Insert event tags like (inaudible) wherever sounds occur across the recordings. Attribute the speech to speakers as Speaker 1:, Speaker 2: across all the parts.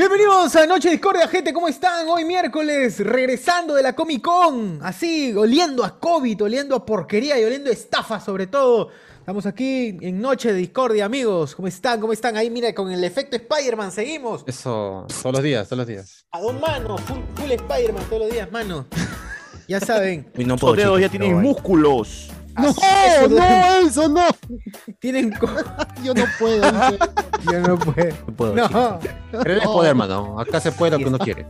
Speaker 1: Bienvenidos a Noche Discordia, gente, ¿cómo están? Hoy miércoles, regresando de la Comic Con, así, oliendo a COVID, oliendo a porquería y oliendo a estafa sobre todo. Estamos aquí en Noche de Discordia, amigos. ¿Cómo están? ¿Cómo están? Ahí, mira, con el efecto Spider-Man seguimos.
Speaker 2: Eso, todos los días, todos los días.
Speaker 1: A dos manos, full, full Spider-Man todos los días, mano.
Speaker 3: (laughs)
Speaker 1: Ya saben.
Speaker 4: Uy, no
Speaker 5: Estos dedos ya tienen
Speaker 4: mucho.
Speaker 5: músculos.
Speaker 1: No,
Speaker 3: ¡Oh,
Speaker 2: Elso, no!
Speaker 1: Tienen. co- (laughs)
Speaker 2: Yo no puedo.
Speaker 1: Yo no puedo.
Speaker 4: No puedo, chicos.
Speaker 1: No.
Speaker 2: Pero es poder, mano. Acá se puede lo que uno quiere.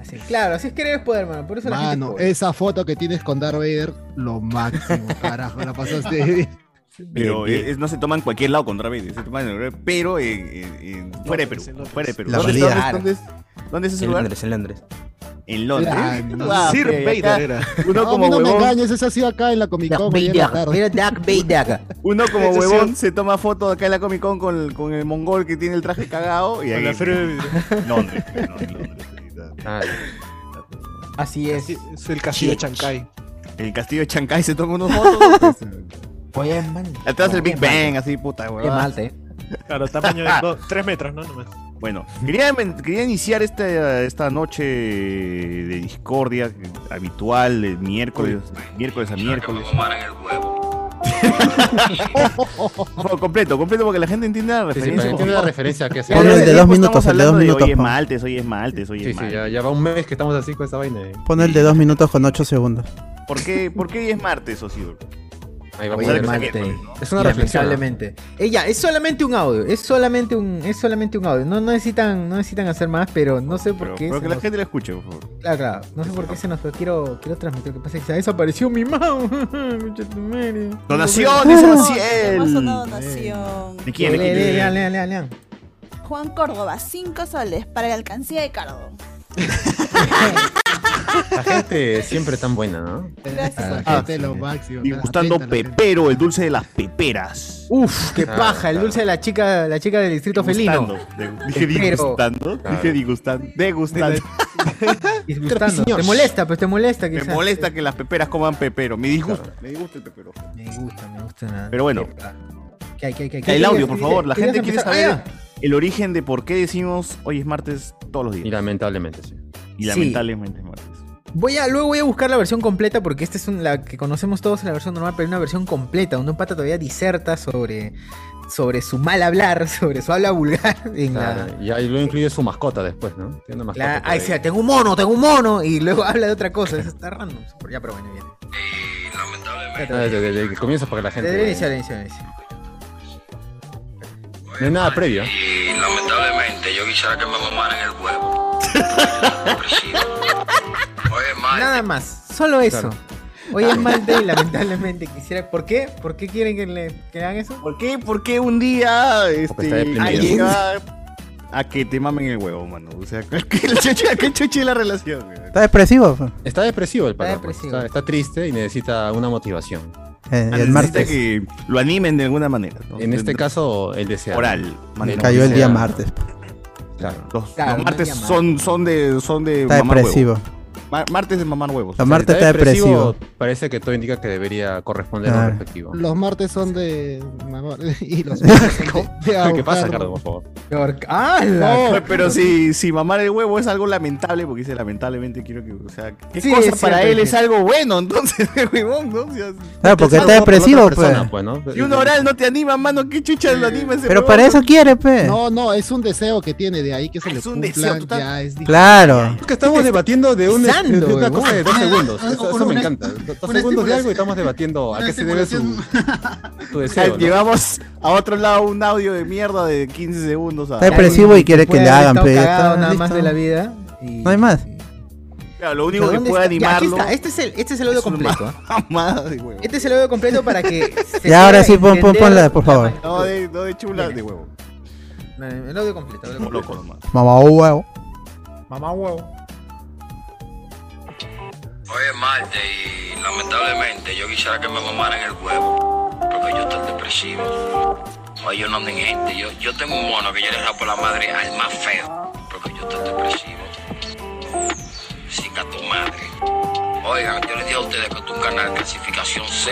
Speaker 1: Así, claro, así es querer es poder, mano. Por eso la gente. es
Speaker 3: Mano,
Speaker 1: pobre.
Speaker 3: esa foto que tienes con Darth Vader, lo máximo, carajo, la pasaste bien.
Speaker 5: Pero
Speaker 4: bien.
Speaker 5: eh, es- no se toman en cualquier lado contra David, se toman en el- pero en- en- en- fuera de Perú, fuera de Perú.
Speaker 4: La
Speaker 5: ¿Dónde,
Speaker 4: realidad.
Speaker 5: está- dónde, dónde es- dónde es ese
Speaker 4: En
Speaker 5: lugar?
Speaker 4: Londres, en Londres.
Speaker 5: En Londres.
Speaker 3: Ah, no.
Speaker 5: Ah,
Speaker 4: Sir
Speaker 5: ok, acá
Speaker 4: Vader
Speaker 5: (laughs)
Speaker 4: era.
Speaker 5: Uno
Speaker 3: No, a
Speaker 5: como
Speaker 3: mí no me
Speaker 5: huevón,
Speaker 3: engañes, esa ha sido acá en la Comic Con hoy en la tarde. (laughs)
Speaker 4: Dark Vader.
Speaker 5: uno como
Speaker 4: Ese sí.
Speaker 5: huevón se toma foto acá en la Comic Con con, con el mongol que tiene el traje cagado y ahí Londres, no, en Londres.
Speaker 2: Ah,
Speaker 1: Así es.
Speaker 6: Es el castillo de Chancay.
Speaker 5: En el castillo de Chancay se toma unos
Speaker 3: (laughs)
Speaker 5: fotos.
Speaker 1: Oye, es mal.
Speaker 5: Atrás el
Speaker 1: Pues, Qué
Speaker 5: Big
Speaker 1: mal,
Speaker 5: Bang, así puta,
Speaker 1: Qué
Speaker 5: huevón.
Speaker 1: mal, eh.
Speaker 6: Claro, tamaño de 3 metros, ¿no? Nomás.
Speaker 5: Bueno, quería, men- quería iniciar este, esta noche de discordia habitual, de miércoles, miércoles a miércoles. (laughs) Bueno, completo, completo, porque la gente entienda la
Speaker 2: sí, sí,
Speaker 5: referencia.
Speaker 2: para que entiendan la referencia que hace.
Speaker 4: Ponlo el de dos
Speaker 5: Estamos
Speaker 4: minutos, el de dos
Speaker 5: hablando
Speaker 4: minutos,
Speaker 5: Hoy es
Speaker 4: pon.
Speaker 5: martes, hoy es martes, hoy es
Speaker 2: Sí, sí,
Speaker 5: martes.
Speaker 2: ya, ya va un mes que estamos así con esa vaina. eh.
Speaker 4: Pon el de 2 minutos con 8 segundos.
Speaker 5: ¿Por, qué, ¿Por qué hoy es martes, Osidro?
Speaker 2: Ahí va
Speaker 1: Oye,
Speaker 5: Vamos a
Speaker 2: poder.
Speaker 1: mal,
Speaker 5: ver qué
Speaker 1: te-
Speaker 5: miércoles, ¿no?
Speaker 2: Es una reflexión.
Speaker 1: Lamentablemente. Ella, es solamente un audio, es solamente un, es solamente un audio. No, no necesitan, no necesitan hacer más, pero no sé por
Speaker 5: Pero,
Speaker 1: qué.
Speaker 5: pero
Speaker 1: se
Speaker 5: que la
Speaker 1: nos-
Speaker 5: gente lo escuche, por favor.
Speaker 1: Claro, claro, no sé por qué se nos pero quiero, quiero transmitir. Lo que pasa es que se ha desaparecido mi mao. (laughs) Concha tu madre. Uh.
Speaker 5: ¡Donación! ¡Dice
Speaker 7: No, no
Speaker 5: Maciel!
Speaker 7: sonó donación.
Speaker 5: ¿De quién?
Speaker 1: Lea,
Speaker 5: ¿De
Speaker 1: lea,
Speaker 5: quién?
Speaker 1: lea, lea, lea, lea.
Speaker 7: Juan Córdoba, 5 soles para la alcancía de Cardo.
Speaker 2: La gente siempre tan buena, ¿no?
Speaker 7: Gracias.
Speaker 3: Ah, gente, lo máximo.
Speaker 5: Y gustando
Speaker 3: atenta a la gente.
Speaker 5: Pepero, el dulce de las peperas.
Speaker 1: Uf, qué
Speaker 2: Claro,
Speaker 1: paja, el
Speaker 2: claro.
Speaker 1: dulce de la chica, la chica del distrito felino.
Speaker 5: Degustando. Dije
Speaker 1: Pero-
Speaker 5: disgustando.
Speaker 2: Claro.
Speaker 5: Dije disgustando. Degustando.
Speaker 1: Disgustando. Te molesta, pues te molesta
Speaker 5: (laughs) Me
Speaker 1: quizás.
Speaker 5: molesta que las peperas coman pepero. Me disgusta. Me este disgusta el pepero.
Speaker 1: Me gusta, me gusta nada.
Speaker 5: Pero bueno.
Speaker 1: ¿Qué hay, qué hay, qué hay?
Speaker 5: El audio,
Speaker 1: ¿Qué
Speaker 5: por
Speaker 1: dice?
Speaker 5: favor. La
Speaker 1: ¿Qué
Speaker 5: gente quiere
Speaker 1: dice?
Speaker 5: saber
Speaker 1: Ah, ya.
Speaker 5: el origen de por qué decimos hoy es martes todos los
Speaker 2: Y
Speaker 5: días.
Speaker 2: lamentablemente, sí.
Speaker 5: Y
Speaker 1: Sí.
Speaker 5: lamentablemente es martes.
Speaker 1: Voy a, luego voy a buscar la versión completa porque esta es un- la que conocemos todos en la versión normal, pero hay una versión completa donde un pata todavía diserta sobre, sobre su mal hablar, (laughs) sobre su habla vulgar. En la-
Speaker 2: ah, Claro, Y ahí lo incluye su mascota después, ¿no? Tiene una mascota.
Speaker 1: la-
Speaker 2: por
Speaker 1: ay,
Speaker 2: ahí.
Speaker 1: sí, tengo un mono, tengo un mono, y luego (laughs) habla de otra cosa. Eso está random. Ya, pero bueno, bien.
Speaker 2: Ah, Desde desde que comienza para que la
Speaker 1: Debe iniciar,
Speaker 2: gente.
Speaker 1: iniciar, iniciar.
Speaker 2: No hay nada previo.
Speaker 8: Y lamentablemente yo quisiera que me mamaran el huevo. Oye, Marte,
Speaker 1: Nada más, solo eso.
Speaker 2: Claro. Ah.
Speaker 1: Hoy es martes y lamentablemente quisiera. ¿Por qué? ¿Por qué quieren que le que le hagan eso?
Speaker 5: ¿Por qué? ¿Por qué un día
Speaker 2: está
Speaker 5: este,
Speaker 2: deprimido.
Speaker 5: alguien va a que te mamen el huego, mano? O sea, (laughs) ¿qué chucha qué chucha es la relación? güey?
Speaker 4: ¿Está depresivo? pues.
Speaker 2: Está depresivo el pata. pues.
Speaker 1: depresivo.
Speaker 2: Está, está triste y necesita una motivación.
Speaker 4: Eh, el
Speaker 5: Necesita
Speaker 4: martes.
Speaker 5: que lo animen de alguna manera. ¿no?
Speaker 2: En este caso, el deseo.
Speaker 5: Oral.
Speaker 4: Me
Speaker 5: manera
Speaker 4: cayó el día
Speaker 2: sea-
Speaker 9: (laughs)
Speaker 4: martes.
Speaker 2: Claro.
Speaker 5: Los,
Speaker 1: Claro,
Speaker 5: los
Speaker 1: no
Speaker 5: martes
Speaker 1: es llamar.
Speaker 5: son, son de, son de
Speaker 4: Está
Speaker 5: mamar
Speaker 4: depresivo.
Speaker 5: huevos. Ma- martes de mamar huevos.
Speaker 4: La martes está depresivo.
Speaker 2: Parece que todo indica que debería corresponder a
Speaker 4: Ah.
Speaker 2: lo respectivo.
Speaker 3: Los martes son de. (laughs) Y los martes son de. de
Speaker 2: ¿Qué pasa,
Speaker 3: ahorcar.
Speaker 2: Cardo, por favor?
Speaker 1: York- ¡Ah! la-
Speaker 5: No, pero si, si mamar el huevo es algo lamentable, porque dice lamentablemente quiero que. O sea, ¿qué
Speaker 1: Sí,
Speaker 5: cosa
Speaker 1: es
Speaker 5: para
Speaker 1: cierto,
Speaker 5: él es
Speaker 1: sí.
Speaker 5: algo bueno? Entonces, (laughs) huevón, ¿no? O sea,
Speaker 4: Claro, porque
Speaker 2: Algo
Speaker 4: está
Speaker 2: por la
Speaker 4: depresivo,
Speaker 2: otra persona,
Speaker 4: pues.
Speaker 2: pues, ¿no?
Speaker 5: si un oral no te anima, mano, ¿qué chucha lo anima ese
Speaker 4: Pero
Speaker 5: huevón?
Speaker 4: para eso quiere, pues.
Speaker 3: No, no, es un deseo que tiene, de ahí que se
Speaker 5: Ah,
Speaker 3: le
Speaker 5: es un
Speaker 3: cumplan,
Speaker 5: deseo, tú estás-
Speaker 3: ya es
Speaker 4: Claro.
Speaker 2: Es
Speaker 3: (laughs)
Speaker 2: que estamos debatiendo de, un- de
Speaker 1: Pisando,
Speaker 2: una
Speaker 1: huevón.
Speaker 2: cosa de
Speaker 5: Ah,
Speaker 2: dos segundos. Eso, eso me
Speaker 3: Una-
Speaker 2: encanta. Dos
Speaker 3: una
Speaker 2: segundos de algo
Speaker 3: estimulación-
Speaker 2: y estamos debatiendo a
Speaker 3: una
Speaker 2: qué se debe su,
Speaker 5: (laughs)
Speaker 2: tu
Speaker 5: O sea,
Speaker 2: deseo. ¿no?
Speaker 5: llevamos a otro lado un audio de mierda de 15 segundos. a-
Speaker 4: Está depresivo y quiere que
Speaker 1: Puede
Speaker 4: le
Speaker 1: haber
Speaker 4: hagan,
Speaker 1: estado
Speaker 4: pe, ya
Speaker 1: cagado
Speaker 4: está,
Speaker 1: nada
Speaker 4: listo.
Speaker 1: más de la vida. y-
Speaker 4: No hay más.
Speaker 1: y-
Speaker 5: Claro, lo único que
Speaker 1: ¿Dónde
Speaker 5: puede
Speaker 1: está? Ya, aquí
Speaker 5: animarlo.
Speaker 1: está. Este es el, este es el audio
Speaker 5: es una
Speaker 1: completo. ¿ah?
Speaker 5: Mamada de huevo.
Speaker 1: Este es el audio completo
Speaker 4: (laughs)
Speaker 1: para que. se
Speaker 4: Ya, ahora
Speaker 1: pueda
Speaker 4: sí, pon- pon-
Speaker 1: entender
Speaker 4: ponla, por favor.
Speaker 1: la
Speaker 5: No,
Speaker 1: magnitud.
Speaker 5: de, no de chula, de huevo.
Speaker 1: No, no, El audio completo. el audio
Speaker 5: Como
Speaker 1: completo.
Speaker 5: loco, nomás.
Speaker 4: Mamá oh, huevo.
Speaker 1: Mamá huevo.
Speaker 8: oye, Marte, y lamentablemente yo quisiera que me mamaran el huevo. Porque yo estoy depresivo. Oye, yo no ando en gente. Yo, yo tengo un mono que yo le rapo la madre al más feo. Porque yo estoy depresivo. Siga tu madre. Oigan, yo les dije a ustedes que esto es un canal clasificación C.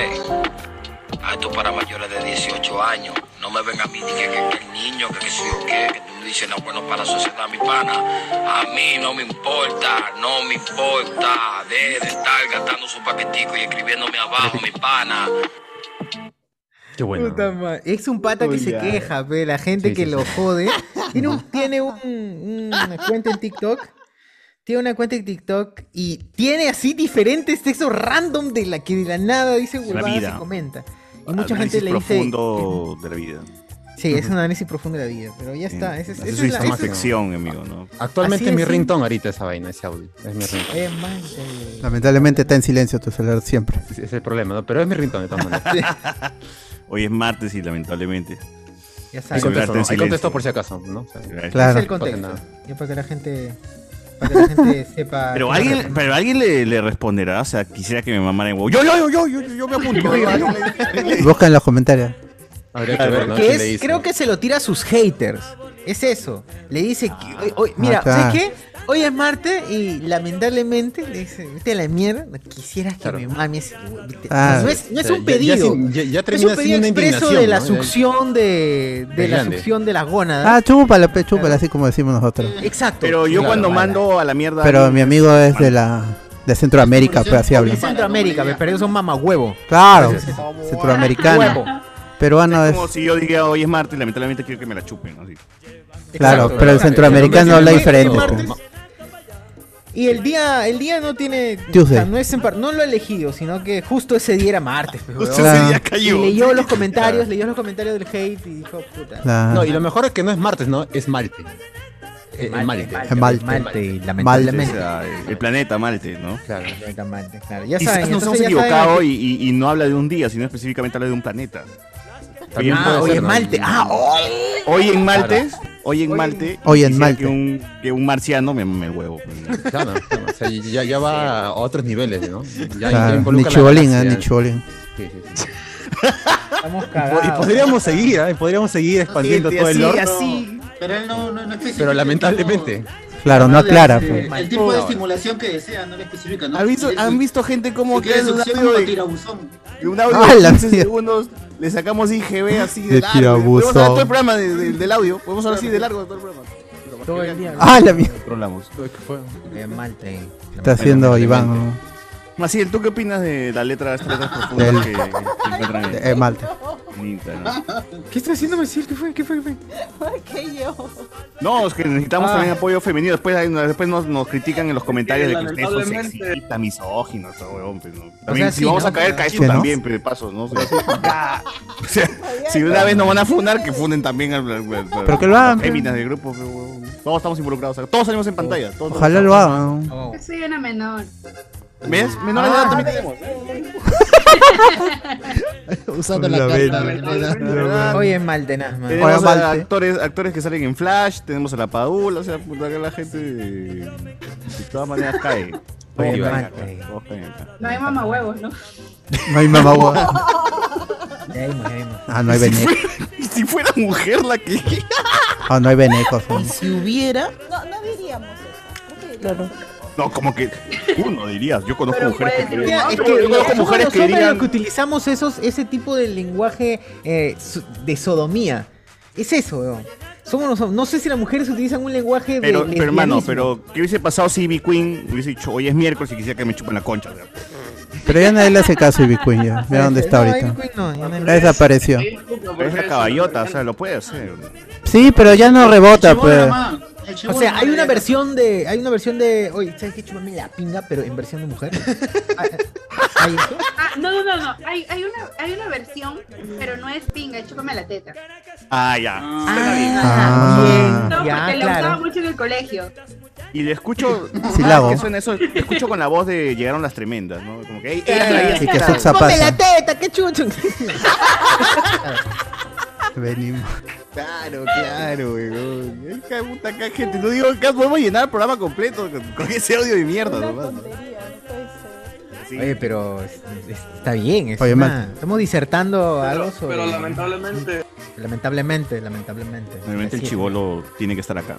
Speaker 8: Ah, esto para mayores de 18 años. No me venga a mí ni que, que, que el niño, que, que soy yo qué, que tú dice no bueno para la sociedad, mi pana. A mí no me importa, no me importa. Deje de estar gastando su paquetico y escribiéndome abajo, mi pana.
Speaker 2: Qué bueno.
Speaker 1: Puta ma- Es un pata
Speaker 4: Oh,
Speaker 1: que
Speaker 3: Uy,
Speaker 1: se
Speaker 3: ya.
Speaker 1: queja, pe, la gente
Speaker 2: Sí,
Speaker 1: que
Speaker 2: sí,
Speaker 1: lo
Speaker 2: sí.
Speaker 4: (laughs)
Speaker 1: jode. Tiene, un- tiene un- una cuenta en TikTok. Tiene una cuenta en TikTok y tiene así diferentes textos random de la que de la nada dice huevadas y
Speaker 5: vida.
Speaker 1: comenta. Y mucha gente
Speaker 5: Análisis
Speaker 1: le dice.
Speaker 5: profundo de la vida. (laughs)
Speaker 1: Sí, es un análisis profundo de la vida, pero ya está. Ese, es-
Speaker 5: Eso
Speaker 1: esa
Speaker 5: sí
Speaker 1: es la-
Speaker 5: está más
Speaker 1: esa es-
Speaker 5: ficción, amigo, ¿no?
Speaker 1: Así
Speaker 2: Actualmente
Speaker 1: de
Speaker 2: mi
Speaker 1: simple.
Speaker 2: ringtone ahorita esa vaina, ese audio. Es mi ringtone.
Speaker 1: Eh, man, eh.
Speaker 4: Lamentablemente está en silencio tu celular
Speaker 1: (laughs)
Speaker 4: siempre.
Speaker 2: Ese es el problema, ¿no? Pero es mi ringtone de todas maneras.
Speaker 5: Hoy es martes y lamentablemente.
Speaker 1: Ya
Speaker 2: Ahí
Speaker 1: sabes.
Speaker 5: Con-
Speaker 2: contesto, ¿no? Ahí
Speaker 5: silencio.
Speaker 2: contesto por si acaso, ¿no? O sea,
Speaker 4: Claro.
Speaker 1: Ese es el
Speaker 2: pasa
Speaker 1: contexto.
Speaker 2: nada.
Speaker 1: Ya para que la gente, para que la gente
Speaker 5: (laughs)
Speaker 1: sepa.
Speaker 5: Pero alguien, pero alguien le, le responderá, o sea, quisiera que me mamara en huevo. Yo, yo, yo, yo, yo,
Speaker 1: (laughs)
Speaker 5: yo me apunto.
Speaker 4: Busca en los comentarios.
Speaker 2: Habría que ver, ¿no?
Speaker 1: Que
Speaker 2: Si
Speaker 1: es-
Speaker 2: le hizo.
Speaker 1: creo que se lo tira a sus haters. Es eso. Le dice, que,
Speaker 2: Ah,
Speaker 1: hoy- hoy- mira,
Speaker 4: claro.
Speaker 1: ¿sabes qué? Hoy es martes y lamentablemente le dice, vete a la mierda, no quisieras que
Speaker 2: Claro.
Speaker 1: me mames. Vete".
Speaker 4: Ah,
Speaker 1: no, es, no es
Speaker 2: O sea,
Speaker 1: un
Speaker 2: ya- ya
Speaker 1: pedido.
Speaker 2: sin- Ya, ya
Speaker 1: es
Speaker 2: termina siendo
Speaker 1: un pedido
Speaker 2: una
Speaker 1: expreso
Speaker 2: indignación.
Speaker 1: de la
Speaker 2: ¿no?
Speaker 1: succión de, de
Speaker 2: De
Speaker 1: la
Speaker 2: grande.
Speaker 1: succión de las gónadas.
Speaker 4: Ah, chúpala, pe, chúpala, así como decimos nosotros.
Speaker 1: Exacto.
Speaker 5: Pero yo
Speaker 2: Claro,
Speaker 5: cuando
Speaker 2: mala.
Speaker 5: mando a la mierda.
Speaker 4: Pero mi amigo es de la de Centroamérica, pero así habla.
Speaker 1: de Centroamérica, me pero ellos son mamahuevo.
Speaker 4: Claro,
Speaker 1: Huevo.
Speaker 4: centroamericano. Peruano
Speaker 5: Es
Speaker 4: es.
Speaker 5: como si yo diga hoy es martes y lamentablemente quiero que me la chupen. así.
Speaker 4: Claro,
Speaker 1: Exacto.
Speaker 4: pero el centroamericano
Speaker 1: Pero
Speaker 4: habla
Speaker 1: es
Speaker 4: diferente. pues.
Speaker 1: martes.
Speaker 4: pe.
Speaker 1: Y el día, el día no tiene. O sea,
Speaker 4: Tuesday.
Speaker 1: no, es en par- no lo he elegido, sino que justo ese día era martes. pe, huevón.
Speaker 5: Usted
Speaker 4: Claro.
Speaker 5: se ya
Speaker 1: Y
Speaker 5: cayó.
Speaker 1: leyó los comentarios, leyó los comentarios del hate y dijo, puta.
Speaker 4: Claro.
Speaker 2: No, y lo mejor es que no es martes, ¿no? Es Malte. Eh, Malte.
Speaker 4: Es Malte.
Speaker 1: Malte,
Speaker 5: O
Speaker 1: lamentablemente.
Speaker 5: sea, el planeta Malte, ¿no?
Speaker 2: Claro.
Speaker 1: Lamentablemente, claro. Ya
Speaker 5: Quizás
Speaker 1: saben,
Speaker 5: nos hemos
Speaker 1: entonces ya saben-
Speaker 5: equivocado y, y- y no habla de un día, sino específicamente habla de un planeta.
Speaker 2: También
Speaker 1: Ah,
Speaker 2: puede
Speaker 1: hoy
Speaker 2: ser,
Speaker 1: es
Speaker 2: ¿no?
Speaker 1: Malte. Ah, hoy.
Speaker 5: Hoy en Malte, hoy en Malte,
Speaker 4: Hoy en
Speaker 5: quisiera
Speaker 4: Malte.
Speaker 5: Que un, que un marciano me, me huevo. pues,
Speaker 2: Claro, claro, o sea, ya, ya va a otros niveles, ¿no? Ya, ya
Speaker 4: Claro. Ni
Speaker 2: involucra la
Speaker 4: chibolín,
Speaker 2: galaxia.
Speaker 4: eh, ni chibolín.
Speaker 2: Sí, sí, sí.
Speaker 1: Estamos
Speaker 2: Y
Speaker 1: cagados.
Speaker 2: podríamos seguir, ¿eh? podríamos seguir expandiendo todo el lore,
Speaker 1: así.
Speaker 10: Pero él no, no, no especifica.
Speaker 2: pero lamentablemente.
Speaker 4: (laughs) Claro, no aclara. pe.
Speaker 10: El tipo de estimulación que desea no lo especifica, ¿no?
Speaker 5: ¿Han visto, han visto gente como que
Speaker 10: que
Speaker 5: un audio
Speaker 10: succión o
Speaker 5: de,
Speaker 10: tirabuzón?
Speaker 4: (laughs)
Speaker 5: de un audio
Speaker 4: ¡Ah,
Speaker 5: de
Speaker 4: la
Speaker 5: 15
Speaker 4: mierda!
Speaker 5: segundos? Le sacamos IGB así de,
Speaker 4: De
Speaker 5: largo.
Speaker 4: tirabuzón.
Speaker 5: Podemos hablar todo el programa de- de- del audio. Podemos hablar así de largo de todo el programa.
Speaker 1: Todo el día.
Speaker 4: Ah, la mierda.
Speaker 5: Controlamos.
Speaker 1: Eh, Malte.
Speaker 4: Está haciendo Iván. ¿no?
Speaker 5: Maciel, ¿tú qué opinas de la letra, estas letras profundas que, que encuentran en-
Speaker 4: Eh, Malte.
Speaker 5: en
Speaker 10: Ah.
Speaker 5: Instagram?
Speaker 1: ¿Qué está haciendo Maciel? ¿Qué fue? ¿Qué fue? ¿Qué fue?
Speaker 7: ¿Por qué yo?
Speaker 5: No, es que necesitamos
Speaker 1: Ah.
Speaker 5: también apoyo femenino. Después, ahí nos- después nos, nos critican en los comentarios de que ustedes son
Speaker 10: lamentablemente-
Speaker 5: sexistas, misóginos, todo, huevón. pues, ¿no? También, si
Speaker 1: sí,
Speaker 5: vamos
Speaker 1: ¿no?
Speaker 5: a caer, caemos
Speaker 4: Sí, ¿no?
Speaker 5: también, pero de paso, ¿no? O sea,
Speaker 4: (laughs)
Speaker 5: (laughs) ya. O sea, si una vez nos van a funar, que funen también al, al- al- a
Speaker 4: Pero que lo
Speaker 5: las
Speaker 4: hagan,
Speaker 5: féminas del grupo, pues, huevón. Todos estamos involucrados. o sea, todos salimos en pantalla. todos-
Speaker 4: Ojalá lo hagan.
Speaker 1: Oh.
Speaker 11: Yo soy una menor.
Speaker 5: ¿Ves? Menor de edad
Speaker 7: Ah,
Speaker 5: también tenemos. (laughs)
Speaker 3: Usando la,
Speaker 4: La
Speaker 3: carta
Speaker 4: vela.
Speaker 3: de la edad.
Speaker 5: De verdad,
Speaker 1: Hoy es Malte, nada más.
Speaker 5: Tenemos
Speaker 4: Oye,
Speaker 5: a
Speaker 4: Malte.
Speaker 5: actores, actores que salen en Flash, tenemos a la Padula, o sea, puta que la gente de, de todas maneras cae. Todos
Speaker 2: Oye,
Speaker 5: caen acá,
Speaker 1: Malte.
Speaker 5: todos caen acá.
Speaker 11: No hay mamahuevos, ¿no?
Speaker 4: No hay mamá huevo.
Speaker 1: Ya vimos, ya vimos.
Speaker 4: Ah, no hay venecos.
Speaker 5: (laughs) Y si fuera mujer la que... (laughs)
Speaker 4: Ah, no hay venecos. ¿no?
Speaker 7: Si hubiera.
Speaker 11: No, no diríamos eso. No diríamos.
Speaker 5: No, como que uno dirías, yo conozco
Speaker 11: Pero
Speaker 5: mujeres que...
Speaker 11: puede ser.
Speaker 1: Ya,
Speaker 5: Yo
Speaker 1: es que
Speaker 5: conozco
Speaker 1: somos
Speaker 5: mujeres
Speaker 1: los
Speaker 5: que
Speaker 1: hombres los
Speaker 5: dirían...
Speaker 1: que utilizamos esos, ese tipo de lenguaje eh, so- de sodomía. Es eso, weón. Somos los hom- No sé si las mujeres utilizan un lenguje de.
Speaker 5: Pero, pero hermano,
Speaker 1: lesbianismo.
Speaker 5: pero ¿qué hubiese pasado si Ivy Queen hubiese dicho hoy es miércoles y quisiera que me chupen la concha? o sea,
Speaker 4: Pero ya nadie le hace caso a Ivy Queen ya. Mira dónde está
Speaker 1: No,
Speaker 4: ahorita.
Speaker 1: Ivy Queen no, ya no-
Speaker 4: Ya Desapareció.
Speaker 5: Pero es la caballota, o sea, lo puede hacer.
Speaker 4: Sí, pero ya no rebota, pues.
Speaker 1: O sea, hay una versión de. Hay una versión de. Oye, ¿sabes qué? Chúpame la pinga, pero en versión de mujer. Ah, ah, ¿hay eso?
Speaker 11: Ah, no, no, no, no. Hay, hay, una, hay una versión, pero no es pinga, es chúpame la teta.
Speaker 5: Ah, ya.
Speaker 1: Ah,
Speaker 4: Ah.
Speaker 11: No,
Speaker 1: bien. Ya,
Speaker 11: porque la usaba
Speaker 1: claro.
Speaker 11: mucho en el colegio.
Speaker 5: Y le escucho...
Speaker 4: Sí,
Speaker 5: ah,
Speaker 4: la hago.
Speaker 5: que suena eso, le escucho con la voz de Llegaron las Tremendas, ¿no? Como que... "Ey, ey, ey, ey".
Speaker 4: Y que Suxa
Speaker 1: ¡Ponme la
Speaker 4: pasa.
Speaker 1: teta! ¡Qué chucho!
Speaker 4: Venimos.
Speaker 5: Claro, claro, weón. Es que puta acá, gente. No digo que podemos llenar el programa completo con, con ese audio de mierda, nomás. ¿no? Sí.
Speaker 1: Oye, pero. es- es- está bien. es
Speaker 4: Oye,
Speaker 1: una-
Speaker 4: Malte.
Speaker 1: Estamos disertando algo
Speaker 10: Pero,
Speaker 1: sobre.
Speaker 10: pero lamentablemente.
Speaker 1: Lamentablemente, lamentablemente.
Speaker 5: Obviamente el
Speaker 1: Así es.
Speaker 5: chivolo tiene que estar acá.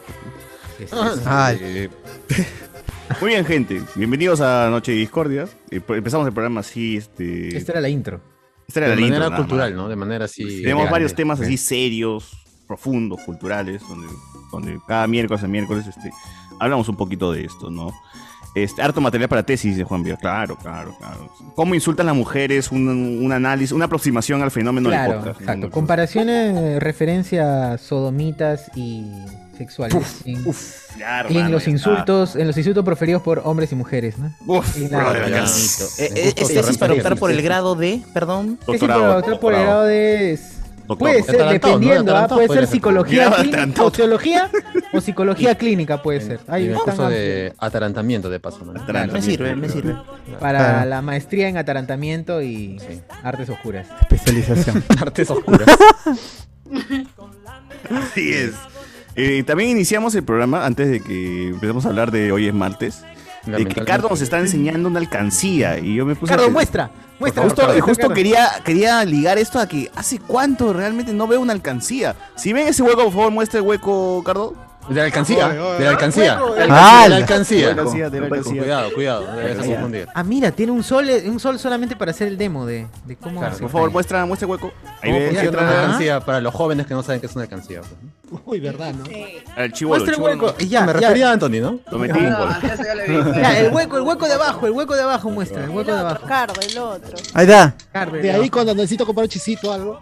Speaker 1: Sí, sí, sí.
Speaker 4: Ay,
Speaker 5: Eh, (laughs) Muy bien, gente. Bienvenidos a Noche de Discordia. Eh, pues, Empezamos el programa así, este.
Speaker 1: Esta era la intro.
Speaker 5: esta era
Speaker 2: De
Speaker 5: la intro,
Speaker 2: manera
Speaker 5: nada más.
Speaker 2: cultural, ¿no? De manera así.
Speaker 4: ¿eh?
Speaker 5: Tenemos
Speaker 2: elegante.
Speaker 5: varios temas así serios, profundos, culturales, donde donde cada miércoles a miércoles este, hablamos un poquito de esto, ¿no? Este, harto material para tesis de Juan Vía. Claro, claro, claro. ¿Cómo insultan las mujeres? Un, un análisis, una aproximación al fenómeno del
Speaker 1: Claro,
Speaker 5: podcast. ¿no?
Speaker 1: exacto. Comparaciones, eh, referencia a sodomitas y sexuales. en,
Speaker 5: ya,
Speaker 1: y en los
Speaker 5: hermano, ya está.
Speaker 1: insultos, en los insultos proferidos por hombres y mujeres, ¿no?
Speaker 5: Uf,
Speaker 1: Y nada,
Speaker 5: brother,
Speaker 1: ya.
Speaker 5: acá.
Speaker 12: Eh, eh, es tesis para optar por el grado de, perdón.
Speaker 1: Tesis para optar por el grado de... Puede ser,
Speaker 12: Atarantado, ¿no?
Speaker 1: dependiendo, ¿ah?
Speaker 12: Atarantado
Speaker 1: puede
Speaker 12: podría
Speaker 1: ser
Speaker 12: ser.
Speaker 1: psicología
Speaker 12: Ya,
Speaker 1: clínica, o teología o psicología clínica puede ser. Ahí
Speaker 2: Y un
Speaker 1: están
Speaker 2: curso
Speaker 1: amplios.
Speaker 2: de atarantamiento, de paso. ¿no?
Speaker 12: Me sirve, me sirve. Ah.
Speaker 1: Para
Speaker 2: Claro.
Speaker 1: la maestría en atarantamiento y artes oscuras.
Speaker 4: Especialización.
Speaker 12: (laughs)
Speaker 2: Artes oscuras.
Speaker 5: Así es. Eh, también iniciamos el programa antes de que empecemos a hablar de hoy es martes. De que Cardo nos está enseñando una alcancía y yo me puse. a
Speaker 12: Cardo,
Speaker 5: pensar-
Speaker 12: muestra,
Speaker 1: muestra,
Speaker 5: Justo,
Speaker 1: Cardo,
Speaker 5: justo
Speaker 1: Cardo.
Speaker 5: quería, quería ligar esto a que hace cuánto realmente no veo una alcancía. Si ven ese hueco, por favor, muestra el hueco, Cardo.
Speaker 2: De la alcancía,
Speaker 5: Oye, oye.
Speaker 2: de la alcancía.
Speaker 5: Hueco,
Speaker 2: De
Speaker 5: ah,
Speaker 2: la alcancía.
Speaker 5: de la alcancía, de la alcancía.
Speaker 2: Cuidado, cuidado, no debes
Speaker 5: Alcancía.
Speaker 2: confundir.
Speaker 1: Ah, mira, tiene un sol, un sol solamente para hacer el demo de, de cómo
Speaker 2: Claro,
Speaker 1: se
Speaker 5: Por favor,
Speaker 1: falla.
Speaker 5: muestra, muestra el hueco. Ahí
Speaker 2: ¿Cómo
Speaker 5: ve,
Speaker 2: funciona
Speaker 5: entra-
Speaker 2: una alcancía para los jóvenes que no saben qué es una alcancía? pues?
Speaker 3: Uy, verdad, ¿no?
Speaker 5: El chibolo,
Speaker 1: Muestra el
Speaker 5: chibolo no.
Speaker 1: hueco. Ya,
Speaker 2: Me
Speaker 1: ya.
Speaker 2: refería a Anthony, ¿no?
Speaker 5: Lo metí.
Speaker 1: (laughs) Ya, el hueco, el hueco de abajo, el hueco de abajo muestra, el hueco de abajo.
Speaker 7: Cardo, el otro.
Speaker 4: Ahí da.
Speaker 1: Carver,
Speaker 3: De ahí
Speaker 1: abajo.
Speaker 3: cuando necesito comprar un chisito o algo.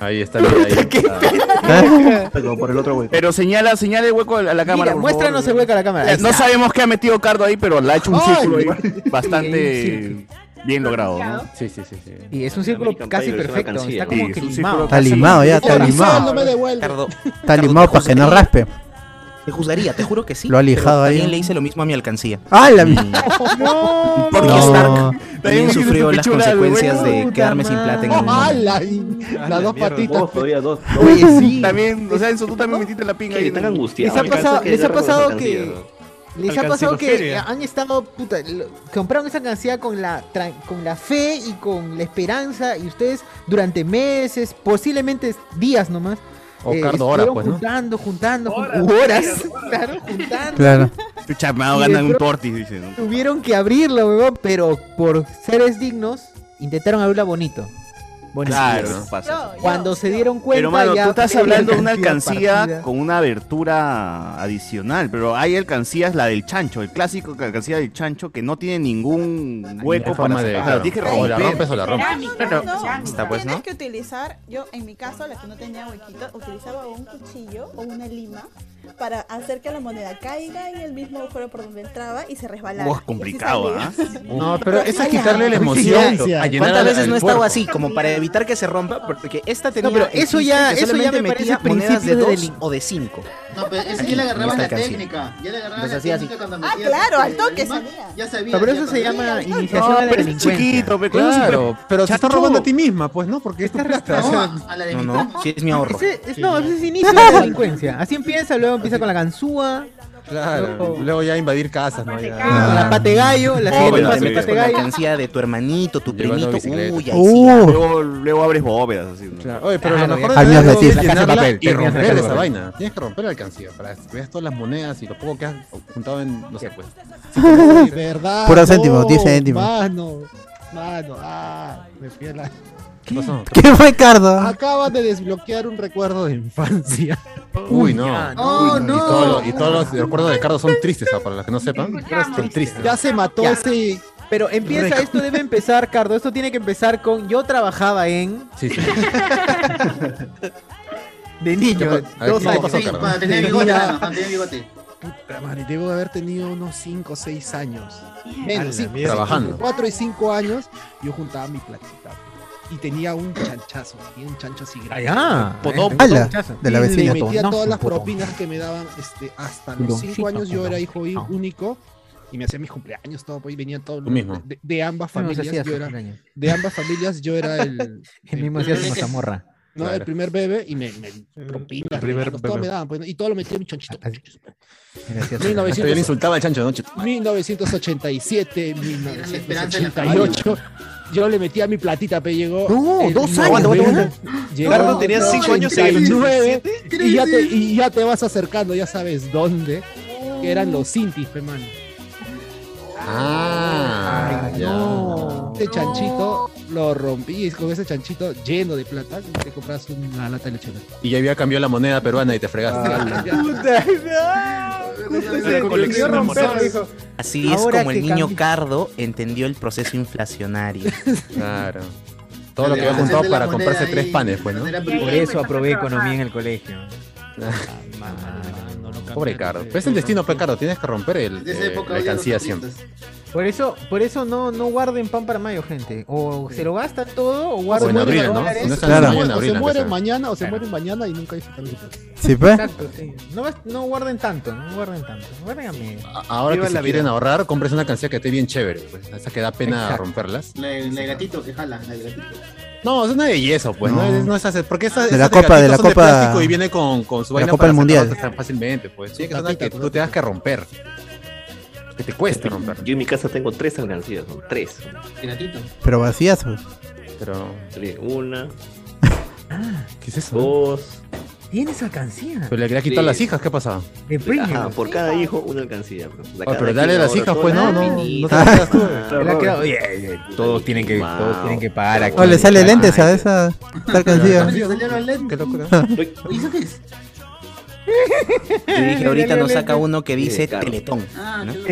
Speaker 2: Ahí
Speaker 5: (laughs)
Speaker 2: está. Ahí
Speaker 12: por el otro hueco.
Speaker 5: Pero señala, señala el hueco a la
Speaker 1: Mira,
Speaker 5: cámara. por
Speaker 1: muéstranos el
Speaker 5: favor.
Speaker 1: hueco a la cámara. Ahí
Speaker 5: No
Speaker 1: está.
Speaker 5: sabemos qué ha metido Cardo ahí, pero le ha hecho un
Speaker 3: Ay,
Speaker 5: círculo ahí (laughs)
Speaker 1: Sí,
Speaker 5: bastante bien logrado. ¿no?
Speaker 2: Sí, sí, sí. sí.
Speaker 1: Y es un círculo
Speaker 10: American Pie
Speaker 1: casi
Speaker 10: es una
Speaker 1: perfecto,
Speaker 10: alcancía.
Speaker 1: está como
Speaker 5: Sí,
Speaker 1: que
Speaker 5: es un
Speaker 1: limado.
Speaker 5: círculo
Speaker 4: Está limado ya, está
Speaker 3: Otra sal
Speaker 4: limado.
Speaker 3: no me devuelve.
Speaker 12: Cardo,
Speaker 4: Está
Speaker 12: Cardo,
Speaker 4: limado
Speaker 12: te
Speaker 4: para que no
Speaker 12: juzgaría-
Speaker 4: raspe.
Speaker 12: Te juzgaría, te juro que sí.
Speaker 4: Lo ha
Speaker 12: pero
Speaker 4: lijado ahí.
Speaker 12: También le hice lo mismo a mi alcancía. Mm.
Speaker 4: ¡Ah, la
Speaker 1: (laughs)
Speaker 4: mierda!
Speaker 12: Porque
Speaker 4: no.
Speaker 12: Stark también
Speaker 5: me quito
Speaker 12: sufrió
Speaker 5: tu
Speaker 12: las
Speaker 5: pichula,
Speaker 12: consecuencias
Speaker 1: güey.
Speaker 12: de quedarme sin plata en el
Speaker 3: ¡Ah,
Speaker 12: momento.
Speaker 3: la! y- Las dos patitas.
Speaker 5: Oye, sí. (laughs) También, o sea, eso tú también metiste la pinga ahí. ¿no?
Speaker 1: Les ha pasado, les ha pasado que. Les ha pasado que
Speaker 6: Alcanciloferia.
Speaker 1: han estado, puta, lo- compraron esa alcancía con la, tra- con la fe y con la esperanza y ustedes durante meses, posiblemente días nomás.
Speaker 2: O
Speaker 1: eh,
Speaker 2: Cardo ahora,
Speaker 1: estuvieron
Speaker 2: pues, ¿no?
Speaker 1: Juntando, juntando, jun- u (laughs) horas, claro, juntando.
Speaker 4: Claro.
Speaker 5: Tu chamado
Speaker 1: Y
Speaker 5: ganan
Speaker 1: de
Speaker 5: un
Speaker 1: pro-
Speaker 5: tortis, dice. ¿no?
Speaker 1: Tuvieron que abrirla, huevón, pero por seres dignos intentaron abrirla bonito. Bonito.
Speaker 5: Claro, eso pasa.
Speaker 7: Yo, yo,
Speaker 1: Cuando se
Speaker 7: yo.
Speaker 1: dieron cuenta
Speaker 5: Pero, mano,
Speaker 1: ya
Speaker 5: tú estás
Speaker 1: era
Speaker 5: hablando de una
Speaker 1: partida.
Speaker 5: alcancía con una abertura adicional, pero hay alcancías, la del chancho, el clásico alcancía del chancho, que no tiene ningún hueco
Speaker 2: La forma
Speaker 5: para
Speaker 2: de.
Speaker 5: sacar.
Speaker 2: claro.
Speaker 5: Tienes que
Speaker 2: O la
Speaker 5: romper.
Speaker 2: rompes o la rompes.
Speaker 11: Cerámica,
Speaker 12: Pero-
Speaker 11: cerámica.
Speaker 12: Está pues, ¿no?
Speaker 7: Tienes que utilizar, yo en mi caso, la que no tenía huequito, utilizaba un cuchillo o una lima para hacer que la moneda caiga en el mismo agujero por donde entraba y se resbalara.
Speaker 5: Wow,
Speaker 7: Y así
Speaker 5: complicado, ¿ah?
Speaker 7: salía.
Speaker 2: No, pero eso es
Speaker 3: Ay,
Speaker 2: quitarle la
Speaker 3: ay,
Speaker 2: emoción.
Speaker 3: ay,
Speaker 2: a
Speaker 3: ay.
Speaker 2: llenar
Speaker 12: ¿Cuántas
Speaker 2: al-
Speaker 12: veces
Speaker 2: al
Speaker 12: no he estado
Speaker 2: puerco?
Speaker 12: así? Como para evitar que se rompa, porque esta tenía.
Speaker 1: pero
Speaker 12: el
Speaker 1: eso
Speaker 12: chiste
Speaker 1: ya-
Speaker 12: que
Speaker 1: eso ya
Speaker 12: solamente
Speaker 1: me parece
Speaker 12: metía monedas de
Speaker 1: principios de
Speaker 12: dos
Speaker 1: delin-
Speaker 12: o de cinco.
Speaker 10: No, pero ese
Speaker 12: Aquí,
Speaker 10: ya le
Speaker 12: en
Speaker 10: agarraba
Speaker 12: esta
Speaker 10: la
Speaker 12: canción.
Speaker 10: técnica. Ya le agarraba
Speaker 12: Los
Speaker 10: la
Speaker 12: hacía
Speaker 10: técnica cuando
Speaker 7: Ah,
Speaker 10: metía
Speaker 7: claro,
Speaker 10: el-
Speaker 7: al toque
Speaker 10: el limón,
Speaker 7: sabía.
Speaker 10: Ya sabía.
Speaker 1: Pero
Speaker 10: ya
Speaker 1: eso se
Speaker 10: cuando-
Speaker 1: llama
Speaker 7: no,
Speaker 1: iniciación a la
Speaker 5: pero es
Speaker 1: delincuencia.
Speaker 5: chiquito, pe,
Speaker 2: Claro, pero te estás
Speaker 5: Chacho.
Speaker 2: robando a ti misma, pues, ¿no? Porque estás
Speaker 10: No, a la de
Speaker 12: No,
Speaker 10: mi
Speaker 12: no, sí es mi ahorro.
Speaker 1: Ese- es- no, ese es inicio de (laughs) la delincuencia. Así empieza, luego empieza con la ganzúa,
Speaker 2: Claro,
Speaker 1: Loco.
Speaker 2: luego ya invadir casas, ¿no? Ya.
Speaker 1: con la pate gallo, la siguiente
Speaker 5: bueno,
Speaker 1: paso
Speaker 5: sí,
Speaker 1: es pate
Speaker 12: Con la
Speaker 1: gallo.
Speaker 12: alcancía de tu hermanito, tu
Speaker 2: Llevando
Speaker 12: primito.
Speaker 2: bicicleta.
Speaker 12: Uy, ahí sí.
Speaker 4: Uh,
Speaker 5: Luego, luego abres bóvedas, así. ¿no?
Speaker 2: Claro. Oye, pero
Speaker 1: Claro,
Speaker 2: lo mejor
Speaker 1: ya.
Speaker 2: de
Speaker 4: Habías
Speaker 2: todo
Speaker 4: decir,
Speaker 2: es
Speaker 4: la casa de
Speaker 2: llenarla
Speaker 4: papel,
Speaker 2: y
Speaker 4: tenías la casa
Speaker 2: romper
Speaker 4: de
Speaker 2: esa
Speaker 4: papel.
Speaker 2: vaina. Tienes que romper la alcancía para que veas todas las monedas y lo poco que has juntado en, no sé, pues.
Speaker 3: Uy, verdad.
Speaker 4: Puro
Speaker 3: no,
Speaker 4: céntimo, 10 céntimos.
Speaker 3: Mano, mano, ah, me fui a la-
Speaker 2: ¿Qué pasó?
Speaker 4: ¿Qué fue, Cardo?
Speaker 3: Acabas de desbloquear un recuerdo de infancia.
Speaker 2: Uy, no.
Speaker 10: Oh,
Speaker 2: Y,
Speaker 10: no.
Speaker 2: todos los- y todos los recuerdos de Cardo son tristes, ¿ah? para los que no sepan.
Speaker 11: Escuchamos.
Speaker 2: Son tristes.
Speaker 3: Ya se mató
Speaker 1: Ya.
Speaker 3: ese.
Speaker 1: Pero empieza,
Speaker 3: Rico.
Speaker 1: esto debe empezar, Cardo. Esto tiene que empezar con yo trabajaba en
Speaker 2: Sí, sí. (laughs)
Speaker 1: de niño,
Speaker 2: ¿Qué pa- a ver,
Speaker 1: dos
Speaker 2: ¿qué
Speaker 1: años.
Speaker 2: pasó,
Speaker 10: Sí,
Speaker 2: Cardo?
Speaker 10: cuando tenía
Speaker 3: Sí,
Speaker 10: bigote,
Speaker 3: ya.
Speaker 10: mano, cuando tenía bigote.
Speaker 3: Puta madre, debo haber tenido unos 5 o 6 años.
Speaker 6: A la
Speaker 3: Menos, cinco,
Speaker 6: mierda.
Speaker 2: Trabajando.
Speaker 3: 4 y 5 años, yo juntaba mi platita. Y tenía un chanchazo, tenía un chancho así grande.
Speaker 2: ah,
Speaker 1: Allá.
Speaker 2: eh,
Speaker 6: Potón.
Speaker 4: Ala, de la
Speaker 3: Y
Speaker 4: vecina.
Speaker 3: Le metía
Speaker 1: Tonazo,
Speaker 3: todas las
Speaker 1: puto.
Speaker 3: propinas que me daban este, hasta los
Speaker 1: Puto,
Speaker 3: 5
Speaker 1: chica,
Speaker 3: años. Yo
Speaker 1: puto,
Speaker 3: era hijo
Speaker 1: chica.
Speaker 3: único y me hacía mis cumpleaños, todo. pues, Y venían todos
Speaker 2: Tú
Speaker 3: los-
Speaker 2: mismo.
Speaker 3: De, de ambas familias. yo era, de ambas familias, yo era el.
Speaker 1: El mismo hacía su mazamorra.
Speaker 3: (laughs) ¿no?
Speaker 2: Claro.
Speaker 3: El primer bebé y me, me propinas,
Speaker 6: El primer
Speaker 3: regalos, todo
Speaker 6: bebé.
Speaker 3: me daban, pues, ¿no? y todo lo metí en mi chanchito.
Speaker 1: Así.
Speaker 2: Hasta yo le insultaba al chancho de noche.
Speaker 3: 1987,
Speaker 10: la esperanza de la familia.
Speaker 3: 1988. Yo le metí a mi platita, pero llegó.
Speaker 1: No,
Speaker 3: el
Speaker 1: dos
Speaker 3: nueve-
Speaker 1: años, aguanta,
Speaker 3: Llegó
Speaker 6: Cardo tenía
Speaker 3: el
Speaker 6: cinco años en el
Speaker 3: 89, y ya, te,
Speaker 10: 87.
Speaker 3: y ya te vas acercando, ya sabes dónde. Que eran los Cintis, pe mano.
Speaker 2: Ah, ya.
Speaker 3: Este chanchito lo rompías con ese chanchito lleno de plata y te compras una lata de leche.
Speaker 2: Y ya había cambiado la moneda peruana y te fregaste.
Speaker 3: Ah.
Speaker 1: Puta, no. Justo ese consiguió romperlo, dijo.
Speaker 12: Así es
Speaker 1: Ahora
Speaker 12: como el
Speaker 1: que
Speaker 12: niño
Speaker 1: cambi-
Speaker 12: Cardo entendió el proceso inflacionario.
Speaker 2: Claro. Todo lo que había juntado para comprarse tres panes, pues, ¿no?
Speaker 1: Por eso aprobé economía en el
Speaker 2: (laughs)
Speaker 1: colegio. Ah,
Speaker 2: Pobre Caro. Pero Es el destino, pues, Caro. Tienes que romper el,
Speaker 1: Desde esa
Speaker 2: eh,
Speaker 1: época
Speaker 2: la
Speaker 1: odiaba
Speaker 2: alcancía
Speaker 1: los
Speaker 2: siempre.
Speaker 1: Por eso, por eso no, no guarden pan para mayo, gente. O se lo gastan todo o guardan
Speaker 2: en abril,
Speaker 1: los
Speaker 2: ¿no?
Speaker 1: dólares.
Speaker 2: Si no
Speaker 3: O
Speaker 2: es en
Speaker 3: se
Speaker 2: abril,
Speaker 3: muere-
Speaker 2: en
Speaker 3: o
Speaker 2: abril,
Speaker 3: se
Speaker 2: la
Speaker 3: muere
Speaker 2: casa.
Speaker 3: mañana o se muere mañana y nunca disfrutan los hijos.
Speaker 4: Sí, pues.
Speaker 1: Exacto, sí. No, gas- no guarden tanto, no guarden tanto. Guarden a mí.
Speaker 4: Ah,
Speaker 2: Ahora
Speaker 1: Viva
Speaker 2: que
Speaker 1: la
Speaker 2: se
Speaker 1: vida.
Speaker 2: quieren ahorrar, compres una alcancía que esté bien chévere, pues. Esa que da pena
Speaker 1: Exacto.
Speaker 2: romperlas.
Speaker 10: La, la de gatito que jala, la de gatito.
Speaker 2: No, es una de yeso, pues. No,
Speaker 4: No.
Speaker 2: es, no es hacer- Porque esa,
Speaker 4: De
Speaker 2: esas
Speaker 4: la Copa- de
Speaker 2: gatito
Speaker 4: la
Speaker 2: son
Speaker 4: Copa-
Speaker 2: plástico y viene con, con su
Speaker 4: la
Speaker 2: vaina
Speaker 4: Copa
Speaker 2: para
Speaker 4: del Mundial.
Speaker 2: sacarlas tan fácilmente, pues. Tiene que ser una que
Speaker 3: Tapita,
Speaker 2: tú tengas que romper. Que te cueste romper.
Speaker 13: Este, Yo en mi casa tengo tres alcancías, ¿no? Tres.
Speaker 10: Gatito.
Speaker 4: Pero vacías, pues.
Speaker 2: Pero. Ah,
Speaker 13: Tres.
Speaker 2: (laughs)
Speaker 13: Una.
Speaker 2: ¿Qué es eso?
Speaker 13: Dos.
Speaker 1: ¿Tienes alcancía?
Speaker 2: Pero le quería quitar las hijas, ¿qué pasaba?
Speaker 1: De Pringles.
Speaker 13: Ajá, por cada hijo una alcancía. pues. La
Speaker 2: Ah,
Speaker 13: cada
Speaker 2: pero dale
Speaker 13: quien
Speaker 2: las
Speaker 13: ahora
Speaker 2: hijas,
Speaker 13: todo
Speaker 2: pues
Speaker 13: el
Speaker 2: no,
Speaker 13: año.
Speaker 2: no, no te
Speaker 13: Ah,
Speaker 2: las quedas tú.
Speaker 13: claro.
Speaker 1: Le ha quedado- Oye, oye,
Speaker 2: Todos tienen que, todos tienen que pagar aquí.
Speaker 4: O le sale lentes a esa esa alcancía.
Speaker 10: Qué
Speaker 2: locura.
Speaker 10: ¿Y eso qué es?
Speaker 12: Y dije, ahorita nos saca
Speaker 1: Lentes.
Speaker 12: uno que dice
Speaker 13: claro.
Speaker 12: Teletón.
Speaker 10: Ah,
Speaker 13: (laughs)
Speaker 12: ¿no?
Speaker 2: ¿De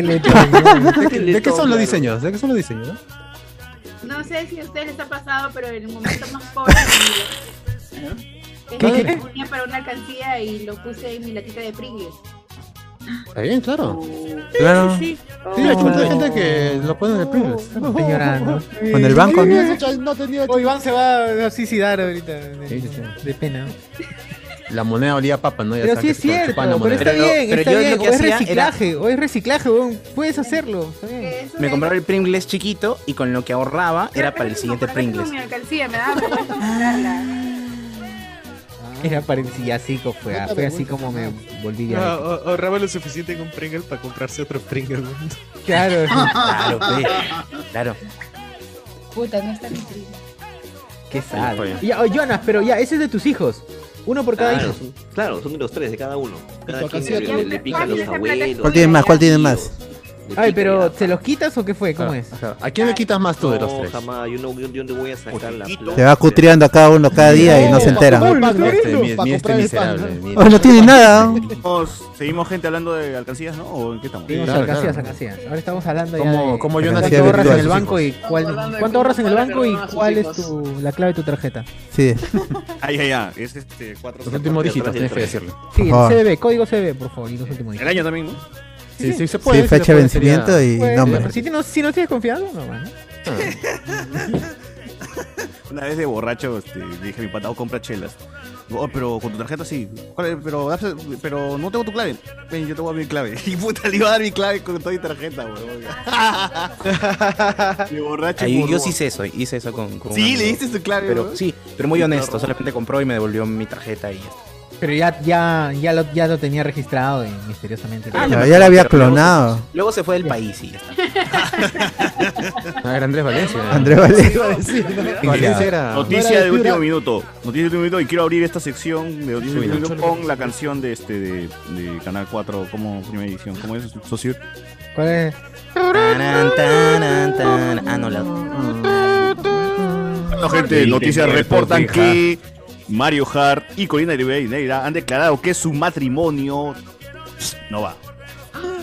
Speaker 2: qué- ¿De qué son los diseños? ¿De qué son los diseños? no?
Speaker 11: No sé si a ustedes les ha pasado, pero en el momento más pobre de mi vida, es
Speaker 2: ¿Qué?
Speaker 11: que me ponía para una alcancía y lo puse en mi latita de Pringles.
Speaker 2: Está bien, claro. Oh. Claro.
Speaker 11: Sí, Oh.
Speaker 2: Sí,
Speaker 7: Oh.
Speaker 2: hay mucha gente que lo pone en el Pringles.
Speaker 1: Estoy llorando.
Speaker 4: Con el banco, ¿no?
Speaker 3: No tenía.
Speaker 1: Oh, Iván se va a suicidar ahorita. De,
Speaker 2: Sí, sí, sí.
Speaker 1: de pena.
Speaker 2: La moneda olía a papa, ¿no? Ya
Speaker 1: Pero
Speaker 2: saben
Speaker 1: sí
Speaker 2: que
Speaker 1: es
Speaker 2: se chupan
Speaker 1: cierto,
Speaker 2: la
Speaker 1: pero
Speaker 2: moneda.
Speaker 1: está bien,
Speaker 12: pero
Speaker 1: está
Speaker 12: yo lo
Speaker 1: bien. pues.
Speaker 12: que
Speaker 1: O es
Speaker 12: hacía era-
Speaker 1: reciclaje, o es reciclaje, weón. Puedes hacerlo, está bien.
Speaker 12: Me compraba el Pringles chiquito y con lo que ahorraba era para el siguiente Pringles.
Speaker 11: Con mi alcancía, me daba vergüenza comprarla.
Speaker 1: Era parecido, así como fue,
Speaker 6: Cuéntame,
Speaker 1: fue así
Speaker 6: cuéntame.
Speaker 1: como me volví
Speaker 6: No,
Speaker 1: ya.
Speaker 6: ah- ahorraba lo suficiente en un Pringle para comprarse otro Pringle.
Speaker 1: (laughs) Claro.
Speaker 7: (laughs)
Speaker 1: pues,
Speaker 12: Claro,
Speaker 1: (laughs)
Speaker 12: pe, claro.
Speaker 11: Puta, no está mi Pringles.
Speaker 1: Qué sad.
Speaker 13: está bien.
Speaker 1: Ya, oh, Jonas, pero ya, ese es de tus hijos. Uno por cada
Speaker 13: Claro,
Speaker 1: hijo.
Speaker 13: son, claro, son de los tres, de cada uno. Cada quien
Speaker 3: alcancía
Speaker 13: le,
Speaker 3: tiene-
Speaker 13: le- le pica a los
Speaker 4: ¿Cuál
Speaker 13: abuelos.
Speaker 4: tienen más? ¿Cuál tienen más?
Speaker 1: Ay, pero ¿se los quitas o qué fue? ¿Cómo
Speaker 2: Ah,
Speaker 1: es?
Speaker 2: ajá. ¿A quién le quitas más tú de los
Speaker 13: No,
Speaker 2: tres?
Speaker 13: jamás, yo no, yo, yo no voy a sacar la plata.
Speaker 4: (laughs) Se va cutriando a cada uno cada día y no se entera.
Speaker 2: Este, mi,
Speaker 3: Pa'
Speaker 2: mi este
Speaker 3: comprar el pan,
Speaker 2: miserable. mi-
Speaker 4: Oh, no tiene nada.
Speaker 5: Seguimos, seguimos, gente hablando de alcancías, ¿no? ¿O en qué estamos?
Speaker 1: Seguimos
Speaker 2: claro,
Speaker 1: alcancías,
Speaker 2: claro.
Speaker 1: alcancías. Ahora estamos hablando ya
Speaker 2: ¿Cómo-
Speaker 1: de
Speaker 2: cómo yo nací
Speaker 1: cuánto ahorras
Speaker 2: virtual,
Speaker 1: en el
Speaker 2: sus
Speaker 1: banco y
Speaker 10: Estamos
Speaker 1: cuál
Speaker 10: hablando de
Speaker 1: cuánto
Speaker 10: cómo
Speaker 1: ahorras en el
Speaker 10: pagarle
Speaker 1: banco y
Speaker 10: a sus
Speaker 1: cuál es
Speaker 10: hijos.
Speaker 1: tu la clave de tu tarjeta.
Speaker 4: Sí.
Speaker 1: (laughs)
Speaker 5: Ay, ay, ay. Es este, cuatro.
Speaker 2: Los últimos
Speaker 5: cuatro,
Speaker 2: dígitos,
Speaker 5: atrás
Speaker 2: tienes
Speaker 5: del
Speaker 2: que
Speaker 5: tres.
Speaker 2: decirle.
Speaker 1: Sí, el
Speaker 4: Ajá.
Speaker 1: CDB, código CDB, por favor, y los últimos dígitos.
Speaker 5: El año también, ¿no?
Speaker 2: Sí, sí, se puede.
Speaker 4: Sí,
Speaker 2: sí
Speaker 4: fecha
Speaker 2: se
Speaker 4: de
Speaker 2: puede, sería-
Speaker 4: vencimiento y
Speaker 1: Pues,
Speaker 4: nombre.
Speaker 1: Si no, si no tienes confianza, no, bueno. Ah.
Speaker 5: (laughs) Una vez de borracho este, le dije a mi patado compra chelas. Oh, pero con tu tarjeta sí. ¿Cuál es? Pero, das- pero no tengo tu clave. Ven, yo te voy a dar mi clave. (laughs) Y puta, le iba a dar mi clave con toda mi tarjeta, weón. De borracho.
Speaker 12: Ahí yo
Speaker 5: burro.
Speaker 12: sí hice eso, hice eso con. con un
Speaker 5: Sí,
Speaker 12: amigo.
Speaker 5: le diste su clave,
Speaker 12: Pero
Speaker 5: weón.
Speaker 12: sí, pero muy honesto, solamente compró y me devolvió mi tarjeta y ya está.
Speaker 1: Pero ya, ya, ya, lo, ya lo tenía registrado y misteriosamente.
Speaker 12: Ah,
Speaker 4: Ya
Speaker 12: no.
Speaker 4: ya la había
Speaker 12: Pero luego-
Speaker 4: clonado.
Speaker 12: Luego se fue del país y ya está.
Speaker 2: Ah, era Andrés Valencia.
Speaker 4: Andrés Valencia.
Speaker 2: Valencia era.
Speaker 3: No
Speaker 5: Noticia
Speaker 3: era
Speaker 5: de
Speaker 3: de
Speaker 5: último
Speaker 3: fibra.
Speaker 5: minuto. Noticia de último minuto. Y quiero abrir esta sección de noticias de
Speaker 2: Uy, no,
Speaker 5: último minuto
Speaker 2: chale.
Speaker 5: con la canción de este de, de Canal 4 como primera edición. ¿Cómo es? Socio.
Speaker 1: ¿Cuál es?
Speaker 12: Taran, taran, taran. Ah, no, la.
Speaker 5: Bueno, gente, noticias reportan que Mario Hart y Corina Rivera han declarado que su matrimonio no va.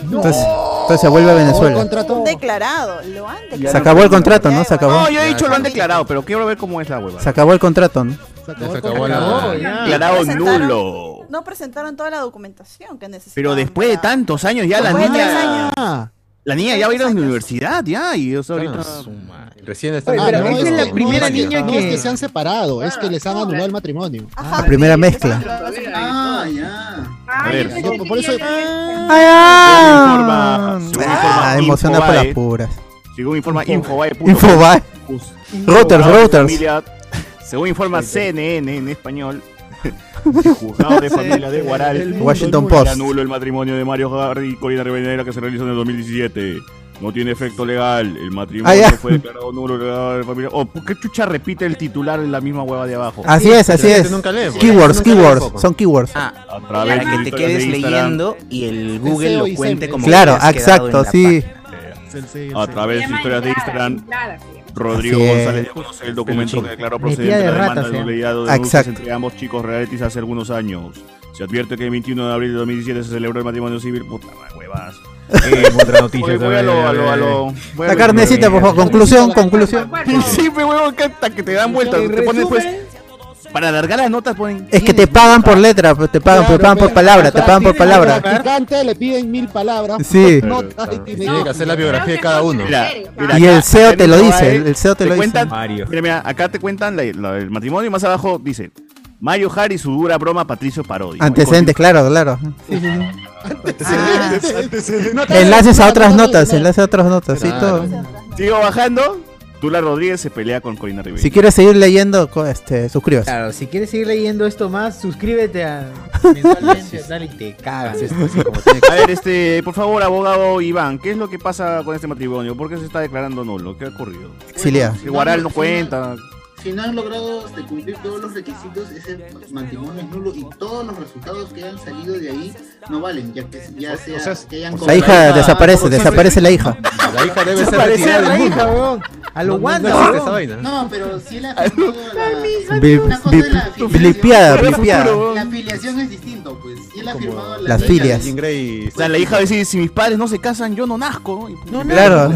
Speaker 4: Entonces, entonces se vuelve a Venezuela.
Speaker 3: Contrato.
Speaker 7: Declarado, lo han declarado.
Speaker 4: Se acabó el contrato, ¿no? Se acabó.
Speaker 5: No, yo he dicho lo han declarado, pero quiero ver cómo es la hueva.
Speaker 4: Se acabó el contrato, ¿no?
Speaker 2: Ya se acabó la.
Speaker 1: Acabó, ya.
Speaker 5: Declarado
Speaker 7: Presentaron-
Speaker 5: nulo.
Speaker 7: No presentaron toda la documentación que necesitaban.
Speaker 5: Pero después de
Speaker 7: para-
Speaker 5: tantos años ya la
Speaker 7: Después de tres
Speaker 5: niña,
Speaker 7: años.
Speaker 1: Ah,
Speaker 5: la niña ya va a ir a la universidad ya y o sea, ahorita
Speaker 12: Su madre.
Speaker 2: Recién está.
Speaker 1: Oye,
Speaker 3: Ah,
Speaker 1: pero
Speaker 3: no,
Speaker 1: esa es la
Speaker 3: no,
Speaker 1: primera
Speaker 3: no,
Speaker 1: niña
Speaker 3: no,
Speaker 1: que- Ah.
Speaker 3: es que se han separado, es que les han anulado el matrimonio.
Speaker 7: Ajá,
Speaker 4: La Ah, primera
Speaker 7: sí,
Speaker 4: mezcla.
Speaker 7: sí,
Speaker 10: Ah, ya.
Speaker 11: Ay,
Speaker 5: ver.
Speaker 11: yo pensé
Speaker 3: Yo-
Speaker 11: que
Speaker 3: por eso-
Speaker 11: ya era-
Speaker 4: ¡Ay,
Speaker 5: ah! Según informa-
Speaker 4: Ah,
Speaker 5: según
Speaker 4: emociona
Speaker 5: informa
Speaker 4: por las
Speaker 5: Infobae.
Speaker 4: puras.
Speaker 5: según informa Infobae.com.
Speaker 4: Infobae. Routers,
Speaker 5: Juzgado de
Speaker 4: routers.
Speaker 5: familia- Según informa CNN en español, el juzgado de familia de Guaral
Speaker 4: Washington
Speaker 5: Era
Speaker 4: Post.
Speaker 5: nulo el matrimonio de Mario Hardy y Corina Rivadeneira que se realizó en el 2017. No tiene efecto legal. El matrimonio
Speaker 4: Ah, ya.
Speaker 5: fue declarado nulo. legal de familia. Oh, ¿por qué chucha repite el titular en la misma hueva de abajo?
Speaker 4: Así es, así
Speaker 2: gente
Speaker 4: es.
Speaker 2: nunca lee, pues.
Speaker 4: Keywords,
Speaker 2: Nunca lee
Speaker 4: keywords.
Speaker 2: tampoco.
Speaker 4: Son keywords.
Speaker 12: Ah,
Speaker 5: A
Speaker 12: para
Speaker 5: de
Speaker 12: que te
Speaker 5: historias de
Speaker 12: quedes
Speaker 5: Instagram.
Speaker 12: leyendo y el Google
Speaker 3: SEO
Speaker 12: lo
Speaker 3: y
Speaker 12: cuente
Speaker 3: SEM.
Speaker 12: como que
Speaker 4: Claro,
Speaker 12: te has quedado en
Speaker 4: exacto,
Speaker 12: la
Speaker 4: sí.
Speaker 12: página.
Speaker 5: Eh,
Speaker 3: el C.
Speaker 5: A través de
Speaker 11: Se
Speaker 5: sus
Speaker 11: llama
Speaker 5: historias
Speaker 11: entrada,
Speaker 5: de Instagram,
Speaker 11: entrada se llama.
Speaker 5: Rodrigo
Speaker 4: Así es.
Speaker 5: González dio a conocer el documento que declaró procedente
Speaker 4: Metida
Speaker 5: la
Speaker 4: de
Speaker 5: demanda
Speaker 4: ratas,
Speaker 5: de
Speaker 4: ¿eh?
Speaker 5: nulidad de denuncias
Speaker 4: Exacto.
Speaker 5: entre ambos chicos realities hace algunos años. Se advierte que el 21 de abril de 2017 se celebró el matrimonio civil. Puta madre,
Speaker 14: (laughs)
Speaker 5: huevas.
Speaker 14: Eh, otra noticia,
Speaker 5: Voy, voy a lo, a lo, a lo- voy a
Speaker 4: La
Speaker 5: lo-
Speaker 4: carnecita, por favor. Conclusión, conclusión.
Speaker 5: Sí, pues, me huevo, que hasta que te dan vueltas. Te ponen pues. Para alargar las notas pues. ponen.
Speaker 4: Es que te pagan por letra, pues, te pagan, te pagan por palabra, te pagan por palabra.
Speaker 3: practicante le piden mil palabras.
Speaker 4: Sí.
Speaker 3: notas, y tiene-
Speaker 2: Tiene que hacer la biografía de cada uno.
Speaker 5: Mira, mira,
Speaker 4: Y
Speaker 5: acá
Speaker 4: el CEO te lo
Speaker 5: tenemos
Speaker 4: dice,
Speaker 5: ahí,
Speaker 4: el CEO te lo dice.
Speaker 5: cuentan- Mira, mira, acá te cuentan la- la- el matrimonio y más abajo dice Mario Harry, su dura broma, Patricio Parodi.
Speaker 4: Antecedentes, claro, claro.
Speaker 5: Antecedentes, antecedentes.
Speaker 4: Enlaces a otras notas, enlaces a otras notas, sí, todo.
Speaker 5: Sigo bajando. Tula Rodríguez se pelea con Corina Rivera.
Speaker 4: Si quieres seguir leyendo, co- este, suscríbase.
Speaker 1: Claro, si quieres seguir leyendo esto más, suscríbete a
Speaker 4: (laughs)
Speaker 1: mensualmente, dale y te cagas.
Speaker 5: A ver, este, por favor, abogado Iván, ¿qué es lo que pasa con este matrimonio? ¿Por qué se está declarando nulo? ¿Qué ha ocurrido?
Speaker 4: Exiliado.
Speaker 5: El Guaral no cuenta.
Speaker 10: Si no han logrado este, cumplir todos los requisitos, ese matrimonio es nulo y todos
Speaker 5: (laughs)
Speaker 10: los resultados que han salido de ahí no valen, ya que ya sea, que hayan
Speaker 4: La hija desaparece, desaparece la hija.
Speaker 2: La hija debe ser
Speaker 1: Desaparecer
Speaker 2: retirada
Speaker 1: la
Speaker 2: del
Speaker 1: hija,
Speaker 2: mundo.
Speaker 1: weón. A
Speaker 2: No, no,
Speaker 1: lo
Speaker 2: no
Speaker 1: Wanda,
Speaker 2: existe
Speaker 1: weón.
Speaker 2: esa vaina.
Speaker 10: No, pero si él ha firmado la...
Speaker 4: Bi-
Speaker 10: una cosa
Speaker 4: bi-
Speaker 10: es la afiliación.
Speaker 4: blipeada, blipeada.
Speaker 10: La afiliación es distinto, pues. Si él ha firmado la...
Speaker 4: Las
Speaker 10: ley-
Speaker 4: filias.
Speaker 5: O sea, la hija dice, si mis padres no se casan, yo no nazco.
Speaker 1: No,
Speaker 4: Claro.
Speaker 10: (laughs)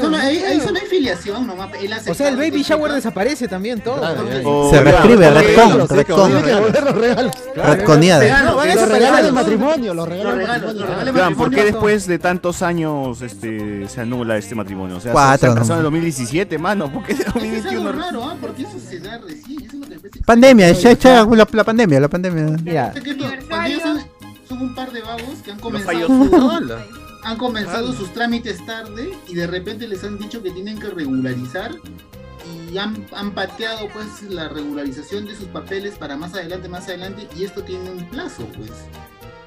Speaker 10: No, no, ahí, ahí solo hay filiación, nomás. Él
Speaker 1: O sea, el baby shower desaparece también todo.
Speaker 4: Se reescribe,
Speaker 2: Claro,
Speaker 4: retcon,
Speaker 2: sí, que
Speaker 4: retcon.
Speaker 2: volver los
Speaker 4: Retconeada.
Speaker 1: van a
Speaker 3: Los
Speaker 1: separar
Speaker 3: regalos
Speaker 1: los
Speaker 3: del matrimonio, los regalos del matrimonio.
Speaker 5: Iván, ¿por qué después de tantos años este, se anula este matrimonio? O sea, se-
Speaker 4: Cuatro,
Speaker 5: se casaron
Speaker 4: ¿no?
Speaker 5: en 2017, mano. ¿Por qué en 2021?
Speaker 10: Claro, ¿ah? porque eso se da recién. Eso es lo que pensé.
Speaker 4: Pandemia, ya, ya, la, la pandemia, la pandemia.
Speaker 10: Sé que esto- cuando ellos son, son un par de vagos que han comenzado, (laughs)
Speaker 4: fallos.
Speaker 10: su- han comenzado sus trámites tarde y de repente les han dicho que tienen que regularizar y han, han pateado pues la regularización de sus papeles para más adelante, más adelante y esto tiene un plazo pues.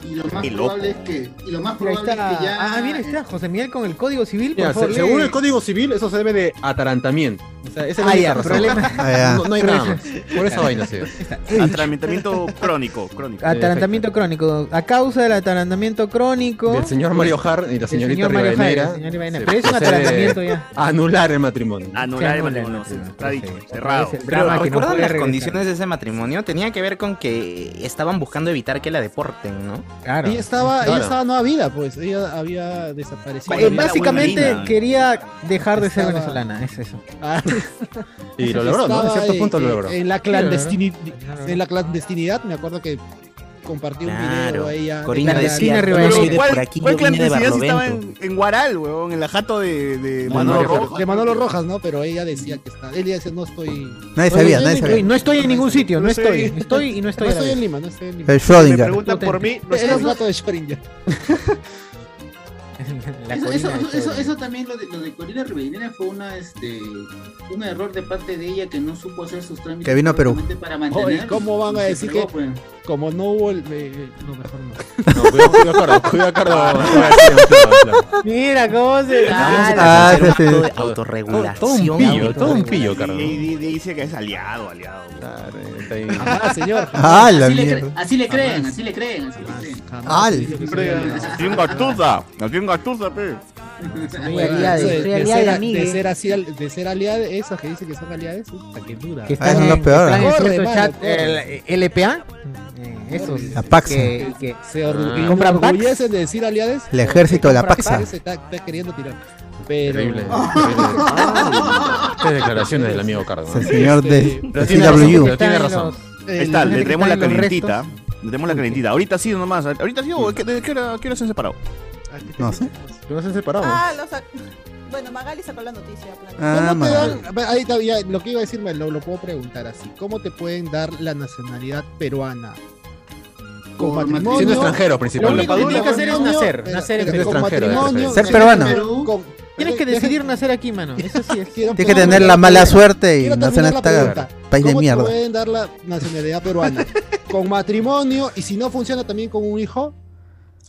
Speaker 10: Y lo más
Speaker 1: Qué loco.
Speaker 10: probable es que y lo más
Speaker 1: Ahí
Speaker 10: probable es
Speaker 1: está.
Speaker 10: que ya
Speaker 1: Ah, mira, está José Miguel con el código civil.
Speaker 2: Mira,
Speaker 1: por favor,
Speaker 2: se- según
Speaker 1: lee.
Speaker 2: el Código Civil, eso se debe de atarantamiento. O sea, esa es la
Speaker 1: Ah,
Speaker 2: única
Speaker 1: ya,
Speaker 2: razón.
Speaker 1: problema. Ah.
Speaker 2: No- (laughs) No, hay nada
Speaker 1: Problema.
Speaker 2: más. Por esa vaina, sí.
Speaker 5: Atragantamiento crónico, crónico.
Speaker 1: Atarantamiento crónico. A causa del atarantamiento crónico.
Speaker 2: El señor Mario Hart y la
Speaker 1: El
Speaker 2: señorita
Speaker 1: señor Mario Hart,
Speaker 2: Rivadeneira. pues, eh,
Speaker 1: el señor Rivadeneira.
Speaker 2: se
Speaker 1: Pero es un
Speaker 2: procede
Speaker 1: atarantamiento ya.
Speaker 2: Anular el matrimonio.
Speaker 5: Anular el
Speaker 1: Sí,
Speaker 5: matrimonio.
Speaker 1: anular el
Speaker 5: Está dicho, cerrado.
Speaker 1: Otra vez el
Speaker 12: Pero
Speaker 1: drama que no
Speaker 12: ¿recuerdan
Speaker 1: puede
Speaker 12: las
Speaker 1: regresar.
Speaker 12: condiciones de ese matrimonio? Tenía que ver con que estaban buscando evitar que la deporten, ¿no?
Speaker 1: Claro.
Speaker 3: Ella estaba, ella
Speaker 12: Claro.
Speaker 3: estaba nueva vida, pues. Ella había desaparecido.
Speaker 1: Eh, básicamente
Speaker 12: Buena vida.
Speaker 1: quería dejar de ser
Speaker 3: Estaba-
Speaker 1: venezolana, es
Speaker 10: (laughs)
Speaker 1: eso.
Speaker 3: Ah.
Speaker 2: Y lo logró, ¿no? En
Speaker 3: Estaba
Speaker 2: cierto
Speaker 3: en-
Speaker 2: punto lo
Speaker 3: en-
Speaker 2: logró.
Speaker 3: En la,
Speaker 1: Sí, lo logró.
Speaker 3: clandestini- en la clandestinidad, me acuerdo que compartió un video
Speaker 12: Claro.
Speaker 3: a ella.
Speaker 12: Corina
Speaker 3: de-
Speaker 12: decía,
Speaker 3: Corina
Speaker 12: yo
Speaker 3: Rivera.
Speaker 12: soy de por aquí,
Speaker 5: ¿Cuál
Speaker 12: yo vine de
Speaker 5: clandestinidad si estaba
Speaker 12: Barlovento.
Speaker 5: en, en Guaral, weón? En la jato de, de
Speaker 3: De
Speaker 5: Manolo
Speaker 3: Manolo-
Speaker 5: Rojas.
Speaker 3: de Manolo Rojas, ¿no? Pero ella decía que está. Ella decía, no estoy.
Speaker 4: Nadie
Speaker 3: Oye,
Speaker 4: sabía,
Speaker 3: yo
Speaker 4: nadie
Speaker 3: ni-
Speaker 4: sabía.
Speaker 3: Oye,
Speaker 1: No estoy en ningún sitio, no
Speaker 3: No sé.
Speaker 1: estoy. Estoy y no estoy.
Speaker 3: No
Speaker 1: a la
Speaker 3: estoy en
Speaker 1: vez.
Speaker 3: Lima, no estoy en Lima.
Speaker 4: El Schrödinger.
Speaker 6: Preguntan por mí. no
Speaker 3: Eres
Speaker 6: estoy.
Speaker 3: gato de Schrödinger.
Speaker 1: La
Speaker 10: Eso,
Speaker 1: colina
Speaker 10: eso-
Speaker 1: de
Speaker 10: eso-
Speaker 1: Chevrolet.
Speaker 10: eso- eso también lo de, lo de Corina Rivadeneira fue una este un error de parte de ella que no supo hacer sus trámites
Speaker 4: Que vino a Perú.
Speaker 10: correctamente para
Speaker 3: Oye,
Speaker 10: mantener.
Speaker 3: ¿cómo van
Speaker 10: y
Speaker 3: a
Speaker 10: se
Speaker 3: decir que
Speaker 10: fregó, pues.
Speaker 3: como no hubo el. eh, eh, no, mejor no. Ah.
Speaker 2: No, cuidado, cuidado, Cardo, cuidado, Cardo. Claro, claro, claro.
Speaker 1: Mira cómo se.
Speaker 4: Ah,
Speaker 12: Hacer un
Speaker 4: sí, sí.
Speaker 12: acto de autorregulación.
Speaker 2: Todo un pillo, todo un pillo, Cardo.
Speaker 5: Y, y- y dice que es aliado, aliado.
Speaker 2: Claro, está ahí.
Speaker 3: Ah, señor.
Speaker 4: Ah, la
Speaker 10: así, le
Speaker 4: mierda.
Speaker 10: cre- así le creen, así le creen, así le creen.
Speaker 4: Ah, la-
Speaker 5: Tiene un gatuza, no tiene un gatuza, pe.
Speaker 3: Oye,
Speaker 1: aliada,
Speaker 3: eso de-
Speaker 1: soy
Speaker 3: Ah, de
Speaker 1: aliada
Speaker 3: ser-
Speaker 1: de amiga,
Speaker 3: de
Speaker 1: eh.
Speaker 3: ser así al- de ser aliada, esas que dicen que son aliadas, puta, que dura.
Speaker 1: Que
Speaker 4: Ah,
Speaker 1: están
Speaker 4: son
Speaker 1: en,
Speaker 4: los
Speaker 1: que
Speaker 4: peores.
Speaker 1: están en
Speaker 3: Corre,
Speaker 1: cierto
Speaker 3: mano,
Speaker 1: chat
Speaker 3: corre.
Speaker 1: eh, LPA. eh, esos
Speaker 4: La Paxa.
Speaker 1: Que, que
Speaker 3: se orgu-
Speaker 1: Ah. ¿Compran packs?
Speaker 3: orgullecen de decir aliades.
Speaker 4: El ejército de la
Speaker 3: Compran
Speaker 4: Paxa.
Speaker 3: packs, Está, está queriendo tirar. Pero. (laughs) Ah.
Speaker 2: Terrible. terrible. Qué
Speaker 1: (laughs)
Speaker 2: declaraciones del amigo Cardo. ¿no?
Speaker 4: El señor de
Speaker 2: Pero tiene razón,
Speaker 4: CW.
Speaker 2: pero tiene razón.
Speaker 1: eh,
Speaker 5: Ahí está, le traemos la calentita.
Speaker 1: Restos.
Speaker 5: Le traemos la calentita. Ahorita sí nomás. Ahorita sí, o ¿qué- ¿de qué hora, qué hora se han separado?
Speaker 4: No sé.
Speaker 2: Que no se han separado.
Speaker 7: Ah, lo sac- Bueno, Magali sacó la noticia. plan.
Speaker 4: Ah,
Speaker 3: ¿Cómo te
Speaker 4: madre.
Speaker 3: dan, ahí está, ya, lo que iba a decirme lo, lo puedo preguntar así. ¿Cómo te pueden dar la nacionalidad peruana? Con
Speaker 10: Por
Speaker 3: matrimonio.
Speaker 2: Siendo extranjero,
Speaker 1: Lo único que
Speaker 2: principalmente.
Speaker 1: tiene que hacer es
Speaker 3: Matrimonio,
Speaker 1: nacer.
Speaker 3: pero-
Speaker 1: Nacer en
Speaker 3: pero
Speaker 1: Perú.
Speaker 3: con
Speaker 2: extranjero,
Speaker 3: matrimonio-
Speaker 4: Ser peruano.
Speaker 3: con-
Speaker 1: Tienes que
Speaker 3: deja-
Speaker 1: decidir nacer aquí, mano. Eso sí es.
Speaker 3: Quiero
Speaker 4: Tienes que
Speaker 3: terminar
Speaker 4: tener la mala
Speaker 3: pregunta.
Speaker 4: suerte y
Speaker 3: Quiero
Speaker 4: nacer en
Speaker 3: terminar la
Speaker 4: este
Speaker 3: pregunta.
Speaker 4: país de
Speaker 3: ¿Cómo te
Speaker 4: mierda.
Speaker 3: pueden dar la
Speaker 4: (laughs)
Speaker 3: nacionalidad peruana? ¿Con matrimonio? ¿Y si no funciona también con un hijo?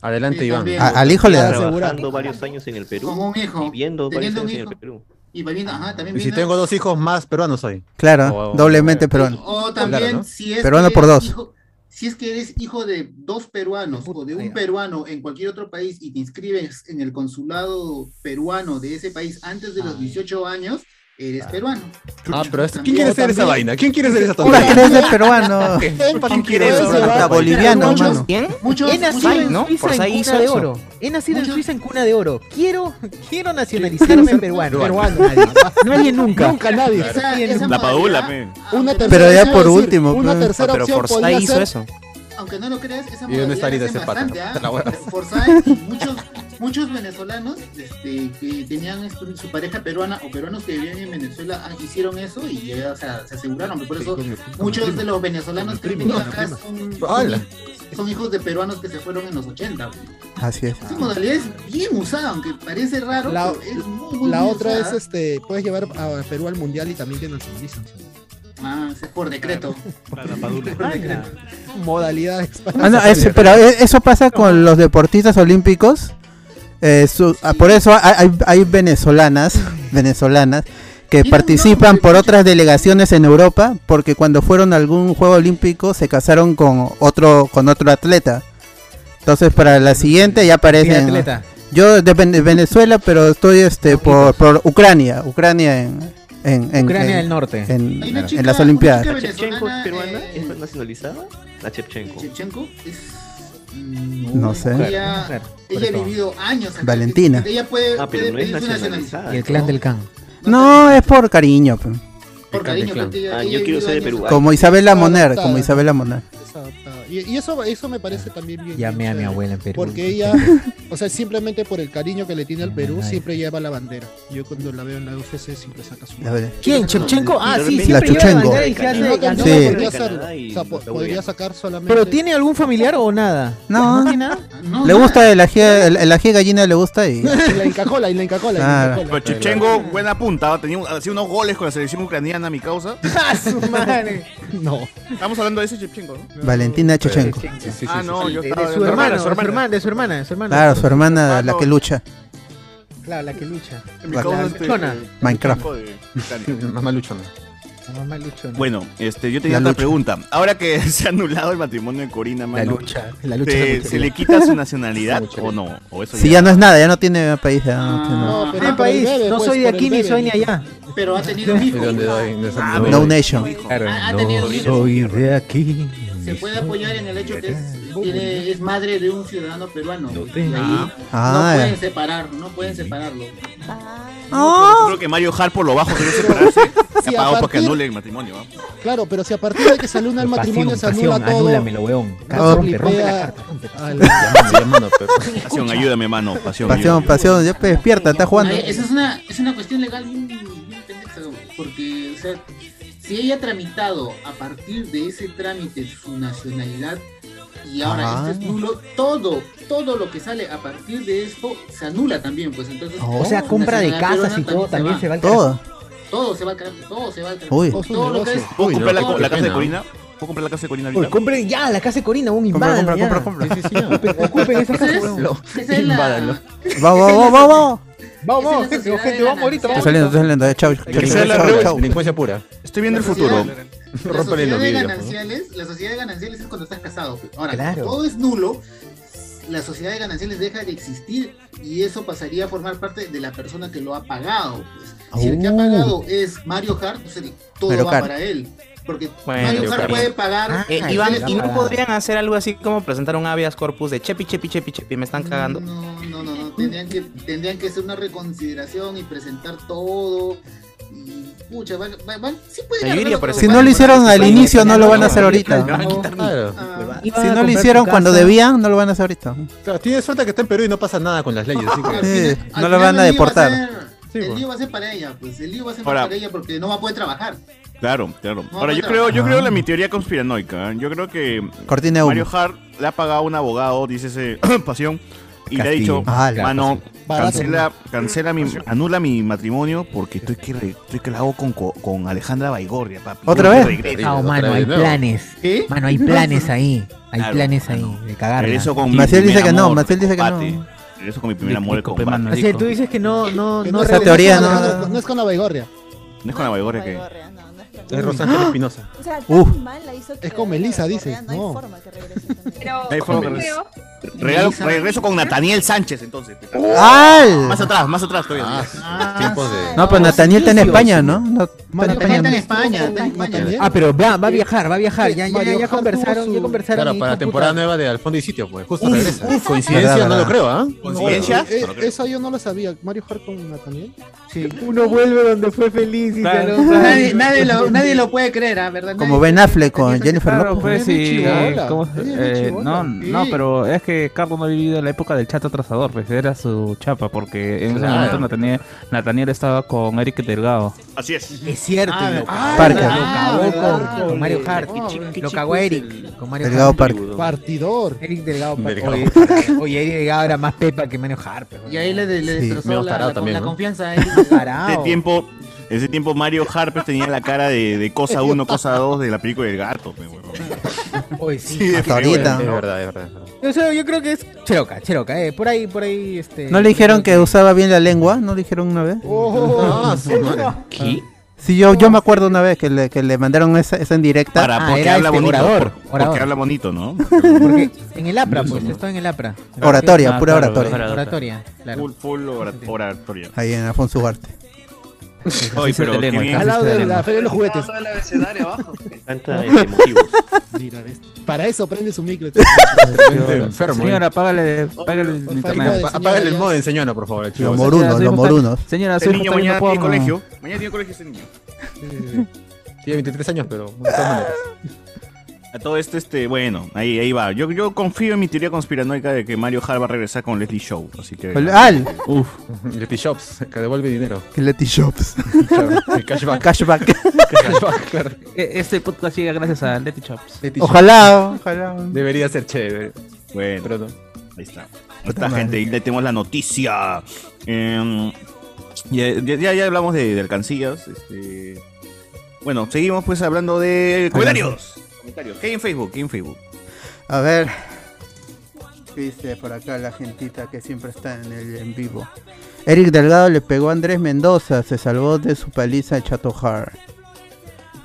Speaker 2: Adelante,
Speaker 10: Sí,
Speaker 2: Iván.
Speaker 10: también.
Speaker 4: A- al hijo le das.
Speaker 13: Trabajando varios años en el Perú.
Speaker 10: Como un hijo.
Speaker 13: Viviendo varios
Speaker 10: Teniendo un
Speaker 13: años en el
Speaker 10: hijo.
Speaker 13: Perú.
Speaker 10: Y viviendo,
Speaker 3: ah,
Speaker 10: ajá, también
Speaker 2: Y si
Speaker 10: viviendo-
Speaker 2: tengo dos hijos más peruanos soy.
Speaker 4: Claro,
Speaker 2: O-
Speaker 4: doblemente peruano.
Speaker 10: Oh, O también
Speaker 2: Claro, ¿no?
Speaker 10: si es
Speaker 4: Peruano
Speaker 10: que
Speaker 4: por
Speaker 10: es
Speaker 4: dos.
Speaker 10: hijo-
Speaker 3: si es que eres hijo de dos peruanos o de un peruano en cualquier otro país y te inscribes en el consulado peruano de ese país antes de los 18 años, eres peruano.
Speaker 2: Ah, pero esto- ¿quién quiere ser esa vaina? ¿Quién quiere ser esa
Speaker 4: Puta,
Speaker 2: tontería?
Speaker 4: ¿quién es el peruano?
Speaker 2: (laughs) ¿Quién quiere ser esa
Speaker 4: Hasta
Speaker 2: vaina?
Speaker 4: boliviano,
Speaker 1: Muchos-
Speaker 4: mano.
Speaker 12: ¿Quién?
Speaker 1: He nacido
Speaker 12: Ay,
Speaker 1: en
Speaker 12: ¿no?
Speaker 1: Suiza
Speaker 12: Por
Speaker 1: en
Speaker 12: ahí
Speaker 1: cuna
Speaker 12: hizo
Speaker 1: de
Speaker 12: eso.
Speaker 1: oro. He nacido en Suiza en cuna de oro. Quiero, quiero nacionalizarme peruano.
Speaker 15: Peruano.
Speaker 1: Nadie. Nadie nunca.
Speaker 15: Nunca nadie.
Speaker 1: Claro.
Speaker 15: Esa- esa
Speaker 5: La Padula,
Speaker 3: modalidad,
Speaker 5: pe.
Speaker 15: Una tercera
Speaker 4: Pero ya
Speaker 15: opción,
Speaker 4: por
Speaker 15: es decir,
Speaker 4: último,
Speaker 15: Una
Speaker 4: claro.
Speaker 15: tercera
Speaker 4: Ah, pero
Speaker 15: opción
Speaker 4: Forsyth
Speaker 15: podría
Speaker 4: hizo
Speaker 15: ser-
Speaker 4: eso.
Speaker 3: Aunque no lo creas, esa
Speaker 2: ¿Y dónde está
Speaker 3: modalidad
Speaker 2: ahorita
Speaker 3: es
Speaker 2: ese pata?
Speaker 3: bastante, ¿ah?
Speaker 2: Te la voy a-
Speaker 3: Forsyth y muchos, muchos venezolanos este, que tenían esto- su pareja peruana o peruanos que vivían en Venezuela ah, hicieron eso y ya, o sea, se aseguraron. Por eso muchos de los venezolanos que
Speaker 2: primo,
Speaker 3: viven
Speaker 2: con
Speaker 3: acá
Speaker 2: mi
Speaker 3: son,
Speaker 2: ¡Hala!
Speaker 3: son hijos de peruanos que se fueron en los 80.
Speaker 4: Así es.
Speaker 3: Esa modalidad es bien usada, aunque parece raro.
Speaker 15: La,
Speaker 3: pero es muy, muy,
Speaker 15: la
Speaker 3: muy
Speaker 15: otra es
Speaker 3: usada.
Speaker 15: este, puedes llevar a Perú al mundial y también te nacionalizan.
Speaker 3: Ah, es por decreto.
Speaker 16: La padula.
Speaker 3: Por decreto.
Speaker 15: Modalidades. para
Speaker 4: Ah, no,
Speaker 15: nacionalizar.
Speaker 4: ese- pero eh, eso pasa con los deportistas olímpicos. Eh, su- ah, por eso hay, hay- hay venezolanas,
Speaker 1: (laughs)
Speaker 4: venezolanas que participan por otras delegaciones en Europa, porque cuando fueron a algún juego olímpico se casaron con otro con otro atleta. Entonces para la siguiente ya aparecen.
Speaker 1: Biatleta.
Speaker 4: Yo de Ven- de Venezuela, pero estoy este por, por Ucrania, Ucrania en, en- en-
Speaker 1: Ucrania
Speaker 4: en-
Speaker 1: del Norte.
Speaker 4: en,
Speaker 3: Hay una
Speaker 4: en
Speaker 3: chica-
Speaker 4: las
Speaker 3: una
Speaker 4: Olimpiadas.
Speaker 3: chica
Speaker 17: ¿La Chepchenko es
Speaker 3: venezolana,
Speaker 17: peruana?
Speaker 3: eh,
Speaker 17: ¿Es nacionalizada? La Chepchenko.
Speaker 3: Chepchenko es.
Speaker 4: No sé.
Speaker 3: Ella,
Speaker 1: Mujer,
Speaker 3: ella ha vivido años acá.
Speaker 4: Valentina.
Speaker 3: Ella puede,
Speaker 17: Ah, pero
Speaker 3: puede
Speaker 17: no es
Speaker 3: pedir su
Speaker 17: nacionalizada.
Speaker 1: Y el clan del can.
Speaker 4: No, es por cariño. pe.
Speaker 3: Por cariño,
Speaker 1: clan.
Speaker 3: porque ella-
Speaker 17: Ah,
Speaker 3: ella
Speaker 17: yo
Speaker 3: ha
Speaker 17: quiero
Speaker 3: vivido
Speaker 17: ser de
Speaker 3: años
Speaker 17: Perú.
Speaker 3: acá.
Speaker 4: Como Isabela Moner,
Speaker 15: Adoptada.
Speaker 4: como Isabela Moner.
Speaker 15: Es adoptada. Y, y eso, eso me parece también bien.
Speaker 1: Llamé
Speaker 15: bien
Speaker 1: a mi
Speaker 15: chévere,
Speaker 1: abuela en Perú.
Speaker 15: Porque ella, o sea, simplemente por el cariño que le tiene al Perú, siempre lleva la bandera. Yo cuando la veo en la UFC siempre saca su
Speaker 4: La verdad.
Speaker 1: ¿Quién? ¿Chepchenko? Ah, sí,
Speaker 4: La
Speaker 1: siempre lleva la
Speaker 4: Chepchenko.
Speaker 1: bandera y clase
Speaker 15: Y
Speaker 1: de
Speaker 15: no
Speaker 1: ganó.
Speaker 15: tendría-
Speaker 4: Sí.
Speaker 15: podría
Speaker 17: Canadá
Speaker 15: hacer-
Speaker 17: y
Speaker 15: o sea, po-
Speaker 17: Uruguay.
Speaker 15: podría sacar solamente.
Speaker 1: ¿Pero tiene algún familiar o nada?
Speaker 4: No.
Speaker 1: tiene nada?
Speaker 3: No,
Speaker 4: Le
Speaker 3: nada.
Speaker 4: gusta el ají, el, el ají de gallina le gusta
Speaker 1: (laughs)
Speaker 4: y
Speaker 15: Y la Incacola, y la Incacola. y la
Speaker 4: Ah,
Speaker 15: Incacola.
Speaker 5: Pero Chechengo, buena punta, ¿va? tenía un- hacía unos goles con la selección ucraniana, mi causa.
Speaker 1: ¡Ah, su madre!
Speaker 15: No.
Speaker 5: Estamos hablando de ese Chepchengo, ¿no?
Speaker 4: Valentina Chechenko.
Speaker 2: Sí, sí,
Speaker 5: Ah,
Speaker 2: sí,
Speaker 5: no,
Speaker 2: sí.
Speaker 5: yo
Speaker 1: De,
Speaker 5: estaba...
Speaker 1: de su hermano, de su hermana, de su hermana, de su hermana.
Speaker 4: Claro, su hermana, la que lucha.
Speaker 1: Claro, la que lucha.
Speaker 5: Mi causa,
Speaker 1: La
Speaker 5: este,
Speaker 1: luchona.
Speaker 4: Minecraft.
Speaker 5: Chechenko de Ucrania.
Speaker 2: Mamá luchona.
Speaker 1: La mamá luchona.
Speaker 5: Bueno, este, yo
Speaker 4: La
Speaker 5: tenía otra
Speaker 4: lucha.
Speaker 5: pregunta. Ahora que (laughs) se ha anulado el matrimonio de Corina,
Speaker 1: la
Speaker 5: mano,
Speaker 1: lucha. La lucha.
Speaker 5: ¿te-
Speaker 1: es la lucha.
Speaker 5: ¿se le quita su nacionalidad o no? O eso
Speaker 4: Si ya no es nada, ya no tiene país. ya no tiene nada.
Speaker 3: Ah,
Speaker 15: No, pero-
Speaker 1: Ah, país,
Speaker 15: por el bebé,
Speaker 1: no
Speaker 15: pues,
Speaker 1: soy de
Speaker 15: por el
Speaker 1: aquí ni
Speaker 15: bebé.
Speaker 1: soy ni allá.
Speaker 3: Pero ha tenido un hijo.
Speaker 2: ¿De dónde doy? No,
Speaker 5: Ah,
Speaker 2: no
Speaker 5: pero-
Speaker 4: No
Speaker 2: doy.
Speaker 4: Nation.
Speaker 3: Ha, ha tenido un hijo.
Speaker 5: soy
Speaker 1: de aquí.
Speaker 3: Se puede apoyar en el hecho que es, tiene- es madre de un ciudadano peruano. Y ahí
Speaker 4: Ah,
Speaker 3: no
Speaker 4: eh. Ah.
Speaker 3: pueden separar, no pueden separarlo.
Speaker 5: Yo creo que Mario Hart por lo bajo quiere separarse. Se
Speaker 15: Sí,
Speaker 5: ha
Speaker 15: a
Speaker 5: pagado para que
Speaker 15: partir-
Speaker 5: anule el matrimonio. ¿va?
Speaker 15: Claro, pero si a partir de que se aluna el matrimonio, se anula
Speaker 1: pasión,
Speaker 15: todo.
Speaker 1: anúlamelo, weón.
Speaker 4: Ah,
Speaker 1: Rompe, rompe la
Speaker 15: Lipea
Speaker 1: carta, rompe.
Speaker 15: al-
Speaker 2: Llámame, llámame, pero-
Speaker 5: Pasión, ayúdame, mano. Pasión,
Speaker 4: Pasión,
Speaker 5: ayúdame.
Speaker 4: pasión, ya pe- despierta, está jugando.
Speaker 3: Ay, esa es una, es una cuestión legal bien, bien pendeja, porque, o sea, si ella ha tramitado a partir de ese trámite su nacionalidad y ahora
Speaker 4: Ah.
Speaker 3: esto es nulo, todo, todo lo que sale a partir de esto se anula también, pues entonces.
Speaker 4: Oh.
Speaker 1: O sea,
Speaker 3: su
Speaker 1: compra de
Speaker 3: nacionalidad
Speaker 1: casas y
Speaker 3: peruana
Speaker 1: todo también se va al carajo.
Speaker 4: Todo.
Speaker 3: Todo se va al carajo, todo se va al carajo.
Speaker 4: Uy.
Speaker 3: Todo, lo que es.
Speaker 5: ¿Puedo
Speaker 2: Uy, no,
Speaker 5: comprar la,
Speaker 2: qué
Speaker 5: la casa de
Speaker 2: pena.
Speaker 5: Corina? ¿Puedo comprar la casa de Corina
Speaker 1: Uy,
Speaker 5: ahorita?
Speaker 1: compren ya la casa de Corina, un
Speaker 4: Compra,
Speaker 1: invadan
Speaker 4: compra,
Speaker 1: ya.
Speaker 4: compra, compra.
Speaker 2: Sí, sí, sí, ya.
Speaker 1: Ocupen esa casa,
Speaker 3: Entonces,
Speaker 1: weón.
Speaker 3: Esa es la-
Speaker 2: Invádalo.
Speaker 4: Vamos, vamos, vamos, vamos.
Speaker 3: esa es
Speaker 1: Vamos,
Speaker 3: la
Speaker 1: gente, gente,
Speaker 3: sociedad
Speaker 1: vamos ahorita.
Speaker 3: de
Speaker 4: Estoy
Speaker 1: vamos.
Speaker 4: saliendo, estoy saliendo. ya, Chao,
Speaker 2: Que sea la
Speaker 4: chao, chao.
Speaker 2: Delincuencia pura.
Speaker 5: Estoy viendo el
Speaker 3: La
Speaker 5: futuro.
Speaker 3: sociedad- (laughs) La
Speaker 2: Rómpele
Speaker 3: sociedad
Speaker 2: los
Speaker 3: de
Speaker 2: vidrios. ¿no?
Speaker 3: gananciales, la sociedad de gananciales es cuando estás casado. pues. Ahora,
Speaker 1: Claro.
Speaker 3: todo es nulo, la sociedad de gananciales deja de existir y eso pasaría a formar parte de la persona que lo ha pagado. pues. Si el que ha
Speaker 4: Uh.
Speaker 3: pagado es Mario Hart, pues el- todo
Speaker 4: Mario
Speaker 3: va
Speaker 4: Kart.
Speaker 3: para él. Porque
Speaker 12: Bueno,
Speaker 3: Mario
Speaker 12: Mario
Speaker 3: Hart
Speaker 12: Kart.
Speaker 3: puede pagar.
Speaker 1: Ah,
Speaker 12: Eh,
Speaker 1: Ah,
Speaker 12: Iván,
Speaker 1: sí,
Speaker 12: ¿y no
Speaker 1: ah.
Speaker 12: podrían hacer algo así como presentar un habeas corpus de chepi, chepi, chepi, chepi? Me están cagando.
Speaker 3: No, no, no, no. Tendrían que, tendrían que hacer una reconsideración y presentar todo. Y, pucha, van, van, van- sí pueden
Speaker 12: Yo iría
Speaker 3: arreglarlo
Speaker 12: por
Speaker 3: todo,
Speaker 12: ese
Speaker 4: Si
Speaker 3: van-
Speaker 4: no lo hicieron al
Speaker 12: Sí,
Speaker 4: inicio,
Speaker 12: sí,
Speaker 4: no
Speaker 12: sí,
Speaker 4: lo
Speaker 12: sí,
Speaker 4: van a
Speaker 12: sí,
Speaker 4: hacer
Speaker 12: sí,
Speaker 4: ahorita.
Speaker 2: Ah, Claro.
Speaker 3: Ah,
Speaker 1: Iba
Speaker 4: Si
Speaker 1: a
Speaker 4: no lo
Speaker 1: comprar
Speaker 4: hicieron
Speaker 1: su
Speaker 4: cuando
Speaker 1: casa.
Speaker 4: debían, no lo van a hacer ahorita.
Speaker 2: Claro, Tiene suerte que está en Perú y no pasa nada con las leyes. así
Speaker 3: al
Speaker 2: que-
Speaker 4: Sí,
Speaker 3: final-
Speaker 4: no
Speaker 3: al
Speaker 4: la
Speaker 3: final
Speaker 4: van a
Speaker 3: el lío va
Speaker 4: deportar.
Speaker 3: ser-
Speaker 2: Sí, pues.
Speaker 3: el
Speaker 2: bueno.
Speaker 3: lío va a ser para ella, pues el lío va a ser
Speaker 5: Ahora-
Speaker 3: para ella porque no va a poder trabajar.
Speaker 5: Claro, claro.
Speaker 3: No,
Speaker 5: Ahora, yo
Speaker 3: no,
Speaker 5: creo, yo
Speaker 4: no.
Speaker 5: creo la mi teoría conspiranoica. ¿eh? Yo creo que
Speaker 4: Cortina de
Speaker 5: Mario
Speaker 4: humo.
Speaker 5: Hart le ha pagado a un abogado, dice ese (clears throat) pasión, y le ha dicho,
Speaker 4: Ah, la
Speaker 5: mano,
Speaker 15: Barato,
Speaker 5: cancela, cancela mi, anula mi matrimonio porque estoy que re- estoy que la hago con, co- con Alejandra Baigorria, papi.
Speaker 4: ¿Otra
Speaker 5: Yo
Speaker 4: vez?
Speaker 5: regreso.
Speaker 1: Ah, mano,
Speaker 2: Otra
Speaker 1: hay
Speaker 2: vez, ¿no?
Speaker 1: planes.
Speaker 3: ¿Qué?
Speaker 1: Mano, hay planes ahí. Hay
Speaker 5: Claro,
Speaker 1: planes
Speaker 5: mano.
Speaker 1: ahí de cagarla.
Speaker 5: Regreso con
Speaker 4: Maciel
Speaker 5: mi primer
Speaker 4: dice que no,
Speaker 5: amor,
Speaker 4: Maciel dice que no.
Speaker 5: combate. Regreso con mi primer amor, el
Speaker 12: Disculpe,
Speaker 5: combate.
Speaker 12: mano.
Speaker 5: No
Speaker 1: O sea, tú dices que no, no,
Speaker 15: Que
Speaker 1: no.
Speaker 15: es
Speaker 4: Esa
Speaker 15: con-
Speaker 4: teoría
Speaker 15: es con-
Speaker 4: no-
Speaker 15: No es con la Baigorria.
Speaker 5: es con Uh, la Baigorria que...
Speaker 18: No, no es con
Speaker 13: Es Rosángel Espinosa.
Speaker 7: O sea, tan
Speaker 3: Uf.
Speaker 7: mal la hizo que
Speaker 3: Es con
Speaker 7: de verdad,
Speaker 3: Melissa,
Speaker 7: de
Speaker 3: dices,
Speaker 7: verdad, No hay
Speaker 3: no.
Speaker 7: forma que regrese. con ella.
Speaker 11: Pero
Speaker 5: Ahí fue
Speaker 11: yo
Speaker 5: donde
Speaker 11: creo,
Speaker 5: Regalo- regreso con Nathaniel Sánchez, entonces.
Speaker 4: ¡Al!
Speaker 5: Más atrás, más atrás todavía. Ah,
Speaker 2: tiempos de-
Speaker 4: No, pues Nathaniel está en España, ¿no? No, está en España.
Speaker 12: Em,
Speaker 10: en España, está en España.
Speaker 1: Ah, pero va, va a viajar, va a viajar. Ya, ya, ya conversaron, ya conversaron.
Speaker 2: Claro,
Speaker 1: y
Speaker 2: para la
Speaker 1: puta-
Speaker 2: temporada nueva de Al fondo y sitio, pues. Justo
Speaker 1: Uf,
Speaker 2: regresa.
Speaker 1: uf,
Speaker 2: coincidencia,
Speaker 1: verdad,
Speaker 2: no lo
Speaker 1: verdad.
Speaker 2: creo, ¿ah?
Speaker 5: ¿Coincidencia?
Speaker 3: Eh,
Speaker 2: No creo.
Speaker 3: esa yo no la sabía. Mario Hart con Nathaniel.
Speaker 1: Sí. Uno vuelve donde fue feliz y
Speaker 3: Claro.
Speaker 1: ya no-
Speaker 10: Nadie, nadie lo, nadie lo puede creer, ¿ah? ¿verdad?
Speaker 4: Como Ben Affleck con Jennifer
Speaker 14: Claro,
Speaker 4: Lopez.
Speaker 14: pues sí.
Speaker 10: chibola,
Speaker 14: ¿cómo-
Speaker 10: ella es
Speaker 14: eh,
Speaker 10: chibola.
Speaker 14: no, no,
Speaker 10: Sí.
Speaker 14: pero es que Carlos no ha vivido la época del chato atrasador, pues era su chapa, porque en
Speaker 5: Claro.
Speaker 14: ese momento Nathaniel, Nathaniel estaba con Eric Delgado.
Speaker 12: Pues,
Speaker 5: Así es.
Speaker 1: Es cierto,
Speaker 5: Ah,
Speaker 1: lo,
Speaker 5: ah,
Speaker 1: Parker.
Speaker 5: verdad,
Speaker 1: lo cagó
Speaker 5: verdad.
Speaker 1: con, con Mario Hart. lo cagó a Eric. Con Mario
Speaker 4: Delgado
Speaker 1: Hart.
Speaker 4: Parker.
Speaker 3: Partidor.
Speaker 1: Eric Delgado Parker.
Speaker 4: Delgado.
Speaker 1: Oye, oye, Eric Delgado era más Pepa que Mario Hart. pero-
Speaker 10: Y ahí le, le
Speaker 1: Sí.
Speaker 10: destrozó
Speaker 1: Medio
Speaker 10: la,
Speaker 1: tarado
Speaker 10: la-
Speaker 5: también,
Speaker 10: la
Speaker 7: (laughs)
Speaker 5: ¿no?
Speaker 10: confianza a él.
Speaker 5: Ese Este tiempo, ese tiempo Mario Harper tenía la cara de, de cosa 1, cosa 2 de la película del gato. pe, huevón.
Speaker 1: Oye, sí.
Speaker 5: de
Speaker 1: Hasta
Speaker 5: feo,
Speaker 1: ahorita.
Speaker 5: de
Speaker 1: Es
Speaker 5: verdad, es verdad.
Speaker 1: Yo, sé- yo creo que es Cheroca, Cheroca. Eh. Por ahí, por ahí. Este,
Speaker 4: ¿No le dijeron que usaba bien la lengua? ¿No le dijeron una vez?
Speaker 2: Ah,
Speaker 1: (laughs) Oh,
Speaker 4: ¿Qué? Sí, yo, yo me acuerdo una vez que le, que le mandaron esa, esa en directa. Ah,
Speaker 5: Para, porque
Speaker 1: era
Speaker 5: habla
Speaker 1: este,
Speaker 5: bonito.
Speaker 1: orador,
Speaker 5: por-
Speaker 1: orador.
Speaker 5: Porque habla bonito, ¿no?
Speaker 1: (laughs) Porque en el APRA, pues. Estaba en el APRA.
Speaker 4: Oratoria, pura
Speaker 1: claro,
Speaker 4: oratoria.
Speaker 1: Oratoria, claro.
Speaker 5: Full, full ora- oratoria.
Speaker 4: Ahí en Alfonso Ugarte.
Speaker 5: Oye, pero qué bien.
Speaker 3: Al lado de la feria de los juguetes. Para eso prende su micro.
Speaker 2: enfermo,
Speaker 14: Señora,
Speaker 2: ¿eh?
Speaker 14: apágale, apágale el internet.
Speaker 2: Apa- Apágale el modem, señora, por favor.
Speaker 4: Los morunos, los morunos.
Speaker 14: Señora,
Speaker 2: Este
Speaker 14: soy Jota, yo
Speaker 2: niño
Speaker 14: no
Speaker 2: mañana
Speaker 14: puedo
Speaker 2: tiene
Speaker 14: hablar. (laughs)
Speaker 2: colegio.
Speaker 5: Mañana tiene colegio ese niño.
Speaker 2: Tiene 23 años, pero de todas maneras.
Speaker 5: A todo esto, este, bueno, ahí, ahí va. Yo, yo confío en mi teoría conspiranoica de que Mario Hart va a regresar con Leslie Show. Así que.
Speaker 4: Con-
Speaker 2: (laughs)
Speaker 4: ¡Al!
Speaker 5: Uf.
Speaker 2: Letty Shops, pues, que devuelve dinero.
Speaker 4: Que Letty Shops.
Speaker 2: Claro, el
Speaker 14: (laughs)
Speaker 2: cashback.
Speaker 4: Cashback.
Speaker 2: Cashback, claro.
Speaker 14: E- Este podcast llega gracias a Letty Chops.
Speaker 4: Ojalá, ojalá.
Speaker 2: Debería ser chévere.
Speaker 5: Bueno, ahí está. Ahí
Speaker 4: Puta
Speaker 5: está,
Speaker 4: madre.
Speaker 5: gente. Y le tenemos la noticia. Em, ya, ya- ya- ya hablamos de, de alcancías. Este... Bueno, seguimos pues hablando de comentarios. Comentarios. ¿Qué hay
Speaker 4: (laughs)
Speaker 5: en Facebook? ¿Qué hay en Facebook?
Speaker 4: A ver. ¿Qué dice por acá la gentita que siempre está en el en vivo? Eric Delgado le pegó a Andrés Mendoza, se salvó de su paliza a Chato Hart.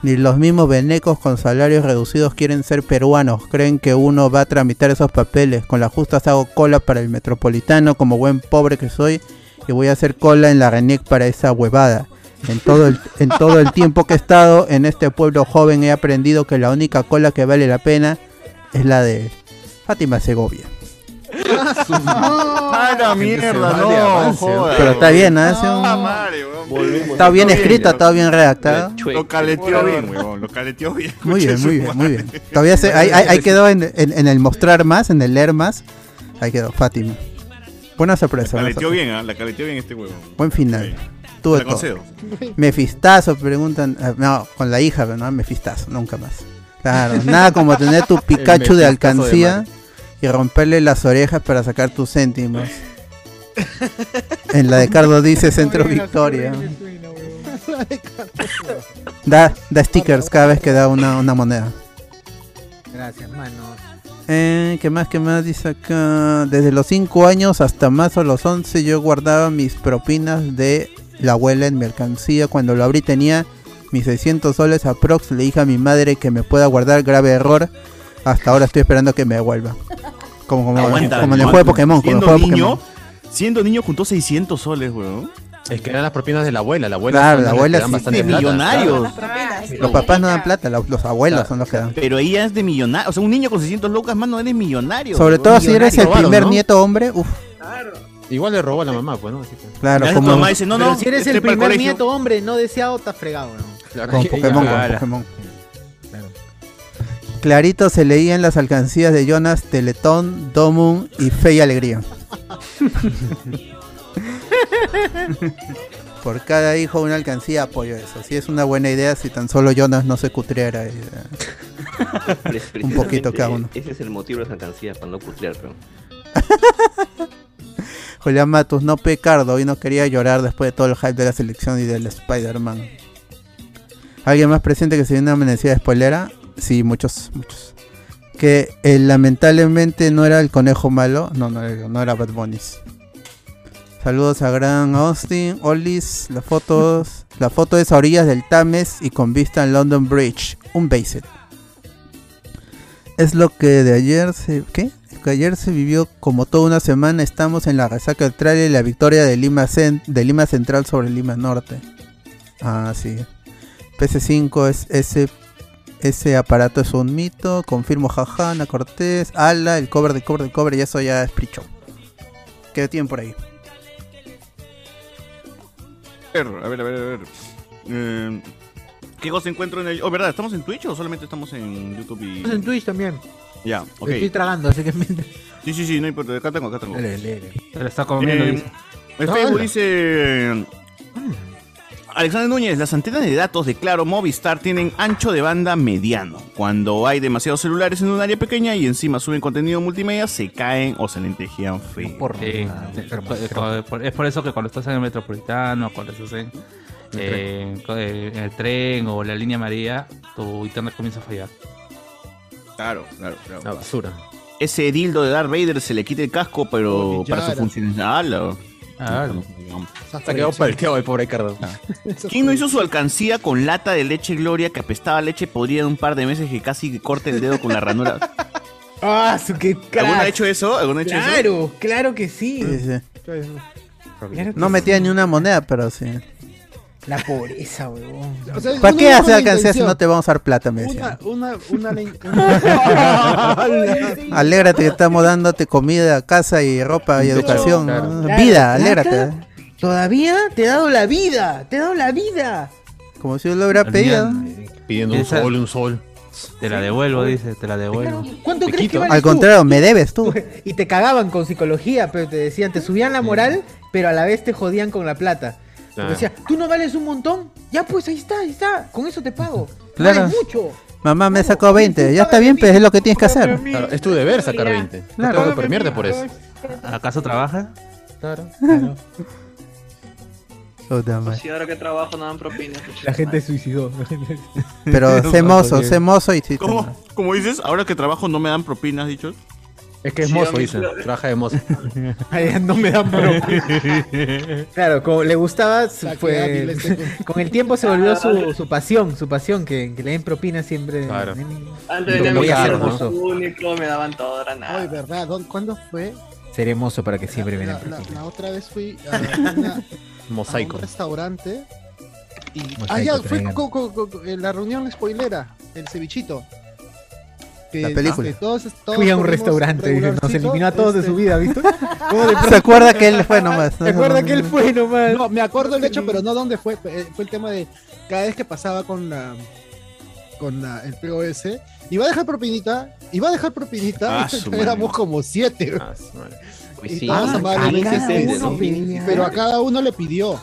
Speaker 4: Ni los mismos venecos con salarios reducidos quieren ser peruanos, creen que uno va a tramitar esos papeles. Con las justas hago cola para el metropolitano como buen pobre que soy y voy a hacer cola en la RENEC para esa huevada. En todo, el, en todo el tiempo que he estado en este pueblo joven he aprendido que la única cola que vale la pena es la de Fátima Segovia.
Speaker 5: ¡Ah, la mierda!
Speaker 2: vale,
Speaker 5: No,
Speaker 2: avance, ¿no?
Speaker 5: joda.
Speaker 4: Pero está bien, ¿eh? Hace
Speaker 5: Ah,
Speaker 4: un- Está bien escrita, está bien redactada.
Speaker 5: Lo caleteó bien, huevón. Lo caleteó bien.
Speaker 4: (laughs) Muy bien,
Speaker 5: Escucha
Speaker 4: muy
Speaker 5: su
Speaker 4: bien, muy
Speaker 5: (laughs)
Speaker 4: bien.
Speaker 5: madre.
Speaker 4: Todavía se, ahí, ahí- ahí quedó en, en- en el mostrar más, en el leer más. Ahí quedó, Fátima. Buena sorpresa. buena
Speaker 5: Caleteó
Speaker 4: sorpresa.
Speaker 5: bien, ¿ah? La caleteó bien este huevón.
Speaker 4: Buen final. Tuvo
Speaker 5: La
Speaker 4: todo.
Speaker 5: concedo.
Speaker 4: Mefistazo, preguntan. ah, No, con la hija, pero no, Mefistazo, nunca más. Claro, nada como tener
Speaker 2: (laughs)
Speaker 4: tu Pikachu
Speaker 2: Mefistazo de
Speaker 4: de alcancía
Speaker 2: madre.
Speaker 4: y romperle las orejas para sacar tus
Speaker 5: (laughs)
Speaker 4: céntimos. En la de Carlos dice Centro Victoria. Da, da stickers cada vez que da una, una moneda.
Speaker 1: Gracias, mano.
Speaker 4: Eh, ¿Qué más? ¿Qué más dice acá? Desde los 5 años hasta más o los 11 yo guardaba mis propinas de la abuela en mi alcancía. Cuando lo abrí tenía mis 600 soles a Prox. Le dije a mi madre que me pueda guardar. Grave error. Hasta ahora estoy esperando que me devuelva. Como, como,
Speaker 5: Aguanta,
Speaker 4: como en el
Speaker 5: aguanta.
Speaker 4: juego de Pokémon. Como en el
Speaker 5: Siendo
Speaker 4: juego de
Speaker 5: niño,
Speaker 4: Pokémon.
Speaker 5: siendo niño juntó 600 soles, huevón.
Speaker 2: Es que eran las propinas de la abuela. La abuela
Speaker 4: Claro, la
Speaker 2: son las que
Speaker 4: abuela
Speaker 2: dan
Speaker 4: sí.
Speaker 2: bastante
Speaker 4: De
Speaker 2: plata,
Speaker 5: millonarios.
Speaker 2: claro.
Speaker 4: Los papás no dan plata, los, los abuelos son los que dan.
Speaker 5: Pero ella es de millonario. O sea, un niño con 600 lucas, mano, eres millonario.
Speaker 4: Sobre
Speaker 5: huevón.
Speaker 4: todo si eres el
Speaker 5: Millonario.
Speaker 4: primer nieto hombre. Uf,
Speaker 2: Igual le robó a la mamá, pues, ¿no? Así que-
Speaker 4: claro.
Speaker 5: Gracias,
Speaker 4: Como,
Speaker 5: tu mamá dice, no,
Speaker 1: Pero
Speaker 5: no,
Speaker 1: si eres
Speaker 5: este
Speaker 1: el
Speaker 5: para
Speaker 1: primer
Speaker 5: colegio.
Speaker 1: nieto hombre no deseado, estás fregado, ¿no?
Speaker 2: Claro,
Speaker 4: Con
Speaker 2: que-
Speaker 4: Pokémon, con
Speaker 2: Claro.
Speaker 4: Pokémon. Clarito se leía en las alcancías de Jonas, Teletón, Domun y Fe y Alegría. Por cada hijo una alcancía apoyo eso. Si es una buena idea, si tan solo Jonas no se cutriera. eh, un
Speaker 13: Precisamente,
Speaker 4: poquito cada uno.
Speaker 13: Ese es el motivo de las alcancías, para no cutrear, pero.
Speaker 4: Julián Matus, no pecardo, hoy no quería llorar después de todo el hype de la selección y del Spider-Man. ¿Alguien más presente que se viene una amanecida spoilera? Sí, muchos, muchos. Que eh, lamentablemente no era el conejo malo, no, no, era- no era Bad Bunny. Saludos a Gran Austin, Olis, las fotos. La foto es a orillas del Tames y con vista en London Bridge. Un basic. Es lo que de ayer se. ¿Qué? Es que ayer se vivió como toda una semana. Estamos en la resaca del trailer y la victoria de Lima, Cen- de Lima Central sobre Lima Norte. Ah, sí. PC5 es ese. Ese aparato es un mito. Confirmo Jajana, Cortés, Ala, el cover de cover de cover. Y eso ya es pricho. ¿Qué tienen por ahí?
Speaker 5: ver, a ver, a ver, a ver. Eh, ¿Qué cosa encuentro en el... Oh, ¿verdad? ¿Estamos en Twitch o solamente estamos en YouTube y...?
Speaker 1: Estamos en Twitch también.
Speaker 5: Ya, ok.
Speaker 1: Estoy tragando, así que (laughs) mientras-
Speaker 5: Sí, sí, sí, no importa. Acá tengo, acá tengo.
Speaker 1: Dale, dale.
Speaker 5: Se lo está
Speaker 14: comiendo, dice.
Speaker 5: Eh, En
Speaker 14: Ah,
Speaker 5: Facebook
Speaker 14: ala.
Speaker 5: dice... mm, Alexander Núñez, las antenas de datos de Claro Movistar tienen ancho de banda mediano. Cuando hay demasiados celulares en un área pequeña y encima suben contenido multimedia, se caen o se lentejean feo.
Speaker 14: Sí, es, por- es por, es por eso que cuando estás en el metropolitano, cuando estás en, eh, co- eh, en el tren o la línea María, tu internet comienza a fallar.
Speaker 5: Claro, claro, claro.
Speaker 2: Ah,
Speaker 14: La basura.
Speaker 5: Ese dildo de Darth Vader se le quita el casco, pero
Speaker 14: Oh,
Speaker 5: para su
Speaker 14: Villara.
Speaker 5: función. ¡Hala!
Speaker 14: Ah, no.
Speaker 5: Se ha quedado palteado
Speaker 13: el pobre Cardo.
Speaker 14: Ah.
Speaker 5: ¿Quién no hizo su alcancía con lata de leche Gloria que apestaba leche podría en un par de meses que casi corte el dedo con
Speaker 3: (laughs)
Speaker 5: la ranura?
Speaker 1: ¡Ah, su que
Speaker 5: ¿Alguno ha hecho eso? ¿Alguno ha hecho eso?
Speaker 1: Claro, claro que sí.
Speaker 4: sí.
Speaker 1: Claro que
Speaker 4: No metía ni una moneda, pero
Speaker 1: (laughs)
Speaker 4: sí. (laughs)
Speaker 1: La pobreza, weón.
Speaker 3: O sea,
Speaker 4: ¿Para
Speaker 3: no
Speaker 4: qué
Speaker 3: era
Speaker 4: hacer
Speaker 3: una
Speaker 4: alcancía si
Speaker 3: intención.
Speaker 4: no te vamos a dar plata? Me decían.
Speaker 3: Una, una, una,
Speaker 4: (laughs)
Speaker 3: una-
Speaker 4: Alégrate, que estamos dándote comida, casa y ropa y
Speaker 1: Claro,
Speaker 4: educación.
Speaker 1: claro.
Speaker 4: ¿no?
Speaker 1: Claro,
Speaker 4: Vida,
Speaker 1: plata.
Speaker 4: alégrate. ¿eh?
Speaker 1: Todavía te he dado la vida, te he dado la vida.
Speaker 4: Como si yo lo hubiera pedido.
Speaker 14: Pidiendo un sol, un sol. Te la devuelvo, dice, te la devuelvo.
Speaker 1: ¿Cuánto crees que vales
Speaker 4: Al
Speaker 1: tú?
Speaker 4: contrario, me debes tú.
Speaker 1: (laughs) Y te cagaban con psicología, pero te decían, te subían la moral, pero a la vez te jodían con la plata. Te
Speaker 4: Claro.
Speaker 1: decían, tú no vales un montón, ya pues ahí está, ahí está, con eso
Speaker 4: (laughs)
Speaker 1: te pago.
Speaker 4: Claro.
Speaker 1: Vales mucho.
Speaker 4: Mamá me sacó 20. Ya está bien, pero es lo que tienes que hacer.
Speaker 2: Claro, es tu deber sacar 20. No
Speaker 4: Claro.
Speaker 2: te vas a por mierda por eso.
Speaker 14: ¿Acaso trabaja?
Speaker 2: Claro.
Speaker 4: Puta madre.
Speaker 19: Si ahora que trabajo no dan propina.
Speaker 1: La gente se suicidó.
Speaker 4: Pero
Speaker 1: (laughs)
Speaker 4: sé mozo, sé mozo y sí.
Speaker 5: ¿Cómo, cómo dices? Ahora que trabajo no me dan propinas, dicho.
Speaker 2: Es que es mozo, dice. Trabaja de mozo.
Speaker 1: (laughs) Ay, no me
Speaker 4: (laughs)
Speaker 1: dan propina. Claro, como le gustaba, se
Speaker 3: La que da
Speaker 1: fue,
Speaker 3: miles de-
Speaker 1: con el tiempo se volvió su, (laughs) su pasión, su pasión, que, que le den propina siempre.
Speaker 2: Claro.
Speaker 19: Antes
Speaker 1: Lo
Speaker 19: de
Speaker 1: voy
Speaker 19: mi
Speaker 1: a hacer,
Speaker 19: hermoso
Speaker 1: ¿no?
Speaker 19: único, me daban todo, era nada.
Speaker 3: Ay, verdad, ¿dó- ¿cuándo fue?
Speaker 1: Seré mozo para que siempre me den
Speaker 3: La,
Speaker 1: propina.
Speaker 3: la- la otra vez fui a, una- a
Speaker 2: Mosaico.
Speaker 3: un restaurante y
Speaker 1: Mosaico,
Speaker 3: ah ya fue
Speaker 1: traigan.
Speaker 3: co- co- co- en la reunión spoilera, el cevichito. Que,
Speaker 1: La película.
Speaker 3: este, todos- todos
Speaker 1: Fui a un
Speaker 3: comimos
Speaker 1: restaurante, dice, nos
Speaker 3: regularcito,
Speaker 1: eliminó a todos de
Speaker 3: este,
Speaker 1: su
Speaker 3: (laughs)
Speaker 1: vida, ¿viste?
Speaker 4: Se acuerda que él fue nomás.
Speaker 3: ¿Te acuerdas que él fue
Speaker 1: nomás?
Speaker 3: No, me acuerdo el hecho, pero no dónde fue. Fue fue el tema de cada vez que pasaba con la con la, el POS, iba a dejar propinita, iba a dejar propinita, (laughs)
Speaker 13: Ah, su madre.
Speaker 3: éramos como siete.
Speaker 13: Uy,
Speaker 3: Y
Speaker 13: sí.
Speaker 3: todos
Speaker 13: Ah,
Speaker 3: amablemente
Speaker 13: cada
Speaker 3: acceden,
Speaker 13: uno
Speaker 3: ¿no?
Speaker 13: pedía.
Speaker 3: Pero a cada uno le pidió.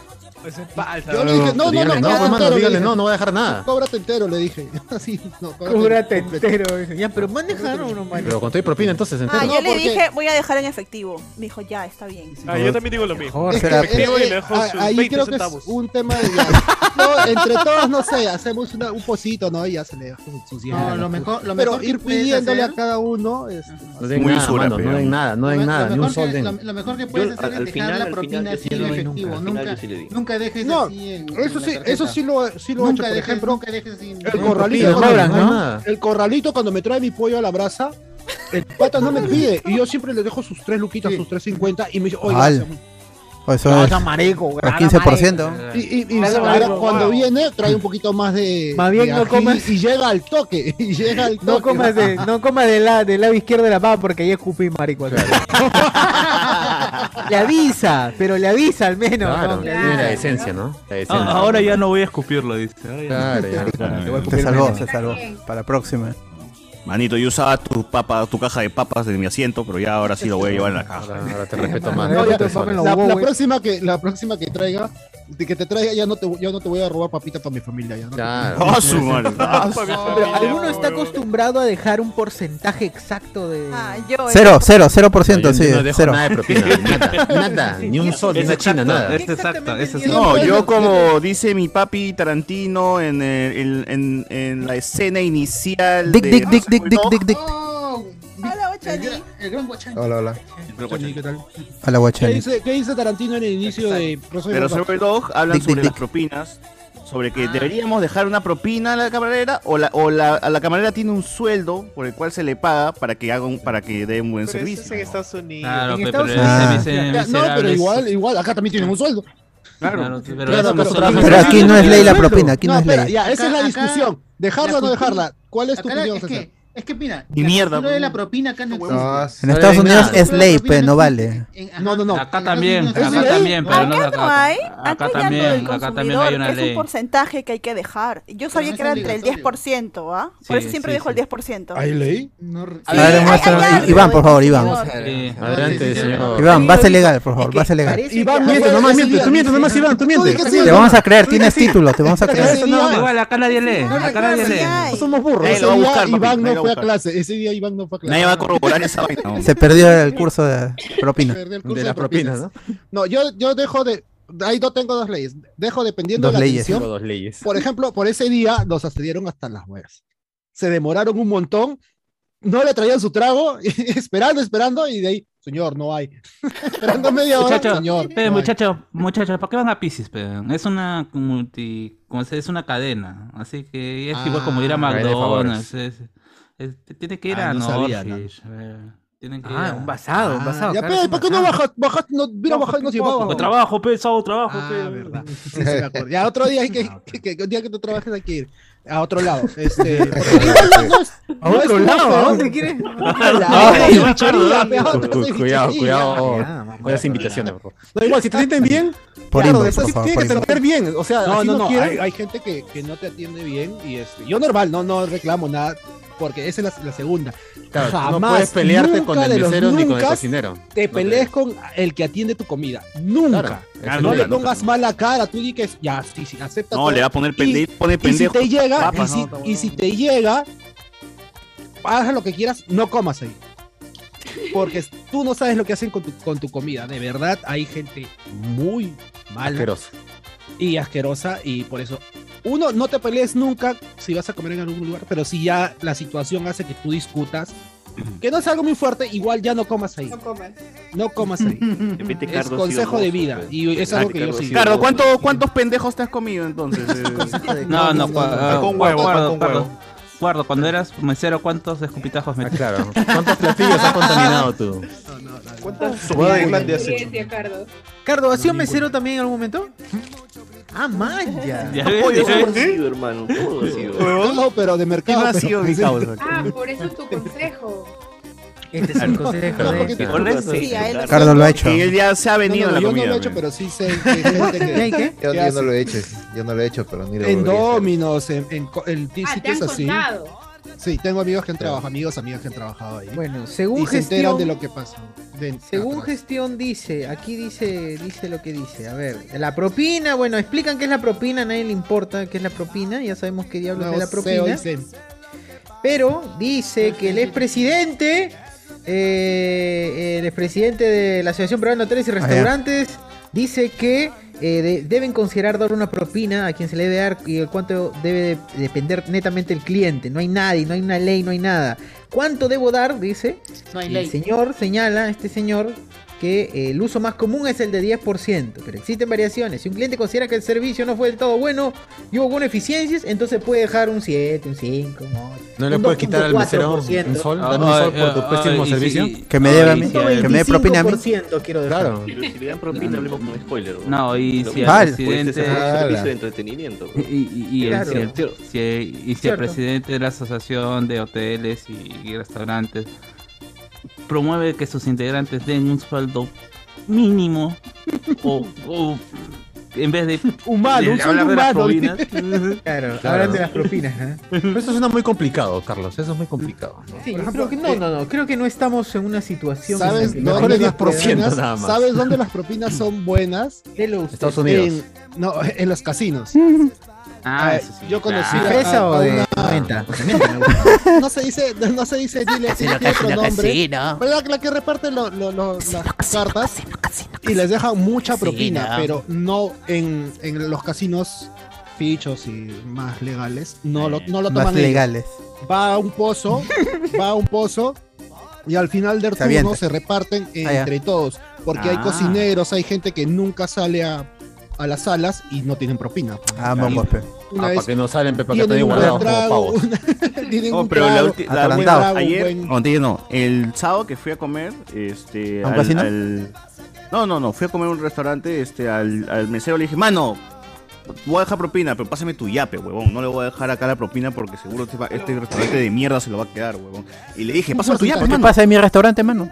Speaker 3: Yo le
Speaker 2: Claro,
Speaker 3: dije, no, no, no,
Speaker 2: dígale, no,
Speaker 3: cóbrate
Speaker 2: hermano,
Speaker 3: entero, le
Speaker 2: dígale,
Speaker 3: dije.
Speaker 2: no, no voy a dejar nada.
Speaker 3: Cóbrate entero, le dije. (laughs) Así, no,
Speaker 1: Cúbrate entero. dice. Ya, pero manejaron uno, man.
Speaker 2: Pero con todo y propina, entonces
Speaker 7: Ah,
Speaker 2: entero.
Speaker 7: yo le dije, voy a dejar en efectivo. Me dijo, ya, está bien.
Speaker 2: Ah, yo
Speaker 6: también digo lo mismo.
Speaker 3: Es que,
Speaker 2: será-
Speaker 3: eh, eh, ah, ahí creo que es un tema de ya, no, entre todos, no sé, hacemos una- un pocito, ¿no? Y ya se le da sus- sus diez.
Speaker 10: No, lo mejor- lo
Speaker 3: Pero
Speaker 10: mejor que
Speaker 3: ir
Speaker 10: puedes
Speaker 3: pidiéndole
Speaker 10: hacer-
Speaker 3: a cada uno. este,
Speaker 2: No den
Speaker 5: Muy
Speaker 2: nada,
Speaker 5: usura,
Speaker 2: mano,
Speaker 5: pero.
Speaker 2: no den nada, no den
Speaker 10: Lo
Speaker 2: nada,
Speaker 10: mejor
Speaker 2: ni un
Speaker 10: que-
Speaker 2: sol den.
Speaker 10: lo, lo mejor que puedes
Speaker 13: Yo,
Speaker 10: hacer
Speaker 13: al-
Speaker 10: es
Speaker 13: al
Speaker 10: dejar
Speaker 13: final-
Speaker 10: la
Speaker 13: al
Speaker 10: propina
Speaker 13: final yo
Speaker 10: así
Speaker 13: sí
Speaker 10: en
Speaker 13: le doy
Speaker 10: efectivo.
Speaker 13: nunca, al final
Speaker 10: Nunca,
Speaker 13: yo sí le digo.
Speaker 10: nunca dejes
Speaker 3: No,
Speaker 10: así en.
Speaker 3: eso
Speaker 10: en la
Speaker 3: sí, eso
Speaker 10: tarjeta.
Speaker 3: sí lo, sí lo he hecho,
Speaker 10: Nunca
Speaker 3: por
Speaker 10: dejes,
Speaker 3: ejemplo.
Speaker 10: nunca dejes sin.
Speaker 3: El corralito,
Speaker 1: Lo cobran,
Speaker 3: cuando-
Speaker 1: ¿no?
Speaker 3: el corralito cuando me trae mi pollo a la brasa, el pata no me pide. Y yo siempre le dejo sus tres luquitas, sus 3.50 y me dice, oye,
Speaker 4: Al. O eso
Speaker 3: No,
Speaker 4: es-
Speaker 3: no, marico,
Speaker 4: al 15%.
Speaker 3: Y, y- y
Speaker 1: Claro,
Speaker 3: ahora
Speaker 1: claro,
Speaker 3: cuando
Speaker 1: wow.
Speaker 3: viene trae un poquito más de.
Speaker 1: Más bien
Speaker 3: de
Speaker 1: no
Speaker 3: ají
Speaker 1: comas-
Speaker 3: Y llega al toque. Y llega al toque.
Speaker 1: No comas, de, no comas de la, del lado izquierdo de la pava porque ahí escupí, marico. le avisa, pero le avisa al menos.
Speaker 2: Claro,
Speaker 1: ¿no?
Speaker 2: tiene la esencia, ¿no? La esencia.
Speaker 14: Ah, ahora ya no voy a escupirlo, dice. Ahora ya
Speaker 2: Claro,
Speaker 14: no.
Speaker 2: ya. Te voy a
Speaker 4: Se salvó, se salvó. Para la próxima.
Speaker 5: (laughs) Manito, yo usaba tu papa, tu caja de papas en mi asiento, pero ya ahora sí lo voy a llevar en la caja. Ahora,
Speaker 3: (laughs)
Speaker 2: te respeto
Speaker 3: No, ya- la, la próxima que, la próxima que traiga, de que te traiga, ya no te, ya no te voy a robar papita para mi familia. Ya, no te-
Speaker 5: ¡Ah, su madre! ¡Ah, su-
Speaker 1: Pero alguno está acostumbrado a dejar un porcentaje exacto de.
Speaker 4: Cero, cero, cero por ciento,
Speaker 2: No, yo
Speaker 4: sí.
Speaker 2: no dejo
Speaker 4: cero.
Speaker 2: nada
Speaker 14: (laughs)
Speaker 2: de propina,
Speaker 4: (laughs)
Speaker 2: nada, nada, ni un sol, ni una china, nada.
Speaker 14: Es exacto, es exacto.
Speaker 5: No, yo como dice mi papi Tarantino en, el- en, en- en la escena inicial
Speaker 4: Dic,
Speaker 5: de
Speaker 4: dic, dic, dic, dic, dic, dic.
Speaker 10: Oh,
Speaker 7: Guachani.
Speaker 10: El gran Guachani.
Speaker 4: Hola, hola.
Speaker 3: Guachani, ¿qué tal? Eh,
Speaker 4: Hola,
Speaker 3: ¿Qué
Speaker 4: Guachani.
Speaker 3: dice, qué dice Tarantino en el inicio de Rosario
Speaker 5: Pero
Speaker 3: Rosa?
Speaker 5: sobre Dog hablan
Speaker 4: Dic, dic,
Speaker 5: sobre
Speaker 4: dic.
Speaker 5: las propinas, sobre que deberíamos dejar una propina a la camarera o la, o la, a la camarera tiene un sueldo por el cual se le paga para que haga un, para que dé un buen
Speaker 6: Pero eso
Speaker 5: servicio.
Speaker 6: es en Estados Unidos.
Speaker 5: Claro,
Speaker 3: En
Speaker 5: pe-
Speaker 3: Estados
Speaker 5: pero
Speaker 3: Unidos.
Speaker 5: ese-
Speaker 3: Ya,
Speaker 5: ese
Speaker 3: No, pero
Speaker 5: miserable es-
Speaker 3: igual, igual, acá también tienen un sueldo.
Speaker 5: Claro,
Speaker 14: pero
Speaker 3: Claro,
Speaker 14: eso nosotros
Speaker 3: pero-
Speaker 14: no
Speaker 4: Pero aquí no es ley la
Speaker 3: Sueldo.
Speaker 4: propina, aquí no es
Speaker 3: espera,
Speaker 4: ley.
Speaker 3: Ya, esa es la
Speaker 10: Acá-
Speaker 3: discusión. ¿Dejarla o no
Speaker 10: La cultura-
Speaker 3: dejarla? ¿Cuál es tu
Speaker 10: acá la-
Speaker 3: opinión,
Speaker 10: Es
Speaker 3: César?
Speaker 10: que, es que mira,
Speaker 4: Ni
Speaker 10: la
Speaker 4: mierda,
Speaker 10: cultura de
Speaker 4: huevón.
Speaker 10: la propina acá no existe.
Speaker 1: Ah,
Speaker 4: En Estados Unidos es ley, pero no vale.
Speaker 3: No, no, no.
Speaker 14: Acá también,
Speaker 3: Unidos es
Speaker 14: acá
Speaker 3: ley.
Speaker 14: también, pero no
Speaker 7: Acá no hay, acá,
Speaker 14: Acá
Speaker 7: hay algo del
Speaker 14: también, acá también
Speaker 7: consumidor,
Speaker 14: hay una
Speaker 7: que es un
Speaker 14: ley.
Speaker 7: porcentaje que hay que dejar. Yo sabía
Speaker 10: no
Speaker 7: que
Speaker 10: es
Speaker 7: era entre el 10%, ¿ah? Por
Speaker 14: Sí,
Speaker 7: eso siempre
Speaker 14: sí,
Speaker 7: dejo el 10%.
Speaker 3: ¿Hay ley?
Speaker 10: No re-
Speaker 4: A ver, muestra- Iván, por favor, Iván.
Speaker 14: Sí.
Speaker 2: Adelante, señor.
Speaker 4: Iván, base legal, por favor, base legal.
Speaker 3: Iván,
Speaker 2: Miente,
Speaker 3: no
Speaker 2: nomás
Speaker 3: fue ese
Speaker 2: miente,
Speaker 3: día.
Speaker 2: tú mientes, nomás Iván, tú
Speaker 3: Tú
Speaker 2: mientes.
Speaker 3: dijiste
Speaker 4: Te
Speaker 3: no,
Speaker 4: vamos
Speaker 3: no.
Speaker 4: a creer, tienes título, te vamos a creer.
Speaker 3: Ese día-
Speaker 14: Igual, acá nadie lee, acá nadie lee.
Speaker 7: Ay,
Speaker 3: No somos burros.
Speaker 5: Nadie
Speaker 3: Ese
Speaker 5: lo va a
Speaker 3: día
Speaker 5: buscar, papi,
Speaker 3: Iván no
Speaker 5: nadie lo
Speaker 3: fue
Speaker 5: va a
Speaker 3: a
Speaker 5: buscar.
Speaker 3: clase. Ese día Iván no fue a clase.
Speaker 5: Nadie va a corroborar esa vaina. hombre.
Speaker 4: Se perdió el curso de propina.
Speaker 3: Perder el curso
Speaker 2: De las propinas, ¿no?
Speaker 3: No, yo, yo dejo de. Ahí no tengo dos leyes. Dejo dependiendo
Speaker 4: Dos
Speaker 3: de la
Speaker 4: leyes.
Speaker 3: atención.
Speaker 2: Tengo dos leyes.
Speaker 3: Por ejemplo, por ese día los asediaron hasta las huevas. Se demoraron un montón. No le traían su trago, (laughs) esperando, esperando, y de ahí, señor, no hay. (laughs) esperando media hora,
Speaker 14: Muchacho,
Speaker 3: señor.
Speaker 14: pe,
Speaker 3: no hay.
Speaker 14: muchacho, muchacho, ¿para qué van a Pisces? pe? Es una multi, como se- es una cadena, así que es igual como ir a
Speaker 2: Ah, cadena de
Speaker 14: McDonald's. es- es- t- tiene que ir
Speaker 2: Ah,
Speaker 14: a
Speaker 2: no sabía, ¿no?
Speaker 14: Norfish, eh, tienen que ir
Speaker 12: Ah,
Speaker 14: a-
Speaker 12: un basado, un basado.
Speaker 3: Ya,
Speaker 12: claro,
Speaker 3: pe,
Speaker 12: es un
Speaker 3: ¿por qué no
Speaker 12: basado. pues,
Speaker 3: bajas? bajaste? no, hubiera bajado y nos llevaba.
Speaker 14: Porque trabajo, pesado, trabajo,
Speaker 3: Ah,
Speaker 14: pe. (laughs)
Speaker 3: verdad. Sí, sí, me acuerdo. Ya otro día hay que, que, que- que un día que tú trabajes aquí a
Speaker 4: (laughs)
Speaker 3: otro lado. Este, porque igual no- no es-
Speaker 2: ¿A
Speaker 3: no
Speaker 2: otro
Speaker 3: es Ah,
Speaker 2: lado?
Speaker 3: justo,
Speaker 2: ¿A
Speaker 3: ¿no?
Speaker 2: dónde
Speaker 3: quieres?
Speaker 2: (laughs) Ay,
Speaker 3: Cuidado,
Speaker 2: Cu- Cuidado, cuidado con las invitaciones, por favor. No, igual, si te atienden bien,
Speaker 4: Por
Speaker 2: claro,
Speaker 4: inbox,
Speaker 2: después
Speaker 4: por favor,
Speaker 2: tiene
Speaker 4: por
Speaker 2: que tratar bien. O sea,
Speaker 3: No,
Speaker 2: así
Speaker 3: no, no.
Speaker 2: quieren-
Speaker 3: Hay, hay gente que, que no te atiende bien y este, yo normal, no, no reclamo nada porque esa es la, la segunda.
Speaker 2: Claro, tú no puedes pelearte con
Speaker 3: nunca de
Speaker 2: el
Speaker 3: los
Speaker 2: mesero ni con el
Speaker 3: nuncas
Speaker 2: cocinero.
Speaker 3: Te
Speaker 2: No
Speaker 3: pelees con el que atiende tu comida. Nunca.
Speaker 2: Claro,
Speaker 3: no le
Speaker 2: claro,
Speaker 3: pongas
Speaker 2: claro.
Speaker 3: mala cara, tú di que es- ya, sí, sí, acepta.
Speaker 5: No,
Speaker 3: todo.
Speaker 5: le va a poner pende-
Speaker 3: Y-
Speaker 5: pone pendejo.
Speaker 3: Y si te llega,
Speaker 5: Papas,
Speaker 3: y, si,
Speaker 5: no, está
Speaker 3: y si te llega, haz lo que quieras, no comas ahí. Porque tú no sabes lo que hacen con tu, con tu comida. De verdad, hay gente muy mala
Speaker 2: Asqueroso.
Speaker 3: y asquerosa y por eso uno no te pelees nunca si vas a comer en algún lugar, pero si ya la situación hace que tú
Speaker 5: (clears throat)
Speaker 3: discutas, que no es algo muy fuerte, igual ya no comas ahí.
Speaker 7: No comen.
Speaker 3: No comas ahí.
Speaker 5: Este
Speaker 13: Vete,
Speaker 3: Es
Speaker 13: Cardo,
Speaker 3: consejo
Speaker 13: sigo
Speaker 3: de
Speaker 13: vos,
Speaker 3: vida
Speaker 13: pues.
Speaker 3: y es
Speaker 13: Ah,
Speaker 3: algo que yo
Speaker 13: Cardo,
Speaker 3: sigo.
Speaker 13: sigo
Speaker 5: Claro,
Speaker 13: vos,
Speaker 5: ¿cuánto,
Speaker 13: pues.
Speaker 5: ¿cuántos pendejos te has comido (laughs) entonces? eh?
Speaker 14: No, no, cua- ah,
Speaker 5: Con huevo,
Speaker 14: guardo,
Speaker 5: con
Speaker 14: guardo,
Speaker 5: huevo.
Speaker 14: guardo, cuando eras mesero, ¿cuántos
Speaker 3: Ah,
Speaker 14: escupitajos metiste?
Speaker 2: Claro. ¿Cuántos platillos has contaminado tú?
Speaker 6: Sumada de glande has hecho.
Speaker 11: Experiencia, Cardo.
Speaker 1: Cardo, ¿has sido mesero también en algún momento? Ah, maya.
Speaker 14: Ya
Speaker 13: Todo
Speaker 14: ves, ya
Speaker 13: ha
Speaker 14: ves.
Speaker 13: sido, hermano. Todo ha sido.
Speaker 3: No, no, pero de mercado.
Speaker 5: ¿Quién no Este ha
Speaker 3: pero-
Speaker 5: sido mi causa?
Speaker 3: (laughs)
Speaker 11: Ah, por eso es tu consejo.
Speaker 1: Este es el consejo
Speaker 2: Claro.
Speaker 1: de...
Speaker 13: Por eso.
Speaker 7: Sí, a él lo
Speaker 4: Cardo lo ha hecho.
Speaker 5: Y él ya se ha venido
Speaker 3: No, no,
Speaker 5: a la
Speaker 3: yo
Speaker 5: comida.
Speaker 3: no lo he hecho,
Speaker 5: man.
Speaker 3: pero sí sé que hay gente que-
Speaker 1: ¿Qué hay, qué?
Speaker 3: que
Speaker 9: Yo, yo
Speaker 3: hace.
Speaker 9: no lo he hecho, yo no lo he hecho, pero ni lo
Speaker 3: En
Speaker 9: volvería a hacer.
Speaker 3: dominos, en, en, co- en ti-
Speaker 11: Ah, te han
Speaker 3: sitios así.
Speaker 11: contado.
Speaker 3: Sí, tengo amigos que han trabajado, amigos, amigas que han trabajado ahí.
Speaker 1: Bueno,
Speaker 3: y
Speaker 1: según
Speaker 3: se enteran
Speaker 1: gestión...
Speaker 3: de lo que pasa. de-
Speaker 1: Según
Speaker 3: atrás.
Speaker 1: gestión dice, aquí dice, dice lo que dice. A ver, la propina, bueno, explican qué es la propina, a nadie le importa qué es la propina, ya sabemos qué diablos
Speaker 3: Nuevo
Speaker 1: es la
Speaker 3: CEO y
Speaker 1: propina.
Speaker 3: CEN.
Speaker 1: Pero dice que el expresidente, eh, el expresidente de la Asociación Peruana de Hoteles y
Speaker 4: ya.
Speaker 1: Restaurantes, dice que eh, de- deben considerar dar una propina a quien se le debe dar y el cuánto debe de- depender netamente el cliente. No hay nadie, no hay una ley, no hay nada. ¿Cuánto debo dar? Dice.
Speaker 10: No hay
Speaker 1: El
Speaker 10: ley.
Speaker 1: señor señala, este señor, que eh, el uso más común es el de 10%, pero existen variaciones. Si un cliente considera que el servicio no fue del todo bueno y hubo alguna eficiencias, entonces puede dejar un 7, un 5, un 8.
Speaker 2: ¿No le
Speaker 1: un
Speaker 2: puedes quitar al mesero
Speaker 1: 2.4%.
Speaker 2: un sol?
Speaker 3: Ah,
Speaker 2: Dame un sol por tu pésimo servicio.
Speaker 4: Que me deba a mí, que me dé
Speaker 1: dé
Speaker 4: propina a mí.
Speaker 1: quiero dejar.
Speaker 2: Claro.
Speaker 13: Si le
Speaker 14: (laughs)
Speaker 13: dan propina, hablemos como spoiler. ¿no?
Speaker 14: No, y
Speaker 13: Lo
Speaker 14: si
Speaker 13: mismo,
Speaker 14: al
Speaker 13: pues, es
Speaker 14: presidente-
Speaker 13: un servicio
Speaker 9: Ala.
Speaker 13: de entretenimiento.
Speaker 14: Y,
Speaker 13: bro.
Speaker 14: y- y el,
Speaker 1: Claro.
Speaker 14: si el- si el- y si el
Speaker 1: Cierto.
Speaker 14: presidente de la Asociación de Hoteles y, y Restaurantes promueve que sus integrantes den un sueldo mínimo o, o en vez de,
Speaker 3: Humano,
Speaker 14: de
Speaker 3: un
Speaker 14: hablar de las
Speaker 3: sueldo humano.
Speaker 14: propinas,
Speaker 1: (laughs) Claro,
Speaker 2: Claro.
Speaker 1: hablan de las propinas. ¿eh?
Speaker 2: Pero eso suena muy complicado, Carlos. Eso es muy complicado. ¿no?
Speaker 1: Sí, yo creo que, no, no, no, creo que no estamos en una situación.
Speaker 3: ¿Sabes
Speaker 1: en la
Speaker 2: Mejor
Speaker 3: dónde,
Speaker 2: el
Speaker 3: las
Speaker 2: 10%
Speaker 3: propinas,
Speaker 2: nada más.
Speaker 3: ¿Sabes dónde las propinas
Speaker 2: (clears throat)
Speaker 3: son buenas?
Speaker 1: que- Delo usted.
Speaker 2: Estados Unidos.
Speaker 3: En, no, en los
Speaker 1: (laughs)
Speaker 3: casinos.
Speaker 14: ah,
Speaker 3: Eh,
Speaker 14: eso sí,
Speaker 3: yo conocí
Speaker 1: ¿De
Speaker 14: claro.
Speaker 3: a-
Speaker 1: fresa
Speaker 3: a
Speaker 1: o de
Speaker 3: una-
Speaker 1: menta?
Speaker 3: No se dice, no se dice,
Speaker 2: (laughs)
Speaker 3: dile, tiene otro nombre. ¿Verdad? La que reparte lo- lo- lo- las cartas y les deja mucha propina, pero no en, en los casinos fichos y más legales. No lo, no lo toman
Speaker 4: Más
Speaker 3: ellos.
Speaker 4: legales.
Speaker 3: va a un pozo, va a un pozo
Speaker 20: Y al final del
Speaker 4: Se
Speaker 20: turno
Speaker 4: avienta.
Speaker 20: se reparten
Speaker 4: Ah, ya.
Speaker 20: entre todos. Porque hay
Speaker 4: Ah.
Speaker 20: cocineros, hay gente que nunca sale a, a las salas y no tienen propina.
Speaker 4: Ah, mongos, pe.
Speaker 20: Una vez
Speaker 21: para que no salen, pe, para que
Speaker 20: tienen
Speaker 21: estén
Speaker 20: un
Speaker 21: guardados como
Speaker 20: trago,
Speaker 21: pavos.
Speaker 20: (laughs) tienen
Speaker 5: No,
Speaker 20: un
Speaker 5: pero la
Speaker 20: trago,
Speaker 5: ulti- la
Speaker 20: un
Speaker 5: última-
Speaker 20: trago, un
Speaker 5: ayer,
Speaker 20: buen-
Speaker 5: antier no, el sábado que fui a comer, este,
Speaker 4: ¿A un casino?
Speaker 5: no, no, no, fui a comer a un restaurante, este, al, al mesero le dije, mano, voy a dejar propina, pero pásame tu yape, huevón, no le voy a dejar acá la propina porque seguro este, va- este restaurante de mierda se lo va a quedar, huevón. Y le dije, pásame tu yape,
Speaker 4: ¿Por ¿Qué
Speaker 5: mano.
Speaker 4: pasa en mi restaurante, mano?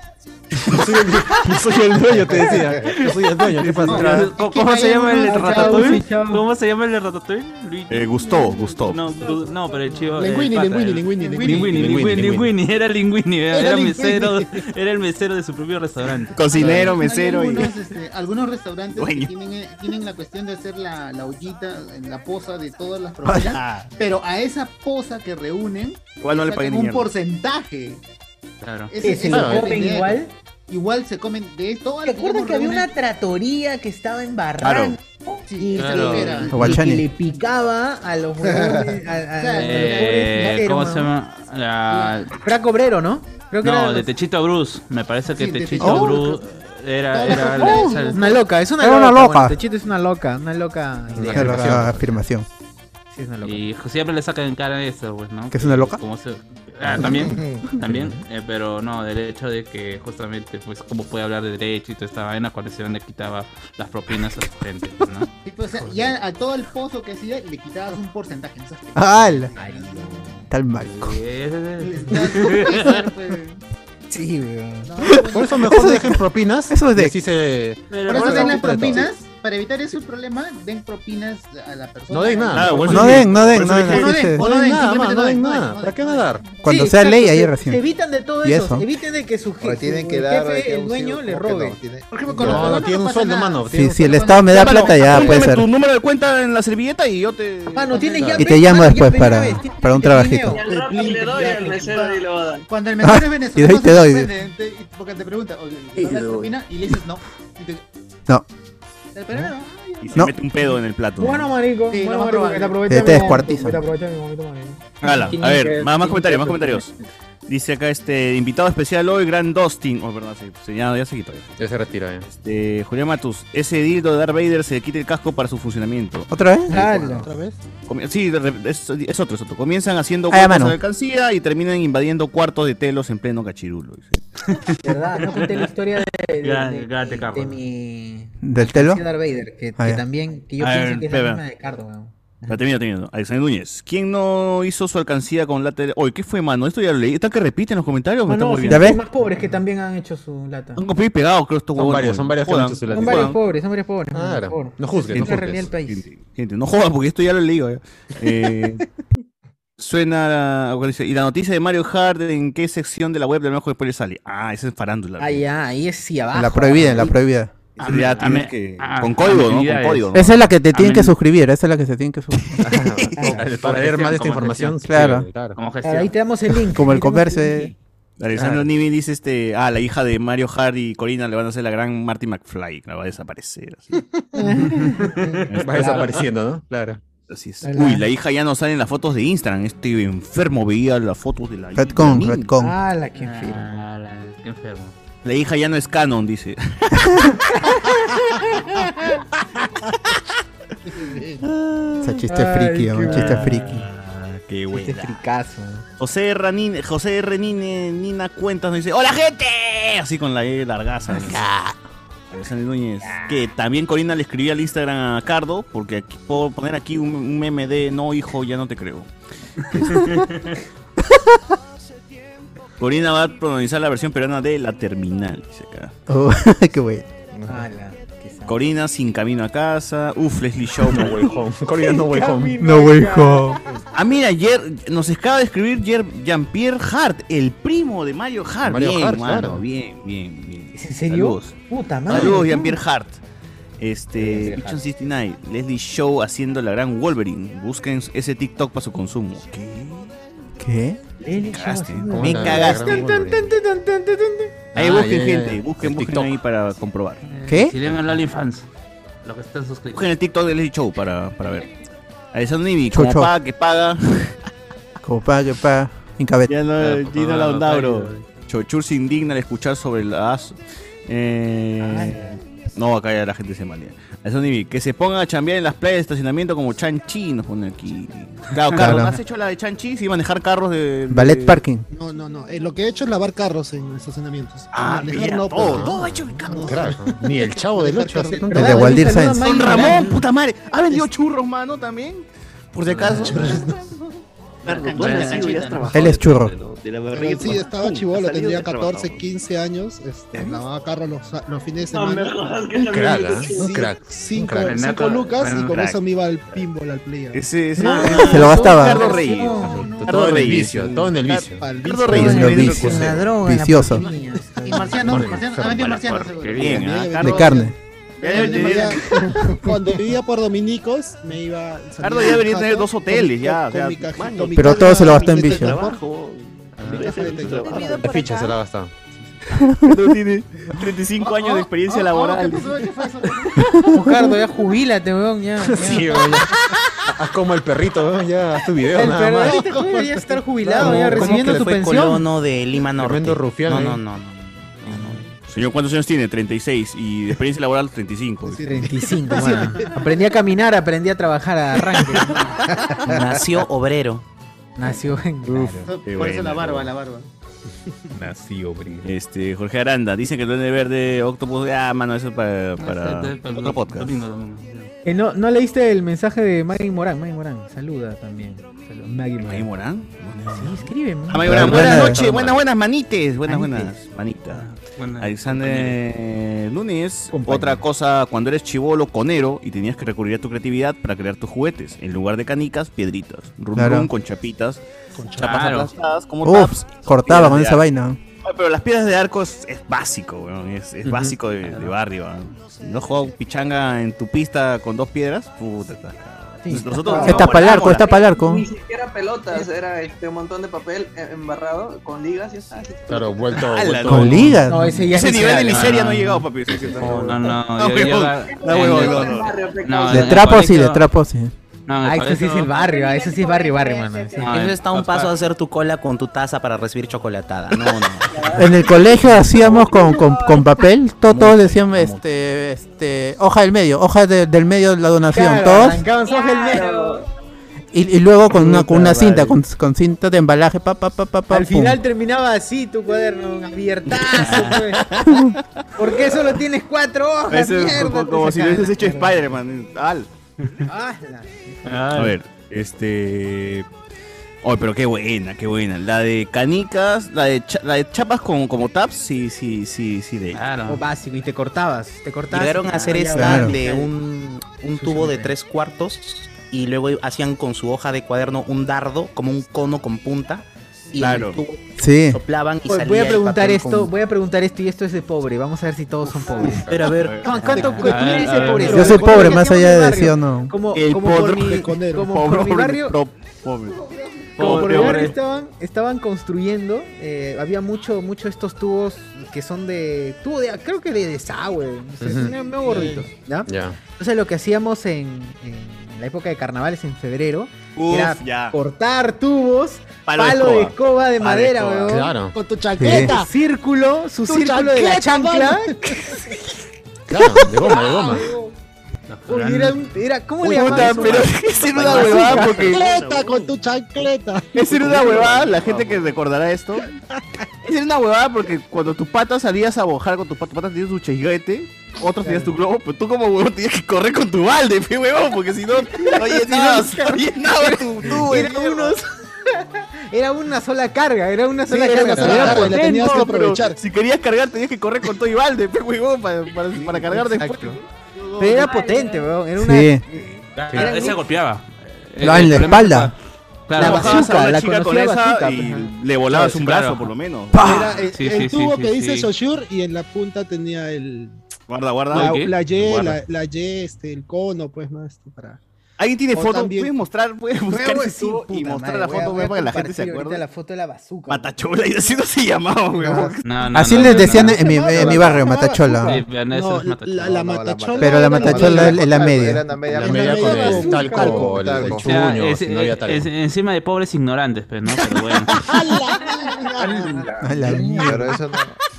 Speaker 5: Yo soy el dueño, te decía. Yo soy el dueño, ¿qué pasa?
Speaker 2: ¿Cómo, cómo se llama el ratatouille? ¿Cómo se llama el ratatouille? Luigi.
Speaker 5: Eh, Gustavo, Gustavo.
Speaker 2: No, Gu- no, pero el chivo.
Speaker 20: Linguini,
Speaker 2: el pata,
Speaker 20: Linguini,
Speaker 2: el-
Speaker 20: Linguini, Linguini.
Speaker 2: Linguini, Linguini, Linguini, era Linguini, era,
Speaker 3: Era Linguini.
Speaker 2: mesero, era el mesero de su propio restaurante.
Speaker 5: Cocinero,
Speaker 3: Hay algunos, este, algunos restaurantes que tienen, eh, tienen la cuestión de hacer la, la ollita, la posa de todas las propinas, pero a esa posa que reúnen,
Speaker 5: Igual no le
Speaker 3: sacan
Speaker 5: paguen ni
Speaker 3: un
Speaker 5: mierda.
Speaker 3: porcentaje.
Speaker 5: Claro.
Speaker 4: Ah.
Speaker 3: Ese-
Speaker 1: ¿Se
Speaker 3: ese
Speaker 1: lo
Speaker 3: es
Speaker 1: comen
Speaker 3: dinero.
Speaker 1: igual?
Speaker 3: Igual se comen de todas
Speaker 1: ¿Te acuerdas que había una tratoría que estaba en Barranco? Y,
Speaker 2: Claro.
Speaker 1: y que
Speaker 2: Guachani.
Speaker 1: le picaba a (laughs) los huevones, a- a- a los
Speaker 2: Eh,
Speaker 1: pobres
Speaker 2: ¿Cómo
Speaker 1: mineros,
Speaker 2: se llama? La...
Speaker 1: Franco Obrero, ¿no? Creo que
Speaker 2: no,
Speaker 1: era-
Speaker 2: de Techito Bruce. Me parece que
Speaker 1: Sí, de
Speaker 2: Techito
Speaker 1: Techito
Speaker 2: Bruce era, era la-
Speaker 22: Oh,
Speaker 2: esa-
Speaker 22: es una loca, es una
Speaker 4: Era
Speaker 22: loca.
Speaker 4: una loca.
Speaker 22: bueno, Techito es una loca, una loca. idea.
Speaker 4: Claro, la Ah, afirmación.
Speaker 2: Y pues, siempre le sacan en cara eso, pues, ¿no?
Speaker 4: ¿Que es una loca?
Speaker 2: Como se- Ah,
Speaker 21: (laughs)
Speaker 2: también, también, eh, pero no, del hecho de que justamente, pues, cómo puede hablar de derecho y toda esta vaina cuando se le quitaba las propinas a su gente, pues, ¿no?
Speaker 3: Sí, pues, o sea, ya a todo el pozo que hacía le quitabas un porcentaje. ¿no sabes qué?
Speaker 4: ¡Al! Tal marco.
Speaker 22: Sí, weón.
Speaker 21: (laughs) Por eso mejor dejen propinas.
Speaker 4: Eso es de-
Speaker 21: y así se...
Speaker 3: Por eso den las propinas, para evitar ese problema, den propinas a la persona.
Speaker 21: No den nada.
Speaker 3: Claro,
Speaker 21: por
Speaker 3: bueno,
Speaker 21: eso
Speaker 4: No
Speaker 21: dije-
Speaker 4: den, no den,
Speaker 21: por eso
Speaker 4: no
Speaker 21: dije-
Speaker 4: den,
Speaker 21: no
Speaker 4: dice-
Speaker 21: den, nada,
Speaker 3: simplemente
Speaker 21: más,
Speaker 3: no
Speaker 21: no den
Speaker 3: den,
Speaker 21: nada. ¿Para qué nadar?
Speaker 4: Cuando
Speaker 22: Sí,
Speaker 4: sea
Speaker 22: exacto,
Speaker 4: ley, ahí
Speaker 22: se-
Speaker 4: recién.
Speaker 22: Se evitan de todo
Speaker 4: ¿Y
Speaker 22: eso.
Speaker 4: eso?
Speaker 22: Eviten de que su, je-
Speaker 23: Ahora
Speaker 22: su-
Speaker 23: tienen que
Speaker 22: el
Speaker 23: dar,
Speaker 22: jefe,
Speaker 23: que
Speaker 22: el
Speaker 23: un-
Speaker 22: dueño,
Speaker 23: sí,
Speaker 22: le
Speaker 23: ¿cómo que
Speaker 22: robe.
Speaker 23: no? Tiene-
Speaker 3: Por ejemplo, con los
Speaker 21: No, no tiene un sueldo, mano.
Speaker 4: Si, si el Estado me da
Speaker 5: Llámalo,
Speaker 4: plata, ya puede
Speaker 5: apúntame
Speaker 4: ser.
Speaker 5: tu número de cuenta en la servilleta y yo te...
Speaker 1: Mano, tiene
Speaker 4: Y te llamo después para, para un trabajito.
Speaker 24: Al rato le doy al mesero y le voy a dar.
Speaker 3: Cuando el mesero es
Speaker 4: y
Speaker 3: venezolano,
Speaker 4: doy, te doy.
Speaker 3: sorprende, y- porque te pregunta, oye, ¿me das propina? Y le dices no. Y te-
Speaker 4: No.
Speaker 3: el peruano, no.
Speaker 5: Y se
Speaker 4: No.
Speaker 5: mete un pedo en el plato.
Speaker 22: Bueno, marico,
Speaker 3: Sí, lo
Speaker 22: bueno,
Speaker 3: más
Speaker 22: marico,
Speaker 3: probable.
Speaker 22: que te aprovecha
Speaker 4: Te-
Speaker 22: mi
Speaker 4: te
Speaker 22: momento,
Speaker 4: descuartizan.
Speaker 22: que te aprovecha mi momento, marico.
Speaker 5: Hala, a
Speaker 22: Tienen que-
Speaker 5: ver, más,
Speaker 22: tienen
Speaker 5: más comentarios, más
Speaker 22: que-
Speaker 5: comentarios. Dice acá este invitado especial hoy, Gran Dustin. Oh, perdón, sí, sí, ya, ya se quitó. Ya,
Speaker 21: se retira, ya.
Speaker 5: Este, Julián Matus, ese dildo de Darth Vader se le quita el casco para su funcionamiento.
Speaker 4: ¿Otra ¿eh? vez?
Speaker 20: ¿Otra vez?
Speaker 5: Comi- Sí, de re- es, es otro, es otro. Comienzan haciendo
Speaker 4: Ah, ya,
Speaker 5: huecos en
Speaker 4: mano.
Speaker 5: la alcancía y terminan invadiendo cuartos de telos en pleno cachirulo. dice.
Speaker 1: ¿Verdad? No conté la historia de, de-
Speaker 2: Gran-
Speaker 1: de-
Speaker 2: gran
Speaker 1: de-
Speaker 2: Carlos.
Speaker 1: de mi...
Speaker 4: ¿Del telo?
Speaker 1: de Darth Vader, que,
Speaker 4: Ah,
Speaker 1: que
Speaker 4: ya.
Speaker 1: también, que yo
Speaker 5: A
Speaker 1: pienso
Speaker 5: ver,
Speaker 1: que es
Speaker 5: espera.
Speaker 1: la misma de Cardo, weón.
Speaker 5: La termino, termino. Alexander Núñez. ¿Quién no hizo su alcancía con la tele? Oye, ¿qué fue, mano? Esto ya lo leí. ¿Está que repiten los comentarios? Me
Speaker 22: Ah,
Speaker 5: están
Speaker 22: no, sí,
Speaker 5: volviendo.
Speaker 22: Hay más pobres que también han hecho su lata.
Speaker 5: Han copiado y pegado, creo, estos
Speaker 21: Son
Speaker 5: huevones.
Speaker 21: varios, son varios que
Speaker 5: Jodan.
Speaker 21: han hecho su
Speaker 5: Jodan.
Speaker 21: lata.
Speaker 1: Son varios pobres, son varios pobres.
Speaker 21: Claro.
Speaker 1: por favor.
Speaker 21: No juzgues,
Speaker 1: Es
Speaker 21: no
Speaker 1: la realidad del
Speaker 21: juzgues.
Speaker 1: país.
Speaker 5: Gente, no jodas porque esto ya lo leí. weón.
Speaker 21: (laughs)
Speaker 5: Eh, suena. bueno, dice, Y la noticia de Mario Hard, ¿en qué sección de la web del mejor spoiler sale? Ah, esa es farándula. (laughs)
Speaker 1: Ah, ya, ahí es sí abajo.
Speaker 4: La prohibida, la prohibida.
Speaker 5: Eso ya tienes
Speaker 2: ame-
Speaker 5: que-
Speaker 2: ah,
Speaker 5: con código, ¿no? Con
Speaker 2: amenidades.
Speaker 5: código. ¿no?
Speaker 4: Esa es la que te tienen que
Speaker 2: Amén.
Speaker 4: suscribir, esa es la que se tienen que suscribir.
Speaker 21: Para leer más de esta
Speaker 2: Como
Speaker 21: información.
Speaker 2: gestión.
Speaker 4: Claro.
Speaker 21: sí, claro.
Speaker 2: Como gestión.
Speaker 1: Ahí te damos el link.
Speaker 4: Como el
Speaker 1: Ahí te damos
Speaker 4: comercio.
Speaker 1: link.
Speaker 4: eh.
Speaker 5: Alexandro Nivi dice este, ah, la hija de Mario Hard y Corina le van a hacer la gran Marty McFly, la va a desaparecer.
Speaker 21: (laughs)
Speaker 5: así. (laughs)
Speaker 21: Va desapareciendo, ¿no? Claro.
Speaker 5: Así es. Uy, la hija ya no sale en las fotos de Instagram. Este enfermo veía las fotos de la hija.
Speaker 4: Redcon, Redcon.
Speaker 1: Ah, la que enfermo.
Speaker 2: Ah, la- qué enfermo.
Speaker 5: La hija ya no es canon, dice.
Speaker 4: (laughs) Ese chiste friki,
Speaker 1: Ay,
Speaker 4: un
Speaker 1: qué
Speaker 4: chiste
Speaker 1: bueno.
Speaker 4: friki.
Speaker 5: Ah, qué
Speaker 1: Este
Speaker 5: buena.
Speaker 1: fricazo.
Speaker 5: José Ranin, José R. Nine- Nina Cuentas nos dice, ¡Hola gente! Así con la E largaza. ¿no? Alexander Núñez. Que también Corina le escribía al Instagram a Cardo, porque aquí puedo poner aquí un, un meme de no hijo, ya no te creo. Corina va a pronunciar la versión peruana de la terminal, dice acá.
Speaker 4: Oh, (laughs) qué bueno.
Speaker 1: Ala.
Speaker 5: Corina sin camino a casa. Uf, Leslie Show.
Speaker 21: No way home. (laughs) Corina, no way home.
Speaker 4: No way home.
Speaker 5: Ah, mira, Jer- nos acaba de escribir Jer- Jean-Pierre Hart, el primo de Mario Hart.
Speaker 21: Mario
Speaker 5: bien,
Speaker 21: Hart,
Speaker 5: mano,
Speaker 21: claro.
Speaker 5: bien, bien, bien.
Speaker 1: ¿Es en serio?
Speaker 5: Saludos.
Speaker 1: Puta madre.
Speaker 5: Saludos, Jean-Pierre Hart. Este,
Speaker 1: Jean-Pierre
Speaker 5: Kitchen 69, Leslie Show haciendo la gran Wolverine. Busquen ese TikTok para su consumo. ¿Qué?
Speaker 4: ¿Qué?
Speaker 1: Leslie Show
Speaker 5: Cagaste,
Speaker 1: haciendo-
Speaker 5: me
Speaker 21: la
Speaker 5: cagaste.
Speaker 21: gran Wolverine?
Speaker 5: Ahí
Speaker 21: Ah,
Speaker 5: busquen,
Speaker 21: ya, ya,
Speaker 5: gente,
Speaker 21: ya.
Speaker 5: busquen,
Speaker 21: El
Speaker 5: busquen
Speaker 21: TikTok.
Speaker 5: ahí para comprobar.
Speaker 4: ¿Qué?
Speaker 2: Si le dan al OnlyFans, los que están suscritos.
Speaker 5: Busquen el TikTok de Leslie Show para, para ver. Alessandro Nivi,
Speaker 4: Chau,
Speaker 5: como
Speaker 4: chau.
Speaker 1: (laughs)
Speaker 5: paga, que paga.
Speaker 4: Como pa, que pa. Incabet.
Speaker 5: eh, Ya Ah, no, Gino Laundauro. Chochur se indigna al escuchar sobre las... eh, no, acá ya la gente se malea. Al Sony, que se pongan a chambear en las playas de estacionamiento como Chanchi, nos pone aquí. Claro, Carlos,
Speaker 4: Claro.
Speaker 5: ¿has hecho la de Chanchi? Sí, manejar carros de...
Speaker 4: Ballet
Speaker 5: de-
Speaker 4: parking.
Speaker 3: No, no, no. Eh, lo que he hecho es lavar carros en estacionamientos.
Speaker 5: Ah,
Speaker 3: Manejar
Speaker 5: mira,
Speaker 3: no,
Speaker 5: todo,
Speaker 3: porque-
Speaker 5: todo hecho en carros. Ni el chavo
Speaker 3: del ocho hace-
Speaker 4: El de Waldir Sáenz.
Speaker 5: Don Ramón, puta madre. ¿Ha vendido churros, mano, también? Por si acaso.
Speaker 3: tú has nacido y has trabajado
Speaker 4: Él es churro.
Speaker 9: De la
Speaker 3: Pero sí, estaba chivolo,
Speaker 9: salido
Speaker 3: tendría
Speaker 9: de
Speaker 3: 14,
Speaker 9: trabajo.
Speaker 3: 15 años. Este, lavaba carros los, los fines de
Speaker 9: No me
Speaker 3: semana.
Speaker 9: jodas, que Un también crack, eres ¿ah?
Speaker 3: Sí,
Speaker 9: un crack, un
Speaker 3: Cinco,
Speaker 9: crack.
Speaker 3: cinco
Speaker 9: Renato,
Speaker 3: lucas y
Speaker 9: un
Speaker 3: con
Speaker 9: crack.
Speaker 3: eso me iba al pinball, al player.
Speaker 5: Ese, ese-
Speaker 4: Se lo gastaba.
Speaker 5: Carlos Reyes.
Speaker 2: Todo en el vicio, todo en el vicio.
Speaker 5: Carlos Reyes.
Speaker 4: Siendo
Speaker 5: el
Speaker 4: vicio.
Speaker 5: recurso.
Speaker 4: La droga, la Vicioso. porquería.
Speaker 25: Y Marciano,
Speaker 5: Porque-
Speaker 25: Marciano, ha vendido Marciano,
Speaker 5: porque
Speaker 25: seguro.
Speaker 5: bien,
Speaker 2: ¿eh?
Speaker 5: ¿ah?
Speaker 3: De
Speaker 5: Carlos-
Speaker 4: carne.
Speaker 5: Ya debería tener-
Speaker 3: Cuando vivía por Dominicos, me iba. salía
Speaker 5: Cardo ya debería
Speaker 3: del
Speaker 5: tener
Speaker 3: jato
Speaker 5: dos hoteles,
Speaker 3: con-
Speaker 5: ya,
Speaker 3: con
Speaker 5: o sea,
Speaker 3: mi caja-
Speaker 5: mano.
Speaker 3: con mi
Speaker 4: Pero
Speaker 3: caja
Speaker 4: todo se lo
Speaker 3: de
Speaker 4: gastó en
Speaker 3: billetes de
Speaker 4: vicio.
Speaker 3: trabajo. Mi caja de
Speaker 5: (laughs)
Speaker 3: trabajo.
Speaker 2: La ficha se la ha gastado.
Speaker 5: Cardo tiene 35 años de experiencia laboral.
Speaker 1: (laughs) Ricardo, ya jubílate, weón, ya. ya.
Speaker 2: Sí, weón, ya.
Speaker 12: Ah,
Speaker 2: Haz como el perrito, weón, ya haz tu video.
Speaker 1: El
Speaker 2: nada
Speaker 1: perro,
Speaker 2: más.
Speaker 1: ahorita te puede ya estar jubilado, ya
Speaker 12: ¿Cómo que
Speaker 1: recibiendo
Speaker 12: le
Speaker 1: tu
Speaker 12: fue
Speaker 1: (laughs) pensión.
Speaker 12: colono de Lima Norte.
Speaker 2: Tremendo rufián,
Speaker 12: no,
Speaker 2: eh.
Speaker 12: no, no, no.
Speaker 5: Señor, ¿cuántos años tiene? 36. Y de experiencia laboral, 35.
Speaker 1: 35, mano. Aprendí a caminar, aprendí a trabajar a arranque.
Speaker 12: Nació obrero.
Speaker 1: Nació en.
Speaker 25: Por
Speaker 5: Qué
Speaker 25: eso
Speaker 5: buena,
Speaker 25: la barba,
Speaker 5: weón.
Speaker 25: la barba.
Speaker 5: Nací, Este, Jorge Aranda. Dice que el duende verde, Octopus. Ah, mano, eso es para, para
Speaker 7: Este, para
Speaker 5: otro
Speaker 7: el
Speaker 5: podcast.
Speaker 7: domingo, domingo.
Speaker 26: Eh, no, no leíste el mensaje de Maggie Morán. Maggie Morán, saluda también. Saluda. Maggie Morán.
Speaker 5: ¿Maggie Morán?
Speaker 26: Sí, escribe.
Speaker 5: Ah, Maggie Morán, buenas
Speaker 26: Buena-
Speaker 5: noches, buenas, buenas manites. Buenas,
Speaker 26: Manites.
Speaker 5: buenas, manita. Alexander Lunes, otra cosa, cuando eres chivolo conero y tenías que recurrir a tu creatividad para crear tus juguetes, en lugar de canicas, piedritas, rum
Speaker 4: Claro.
Speaker 5: rum con chapitas, con chapas
Speaker 4: Claro.
Speaker 5: aplastadas, como
Speaker 4: Uf,
Speaker 5: taps.
Speaker 4: cortaba
Speaker 5: piedras
Speaker 4: con
Speaker 5: de
Speaker 4: esa
Speaker 5: arco.
Speaker 4: vaina.
Speaker 5: Ah, Pero las piedras de arco es, es básico, weón, es, es básico de, de barrio. ah. Si No juega pichanga en tu pista con dos piedras, puta. estás cagado. Nosotros nos
Speaker 4: Está para el arco,
Speaker 5: amolábamos
Speaker 4: está
Speaker 5: la-
Speaker 4: para el arco.
Speaker 27: Ni siquiera pelotas, era este, un montón de papel eh, embarrado con ligas y está.
Speaker 2: Claro, vuelto.
Speaker 5: Ala,
Speaker 2: vuelto-
Speaker 5: no. Con
Speaker 4: ligas.
Speaker 1: No, ese ya es
Speaker 5: nivel de
Speaker 1: miserable.
Speaker 5: miseria no ha
Speaker 1: Ah.
Speaker 5: llegado, papi. Sí, sí, está.
Speaker 7: Oh, No, no,
Speaker 5: (laughs)
Speaker 7: no.
Speaker 5: No,
Speaker 7: yo-
Speaker 5: huevón,
Speaker 7: yo la-
Speaker 5: no, huevón, no, no.
Speaker 7: No,
Speaker 4: De
Speaker 7: en el
Speaker 4: trapo sí, de
Speaker 7: colegio-
Speaker 4: trapo sí.
Speaker 7: No, en
Speaker 1: Ah,
Speaker 7: el
Speaker 1: eso sí es el
Speaker 7: colegio-
Speaker 1: barrio, ah, eso sí es barrio, barrio, mano. sí.
Speaker 12: Eso está a un paso de hacer tu cola con tu taza para recibir chocolatada. No, no.
Speaker 4: En el colegio hacíamos con, con, con papel, to- todos decían este, este, hoja del medio, hoja de- del medio de la donación,
Speaker 1: Claro,
Speaker 4: todos.
Speaker 1: arrancaban su hoja el medio.
Speaker 4: Y, y luego con una, con una
Speaker 1: Puta
Speaker 4: cinta, con, con cinta de embalaje, pa, pa, pa, pa, pa,
Speaker 1: Al
Speaker 4: pum.
Speaker 1: final terminaba así tu cuaderno, abiertazo, pues. ¿Por qué solo tienes cuatro hojas?
Speaker 5: Eso es
Speaker 1: mierda,
Speaker 5: como,
Speaker 1: te
Speaker 5: como si
Speaker 1: sacaban.
Speaker 5: hubieses hecho Spider-Man. Al.
Speaker 1: Ala. Ah.
Speaker 5: A ver, este. Oh, pero qué buena, qué buena. La de canicas, la de, cha- la de chapas con, como taps, sí, sí, sí, sí. De...
Speaker 1: O básico, y te cortabas, te cortabas.
Speaker 12: Llegaron
Speaker 1: y-
Speaker 12: a hacer
Speaker 1: ah, ya,
Speaker 12: esta
Speaker 1: claro.
Speaker 12: de un, un tubo de tres cuartos y luego hacían con su hoja de cuaderno un dardo, como un cono con punta. Y
Speaker 5: Claro.
Speaker 12: el tubo
Speaker 4: Sí.
Speaker 12: soplaban y
Speaker 1: Voy-
Speaker 12: salía
Speaker 1: Voy a
Speaker 12: el
Speaker 1: preguntar
Speaker 12: papel
Speaker 1: esto,
Speaker 12: con-
Speaker 1: voy a preguntar esto y esto es de pobre. Vamos a ver si todos son pobres.
Speaker 12: Pero a ver.
Speaker 1: ¿Cu- ¿Cuánto cu- tú
Speaker 12: A ver,
Speaker 1: dices
Speaker 12: a ver.
Speaker 1: pobreza?
Speaker 4: Yo soy
Speaker 1: Porque
Speaker 4: pobre,
Speaker 1: yo
Speaker 4: más
Speaker 1: tengo
Speaker 4: allá
Speaker 1: mi
Speaker 4: de
Speaker 1: barrio,
Speaker 4: sí o no.
Speaker 1: Como,
Speaker 5: El
Speaker 1: como por
Speaker 5: podro-
Speaker 1: mi,
Speaker 5: conero.
Speaker 1: como por mi
Speaker 5: Pobre,
Speaker 1: barrio,
Speaker 5: pro- pobre.
Speaker 1: como por mi
Speaker 5: Pobre.
Speaker 1: barrio estaban, estaban construyendo. eh, había mucho, mucho estos tubos que son de tubo de, creo que de desagüe, no sé,
Speaker 2: Ujú.
Speaker 1: medio- medio gorditos, ¿ya?
Speaker 2: Ya.
Speaker 1: Entonces lo que hacíamos en, en la época de carnavales en febrero
Speaker 5: Uf,
Speaker 1: era
Speaker 5: ya.
Speaker 1: cortar tubos,
Speaker 5: Palo
Speaker 1: palo,
Speaker 5: de
Speaker 1: de
Speaker 5: escoba.
Speaker 1: escoba de
Speaker 5: Palo de
Speaker 1: madera,
Speaker 5: escoba.
Speaker 1: weón.
Speaker 2: Claro.
Speaker 3: Con tu
Speaker 1: Su
Speaker 3: chaqueta.
Speaker 1: círculo, su
Speaker 3: Tu
Speaker 1: círculo de la
Speaker 3: chaqueta,
Speaker 1: chancla.
Speaker 3: mano.
Speaker 2: Claro, de goma, de goma.
Speaker 1: Uy, era, un- era- ¿cómo
Speaker 5: Uy,
Speaker 1: le llamaban eso?
Speaker 5: puta, pero (laughs) esa era una huevada porque.
Speaker 3: Chancleta, con tu chancleta.
Speaker 5: Esa era una huevada, la gente que recordará esto. Esa era una huevada porque cuando tus patas salías a bojar con tus patas, patas tenías tu chisguete, otros tenías tu globo, pero tú como huevón tenías que correr con tu balde, pe huevón,
Speaker 3: (laughs)
Speaker 5: porque si no, no llenabas,
Speaker 1: (laughs)
Speaker 5: no llenabas tu tubo.
Speaker 1: Era unos- Era una sola carga, era una sola
Speaker 3: era
Speaker 1: carga.
Speaker 3: una sola
Speaker 1: Era
Speaker 3: carga, la
Speaker 1: potente,
Speaker 3: tenías que
Speaker 1: pero-
Speaker 3: aprovechar.
Speaker 5: Si querías cargar, tenías que correr con todo y balde, pe huevón, para, para, para cargar después.
Speaker 1: Pero era potente, weón. Era una.
Speaker 4: Sí.
Speaker 7: Claro, Ese golpeaba.
Speaker 14: Eh,
Speaker 4: No, Ah, en la espalda.
Speaker 7: Claro,
Speaker 1: La
Speaker 7: bajabas a
Speaker 1: bazooka,
Speaker 7: una
Speaker 1: la
Speaker 7: chica
Speaker 1: conocía
Speaker 7: con esa
Speaker 1: bazooka,
Speaker 7: y-
Speaker 1: pues, ajá.
Speaker 5: Le volabas un
Speaker 7: Claro.
Speaker 5: brazo, por lo menos.
Speaker 3: Era el,
Speaker 7: Sí,
Speaker 3: el
Speaker 7: sí,
Speaker 3: tubo
Speaker 7: sí,
Speaker 3: que
Speaker 7: sí,
Speaker 3: dice
Speaker 7: sí.
Speaker 3: Soshur y en la punta tenía el
Speaker 5: Guarda, guarda.
Speaker 3: la,
Speaker 5: ¿Qué?
Speaker 3: la Y,
Speaker 5: Guarda.
Speaker 3: la, la Y, este, el cono, pues, ¿no? Este, para.
Speaker 5: ¿Alguien tiene
Speaker 1: O
Speaker 5: foto?
Speaker 1: también-
Speaker 5: ¿Puedes mostrar? ¿Puedes
Speaker 1: Huevo,
Speaker 5: buscar
Speaker 1: sí,
Speaker 5: tú y
Speaker 1: puta
Speaker 5: mostrar
Speaker 1: madre,
Speaker 5: la
Speaker 1: voy a-
Speaker 5: foto
Speaker 1: voy a
Speaker 5: güey, para que la gente se
Speaker 1: compartir ahorita
Speaker 5: acuerde?
Speaker 1: la foto de la bazooka.
Speaker 5: Matachola, y así no se llamaba, güey.
Speaker 4: Así les decían en mi, en mi barrio, Matachola.
Speaker 14: Sí, vean, esa es Matachola.
Speaker 3: La, la matachola.
Speaker 4: Pero la Matachola es la media.
Speaker 9: la media,
Speaker 14: La media
Speaker 9: con el
Speaker 14: con
Speaker 9: talco, el- el
Speaker 14: O sea,
Speaker 9: chuño,
Speaker 14: es-
Speaker 9: si no había talco.
Speaker 14: es- encima de pobres ignorantes, pues, ¿no? Pero
Speaker 28: (laughs)
Speaker 14: bueno.
Speaker 9: A la mierda. Pero eso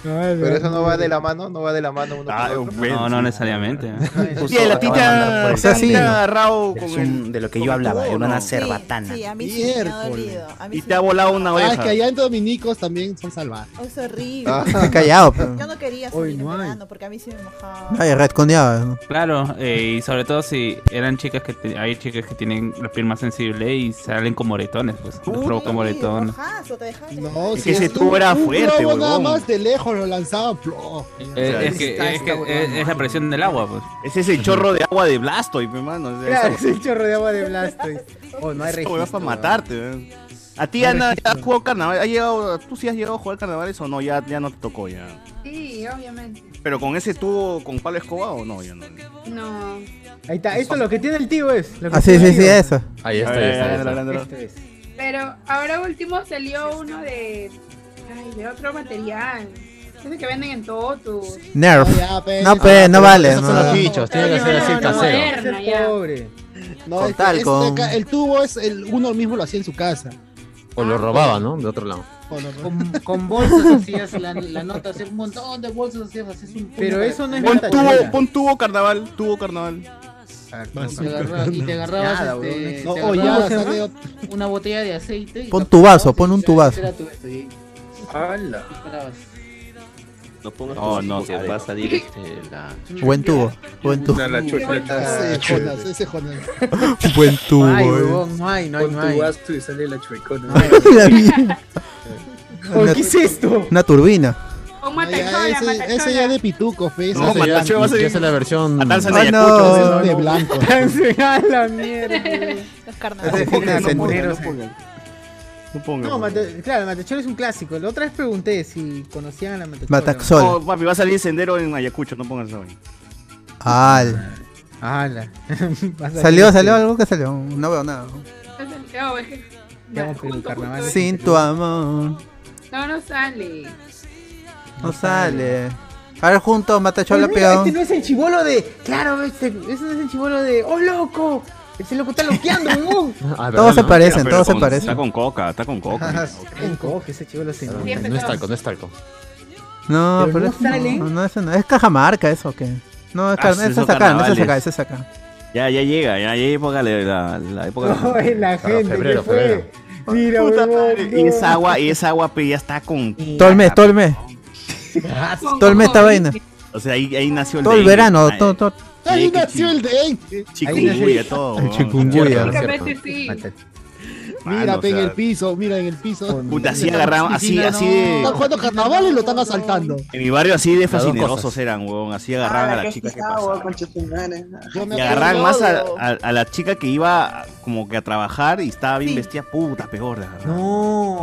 Speaker 9: no, pero eso no va de la mano, no va de la mano. Uno con otro.
Speaker 14: No, no
Speaker 12: (laughs)
Speaker 14: necesariamente.
Speaker 9: Justo la acaban de mandar por el-
Speaker 12: sea, sí. (laughs)
Speaker 5: Rao
Speaker 12: Del Zoom, de lo que yo hablaba, de una cerbatana.
Speaker 7: Sí, a mí sí me ha dolido. A mí
Speaker 5: Y
Speaker 7: sí
Speaker 5: te ha volado una
Speaker 3: Ah, es
Speaker 5: oreja.
Speaker 3: que allá en Dominicos también son salvajes.
Speaker 7: Oh, es horrible.
Speaker 4: Ah, está callado, pero-
Speaker 7: Yo no quería salir en verano porque a mí sí me mojaba.
Speaker 4: Ay, redconeaba.
Speaker 14: Claro, eh, y sobre todo si eran chicas que te- hay chicas que tienen la piel más sensible y salen con moretones, pues. Les provoca moretones.
Speaker 7: Mojazo, te dejaba.
Speaker 3: No,
Speaker 14: Es que ese tubo era fuerte,
Speaker 3: globo nada
Speaker 14: huevón.
Speaker 3: más de lejos lo lanzaban. plo.
Speaker 14: Eh,
Speaker 5: sea,
Speaker 14: es, que,
Speaker 5: está-
Speaker 14: es, que- es- es la presión del agua, pues.
Speaker 5: Ese es el chorro de agua de Blastoise, mi hermano. o sea,
Speaker 1: Claro, es
Speaker 5: esa-
Speaker 1: el chorro de agua de Blastoise. Oh, no hay
Speaker 5: esa
Speaker 1: registro.
Speaker 5: huevada es para matarte, weón. A ti,
Speaker 1: No hay
Speaker 5: Ana, ¿ya
Speaker 1: registro.
Speaker 5: has jugado carnaval? ¿Has llegado, ¿Tú sí has llegado a jugar carnavales o no? Ya, ya no te tocó ya.
Speaker 11: Sí, obviamente.
Speaker 5: ¿Pero con ese tubo, con Pablo Escoba o no? Ya no.
Speaker 11: No.
Speaker 1: Ahí está, esto es lo que tiene el tío es. lo que
Speaker 4: Ah, sí,
Speaker 1: tiene el
Speaker 4: sí, sí,
Speaker 1: tío.
Speaker 4: eso. Ahí está, ahí está, ahí está.
Speaker 1: Esto es.
Speaker 11: Pero ahora último salió uno de. Ay, de otro material. Ese que venden en Totus.
Speaker 4: Nerf.
Speaker 3: Ya, pe,
Speaker 4: No,
Speaker 3: eso-
Speaker 4: pe, no vale.
Speaker 3: esos
Speaker 4: no.
Speaker 3: son los
Speaker 9: bichos, tiene que ser así, casero.
Speaker 11: Moderna, ya.
Speaker 1: Pobre.
Speaker 3: No,
Speaker 4: Con
Speaker 3: es que este
Speaker 9: talco.
Speaker 3: acá, el tubo es el uno mismo lo hacía en su casa.
Speaker 9: O lo robaba, ¿no? De otro lado.
Speaker 5: (laughs)
Speaker 3: Con,
Speaker 10: con bolsas hacías la, la nota, hacías un montón de bolsas, hacías, hacías un puño para-
Speaker 5: Pon tubo, pon tubo carnaval, tubo carnaval.
Speaker 10: Y te agarrabas- y te agarrabas
Speaker 5: Nada,
Speaker 10: este,
Speaker 5: bro.
Speaker 10: te
Speaker 5: No, oh, ya,
Speaker 10: agarrabas
Speaker 5: salió.
Speaker 10: una botella de aceite y
Speaker 4: Pon
Speaker 10: la
Speaker 4: tu vaso,
Speaker 10: aplastabas
Speaker 4: pon
Speaker 10: y
Speaker 4: un
Speaker 10: ya,
Speaker 4: tubazo.
Speaker 10: ese era tu esto, y- y esperabas.
Speaker 28: No pongas
Speaker 14: Oh,
Speaker 5: No,
Speaker 28: tus-
Speaker 5: no,
Speaker 28: porque
Speaker 5: padre.
Speaker 28: va a salir este, la.
Speaker 4: Ah, Buen tubo, buen tubo.
Speaker 28: La- la chuecolata.
Speaker 3: Ese Jonas, ese Jonas.
Speaker 4: Buen tubo.
Speaker 29: Ay,
Speaker 4: eh.
Speaker 29: huevón, no hay, no hay,
Speaker 28: Pon
Speaker 29: no
Speaker 28: tu
Speaker 29: hay.
Speaker 28: gasto y (laughs) sale la chuecona.
Speaker 4: (laughs) La mierda.
Speaker 1: Oh, ¿Qué es esto?
Speaker 4: Una turbina.
Speaker 1: (laughs)
Speaker 11: O
Speaker 3: Ah, ya, ese, ese ya de pituco, fe.
Speaker 9: No, Matachola va a ser- Ya es la versión-
Speaker 3: Matanza
Speaker 9: Matanza
Speaker 3: de
Speaker 9: de
Speaker 3: Ayacucho. ese es Ah,
Speaker 9: Ayacucho, no,
Speaker 3: de
Speaker 9: no. (laughs)
Speaker 3: blanco.
Speaker 1: A la mierda.
Speaker 7: Los
Speaker 1: Ese
Speaker 7: carnavales.
Speaker 1: fin de centeneros.
Speaker 5: No pongas.
Speaker 1: No, Mate- claro, Matachola es un clásico. La otra vez pregunté si conocían a la Matachola. Oh,
Speaker 4: Mataxol.
Speaker 5: No, papi, va a salir sendero en Ayacucho, no pongas eso ahí.
Speaker 4: Al.
Speaker 1: (laughs) Ala. Va a salir
Speaker 4: Salió,
Speaker 1: este-
Speaker 4: salió algo que salió. No veo nada.
Speaker 11: No, es que-
Speaker 1: Vamos, pero el carnaval. ¿eh?
Speaker 4: Sin tu amor.
Speaker 11: No, no sale.
Speaker 4: No sale. A ver, juntos, Matachola
Speaker 1: Oye, mira,
Speaker 4: pegado.
Speaker 1: este no es el chivolo de. Claro, este, ese no es el chivolo de. ¡Oh, loco! Ese loco está loqueando, (laughs) huevón.
Speaker 5: Ah,
Speaker 9: Ah,
Speaker 4: Todos se parecen,
Speaker 5: Pero
Speaker 4: todos se
Speaker 5: con- Está
Speaker 4: parecen.
Speaker 5: con coca, está con coca.
Speaker 1: Un cojo, que ese chivolo se
Speaker 9: No
Speaker 1: nota.
Speaker 9: es talco, no es talco.
Speaker 4: No,
Speaker 1: Pero
Speaker 4: pero
Speaker 1: no
Speaker 4: eso no,
Speaker 1: sale.
Speaker 4: no, eso no. Es Cajamarca eso o qué. No, es,
Speaker 5: Ah,
Speaker 4: car-
Speaker 5: esos
Speaker 4: ese es acá, no, ese es acá,
Speaker 5: carnavales.
Speaker 4: ese es acá.
Speaker 5: Ya, ya llega, ya, ya época de la, la época.
Speaker 1: (laughs) No, es la gente,
Speaker 9: febrero,
Speaker 1: ¿qué fue?
Speaker 9: febrero.
Speaker 1: Mira,
Speaker 5: Puta
Speaker 1: huevón,
Speaker 5: madre,
Speaker 1: no.
Speaker 5: Y esa agua, y esa agua pe, ya está con.
Speaker 4: Todo el mes, todo el mes.
Speaker 1: Oh,
Speaker 4: todo el mes esta vaina.
Speaker 5: O sea, ahí, ahí nació el Ah,
Speaker 4: Todo el
Speaker 5: dengue,
Speaker 4: verano,
Speaker 5: ay,
Speaker 9: eh.
Speaker 4: todo, todo.
Speaker 3: Ahí nació el de.
Speaker 5: Chikungunya, todo.
Speaker 4: El
Speaker 5: weón.
Speaker 4: chikungunya.
Speaker 11: Básicamente sí.
Speaker 3: Mira,
Speaker 5: Mano,
Speaker 3: pe, en
Speaker 5: Ah, o sea,
Speaker 3: el piso, mira en el piso.
Speaker 5: Puta, así agarraban, así, así
Speaker 3: Están
Speaker 5: de.
Speaker 3: jugando carnaval y lo están asaltando.
Speaker 5: En mi barrio así de
Speaker 9: Las dos
Speaker 5: fascinerosos
Speaker 9: cosas.
Speaker 5: eran, weón. Así
Speaker 1: Ah,
Speaker 5: agarraban a la chica que pasaba.
Speaker 3: Yo me
Speaker 5: Y
Speaker 3: acuerdo-
Speaker 5: agarraban más a, a- a la chica que iba como que a trabajar y estaba bien vestida, puta, peor. la verdad.
Speaker 1: No.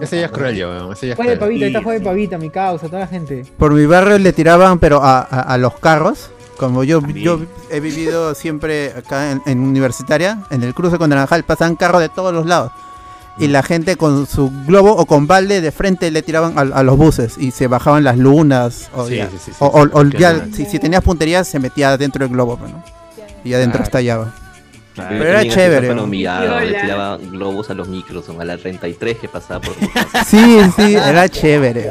Speaker 9: Ese ya es cruel, yo, weón, ese ya es
Speaker 1: Juega de
Speaker 9: cruel.
Speaker 1: pavita, ahí está
Speaker 5: Sí,
Speaker 1: juega de pavita, mi causa, toda la gente.
Speaker 4: Por mi barrio le tiraban, pero a, a- a los carros. Como yo, yo he vivido siempre acá en, en Universitaria, en el cruce con Naranjal, pasaban carros de todos los lados. Y la gente con su globo o con balde de frente le tiraban a, a los buses y se bajaban las lunas. O
Speaker 9: Sí,
Speaker 4: ya,
Speaker 9: sí, sí, sí,
Speaker 4: o- o-
Speaker 9: sí,
Speaker 4: o
Speaker 9: sí,
Speaker 4: ya,
Speaker 9: sí.
Speaker 4: si, si tenías puntería, se metía dentro del globo. pues, ¿no? Y adentro
Speaker 28: Claro.
Speaker 4: estallaba.
Speaker 5: Claro.
Speaker 4: Pero era
Speaker 28: Tenían
Speaker 4: chévere.
Speaker 28: estafa humillado,
Speaker 11: Hola.
Speaker 28: le tiraban globos a los micros, o a la 33 que pasaba por tu casa.
Speaker 4: Sí, sí, era chévere.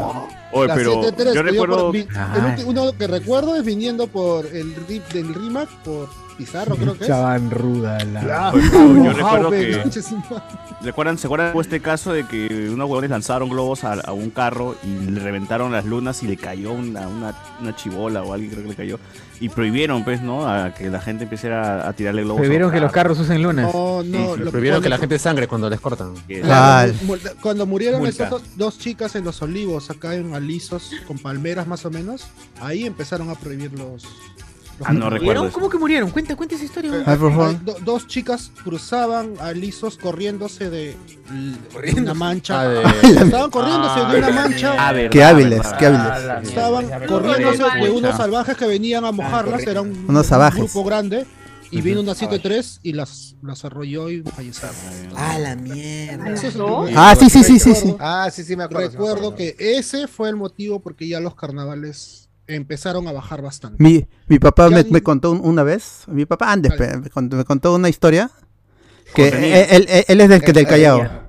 Speaker 5: Oye,
Speaker 3: La
Speaker 5: pero
Speaker 3: 7-3,
Speaker 5: yo
Speaker 3: pues,
Speaker 5: recuerdo.
Speaker 3: por- vi- el ulti- uno que recuerdo es viniendo por el rip del Rimac, por Pizarro, creo que es.
Speaker 1: Chaban ruda la.
Speaker 3: Claro,
Speaker 5: yo
Speaker 3: mojado,
Speaker 5: recuerdo
Speaker 3: pe, (laughs)
Speaker 5: que-
Speaker 3: escucha, sin más.
Speaker 5: ¿Recuerdan, ¿Se acuerdan de este caso de que unos huevones lanzaron globos a, a un carro y le reventaron las lunas y le cayó una, una, una chibola o alguien creo que le cayó? Y prohibieron, pues, ¿no? A que la gente empiece a, a tirarle globos.
Speaker 1: Prohibieron
Speaker 5: a
Speaker 1: que los carros usen lunas.
Speaker 3: No, no,
Speaker 9: Lo
Speaker 3: lo-
Speaker 9: primero que la
Speaker 3: cuando-
Speaker 9: gente sangre cuando les cortan.
Speaker 3: Claro, mu- Cuando murieron
Speaker 9: Multa.
Speaker 3: esas do- dos chicas en los olivos, acá en alisos, con palmeras más o menos, ahí empezaron a prohibir los. los-
Speaker 5: Ah, no recuerdo.
Speaker 1: ¿Murieron?
Speaker 5: eso.
Speaker 1: ¿Cómo que murieron? Cuenta, cuenta esa historia.
Speaker 3: Eh,
Speaker 1: güey.
Speaker 4: Ah, por favor.
Speaker 3: do- dos chicas cruzaban alisos corriéndose de una mancha.
Speaker 9: Ah, de-
Speaker 3: (laughs)
Speaker 9: Ah,
Speaker 3: Estaban corriéndose
Speaker 2: Ah,
Speaker 3: de una mancha.
Speaker 5: verdad,
Speaker 4: Qué hábiles,
Speaker 5: verdad.
Speaker 4: qué hábiles.
Speaker 3: Estaban
Speaker 5: verdad.
Speaker 3: corriéndose de
Speaker 5: Correcto.
Speaker 3: unos salvajes que venían a mojarlas. Era un,
Speaker 4: Unos salvajes.
Speaker 3: grupo grande. y vino una 7-3 y las, las arrolló y fallecieron.
Speaker 1: Ah, la mierda.
Speaker 3: Eso es
Speaker 1: ¿No?
Speaker 3: lo que-
Speaker 4: Ah, sí, sí, sí, sí, sí.
Speaker 3: Recuerdo-
Speaker 9: Ah, sí, sí, me acuerdo, sí me
Speaker 3: Recuerdo
Speaker 9: acuerdo.
Speaker 3: que ese fue el motivo porque ya los carnavales empezaron a bajar bastante.
Speaker 4: Mi, mi papá
Speaker 3: Ya
Speaker 4: me,
Speaker 3: ni-
Speaker 4: me contó un- una vez, mi papá antes
Speaker 3: Vale.
Speaker 4: pe- me, contó, me contó una historia que
Speaker 3: José
Speaker 4: él,
Speaker 3: Miguel.
Speaker 4: él- él- él es del,
Speaker 3: El-
Speaker 4: del
Speaker 3: el
Speaker 4: Callao.
Speaker 3: Callao.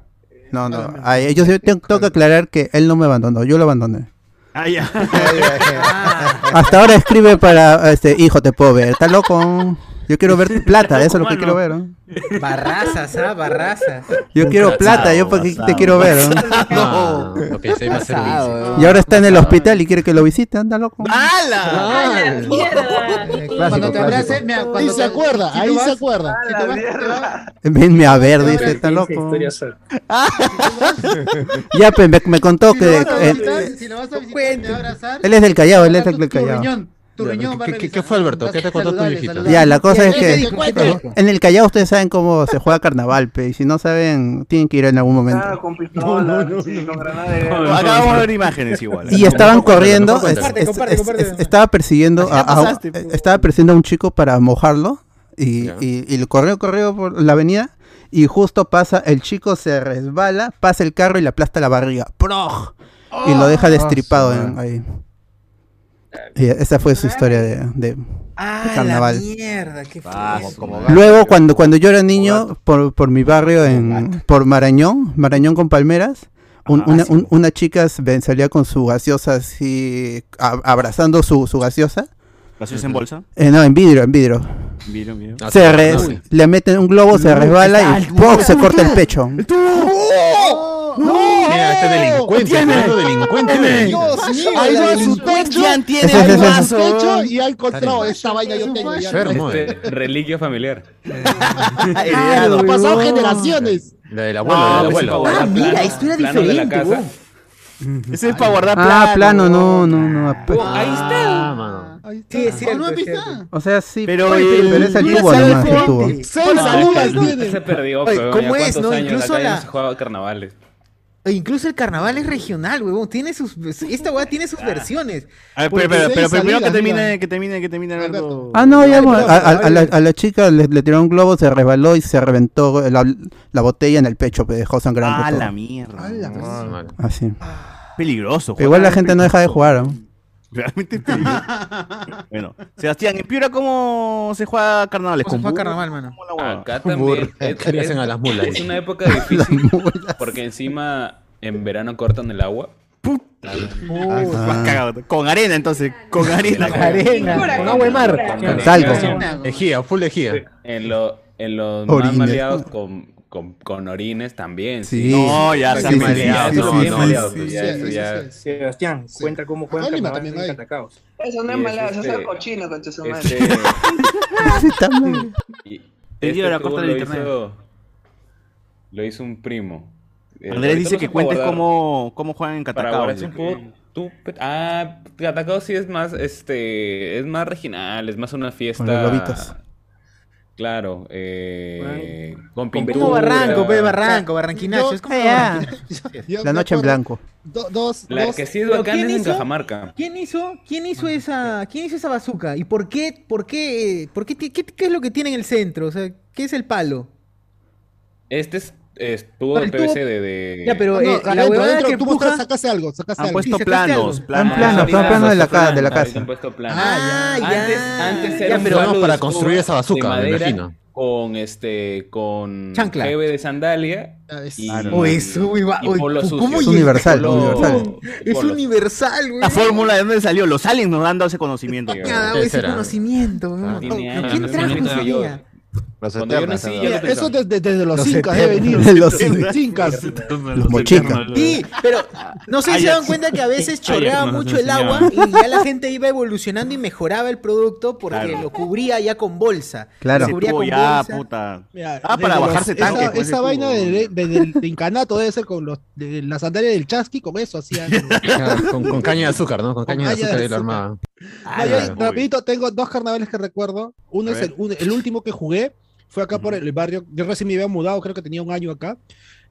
Speaker 4: No, no,
Speaker 10: Ah,
Speaker 4: ay, yo sí tengo, tengo que aclarar que él no me abandonó, yo lo abandoné.
Speaker 5: Ah,
Speaker 3: (laughs)
Speaker 5: ya.
Speaker 4: Hasta ahora escribe para, este, hijo, te puedo ver, está loco. Yo quiero ver tu plata, eso es lo que quiero ver. ¿no?
Speaker 29: Barrazas, ah, barrazas.
Speaker 4: Yo quiero plata, yo porque te quiero ver. ¿no?
Speaker 29: No.
Speaker 30: Lo que se iba a hacer
Speaker 1: Ah.
Speaker 29: Pasado.
Speaker 4: Y ahora está en el hospital y quiere que lo visite, anda loco.
Speaker 9: Ah,
Speaker 2: Ah,
Speaker 29: ¡Hala!
Speaker 3: Cuando te abrace,
Speaker 10: mira, cuando
Speaker 3: Ahí se
Speaker 10: te-
Speaker 3: acuerda,
Speaker 10: si tú
Speaker 3: ahí
Speaker 10: vas-
Speaker 3: se acuerda. Si tú vas-
Speaker 4: Venme a ver, dice, está loco. Ya, pues, me, me contó
Speaker 10: Si
Speaker 4: que...
Speaker 10: lo vas a
Speaker 4: eh,
Speaker 10: visitar, si lo vas a visitar, te va a abrazar.
Speaker 4: Él es del Callao, él es
Speaker 10: Tu- tu
Speaker 4: del Callao.
Speaker 10: riñón, tu
Speaker 2: Ya,
Speaker 10: riñón va a
Speaker 2: ¿qué- qué-
Speaker 10: regresar.
Speaker 2: qué fue, Alberto? ¿Qué te contó tu
Speaker 10: Saludable,
Speaker 2: viejito?
Speaker 10: saludable.
Speaker 4: Ya, la cosa
Speaker 10: Ya,
Speaker 4: es
Speaker 10: ya te di cuenta.
Speaker 4: que en el Callao ustedes saben cómo se juega carnaval, pe, y si no saben, tienen que ir en algún momento.
Speaker 19: Claro, con pistola, sí, con granada de guerra.
Speaker 5: Acabamos de ver imágenes igual.
Speaker 4: Y estaban
Speaker 5: Compártelo,
Speaker 4: corriendo, este,
Speaker 5: compártelo.
Speaker 4: es- es- es- es- estaba persiguiendo a, a-
Speaker 5: pasaste,
Speaker 4: eh, estaba persiguiendo a un chico para mojarlo y, y, y lo corrió, corrió por la avenida y justo pasa, el chico se resbala, pasa el carro y le aplasta la barriga. ¡Proj! Y lo deja destripado
Speaker 1: Ah, su
Speaker 4: en- ahí. Y esa fue su historia de, de
Speaker 1: Ah,
Speaker 4: carnaval.
Speaker 1: mierda, qué
Speaker 9: Vamos, como gato.
Speaker 4: Luego, cuando, cuando yo era niño, por, por mi barrio, en, por Marañón, Marañón con Palmeras, un- una, un- una chica se- salía con su gaseosa así, a- abrazando su, su gaseosa.
Speaker 5: ¿Gaseosa en bolsa?
Speaker 4: Eh, no, en vidrio, en vidrio.
Speaker 5: Vidrio, vidrio.
Speaker 4: Se
Speaker 5: Ah,
Speaker 4: re-
Speaker 5: uy.
Speaker 4: le meten un globo, se
Speaker 5: No,
Speaker 4: resbala y
Speaker 5: está-
Speaker 4: ¡pum! se corta el pecho.
Speaker 3: ¡No! ¡No!
Speaker 2: Mira, este delincuente,
Speaker 3: ¡Tiene!
Speaker 4: (laughs)
Speaker 2: este delincuente.
Speaker 3: Dios mío,
Speaker 2: Ahí
Speaker 3: ahí
Speaker 2: va
Speaker 3: va
Speaker 2: su
Speaker 3: su techo.
Speaker 2: tiene
Speaker 3: ahí
Speaker 2: el
Speaker 3: va
Speaker 2: vaso,
Speaker 3: su
Speaker 2: weón.
Speaker 3: techo y ha encontrado
Speaker 2: Está
Speaker 3: esta vaina yo tengo. ya.
Speaker 30: Este, reliquia familiar.
Speaker 3: Claro, ha pasado generaciones.
Speaker 30: La del abuelo, la del abuelo.
Speaker 3: Ah, mira,
Speaker 2: pues
Speaker 3: esto era
Speaker 30: plano de la
Speaker 3: diferente,
Speaker 30: casa.
Speaker 5: Ese es para guardar
Speaker 4: Ah, plano,
Speaker 5: plano,
Speaker 4: no, no, no.
Speaker 2: Ah,
Speaker 4: pues. ap-
Speaker 30: Ahí está. mano.
Speaker 1: Sí, es cierto, es cierto.
Speaker 4: O sea, sí,
Speaker 1: Pero
Speaker 4: pero,
Speaker 1: el-
Speaker 4: pero es el
Speaker 1: tú ya
Speaker 4: tubo
Speaker 1: sabes
Speaker 4: nomás, el
Speaker 1: cómo-
Speaker 4: tubo.
Speaker 1: Seis
Speaker 30: Bueno,
Speaker 1: arrugas
Speaker 30: es que
Speaker 1: tiene.
Speaker 30: Se perdió,
Speaker 1: Oye,
Speaker 30: pero
Speaker 1: ¿cómo
Speaker 30: ya cuántos
Speaker 1: es, no?
Speaker 30: años
Speaker 1: Incluso
Speaker 30: acá ya
Speaker 1: la-
Speaker 30: no se jugaba carnavales.
Speaker 1: E incluso el carnaval es regional, huevón. Tiene sus, esta weá tiene sus versiones.
Speaker 5: A ver,
Speaker 1: Porque
Speaker 5: pero, pero,
Speaker 1: seis
Speaker 5: pero primero
Speaker 1: salidas,
Speaker 5: que
Speaker 1: mira.
Speaker 5: termine, que termine, que termine Alberto.
Speaker 4: Ah, no, ya, bueno,
Speaker 5: pero-
Speaker 4: a, a- a la, a la chica le, le tiró un globo, se resbaló y se reventó la, la botella en el pecho, que dejó sangrando.
Speaker 5: Ah,
Speaker 4: todo.
Speaker 5: la mierda.
Speaker 4: Así.
Speaker 5: Peligroso.
Speaker 4: Igual la
Speaker 5: Juan.
Speaker 4: gente no deja
Speaker 5: (laughs)
Speaker 4: de jugar. ¿no?
Speaker 5: Realmente peligroso. bueno, Sebastián, en Piura, ¿cómo se juega carnavales?
Speaker 1: ¿Cómo se
Speaker 5: ¿Con
Speaker 1: juega
Speaker 5: burro?
Speaker 1: carnaval, mano?
Speaker 5: ¿Cómo la huevada?
Speaker 30: Acá también. Es,
Speaker 5: ¿Qué le hacen
Speaker 30: (laughs) es-
Speaker 5: a las mulas?
Speaker 30: es una época difícil porque encima en verano cortan el agua.
Speaker 5: Ah, más cagado. Con arena, entonces. Con arena.
Speaker 30: Con arena,
Speaker 1: con agua de mar.
Speaker 30: Con
Speaker 2: Talco.
Speaker 30: arena.
Speaker 2: Ejía, full
Speaker 30: Sí,
Speaker 2: ejía.
Speaker 30: En, lo- en los más
Speaker 2: Orines.
Speaker 30: maleados con, con, con orines también.
Speaker 2: Sí. No, ya se han maleado, no, no, sí, sí, sí, sí,
Speaker 31: Sebastián, cuenta cómo juegan
Speaker 19: Acá en Lima
Speaker 31: carnaval en Catacaos.
Speaker 19: Eso no es
Speaker 30: Y es
Speaker 19: malado, eso es
Speaker 30: este-
Speaker 19: ser cochino, concha su madre.
Speaker 5: (laughs)
Speaker 30: Este, y
Speaker 5: Te
Speaker 30: este
Speaker 5: digo, la
Speaker 30: tubo
Speaker 5: corta del
Speaker 30: lo
Speaker 5: internet.
Speaker 30: hizo- Lo hizo un primo. Eh,
Speaker 5: Andrés
Speaker 30: ahorita
Speaker 5: dice
Speaker 30: no
Speaker 5: que
Speaker 30: se puede
Speaker 5: cuentes
Speaker 30: guardar.
Speaker 5: cómo, cómo juegan en
Speaker 30: Para
Speaker 5: Catacao.
Speaker 30: guardar su pu- tu- Ah, Catacao sí es más, este, es más regional, es más una fiesta.
Speaker 4: lobitos.
Speaker 30: Claro, eh, con
Speaker 1: Como
Speaker 30: pintura.
Speaker 1: Barranco,
Speaker 3: pues,
Speaker 1: pe, Barranco,
Speaker 3: Yo-
Speaker 1: Barranquinacho. es como
Speaker 3: Ah,
Speaker 1: Barranquinacho. (laughs)
Speaker 3: Yo
Speaker 4: La
Speaker 3: me
Speaker 4: noche en
Speaker 3: acuerdo,
Speaker 4: blanco.
Speaker 3: do- dos,
Speaker 30: La
Speaker 3: dos-
Speaker 30: que sí es
Speaker 1: pero
Speaker 30: bacán
Speaker 1: ¿quién
Speaker 30: es en
Speaker 1: hizo?
Speaker 30: Cajamarca. Mm.
Speaker 1: ¿Quién hizo, quién hizo esa, quién hizo esa bazuca? ¿Y por qué, por qué, por qué, ti- qué, qué es lo que tiene en el centro? O sea, ¿qué es el palo?
Speaker 30: Este es, estuvo
Speaker 1: No, el
Speaker 30: de
Speaker 1: tubo-
Speaker 30: PVC de, de-
Speaker 1: Ya, pero
Speaker 3: No,
Speaker 1: eh, la
Speaker 3: adentro,
Speaker 1: huevada
Speaker 3: adentro,
Speaker 1: que
Speaker 3: tú mostraste-
Speaker 1: empuja...
Speaker 3: sacaste algo, sacaste
Speaker 5: Han
Speaker 3: algo.
Speaker 5: puesto
Speaker 3: Sí, sacaste
Speaker 5: planos,
Speaker 3: algo.
Speaker 5: planos.
Speaker 4: Son planos, son planos de la, ca- de la
Speaker 30: Ahorita
Speaker 4: casa.
Speaker 30: han puesto planos.
Speaker 1: Ah,
Speaker 30: Antes,
Speaker 1: ya.
Speaker 30: antes
Speaker 1: Ya,
Speaker 30: era un
Speaker 1: pero-
Speaker 30: palo de
Speaker 2: para
Speaker 30: escoba
Speaker 2: construir esa bazuca,
Speaker 30: de
Speaker 2: me
Speaker 30: madera
Speaker 2: imagino.
Speaker 30: Con este, con
Speaker 1: Chancla.
Speaker 30: jeve de sandalia. Y,
Speaker 1: O eso, uy, va-
Speaker 30: y
Speaker 1: uy,
Speaker 30: polo
Speaker 1: ¿cómo
Speaker 30: sucio.
Speaker 1: llegaste?
Speaker 30: Polo-
Speaker 1: Es
Speaker 30: polo-
Speaker 1: universal, güey.
Speaker 5: La fórmula de dónde salió. Los aliens nos han dado ese conocimiento.
Speaker 1: Nada, Ah, güey, ese Ah, conocimiento, weón.
Speaker 5: tiene
Speaker 1: ¿Quién
Speaker 5: años,
Speaker 1: trajo
Speaker 5: tiene
Speaker 1: esa
Speaker 5: años.
Speaker 1: idea?
Speaker 2: Los
Speaker 30: Cuando yo nací, ya lo
Speaker 3: Eso
Speaker 30: pensaban.
Speaker 3: desde, desde los,
Speaker 1: Los
Speaker 3: incas debe
Speaker 4: (laughs)
Speaker 1: eternos.
Speaker 3: venir.
Speaker 1: Los
Speaker 3: incas.
Speaker 4: Los mochicas.
Speaker 1: Sí, pero no sé si se
Speaker 5: Ayer.
Speaker 1: dan cuenta que a veces
Speaker 5: Ayer
Speaker 1: chorreaba
Speaker 5: nos
Speaker 1: mucho el agua
Speaker 5: enseñaban.
Speaker 1: y ya la gente iba evolucionando y mejoraba el producto porque
Speaker 5: Claro.
Speaker 1: lo cubría ya con bolsa.
Speaker 4: Claro.
Speaker 1: Lo
Speaker 5: Ese
Speaker 1: cubría
Speaker 5: tubo
Speaker 1: con
Speaker 5: ya,
Speaker 1: bolsa.
Speaker 5: puta.
Speaker 3: Mira,
Speaker 5: Ah, para
Speaker 3: desde
Speaker 5: bajarse
Speaker 3: los- esa-
Speaker 5: tanque. pues,
Speaker 1: pues,
Speaker 3: Esa, vaina de, de- del incanato debe ser con los, de la sandalia del chasqui, con eso hacían.
Speaker 2: (laughs) Con, con caña de azúcar, ¿no?
Speaker 3: Con
Speaker 2: Con caña de
Speaker 3: caña de
Speaker 2: azúcar y lo
Speaker 3: azúcar.
Speaker 2: armaba.
Speaker 3: Ah,
Speaker 2: Claro.
Speaker 3: yo, rapidito, tengo dos carnavales que recuerdo. Uno
Speaker 2: eh, A
Speaker 3: es
Speaker 2: ver.
Speaker 3: el, un- el último que jugué, fue acá por el barrio. Yo recién me había mudado, creo que tenía un año acá.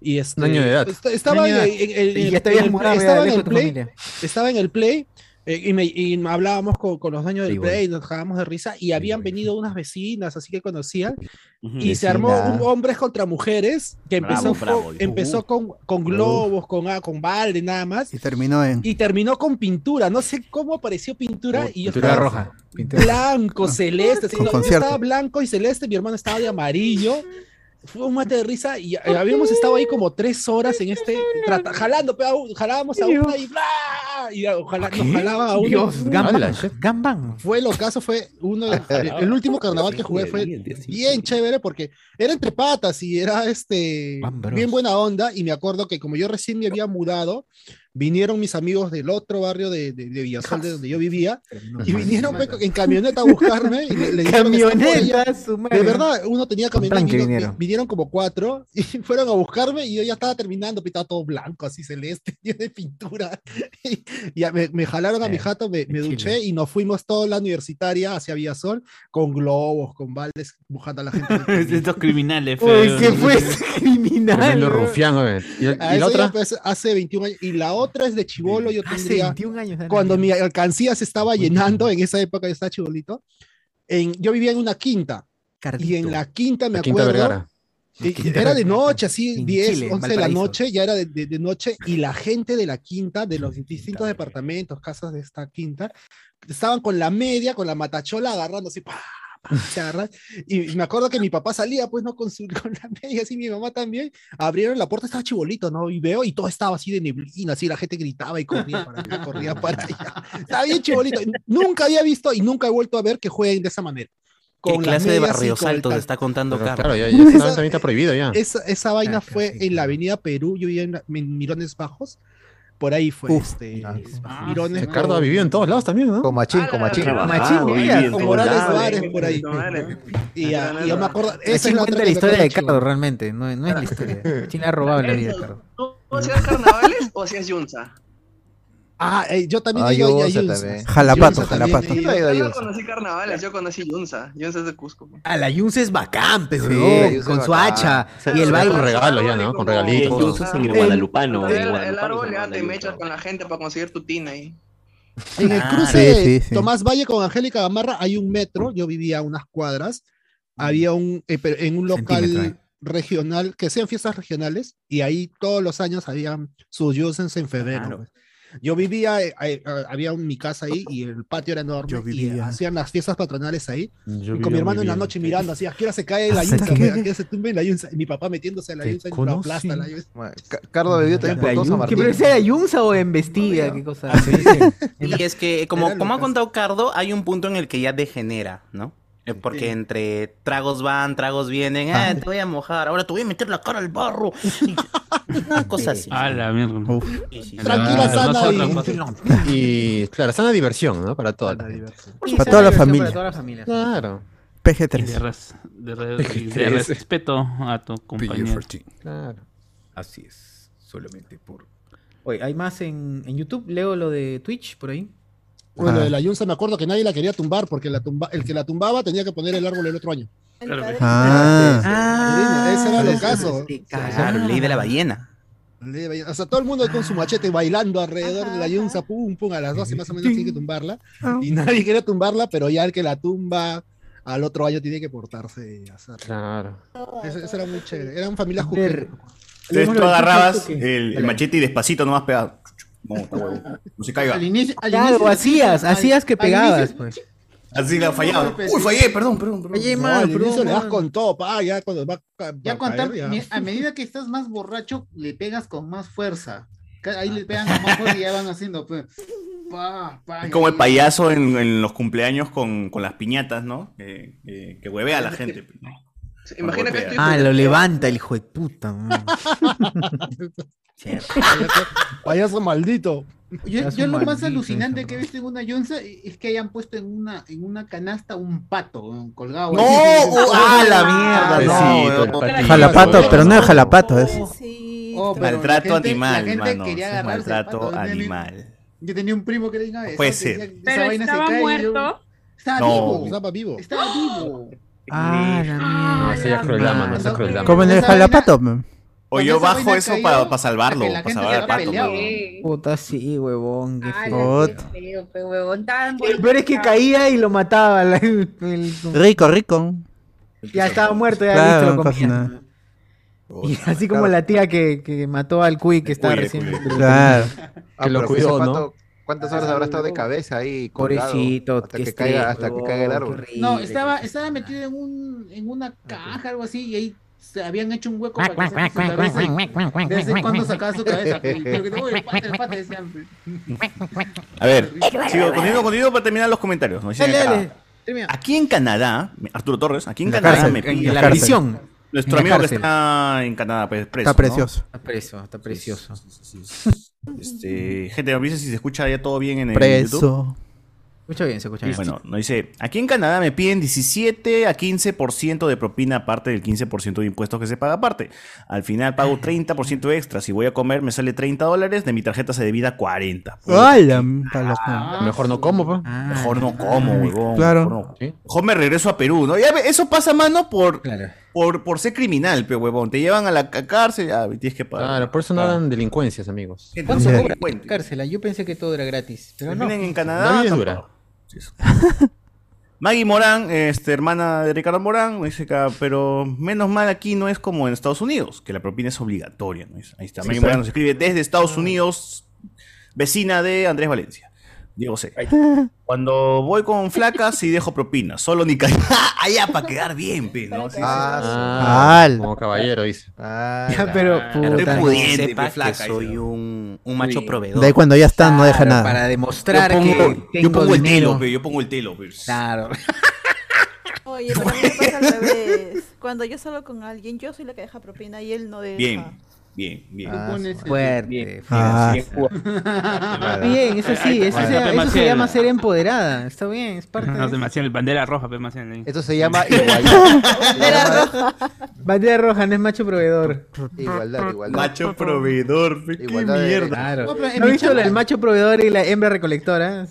Speaker 3: Y este,
Speaker 2: Un año de edad.
Speaker 3: est- Estaba
Speaker 1: Un año
Speaker 3: en,
Speaker 1: de edad.
Speaker 3: en- en-
Speaker 1: Y
Speaker 3: en-
Speaker 1: ya te
Speaker 3: en
Speaker 1: habías
Speaker 3: el-
Speaker 1: mudado, ya,
Speaker 3: estaba en
Speaker 1: lejos
Speaker 3: el
Speaker 1: de tu
Speaker 3: play.
Speaker 1: familia.
Speaker 3: Estaba en el play Eh, y, me- y hablábamos con, con los dueños del Play, nos dejábamos de risa y habían venido unas vecinas, así que conocían.
Speaker 29: Ujú.
Speaker 3: Y se armó
Speaker 29: Vecina.
Speaker 3: un hombres contra mujeres que
Speaker 4: Bravo,
Speaker 3: empezó,
Speaker 4: bravo,
Speaker 3: con,
Speaker 4: dijo.
Speaker 3: empezó con, con globos, con, ah, con balde, nada más.
Speaker 4: Y terminó en.
Speaker 3: Y terminó con pintura. No sé cómo apareció pintura. y yo
Speaker 1: Pintura
Speaker 3: estaba
Speaker 1: roja.
Speaker 4: (laughs)
Speaker 1: Pintura.
Speaker 3: Blanco, celeste. así,
Speaker 4: Con
Speaker 3: no, yo
Speaker 4: concierto.
Speaker 3: estaba blanco y celeste. Mi hermano estaba de amarillo. Fue un mate de risa y eh, habíamos estado ahí como tres horas en este. trata- jalando, pe, a un- jalábamos a una y bla. ah,
Speaker 30: (laughs)
Speaker 3: Y ojalá, nos jalaban a uno.
Speaker 1: Dios, Gamban.
Speaker 3: Fue el ocaso, fue uno de- el, el último carnaval que jugué Ah, fue bien chévere porque era entre patas y era este bien buena onda y me acuerdo que como yo recién me había mudado, vinieron mis amigos del otro barrio de, de, de Villasol de donde yo vivía y vinieron pe, en camioneta a buscarme y le, le dijeron que están por allá.
Speaker 1: Camioneta, su madre.
Speaker 3: De verdad, uno tenía
Speaker 1: Con
Speaker 3: camioneta y
Speaker 1: tanque
Speaker 3: vino- vi-
Speaker 1: vinieron.
Speaker 3: vinieron. como cuatro (laughs) y fueron a buscarme y yo ya estaba terminando, pe, estaba todo blanco, así celeste, (laughs) lleno de pintura. (laughs) Y ya me, me jalaron
Speaker 2: Eh,
Speaker 3: a mi jato, me, me duché y nos fuimos toda la universitaria hacia Villasol con globos, con baldes, buscando a la gente.
Speaker 14: Estos criminales,
Speaker 3: Uy,
Speaker 14: feos.
Speaker 3: ¿qué fue ese criminal?
Speaker 2: Tremendo
Speaker 3: güey.
Speaker 2: rufián, a ver. (laughs) ¿Y, y
Speaker 3: A
Speaker 2: la
Speaker 3: eso ya,
Speaker 2: otra?
Speaker 3: pues, hace 21 años. Y la otra es de chivolo, yo
Speaker 1: Hace
Speaker 3: tendría.
Speaker 1: 21 años, Ana.
Speaker 3: Cuando mi alcancía se estaba llenando, en esa época yo estaba chivolito, en, yo vivía en una quinta. Y en la quinta me
Speaker 2: La Quinta
Speaker 3: acuerdo.
Speaker 2: Vergara.
Speaker 3: y- y
Speaker 2: Quinta
Speaker 3: era de
Speaker 2: Vergara.
Speaker 3: noche, así
Speaker 2: En
Speaker 3: 10,
Speaker 2: Chile, en
Speaker 3: 11 de la
Speaker 2: Valparaíso.
Speaker 3: noche, ya era de, de- de noche, y la gente de la quinta, de los distintos departamentos, casas de esta quinta, estaban con la media, con la matachola agarrando así, ¡pah!
Speaker 2: (laughs)
Speaker 3: se agarran. Y me acuerdo que mi papá salía, pues, ¿no? Con, su, (laughs) con la media, así mi mamá también. Abrieron la puerta, estaba chibolito, ¿no? Y veo, y todo estaba así de neblina, así la gente gritaba y corría para allá, corría para
Speaker 2: (laughs)
Speaker 3: allá. Estaba bien chibolito. Nunca había visto y nunca he vuelto a ver que jueguen de esa manera.
Speaker 12: ¿Qué
Speaker 3: las
Speaker 12: clase de
Speaker 3: medias y
Speaker 12: barrios
Speaker 3: con el
Speaker 12: altos
Speaker 3: tal-
Speaker 12: está contando
Speaker 2: Pero
Speaker 12: Carlos?
Speaker 2: claro, ya,
Speaker 3: (laughs)
Speaker 2: ya esa
Speaker 3: Esa-
Speaker 2: también está prohibido ya.
Speaker 3: Esa, esa vaina fue en la avenida Perú, yo vivía en, la- en Mirones Bajos. Por ahí fue
Speaker 2: Uf.
Speaker 3: este. Mirones
Speaker 2: Ricardo ha
Speaker 3: con-
Speaker 2: vivido en todos lados también, ¿no?
Speaker 9: Ah. Con Machín,
Speaker 3: Ah,
Speaker 9: con Machín.
Speaker 3: Machín, mira, con Morales
Speaker 9: lados.
Speaker 3: Vares por ahí. Y, ah, y yo me acuerdo.
Speaker 1: Esa
Speaker 3: Esa es la
Speaker 1: cuenta
Speaker 3: otra
Speaker 1: la
Speaker 3: que me
Speaker 1: historia
Speaker 3: acuerdo
Speaker 1: de
Speaker 3: chivo.
Speaker 1: Cardo, realmente. No, no es la historia. Chin le ha robado la vida a Cardo.
Speaker 19: ¿O hacías carnavales o hacías yunza?
Speaker 3: Ah, eh, yo también
Speaker 9: Ah,
Speaker 3: he ido a- a
Speaker 9: Yunza
Speaker 3: Yunza.
Speaker 9: también.
Speaker 4: Jalapato,
Speaker 3: Yunza también
Speaker 4: jalapato.
Speaker 3: he ido.
Speaker 19: Yo no conocí carnavales, yo conocí yunza. Yunza es de Cusco.
Speaker 1: A Ah, la Yunce es bacán, pe, huevón,
Speaker 2: la Yunce es
Speaker 1: con su
Speaker 2: bacán.
Speaker 1: hacha
Speaker 2: Se-
Speaker 1: y
Speaker 2: se
Speaker 1: el
Speaker 2: da
Speaker 1: baile.
Speaker 2: con regalo ya, ¿no? Con regalitos.
Speaker 28: El Yunza es en el
Speaker 2: El-
Speaker 28: guadalupano.
Speaker 19: El,
Speaker 28: en
Speaker 19: el
Speaker 28: guadalupano
Speaker 19: árbol
Speaker 28: se
Speaker 19: ya
Speaker 28: llama la
Speaker 19: te
Speaker 28: yunta.
Speaker 19: mechas con la gente para conseguir tu tina ahí.
Speaker 3: En el
Speaker 19: Ah,
Speaker 3: cruce
Speaker 19: sí,
Speaker 3: de
Speaker 19: sí, sí.
Speaker 3: Tomás Valle con Angélica Gamarra hay un metro, yo vivía a unas cuadras, había un, eh, pero en un
Speaker 1: Centímetro, eh.
Speaker 3: local regional, que hacían fiestas regionales, y ahí todos los años habían sus Yusens en febrero. pues. Yo vivía, eh, eh, eh, había un- mi casa ahí y el patio era enorme y hacían las fiestas patronales ahí.
Speaker 2: Yo
Speaker 3: y con
Speaker 2: vivía
Speaker 3: mi hermano
Speaker 2: muy
Speaker 3: en la
Speaker 2: bien.
Speaker 3: noche mirando así, ¿a qué hora se cae la
Speaker 2: ¿Hasta
Speaker 3: yunza?
Speaker 2: qué?
Speaker 3: güey? ¿A qué hora se tumba la yunza? Y mi papá metiéndose a la
Speaker 2: ¿Te
Speaker 3: yunza y lo
Speaker 2: conocí?
Speaker 3: aplasta la yunza.
Speaker 9: Cardo bebió también por todo San
Speaker 1: ¿Qué
Speaker 9: Martín.
Speaker 1: pero ese era Yunza o embestida? ¿Qué cosa?
Speaker 3: Ah,
Speaker 12: Y es que, como, como ha contado Cardo, hay un punto en el que ya degenera, ¿no? Eh, Porque entre tragos van, tragos vienen, ah, te voy a mojar, ahora te voy a meter la cara al barro. Y- Una cosa así.
Speaker 14: A Ah, la mierda. Ah,
Speaker 3: Tranquila, sana
Speaker 2: Nosotros,
Speaker 3: y-
Speaker 2: nosotros. Y claro, sana diversión, ¿no? Para toda la gente.
Speaker 1: Sí,
Speaker 4: Para
Speaker 1: esa
Speaker 4: toda la
Speaker 1: diversión
Speaker 4: familia.
Speaker 1: Para toda la familia.
Speaker 2: Claro.
Speaker 14: Y de,
Speaker 4: PG3.
Speaker 14: res- de re- y de respeto a tu compañero.
Speaker 2: Claro.
Speaker 1: Así es. Solamente por. Oye, ¿hay más en, en YouTube? Leo lo de Twitch por ahí.
Speaker 3: Bueno, de la yunza me acuerdo que nadie la quería tumbar porque la tumba, el que la tumbaba tenía que poner el árbol el otro año.
Speaker 12: Ah.
Speaker 3: ese era el caso.
Speaker 12: Claro, ley de la ballena.
Speaker 3: O sea, todo el mundo con su machete bailando alrededor de la yunza, pum, pum, a las 12 más o menos tiene que tumbarla.
Speaker 12: Ah.
Speaker 3: Y nadie quiere tumbarla, pero ya el que la tumba al otro año tiene que portarse y hacerlo.
Speaker 2: Claro.
Speaker 3: Eso, eso era muy chévere. Eran familias
Speaker 1: Ver,
Speaker 3: juguetes.
Speaker 5: Entonces tú
Speaker 1: Lo-
Speaker 5: agarrabas
Speaker 1: ¿qué?
Speaker 5: el, el
Speaker 1: Dale.
Speaker 5: machete y despacito nomás pegado. No, está huevo. No se caiga.
Speaker 10: Al inicio, al
Speaker 1: Claro,
Speaker 10: inicio-
Speaker 1: hacías,
Speaker 10: al-
Speaker 1: hacías que
Speaker 10: al
Speaker 1: pegabas,
Speaker 10: inicio-
Speaker 1: pues.
Speaker 5: Así la fallaba.
Speaker 10: Pero-
Speaker 5: Uy, fallé, perdón, perdón, perdón.
Speaker 1: Oye,
Speaker 3: No,
Speaker 1: mal,
Speaker 3: al
Speaker 1: bro,
Speaker 3: inicio le das
Speaker 1: man.
Speaker 3: con todo, pa, ya cuando va, a ca-
Speaker 10: Ya
Speaker 3: va a
Speaker 10: cuando
Speaker 3: caer, ya.
Speaker 10: a medida que estás más borracho, le pegas con más fuerza. Ca- Ahí
Speaker 1: Ah.
Speaker 10: le pegan con más fuerza y ya van haciendo. Pues, pa, pa,
Speaker 5: Es como el
Speaker 10: y-
Speaker 5: payaso en, en los cumpleaños con, con las piñatas, ¿no? Eh, Que, que, que huevea a la gente. pues, ¿no?
Speaker 19: Imagina que estoy-
Speaker 1: Ah, lo levanta el hijo de puta. man.
Speaker 19: (laughs)
Speaker 3: (laughs)
Speaker 10: (laughs)
Speaker 3: Payaso- Payaso maldito.
Speaker 10: Yo,
Speaker 1: Estás
Speaker 10: yo lo más
Speaker 1: maldito,
Speaker 10: alucinante que he visto en una yonza es que hayan puesto en una, en una canasta un pato ¿no? colgado.
Speaker 5: ¡No!
Speaker 10: Ahí.
Speaker 5: ¡Oh, ah, la mierda!
Speaker 10: Pobrecito,
Speaker 5: No,
Speaker 10: el
Speaker 5: weón.
Speaker 4: Jalapato, pero no es jalapato, es.
Speaker 10: Oh, pero
Speaker 5: Maltrato
Speaker 10: la gente-
Speaker 5: animal,
Speaker 10: la gente
Speaker 5: mano.
Speaker 10: quería
Speaker 5: Eso es
Speaker 10: agarrarse el pato,
Speaker 5: maltrato
Speaker 10: ¿no?
Speaker 5: animal.
Speaker 10: Yo tenía un primo que era una vez.
Speaker 5: Puede ser.
Speaker 11: Pero estaba muerto.
Speaker 10: Estaba
Speaker 5: No.
Speaker 10: vivo.
Speaker 3: Estaba vivo.
Speaker 10: Estaba vivo.
Speaker 4: Ah,
Speaker 5: No, Ah, eso ya es crueldad, mano. Eso es crueldad.
Speaker 4: Como en el
Speaker 10: Esa vaina-
Speaker 4: jalapato. man.
Speaker 5: O yo bajo eso para, para salvarlo, para salvar al pato. mano.
Speaker 1: Puta, sí, huevón. qué
Speaker 11: Ay,
Speaker 1: feo.
Speaker 11: Pero, pero, huevón, tan
Speaker 1: Lo peor es que
Speaker 9: Ah.
Speaker 1: caía y lo mataba. la- el- el-
Speaker 4: Rico, rico.
Speaker 1: Ya estaba muerto, ya
Speaker 4: Claro,
Speaker 1: listo,
Speaker 4: no
Speaker 1: lo
Speaker 4: pasa
Speaker 1: comía.
Speaker 4: nada.
Speaker 9: Oh,
Speaker 1: Y así como la tía que, que mató al Cuy que estaba
Speaker 4: Cuy, el
Speaker 1: recién.
Speaker 4: Cuy. Claro.
Speaker 9: Ah, pero
Speaker 4: cuidó,
Speaker 9: ese
Speaker 4: ¿no?
Speaker 9: pato, ¿Cuántas horas habrá estado de cabeza ahí? colgado?
Speaker 1: Pobrecito,
Speaker 9: hasta
Speaker 1: qué
Speaker 9: que caiga,
Speaker 1: estrés,
Speaker 9: hasta que caiga el
Speaker 1: huevón,
Speaker 9: árbol.
Speaker 1: qué
Speaker 10: No,
Speaker 1: horrible.
Speaker 10: estaba, estaba metido en, un, en una caja, algo así, y ahí se habían hecho un hueco
Speaker 1: Cuac,
Speaker 10: para que saque
Speaker 1: cuac,
Speaker 10: su
Speaker 1: cuac,
Speaker 10: cabeza.
Speaker 1: cuac, cuac,
Speaker 10: y
Speaker 1: cuac,
Speaker 10: De vez en
Speaker 1: cuac,
Speaker 10: cuando
Speaker 1: cuac,
Speaker 10: sacaba su
Speaker 1: cuac,
Speaker 10: cabeza.
Speaker 1: cuac,
Speaker 10: Pero que no, el pata, el "Mm". pata, decían.
Speaker 5: A ver, sigo continuo, continuo para terminar los comentarios. Nos dicen
Speaker 1: Dale,
Speaker 5: acá.
Speaker 1: dale. Termina.
Speaker 5: Aquí en Canadá, Arturo Torres, aquí en,
Speaker 1: En la
Speaker 5: Canadá
Speaker 1: cárcel,
Speaker 5: me
Speaker 1: en
Speaker 5: pilla-
Speaker 1: la cárcel. prisión.
Speaker 5: Nuestro
Speaker 1: En la
Speaker 5: amigo que
Speaker 1: cárcel.
Speaker 5: está en Canadá, pues, preso.
Speaker 4: Está precioso.
Speaker 5: ¿no?
Speaker 1: Está preso, está precioso.
Speaker 5: Este, gente, me avisa si se escucha ya todo bien en el YouTube.
Speaker 4: Preso.
Speaker 1: Escucha bien, se escucha bien.
Speaker 5: Bueno, nos dice, aquí en Canadá me piden 17 a 15% de propina aparte del 15% de impuestos que se paga aparte. Al final pago 30% extra. Si voy a comer me sale 30 dólares, de mi tarjeta se debida 40.
Speaker 4: Ay, la
Speaker 2: ah,
Speaker 4: palo-
Speaker 5: Mejor no como, pa. Mejor no como, huevón.
Speaker 4: Claro.
Speaker 5: Mejor, no. Mejor me regreso a Perú, ¿no? Ya ve, eso pasa, mano, por, por, por ser criminal, pe, huevón. Te llevan a la ca- cárcel, ah, tienes que pagar. Ah.
Speaker 2: Claro, por eso no dan delincuencias, amigos.
Speaker 1: ¿Cuánto
Speaker 2: Ya.
Speaker 1: cobra la cárcel? Yo pensé que todo era gratis. Pero no.
Speaker 5: Terminan en
Speaker 2: La
Speaker 5: Canadá.
Speaker 2: vida es
Speaker 5: Ah, tampoco.
Speaker 2: dura.
Speaker 5: Sí, eso. Maggie Morán, este, hermana de Ricardo Morán, me dice acá, pero menos mal aquí no es como en Estados Unidos, que la propina es obligatoria. ¿no? Ahí está.
Speaker 2: Sí,
Speaker 5: Maggie
Speaker 2: sí.
Speaker 5: Morán nos escribe desde Estados Unidos, vecina de Andrés Valencia. Diego C. Cuando voy con flacas sí dejo propina, solo ni caer. (laughs) Allá para quedar bien, pe, ¿no? Sí, sí.
Speaker 4: Ah,
Speaker 2: como caballero, dice.
Speaker 5: Ah,
Speaker 1: Ya, pero puta.
Speaker 5: Estoy pudiente, pe,
Speaker 12: Sepa que
Speaker 5: flaca.
Speaker 12: soy
Speaker 5: dice, ¿no?
Speaker 12: un, un macho proveedor.
Speaker 4: De ahí cuando ya están, no deja
Speaker 1: Claro,
Speaker 4: nada.
Speaker 1: para demostrar
Speaker 5: yo pongo,
Speaker 1: que
Speaker 5: yo
Speaker 1: tengo
Speaker 5: pongo el
Speaker 1: dinero.
Speaker 5: telo, pe, yo pongo el telo. pues. pe.
Speaker 1: Claro.
Speaker 7: Oye, pero a mí me pasa al revés. Cuando yo salgo con alguien, yo soy la que deja propina y él no deja.
Speaker 5: Bien, bien, bien.
Speaker 7: Ah, pones el-
Speaker 1: Fuerte,
Speaker 5: Bien.
Speaker 4: Ah,
Speaker 5: Bien.
Speaker 1: Bien, eso sí, eso,
Speaker 14: Bueno,
Speaker 1: se-
Speaker 14: no te
Speaker 1: eso se
Speaker 14: maciel.
Speaker 1: llama ser empoderada. Está bien,
Speaker 14: (laughs)
Speaker 1: es parte
Speaker 14: No,
Speaker 1: de...
Speaker 14: demasiado, bandera roja, pe, más en-
Speaker 9: Esto se
Speaker 5: (laughs)
Speaker 9: llama igualdad.
Speaker 1: Bandera roja. Bandera roja, no es macho proveedor.
Speaker 9: Igualdad, igualdad.
Speaker 5: Macho proveedor, pe, qué
Speaker 9: Igualdad de
Speaker 5: mierda.
Speaker 1: Claro.
Speaker 10: No, pero en
Speaker 1: ¿No has
Speaker 10: mi
Speaker 1: visto
Speaker 10: chamba-
Speaker 1: el macho proveedor y la hembra recolectora?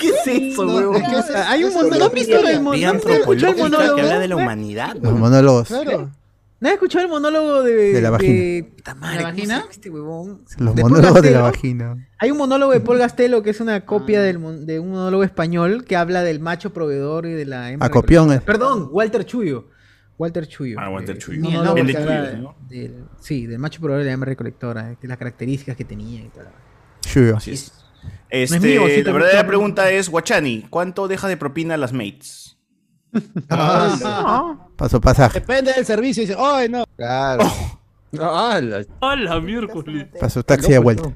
Speaker 1: ¿Qué es eso,
Speaker 10: No,
Speaker 1: huevón?
Speaker 10: es que eso es-
Speaker 1: Hay un
Speaker 10: eso
Speaker 1: montón
Speaker 10: es
Speaker 1: ¿No has visto el
Speaker 12: Vía
Speaker 1: monólogo?
Speaker 12: antropológica que habla de la humanidad.
Speaker 4: Los monólogos.
Speaker 1: Claro. ¿No has escuchado el monólogo de,
Speaker 4: De la vagina.
Speaker 1: Puta madre, ¿cómo se llama este huevón?
Speaker 4: Los
Speaker 1: De Paul
Speaker 4: monólogos de la
Speaker 1: Gastelo.
Speaker 4: vagina.
Speaker 1: Hay un monólogo de Paul Gastelo que es una copia del mon- de un monólogo español que habla del macho proveedor y de la hembra.
Speaker 4: Acopión,
Speaker 1: recolectora.
Speaker 4: eh.
Speaker 1: Perdón, Walter Chuyo. Walter Chuyo. Eh,
Speaker 5: Ah, Walter Chuyo.
Speaker 1: No,
Speaker 5: Bien,
Speaker 1: no,
Speaker 5: bien
Speaker 1: no,
Speaker 5: de
Speaker 1: habla
Speaker 5: Chuyo, ¿no?
Speaker 1: del- sí, del macho proveedor y la hembra recolectora, eh, que las características que tenía y tal.
Speaker 4: Chuyo.
Speaker 5: Así es. Este,
Speaker 1: No es mío, sí,
Speaker 5: la
Speaker 1: también
Speaker 5: verdadera
Speaker 1: está-
Speaker 5: pregunta es, Guachani, ¿cuánto deja de propina a las mates?
Speaker 4: Paso pasaje.
Speaker 3: Depende del servicio. Dice, ¡ay, no!
Speaker 5: (laughs)
Speaker 9: Claro.
Speaker 2: Ah, la...
Speaker 14: ¡A la miércoles!
Speaker 4: Paso taxi de vuelta.
Speaker 9: pues,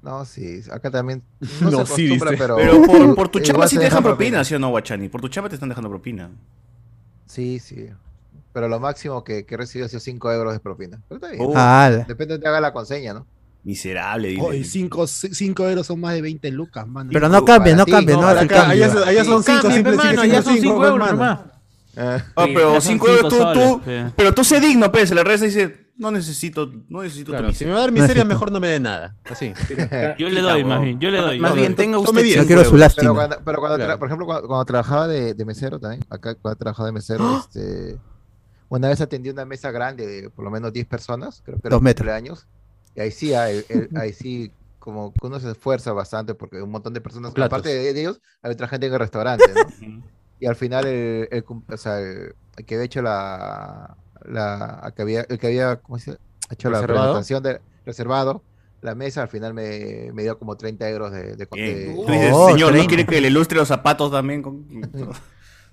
Speaker 9: No, sí, acá también.
Speaker 2: No,
Speaker 5: (laughs)
Speaker 9: No, se
Speaker 2: sí,
Speaker 9: acostumbra,
Speaker 2: dice.
Speaker 9: pero. eh,
Speaker 5: Pero por, por tu
Speaker 9: igual
Speaker 5: chamba sí
Speaker 9: se
Speaker 5: te
Speaker 9: deja
Speaker 5: dejan propina, ¿sí o no, Guachani? Por tu chamba te están dejando propina.
Speaker 9: Sí, sí. Pero lo máximo que, que recibió ha sido 5 euros de propina. Pero está bien.
Speaker 5: Oh. Ala.
Speaker 9: Depende de te haga la conseña, ¿no?
Speaker 5: Miserable, dile.
Speaker 3: Oye, 5 euros son más de 20 lucas, mano.
Speaker 4: Pero no cambia, no cambia, no hace el cambio.
Speaker 1: Cambia, pe, mano, ya son cinco euros nomás.
Speaker 5: Ah, pero
Speaker 14: son
Speaker 5: 5
Speaker 14: cinco
Speaker 5: euros tú,
Speaker 14: soles,
Speaker 5: tú- Pero tú sé digno, pues, la regresa y dice, no necesito, no necesito tu
Speaker 2: Claro,
Speaker 5: miseria.
Speaker 2: si me va a dar miseria, mejor
Speaker 5: (laughs)
Speaker 2: no me dé nada. Así.
Speaker 14: Yo le doy, más bien, yo le doy. Más bien, tenga
Speaker 2: Tome
Speaker 14: usted
Speaker 2: 10.
Speaker 4: Yo quiero su lástima.
Speaker 9: Pero cuando, pero cuando
Speaker 2: Claro.
Speaker 9: tra- por ejemplo, cuando, cuando trabajaba de, de mesero también, acá cuando trabajaba de mesero,
Speaker 14: ¡Ah!
Speaker 9: este, una vez atendí una mesa grande de por lo menos 10 personas, creo que
Speaker 4: Dos metros.
Speaker 9: años, y ahí sí, hay- el- ahí sí, como que uno se esfuerza bastante porque un montón de personas,
Speaker 2: Platos.
Speaker 9: aparte de, de ellos, hay otra gente en el restaurante, ¿no? y al final el, el cum- o sea, el- el que había hecho la, la el que había, el que había ¿cómo se dice? hecho la
Speaker 2: Reservado.
Speaker 9: presentación de reservado, la mesa al final me, me dio como 30 euros de, de, de-
Speaker 5: Tú dices,
Speaker 4: Oh,
Speaker 5: señor, ¿no
Speaker 4: tremendo.
Speaker 5: quiere que le ilustre los zapatos también? Con...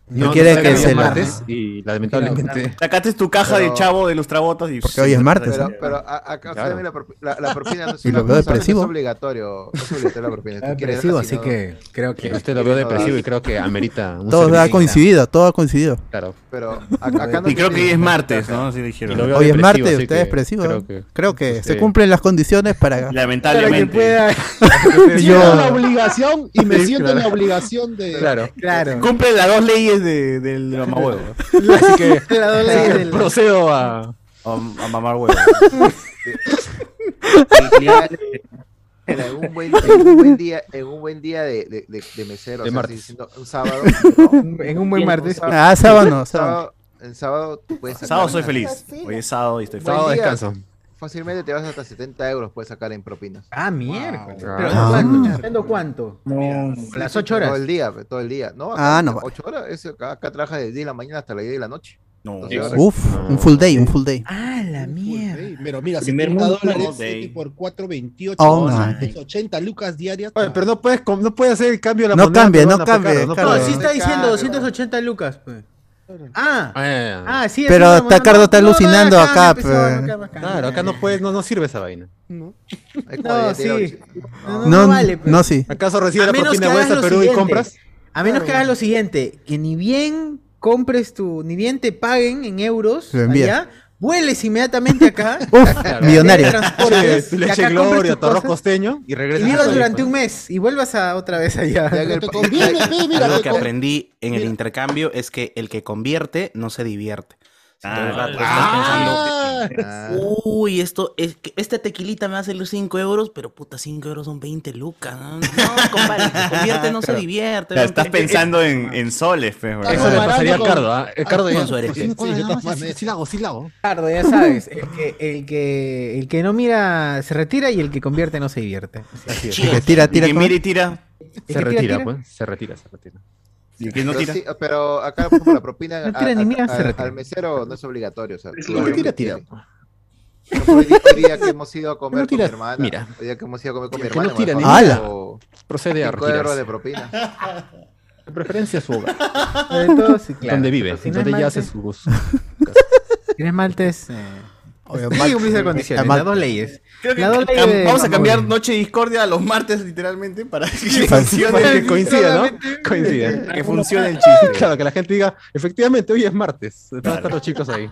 Speaker 4: No quiere que se la-
Speaker 2: martes y lamentablemente.
Speaker 5: Sacaste tu caja
Speaker 9: Pero-
Speaker 5: de chavo de lustrabotas y...
Speaker 4: Porque hoy es martes. ¿eh?
Speaker 9: Pero, pero a- acá
Speaker 5: Claro.
Speaker 9: también la, propi- la- la propina no es,
Speaker 4: (laughs) Y
Speaker 9: una
Speaker 4: lo veo
Speaker 9: cosa, no
Speaker 4: depresivo.
Speaker 9: es obligatorio. No es obligatorio la
Speaker 1: (laughs)
Speaker 9: propina. Tú quieres
Speaker 1: depresivo,
Speaker 9: darla,
Speaker 1: así
Speaker 9: si no-
Speaker 1: que creo que-
Speaker 2: Usted lo veo depresivo y creo que amerita un
Speaker 4: Todo ha
Speaker 2: servicio.
Speaker 4: coincidido, todo ha coincidido.
Speaker 2: Claro.
Speaker 9: Pero a- acá no
Speaker 5: Y creo
Speaker 9: tiene-
Speaker 5: que hoy es martes, ¿no? Así dijeron.
Speaker 2: Y lo veo
Speaker 4: Hoy es
Speaker 2: depresivo,
Speaker 4: martes,
Speaker 2: así
Speaker 4: usted es
Speaker 2: que
Speaker 4: expresivo.
Speaker 2: creo
Speaker 4: Creo
Speaker 2: que-
Speaker 4: que,
Speaker 2: Sí.
Speaker 4: se cumplen las condiciones para.
Speaker 5: Lamentablemente.
Speaker 3: Para Yo
Speaker 4: Yo-
Speaker 3: la obligación y me
Speaker 4: Sí,
Speaker 3: siento en
Speaker 4: claro.
Speaker 3: la obligación de.
Speaker 1: Claro.
Speaker 5: Cumple las dos leyes de, del mamahuevo.
Speaker 2: (laughs) Así que
Speaker 5: (laughs)
Speaker 1: (laughs) Las dos leyes del-
Speaker 2: procedo a.
Speaker 5: A, a
Speaker 2: (laughs)
Speaker 5: mamar huevo.
Speaker 9: En algún buen, en un buen día, en un buen día de, de, de, de mesero,
Speaker 2: De
Speaker 9: o sea,
Speaker 4: (laughs)
Speaker 2: martes.
Speaker 9: si- si no, un sábado. ¿no?
Speaker 1: En un buen martes.
Speaker 4: Ah, sábado no, sábado.
Speaker 9: el sábado tú puedes sacar.
Speaker 5: Sábado soy feliz. Hoy es sábado y estoy
Speaker 9: Buen
Speaker 5: feliz.
Speaker 9: día, Fácilmente te vas hasta 70 euros puedes sacar en propinas.
Speaker 1: Ah, miércoles.
Speaker 9: Wow.
Speaker 1: Pero
Speaker 9: Ah.
Speaker 1: ¿cuánto? ¿Dependo cuánto?
Speaker 9: Sí,
Speaker 1: Las
Speaker 9: sí,
Speaker 1: 8 horas.
Speaker 9: Todo el día, pe, todo el día. No,
Speaker 4: Ah,
Speaker 9: acá-
Speaker 4: no.
Speaker 9: 8 horas. es acá, acá trabaja desde 10 de la mañana hasta las 10 de la noche. Entonces, ahora-
Speaker 4: Uf, un full day, un full day.
Speaker 1: Ah, la mierda.
Speaker 3: Pero mira,
Speaker 9: Primer
Speaker 3: 70
Speaker 9: mundo,
Speaker 3: dólares
Speaker 9: ok.
Speaker 3: siete por 4.28,
Speaker 4: Oh,
Speaker 3: son
Speaker 4: my.
Speaker 3: 80 lucas diarias.
Speaker 2: Oye, pero no puedes, com- no puedes hacer el cambio de la
Speaker 4: No
Speaker 2: moneda
Speaker 4: cambie, no
Speaker 2: peruana, pe,
Speaker 4: cambie,
Speaker 2: Carlos,
Speaker 4: Carlos.
Speaker 2: puedes.
Speaker 4: Sí
Speaker 32: Está diciendo 280 lucas, pues. Ah,
Speaker 2: Ah,
Speaker 32: ah, sí,
Speaker 4: Pero
Speaker 32: es una
Speaker 4: está-
Speaker 32: moneda-
Speaker 4: Carlos está
Speaker 32: no, no,
Speaker 4: alucinando
Speaker 32: acá me
Speaker 4: acá,
Speaker 32: empezó,
Speaker 4: pe.
Speaker 32: acá, acá.
Speaker 2: Claro, acá no puedes, no, no sirve esa vaina.
Speaker 32: No, sí. No,
Speaker 4: No,
Speaker 32: no vale, pe.
Speaker 4: no, sí.
Speaker 2: ¿Acaso recibe
Speaker 32: A
Speaker 2: la
Speaker 32: menos
Speaker 2: propina
Speaker 32: que
Speaker 2: de
Speaker 32: hagas
Speaker 2: Bolsa
Speaker 32: lo
Speaker 2: Perú y
Speaker 32: siguiente.
Speaker 2: compras?
Speaker 32: A menos que hagas lo siguiente, que ni bien compres tu, ni bien te paguen en euros
Speaker 4: Lo envías.
Speaker 32: allá, vueles inmediatamente acá.
Speaker 4: Uf, millonario.
Speaker 32: te transportes,
Speaker 2: Sí,
Speaker 32: y acá
Speaker 2: leche
Speaker 32: compres
Speaker 2: gloria,
Speaker 32: tus
Speaker 2: torros
Speaker 32: cosas,
Speaker 2: costeño y
Speaker 32: Y
Speaker 2: regresas. a
Speaker 32: vivas
Speaker 2: tu
Speaker 32: durante
Speaker 2: país.
Speaker 32: un mes y vuelvas a otra
Speaker 1: (laughs)
Speaker 32: vez allá.
Speaker 12: Algo que aprendí en el intercambio es que el que convierte no se divierte. Si todo el rato
Speaker 1: Ah.
Speaker 12: estás pensando, uy, esto es que esta tequilita me va a salir 5 euros, pero puta, 5 euros son 20 lucas. No, no compadre, el que convierte no se divierte.
Speaker 5: Claro, estás pensando en, en soles, pues, pe, bro.
Speaker 12: Eso le pasaría a Cardo,
Speaker 2: ¿ah?
Speaker 12: El Cardo ya-
Speaker 3: Sí, sí, sí, sí, la hago, sí la hago.
Speaker 1: Tardo, ya sabes, el que, el, que, el que no mira se retira y el que convierte no se divierte. Así es.
Speaker 2: Que tira, tira, ¿cómo?
Speaker 1: El
Speaker 2: Se
Speaker 1: que tira,
Speaker 2: retira,
Speaker 1: tira.
Speaker 2: pues. Se retira, se retira.
Speaker 5: ¿Y
Speaker 9: Pero, sí, pero acá por ejemplo, la
Speaker 1: (laughs)
Speaker 9: propina
Speaker 1: No tira ni
Speaker 9: a- a-
Speaker 1: mira,
Speaker 9: a-
Speaker 1: se retira.
Speaker 9: al mesero no es obligatorio. O sea,
Speaker 2: El que tira, tira.
Speaker 9: Por ejemplo, hoy día- hoy día que hemos ido a comer
Speaker 2: No tira,
Speaker 9: con mi hermana.
Speaker 2: mira.
Speaker 9: Hoy día que hemos ido a comer con mi
Speaker 2: El que no
Speaker 9: hermana.
Speaker 2: tira ni
Speaker 9: me pagó
Speaker 2: mira.
Speaker 9: como
Speaker 2: Procede a
Speaker 9: cinco euros
Speaker 2: retirarse.
Speaker 1: (laughs)
Speaker 9: de propina.
Speaker 2: De preferencia su hogar.
Speaker 1: Entonces, sí, claro.
Speaker 2: Donde vive,
Speaker 1: Pero si no
Speaker 2: donde
Speaker 1: es
Speaker 2: ya
Speaker 1: Marte.
Speaker 2: hace su su-
Speaker 1: Tienes maltes. Eh, (laughs) sí, cumplís las condiciones,
Speaker 5: Mal-
Speaker 1: las dos leyes.
Speaker 5: Creo que
Speaker 1: Las dos
Speaker 5: cam-
Speaker 1: leyes de-
Speaker 5: vamos a cambiar Noche Discordia a los martes, literalmente, para (laughs) que
Speaker 2: Para-
Speaker 5: funcione.
Speaker 2: para que coincida, ¿no?
Speaker 5: Solamente-
Speaker 2: (laughs) Coincida.
Speaker 5: Que funcione el
Speaker 2: (laughs)
Speaker 5: chiste.
Speaker 2: Claro, que la gente diga, efectivamente, hoy es martes. Van a estar los chicos ahí.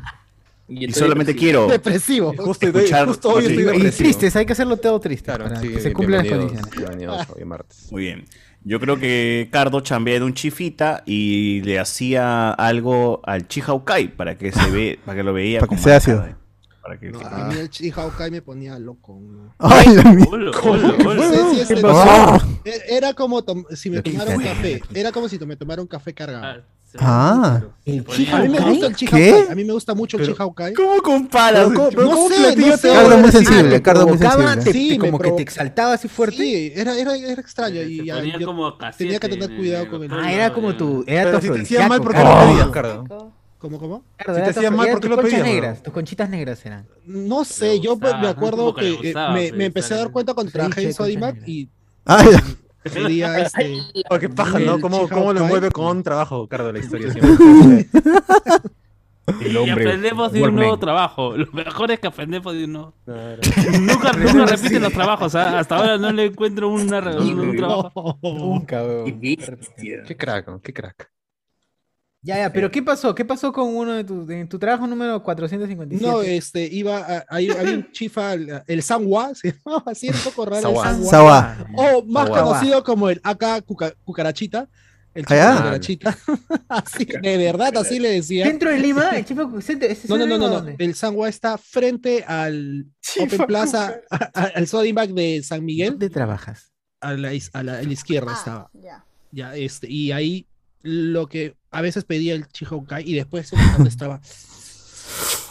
Speaker 5: Y solamente quiero
Speaker 1: Depresivo.
Speaker 2: Justo, estoy-
Speaker 5: escuchar
Speaker 2: justo hoy
Speaker 5: los
Speaker 2: estoy
Speaker 5: chicos.
Speaker 1: Y
Speaker 2: depresivo.
Speaker 1: tristes, hay que hacerlo todo triste. para que se cumplan las
Speaker 2: bienvenidos,
Speaker 1: condiciones.
Speaker 2: bienvenidos hoy martes.
Speaker 5: Muy bien. Yo creo que Cardo chambea de un chifita y le hacía algo al Chihaukai para que se ve, para que lo veía
Speaker 4: Para que
Speaker 5: con
Speaker 4: sea
Speaker 5: más
Speaker 4: ácido.
Speaker 5: cara, Para que,
Speaker 3: A mí el Chihaukai me ponía loco. ¿no?
Speaker 4: Ay, la mierda.
Speaker 3: ¿Cómo?
Speaker 4: Hola, hola.
Speaker 3: Sí, sí, es
Speaker 4: ¿Qué
Speaker 3: el-
Speaker 4: pasó?
Speaker 3: Era- E-, Era como tom- si me
Speaker 4: Qué
Speaker 3: tomaron
Speaker 4: infeliz.
Speaker 3: café. Era como si me tomaron café cargado.
Speaker 4: Ah.
Speaker 3: A mí me gusta
Speaker 4: ¿Qué?
Speaker 3: el Chihaukai. A mí me gusta mucho el Chihaukai.
Speaker 5: ¿Cómo comparas?
Speaker 3: No sé, no sé.
Speaker 4: Cardo muy
Speaker 3: Sí,
Speaker 4: sensible,
Speaker 3: me
Speaker 4: Cardo muy
Speaker 3: provocaba,
Speaker 4: sensible.
Speaker 3: sí, me
Speaker 1: como que
Speaker 3: provo-
Speaker 1: te exaltaba así fuerte.
Speaker 3: Sí, era, era, era extraño. Y ya-
Speaker 1: ponía
Speaker 3: yo
Speaker 1: como
Speaker 3: tenía que
Speaker 1: casiete
Speaker 3: tener cuidado con el.
Speaker 1: Ah, era como tu. Era
Speaker 2: Pero
Speaker 1: tu
Speaker 2: si te hacía
Speaker 1: afrodisíaco,
Speaker 2: mal, ¿por qué
Speaker 1: Cardo.
Speaker 2: lo pedías, Cardo?
Speaker 3: ¿Cómo, cómo?
Speaker 1: Cardo,
Speaker 2: Si te
Speaker 1: era tu
Speaker 2: hacía mal,
Speaker 1: afrodisíaco,
Speaker 2: ¿por qué
Speaker 1: tus
Speaker 2: lo
Speaker 1: conchas
Speaker 2: pedías,
Speaker 1: negras, tus conchitas negras eran.
Speaker 3: No sé, yo pues, me acuerdo que eh, me, me empecé a dar cuenta cuando trabajé en Sodimac y
Speaker 2: Ah,
Speaker 3: quería este. (laughs)
Speaker 2: Oh, qué paja, ¿no?
Speaker 3: el
Speaker 2: ¿Cómo, cómo lo
Speaker 3: Chihaukai.
Speaker 2: envuelve con un trabajo, Cardo, la historia (laughs) siempre?
Speaker 33: Y aprendemos de un
Speaker 2: Warman.
Speaker 33: nuevo trabajo. Lo mejor es que aprendemos de un nuevo. (laughs) Nunca, nunca repiten los trabajos. ¿ah? Hasta ahora no le encuentro una, un, un trabajo.
Speaker 1: Nunca, weón.
Speaker 2: Qué crack, qué crack.
Speaker 1: Ya, ya, pero ¿qué pasó? ¿Qué pasó con uno de tus. en tu trabajo número 457?
Speaker 3: No, este, iba a, ahí había un chifa, el, el Sanwa, se llamaba así, era un poco raro.
Speaker 2: Sanwa.
Speaker 3: El Sanwa.
Speaker 4: Sanwa.
Speaker 3: O más
Speaker 4: Sanwa.
Speaker 3: conocido como el AK cuca- Cucarachita. El
Speaker 4: Ah, ya.
Speaker 3: chifa Cucarachita. así, de verdad, así le decía.
Speaker 1: ¿Dentro de Lima? ¿El chifa Cucarachita? ¿Ese
Speaker 3: No, no, no,
Speaker 1: centro de Lima
Speaker 3: no, no.
Speaker 1: dónde?
Speaker 3: El Sanwa está frente al Open Plaza, a- a- al Sodimac de San Miguel.
Speaker 1: ¿Dónde trabajas?
Speaker 3: A la, is- a la- a la izquierda estaba.
Speaker 7: Ya.
Speaker 3: Ya, este, y ahí lo que a veces pedía el Chihaukai y después en la tarde estaba.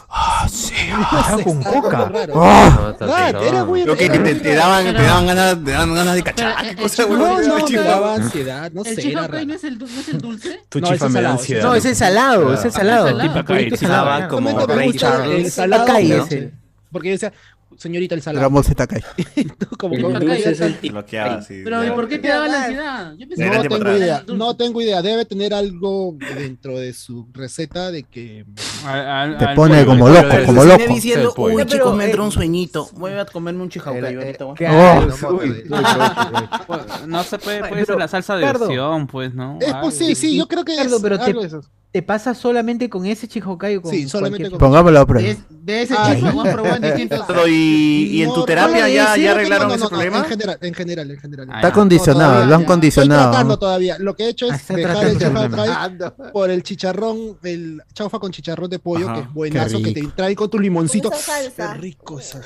Speaker 3: Ah, sí,
Speaker 1: estaba con coca.
Speaker 3: Raro.
Speaker 5: Ah.
Speaker 3: Raro, era muy
Speaker 5: Creo que
Speaker 3: raro.
Speaker 5: te, te daban, te daban ganas, te daban ganas de
Speaker 3: (laughs)
Speaker 5: cachar. ¿Qué cosa,
Speaker 3: No,
Speaker 5: güey?
Speaker 3: no,
Speaker 5: Chihuahua.
Speaker 3: me daba ansiedad, no sé, era raro.
Speaker 34: no es el, du- no es el dulce?
Speaker 2: Tu
Speaker 3: No,
Speaker 2: chifa
Speaker 3: ese
Speaker 2: me da
Speaker 3: salado,
Speaker 2: ansiedad.
Speaker 1: No, ese es salado, ese es salado.
Speaker 3: Ah,
Speaker 2: Tipo acá,
Speaker 1: Purito
Speaker 2: el salado,
Speaker 1: salado.
Speaker 2: como
Speaker 3: Momento me
Speaker 2: Ray
Speaker 3: gusta
Speaker 2: Charles.
Speaker 3: el salado,
Speaker 1: Takai
Speaker 3: ¿no?
Speaker 1: es el-
Speaker 3: Porque yo decía, señorita, el salado.
Speaker 4: Ramón se está
Speaker 3: (laughs)
Speaker 4: acá.
Speaker 3: Como
Speaker 5: El
Speaker 3: con-
Speaker 5: dulce es el- Bloqueada, sí.
Speaker 34: Pero ¿y por qué te daba la ansiedad? Yo pensé
Speaker 3: No
Speaker 5: Era
Speaker 34: que
Speaker 3: tengo
Speaker 5: temporada.
Speaker 3: idea, no tengo idea. Debe tener algo dentro de su receta de que.
Speaker 4: Te pone como loco, como
Speaker 12: Terminé
Speaker 4: loco.
Speaker 12: diciendo,
Speaker 4: Sí, el
Speaker 12: uy,
Speaker 4: pollo.
Speaker 12: chicos,
Speaker 5: eh,
Speaker 12: me entró un sueñito. Voy a comerme un chihaukai ahorita. güey.
Speaker 4: claro,
Speaker 33: no, No se puede, puede ser la salsa de
Speaker 1: Cardo.
Speaker 33: opción, pues, ¿no?
Speaker 3: Es
Speaker 33: Algo.
Speaker 3: posible, sí, yo creo que
Speaker 1: Ricardo,
Speaker 3: es
Speaker 1: pero
Speaker 3: algo de
Speaker 1: te,
Speaker 3: eso.
Speaker 1: te pasa solamente con ese Chihokai o con
Speaker 3: Sí, solamente
Speaker 1: cualquier-
Speaker 3: con-
Speaker 4: Pongámoslo a prueba.
Speaker 1: De-
Speaker 34: De ese
Speaker 3: Ay.
Speaker 34: chifa, Juan probó en distintos.
Speaker 5: Pero, (laughs) ¿y, y en tu
Speaker 3: No,
Speaker 5: terapia
Speaker 3: no,
Speaker 5: ya,
Speaker 3: sí,
Speaker 5: ya
Speaker 3: no tengo-
Speaker 5: arreglaron
Speaker 3: no,
Speaker 5: ese
Speaker 3: no,
Speaker 5: problema?
Speaker 3: En general, en general, en general.
Speaker 4: Está condicionado, lo han
Speaker 3: Estoy tratando
Speaker 4: condicionado.
Speaker 3: todavía. Lo que he hecho es
Speaker 4: está
Speaker 3: dejar
Speaker 4: tratando
Speaker 3: el
Speaker 4: Ah, el
Speaker 3: chaufa
Speaker 4: problema.
Speaker 9: Ah,
Speaker 3: trae por el chicharrón, el chaufa con chicharrón de pollo,
Speaker 4: Ajá.
Speaker 3: que es buenazo,
Speaker 4: Qué
Speaker 3: que te trae con tu limoncito.
Speaker 7: Con esa salsa.
Speaker 3: Qué rico esa.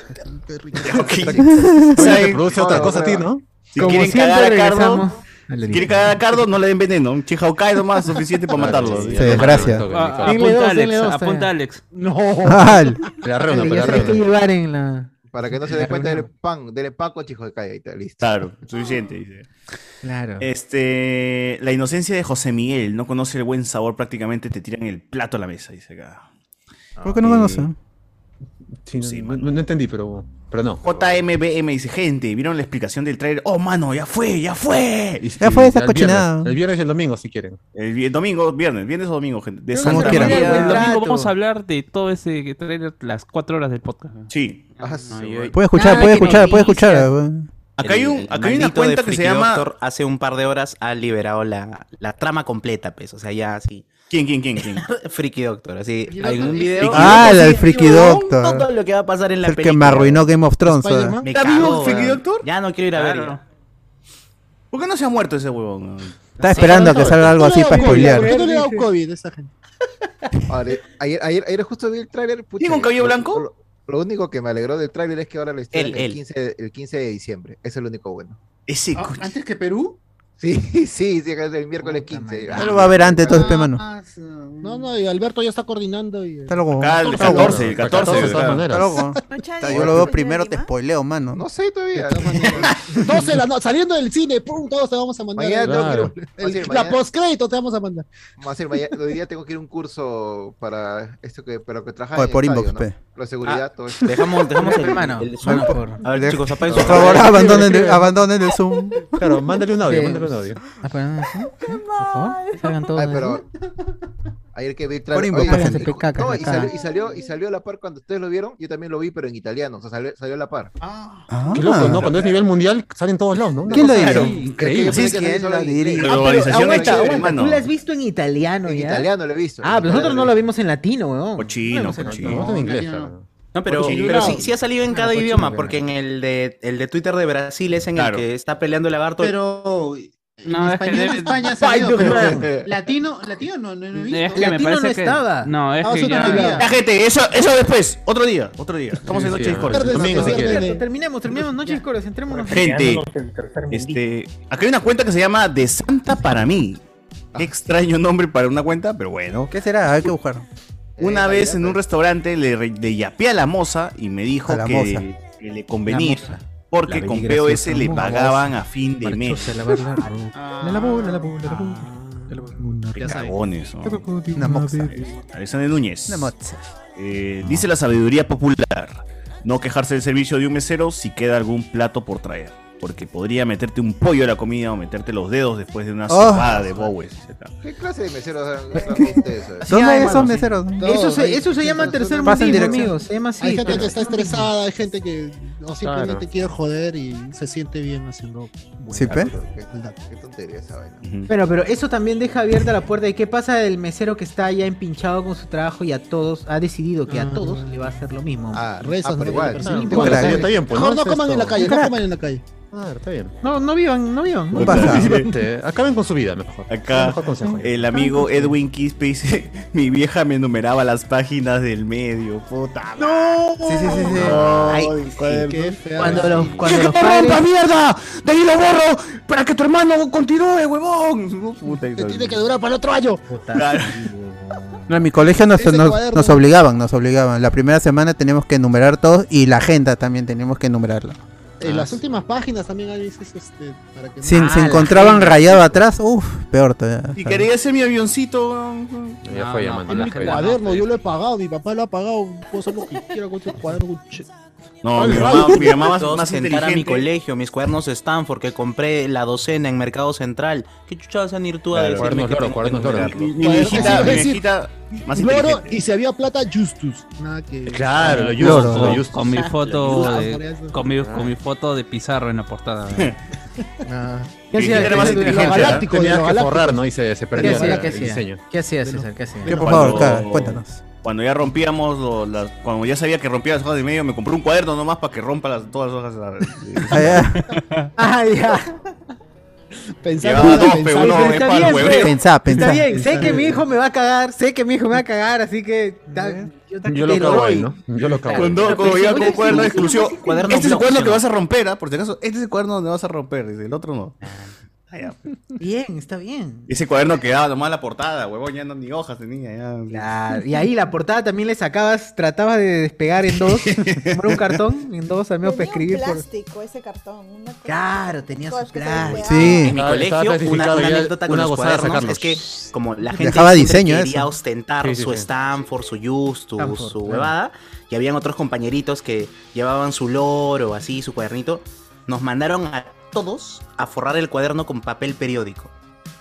Speaker 3: Qué rico.
Speaker 9: (laughs)
Speaker 3: (laughs)
Speaker 2: Oye, te produce otra cosa a ti, ¿no?
Speaker 5: Si quieren cagar a Cardo, Si quiere cagar a Cardo, no le den veneno. Un Chihaukai nomás es suficiente
Speaker 4: (laughs)
Speaker 5: para matarlo.
Speaker 4: Sí, gracias.
Speaker 35: Ah, apunta a Alex, apunta a Alex.
Speaker 2: (laughs)
Speaker 1: No.
Speaker 4: Al.
Speaker 9: Ah, La reunión,
Speaker 1: Yo
Speaker 9: la
Speaker 1: sé que
Speaker 9: reunión.
Speaker 1: llevar en la.
Speaker 9: Para que no se
Speaker 1: en
Speaker 9: dé
Speaker 1: la
Speaker 9: cuenta del
Speaker 1: reunión.
Speaker 9: pan, del paco chico de calle, ahí está, listo.
Speaker 5: Claro, suficiente, dice.
Speaker 1: Claro.
Speaker 5: Este, la inocencia de José Miguel, no conoce el buen sabor prácticamente, te tiran el plato a la mesa, dice acá.
Speaker 4: ¿Por qué no conoce?
Speaker 2: Sí, no- no, no entendí, pero, pero no.
Speaker 5: JMBM dice, gente, ¿vieron la explicación del trailer? ¡Oh, mano, ya fue, ya fue!
Speaker 2: Y-
Speaker 4: Ya fue esa
Speaker 2: el
Speaker 4: cochinada.
Speaker 2: viernes- el viernes y el domingo, si quieren.
Speaker 5: El vi- domingo, viernes, viernes o domingo, gente. De
Speaker 2: Creo que
Speaker 5: Santa
Speaker 2: se quieran.
Speaker 5: María-
Speaker 2: Buen
Speaker 35: El domingo
Speaker 2: trato.
Speaker 35: vamos a hablar de todo ese trailer, las cuatro horas del podcast.
Speaker 5: Sí.
Speaker 12: Ah,
Speaker 4: Puede escuchar, puede escuchar, puede escuchar.
Speaker 5: Acá hay un-
Speaker 12: El
Speaker 5: acá hay
Speaker 12: maldito
Speaker 5: una
Speaker 12: de
Speaker 5: cuenta que se
Speaker 12: Freaky
Speaker 5: llama-
Speaker 12: Doctor hace un par de horas ha liberado la, la trama completa, pues. O sea, ya así.
Speaker 5: ¿Quién, quién,
Speaker 12: (laughs)
Speaker 5: quién? quién?
Speaker 12: Freaky Doctor, así.
Speaker 36: Freaky
Speaker 12: Hay un
Speaker 36: Doctor.
Speaker 12: video.
Speaker 4: Ah, el,
Speaker 12: del
Speaker 4: Freaky Doctor.
Speaker 12: Todo lo que va a pasar en la
Speaker 4: el que me
Speaker 12: película.
Speaker 4: arruinó Game of Thrones. ¿sabes?
Speaker 12: Me
Speaker 5: ¿Está
Speaker 12: cago,
Speaker 5: vivo Freaky
Speaker 12: weón.
Speaker 5: Doctor?
Speaker 12: Ya no quiero ir a
Speaker 5: Claro.
Speaker 12: verlo.
Speaker 5: ¿Por qué no se ha muerto ese huevón?
Speaker 4: Estaba esperando a que salga algo así para spoilear.
Speaker 3: no le ha dado COVID a esa gente?
Speaker 9: (laughs) Ahora, ayer, ayer, ayer justo vi el tráiler. pucha,
Speaker 5: ¿Tiene un cabello
Speaker 9: lo-
Speaker 5: blanco?
Speaker 9: Lo, lo único que me alegró del tráiler es que ahora lo estrenan
Speaker 12: Él,
Speaker 9: el,
Speaker 12: él.
Speaker 9: 15, de- el 15 de diciembre. Eso es lo único bueno.
Speaker 5: Ese
Speaker 9: Ah,
Speaker 37: ¿Antes que Perú?
Speaker 9: Sí, (laughs) sí, sí, acá es el miércoles Ah, 15.
Speaker 4: Ya lo va a ver antes, entonces, pe mano.
Speaker 3: No, no, y Alberto ya está coordinando. Y,
Speaker 4: Está loco.
Speaker 5: Acá el
Speaker 4: Está loco.
Speaker 5: 14, el 14,
Speaker 4: de todas
Speaker 5: claro.
Speaker 4: maneras. Está loco.
Speaker 38: Concha
Speaker 4: Está,
Speaker 38: de-
Speaker 4: Yo lo veo primero, te spoileo, mano.
Speaker 9: No sé todavía.
Speaker 3: 12 de la noche, saliendo del cine, pum, todos te vamos a mandar.
Speaker 9: Mañana tengo que ir a un-
Speaker 3: El-
Speaker 9: Mañana-
Speaker 3: la postcrédito te vamos a mandar.
Speaker 9: Más bien, mañana- hoy día tengo que ir a un curso para esto que, para lo que trabaja
Speaker 4: Oye,
Speaker 9: en el
Speaker 4: por
Speaker 9: estadio,
Speaker 4: inbox, pe.
Speaker 9: ¿no? La seguridad,
Speaker 12: Ah,
Speaker 9: todo eso.
Speaker 12: Dejamos, dejamos el,
Speaker 9: Hermano,
Speaker 12: el Zoom,
Speaker 9: no,
Speaker 12: por favor. A ver, chicos, apaguen
Speaker 4: Por
Speaker 12: su
Speaker 4: favor,
Speaker 12: cámara.
Speaker 4: abandonen el, (laughs) abandonen el Zoom.
Speaker 2: Claro, mándale un audio,
Speaker 4: Sí.
Speaker 2: mándale un audio.
Speaker 1: Ah, pero no, sí, sí, Por favor, salgan todos.
Speaker 9: Ay,
Speaker 1: de-
Speaker 9: pero ayer que vi el
Speaker 4: Por
Speaker 9: tráiler.
Speaker 4: inbox,
Speaker 9: oye,
Speaker 4: págase,
Speaker 9: y-
Speaker 1: pe, caca,
Speaker 9: no, y
Speaker 1: caca.
Speaker 9: salió, y salió y salió a la par cuando ustedes lo vieron, yo también lo vi, pero en italiano, o sea, salió, salió a la par.
Speaker 4: Ah.
Speaker 2: Qué loco, ¿no? Cuando es nivel mundial, salen todos lados, ¿no?
Speaker 4: ¿Quién lo dice?
Speaker 2: Claro,
Speaker 9: Es
Speaker 2: Increíble.
Speaker 9: que yo pensé que
Speaker 4: ¿Quién
Speaker 9: salió
Speaker 4: lo
Speaker 9: solo en
Speaker 4: diría?
Speaker 9: inglés.
Speaker 1: Ah, pero
Speaker 5: Globalización
Speaker 1: aguanta,
Speaker 5: es chévere,
Speaker 1: aguanta,
Speaker 5: mano.
Speaker 1: Tú la has visto en italiano,
Speaker 9: En
Speaker 1: ya.
Speaker 9: italiano lo he visto.
Speaker 1: Ah, pero nosotros no lo vimos en latino, weón.
Speaker 5: Cochino,
Speaker 1: No lo vimos en
Speaker 5: cochino.
Speaker 1: latino.
Speaker 12: No, pero,
Speaker 5: Cochino.
Speaker 12: pero sí, sí ha salido en
Speaker 5: Claro,
Speaker 12: cada
Speaker 5: cochino,
Speaker 12: idioma,
Speaker 5: claro.
Speaker 12: porque en el de, el de Twitter de Brasil es en
Speaker 5: Claro.
Speaker 12: el que está peleando el lagarto.
Speaker 37: Pero
Speaker 35: No, es que
Speaker 37: español en
Speaker 35: debe-
Speaker 37: España
Speaker 35: Ay,
Speaker 37: salió,
Speaker 35: Dios
Speaker 37: pero
Speaker 35: mío.
Speaker 37: latino, latino no, no, no he visto.
Speaker 35: Es que me parece que No, es
Speaker 37: Ah,
Speaker 35: que
Speaker 37: eso
Speaker 35: ya.
Speaker 37: todavía.
Speaker 5: Ya, gente, eso, eso después. Otro día, otro día. Estamos en
Speaker 2: Sí,
Speaker 5: Noche
Speaker 2: sí,
Speaker 5: Discord.
Speaker 2: el domingo, si quieren.
Speaker 1: Cierto, Terminemos, terminemos Noches Coros, entrémonos.
Speaker 5: Gente, este, acá hay una cuenta que se llama De Santa para mí. Qué extraño nombre para una cuenta, pero bueno.
Speaker 4: ¿Qué será? Hay que buscar.
Speaker 5: Una vez en un restaurante le, re- le yapé a la moza y me dijo
Speaker 4: A la moza.
Speaker 5: que, que le convenía.
Speaker 4: La moza.
Speaker 5: Porque
Speaker 4: La
Speaker 5: con
Speaker 4: beligraciosa
Speaker 5: POS le
Speaker 4: moza.
Speaker 5: pagaban a fin de mes.
Speaker 1: Marchosa, la verdad, Raúl. La lavó, la lavó, la lavó. La lavó. Una
Speaker 5: Qué cagones, ¿no?
Speaker 4: Una moxa.
Speaker 5: Alexander Núñez.
Speaker 4: Una moxa.
Speaker 5: Eh, dice la sabiduría popular. No quejarse del servicio de un mesero si queda algún plato por traer. Porque podría meterte un pollo a la comida o meterte los dedos después de una
Speaker 4: Oh.
Speaker 5: sopada de Bowes. etc.
Speaker 9: ¿Qué clase de meseros son ustedes? eh?
Speaker 4: ¿Dónde hay
Speaker 9: hay,
Speaker 4: esos
Speaker 9: mano, sí.
Speaker 4: meseros?
Speaker 1: Eso se, eso se llama tercer mundismo, amigos. Se llama así.
Speaker 3: hay gente
Speaker 1: pero-
Speaker 3: que está estresada, hay gente que no, simplemente
Speaker 2: Claro.
Speaker 3: quiere joder y se siente bien haciendo. buena
Speaker 4: Sí, pues. pe.
Speaker 3: maldad.
Speaker 9: Qué tontería esa vaina.
Speaker 1: Bueno, pero eso también deja abierta la puerta de qué pasa del mesero que está ya empinchado con su trabajo y a todos ha decidido que a todos le va a hacer lo mismo.
Speaker 9: Ah,
Speaker 3: Rezas,
Speaker 9: ah,
Speaker 3: no
Speaker 9: pero igual.
Speaker 3: te
Speaker 9: Claro,
Speaker 3: persiguen.
Speaker 9: tengo que
Speaker 3: Mejor
Speaker 9: hacer- está bien, pues,
Speaker 3: no,
Speaker 9: ¿no? Eso es
Speaker 3: coman en la
Speaker 9: todo.
Speaker 1: (laughs)
Speaker 3: calle, no
Speaker 9: Crack.
Speaker 3: coman en la calle.
Speaker 2: Claro, está bien.
Speaker 1: No, no vivan, no vivan.
Speaker 5: Pues
Speaker 4: Un pasado.
Speaker 2: Simplemente, Acaben con su vida, mejor.
Speaker 5: Acá
Speaker 2: Mejor consejo.
Speaker 5: el amigo Edwin Quispe dice: (laughs) Mi vieja me enumeraba las páginas del medio. Puta.
Speaker 1: ¡No!
Speaker 4: Sí, sí, sí. sí.
Speaker 1: Ay,
Speaker 3: Qué fea.
Speaker 1: Cuando los, cuando
Speaker 5: ¡Que
Speaker 1: los
Speaker 5: te rompa
Speaker 1: padres...
Speaker 5: mierda! ¡De ahí lo borro! ¡Para que tu hermano continúe, huevón! Puta, y
Speaker 3: Te
Speaker 5: todo.
Speaker 3: tiene que durar para el otro año.
Speaker 5: Claro.
Speaker 4: No, en mi colegio nos,
Speaker 3: Ese
Speaker 4: nos-
Speaker 3: cuaderno.
Speaker 4: nos obligaban, nos obligaban. La primera semana teníamos que enumerar todos y la agenda también teníamos que enumerarla.
Speaker 3: En las últimas páginas también hay veces este, para que
Speaker 4: Si
Speaker 3: no-
Speaker 4: se
Speaker 3: Ah, la
Speaker 4: encontraban
Speaker 3: gente.
Speaker 4: rayado atrás, uff, peor todavía.
Speaker 5: Y quería hacer mi avioncito. huevón.
Speaker 2: Ya fue, ya mandó
Speaker 3: Mi
Speaker 2: la gente.
Speaker 3: cuaderno, yo lo he pagado, mi papá lo ha pagado. Puedo hacer lo que quiera con tu cuaderno. che.
Speaker 5: No, mi
Speaker 3: Ay,
Speaker 5: mamá, mi mamá más,
Speaker 12: Todos
Speaker 5: más
Speaker 12: sentar a mi
Speaker 5: inteligente.
Speaker 12: colegio, mis cuadernos Stanford, que compré la docena en Mercado Central. ¿Qué chuchadas vas a ir tú a
Speaker 2: Claro,
Speaker 12: decirme
Speaker 2: cuadernos
Speaker 12: que
Speaker 2: loro,
Speaker 12: tengo
Speaker 2: cuadernos
Speaker 12: que
Speaker 2: loro.
Speaker 12: comprarlo?
Speaker 5: Mi
Speaker 3: Cuaderno,
Speaker 5: viejita,
Speaker 3: es
Speaker 5: mi
Speaker 3: decir,
Speaker 5: viejita más
Speaker 3: Loro
Speaker 5: inteligente.
Speaker 3: y si había plata, Justus. Nada que.
Speaker 2: Claro, lo
Speaker 4: Loro,
Speaker 2: justo,
Speaker 4: loro.
Speaker 2: lo justo.
Speaker 35: Con mi foto
Speaker 3: Ah, por
Speaker 35: de,
Speaker 3: eso.
Speaker 35: con mi, con mi foto de Pizarro en la portada.
Speaker 3: Ah.
Speaker 1: ¿Qué hacía
Speaker 5: Era más
Speaker 1: de- de- de-
Speaker 5: inteligente,
Speaker 1: los
Speaker 5: ¿verdad?
Speaker 1: galácticos, de
Speaker 2: Tenías
Speaker 1: los
Speaker 2: que
Speaker 1: galácticos?
Speaker 2: forrar, ¿no? Y se, se
Speaker 1: ¿Qué
Speaker 2: perdía
Speaker 1: hacía,
Speaker 2: la-
Speaker 1: qué
Speaker 2: el diseño.
Speaker 1: hacía? ¿Qué hacía, César? ¿Qué hacía?
Speaker 4: Que, por favor,
Speaker 5: Cuando-
Speaker 4: cara, cuéntanos.
Speaker 5: Cuando ya rompíamos, lo- las- cuando ya sabía que rompía las hojas de medio, me compré un cuaderno nomás para que rompa las, todas las hojas. de-
Speaker 4: (laughs) Ah, ya.
Speaker 1: Ah, ya.
Speaker 3: Pensaba
Speaker 5: Llevaba dos,
Speaker 3: pensaba-
Speaker 5: pero uno
Speaker 1: pero
Speaker 5: es
Speaker 1: está
Speaker 5: para el
Speaker 1: bien,
Speaker 5: hueveo.
Speaker 4: Pensá, pensá.
Speaker 1: Está bien, sé que mi hijo me va a cagar, sé que mi hijo me va a cagar, así que... da- Yo,
Speaker 2: (laughs)
Speaker 1: te-
Speaker 2: Yo lo
Speaker 1: te
Speaker 2: cago
Speaker 1: doy.
Speaker 2: ahí, ¿no? Yo lo cago.
Speaker 5: Cuando,
Speaker 2: ahí.
Speaker 5: cuando ya con un cuaderno de exclusión.
Speaker 12: cuaderno
Speaker 5: Este es el
Speaker 12: block,
Speaker 5: cuaderno que
Speaker 12: ¿no?
Speaker 5: vas a romper, ¿ah? Por si acaso, este es el cuaderno donde vas a romper, dice, el otro no.
Speaker 1: Bien, está bien.
Speaker 5: Ese cuaderno quedaba nomás la portada, huevón, ya no ni hojas tenía. Ya.
Speaker 1: Claro, (laughs) Y ahí la portada también le sacabas, tratabas de despegar en dos, comprar un cartón en dos al menos para escribir por...
Speaker 7: plástico ese cartón. Una cosa-
Speaker 1: Claro, tenía
Speaker 7: Todas
Speaker 1: sus
Speaker 7: que se golpeaban.
Speaker 1: clases.
Speaker 12: En mi
Speaker 1: Claro,
Speaker 12: colegio,
Speaker 1: estaba
Speaker 12: una,
Speaker 1: clasificado
Speaker 12: una
Speaker 1: ya,
Speaker 12: anécdota con
Speaker 1: una
Speaker 12: los
Speaker 1: gozada
Speaker 12: cuadernos
Speaker 1: sacarlos.
Speaker 12: es que como la gente
Speaker 4: Dejaba
Speaker 12: siempre
Speaker 4: diseño
Speaker 12: quería
Speaker 4: eso.
Speaker 12: ostentar
Speaker 4: Sí, sí,
Speaker 12: su
Speaker 4: sí.
Speaker 12: Stanford, su Justus,
Speaker 4: Stanford,
Speaker 12: su
Speaker 4: claro.
Speaker 12: huevada, y habían otros compañeritos que llevaban su loro, así, su cuadernito, nos mandaron a todos a forrar el cuaderno con papel periódico.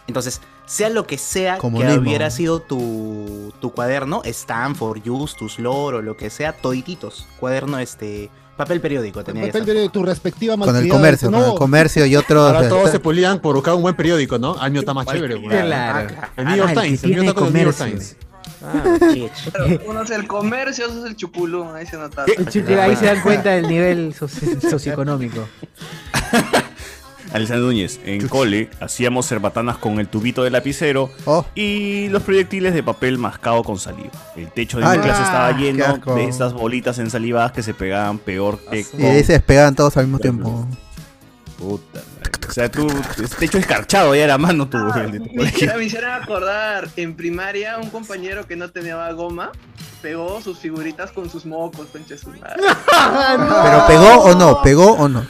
Speaker 12: Entonces, sea lo que sea que
Speaker 4: Comunismo.
Speaker 12: hubiera sido tu, tu cuaderno, Stanford, Justus, Loro, lo que sea, todititos, cuaderno este, papel periódico tenía que
Speaker 3: Papel
Speaker 12: ser.
Speaker 3: de tu respectiva
Speaker 4: Con el
Speaker 3: actividad.
Speaker 4: comercio, con el
Speaker 3: No,
Speaker 4: comercio y otros.
Speaker 13: Ahora todos
Speaker 4: eh,
Speaker 13: se pulían por buscar un buen periódico, ¿no? Ah, El mío está más chévere, güey.
Speaker 4: Claro.
Speaker 13: El New York
Speaker 4: Ah, el que
Speaker 13: Times, el mío
Speaker 4: tiene
Speaker 13: está con el New York
Speaker 4: comercio.
Speaker 13: Times.
Speaker 12: Ah,
Speaker 19: Claro, uno es el comercio, otro es el chupulú, ahí se
Speaker 2: Ah.
Speaker 19: notaba.
Speaker 1: El chicle, ahí se dan
Speaker 13: (laughs)
Speaker 1: cuenta del nivel soci-
Speaker 12: (laughs)
Speaker 1: socioeconómico.
Speaker 5: Alessandro Núñez, en cole hacíamos cerbatanas con el tubito de lapicero
Speaker 4: Oh.
Speaker 5: y los proyectiles de papel mascado con saliva. El techo de mi
Speaker 4: Ay,
Speaker 5: clase estaba
Speaker 4: Ah, qué
Speaker 5: lleno
Speaker 4: asco. Ah,
Speaker 5: de esas bolitas ensalivadas que se pegaban peor que
Speaker 4: Y ahí se despegaban todos al mismo tiempo.
Speaker 5: Puta madre. O sea, tú, ese techo escarchado ya era mano tu el de tu
Speaker 19: Me
Speaker 5: colegio.
Speaker 19: hicieron, me hicieron acordar, en primaria, un compañero que no tenía goma pegó sus figuritas con sus mocos, concha de su
Speaker 1: (laughs)
Speaker 19: madre.
Speaker 4: Pero pegó o no, pegó o no.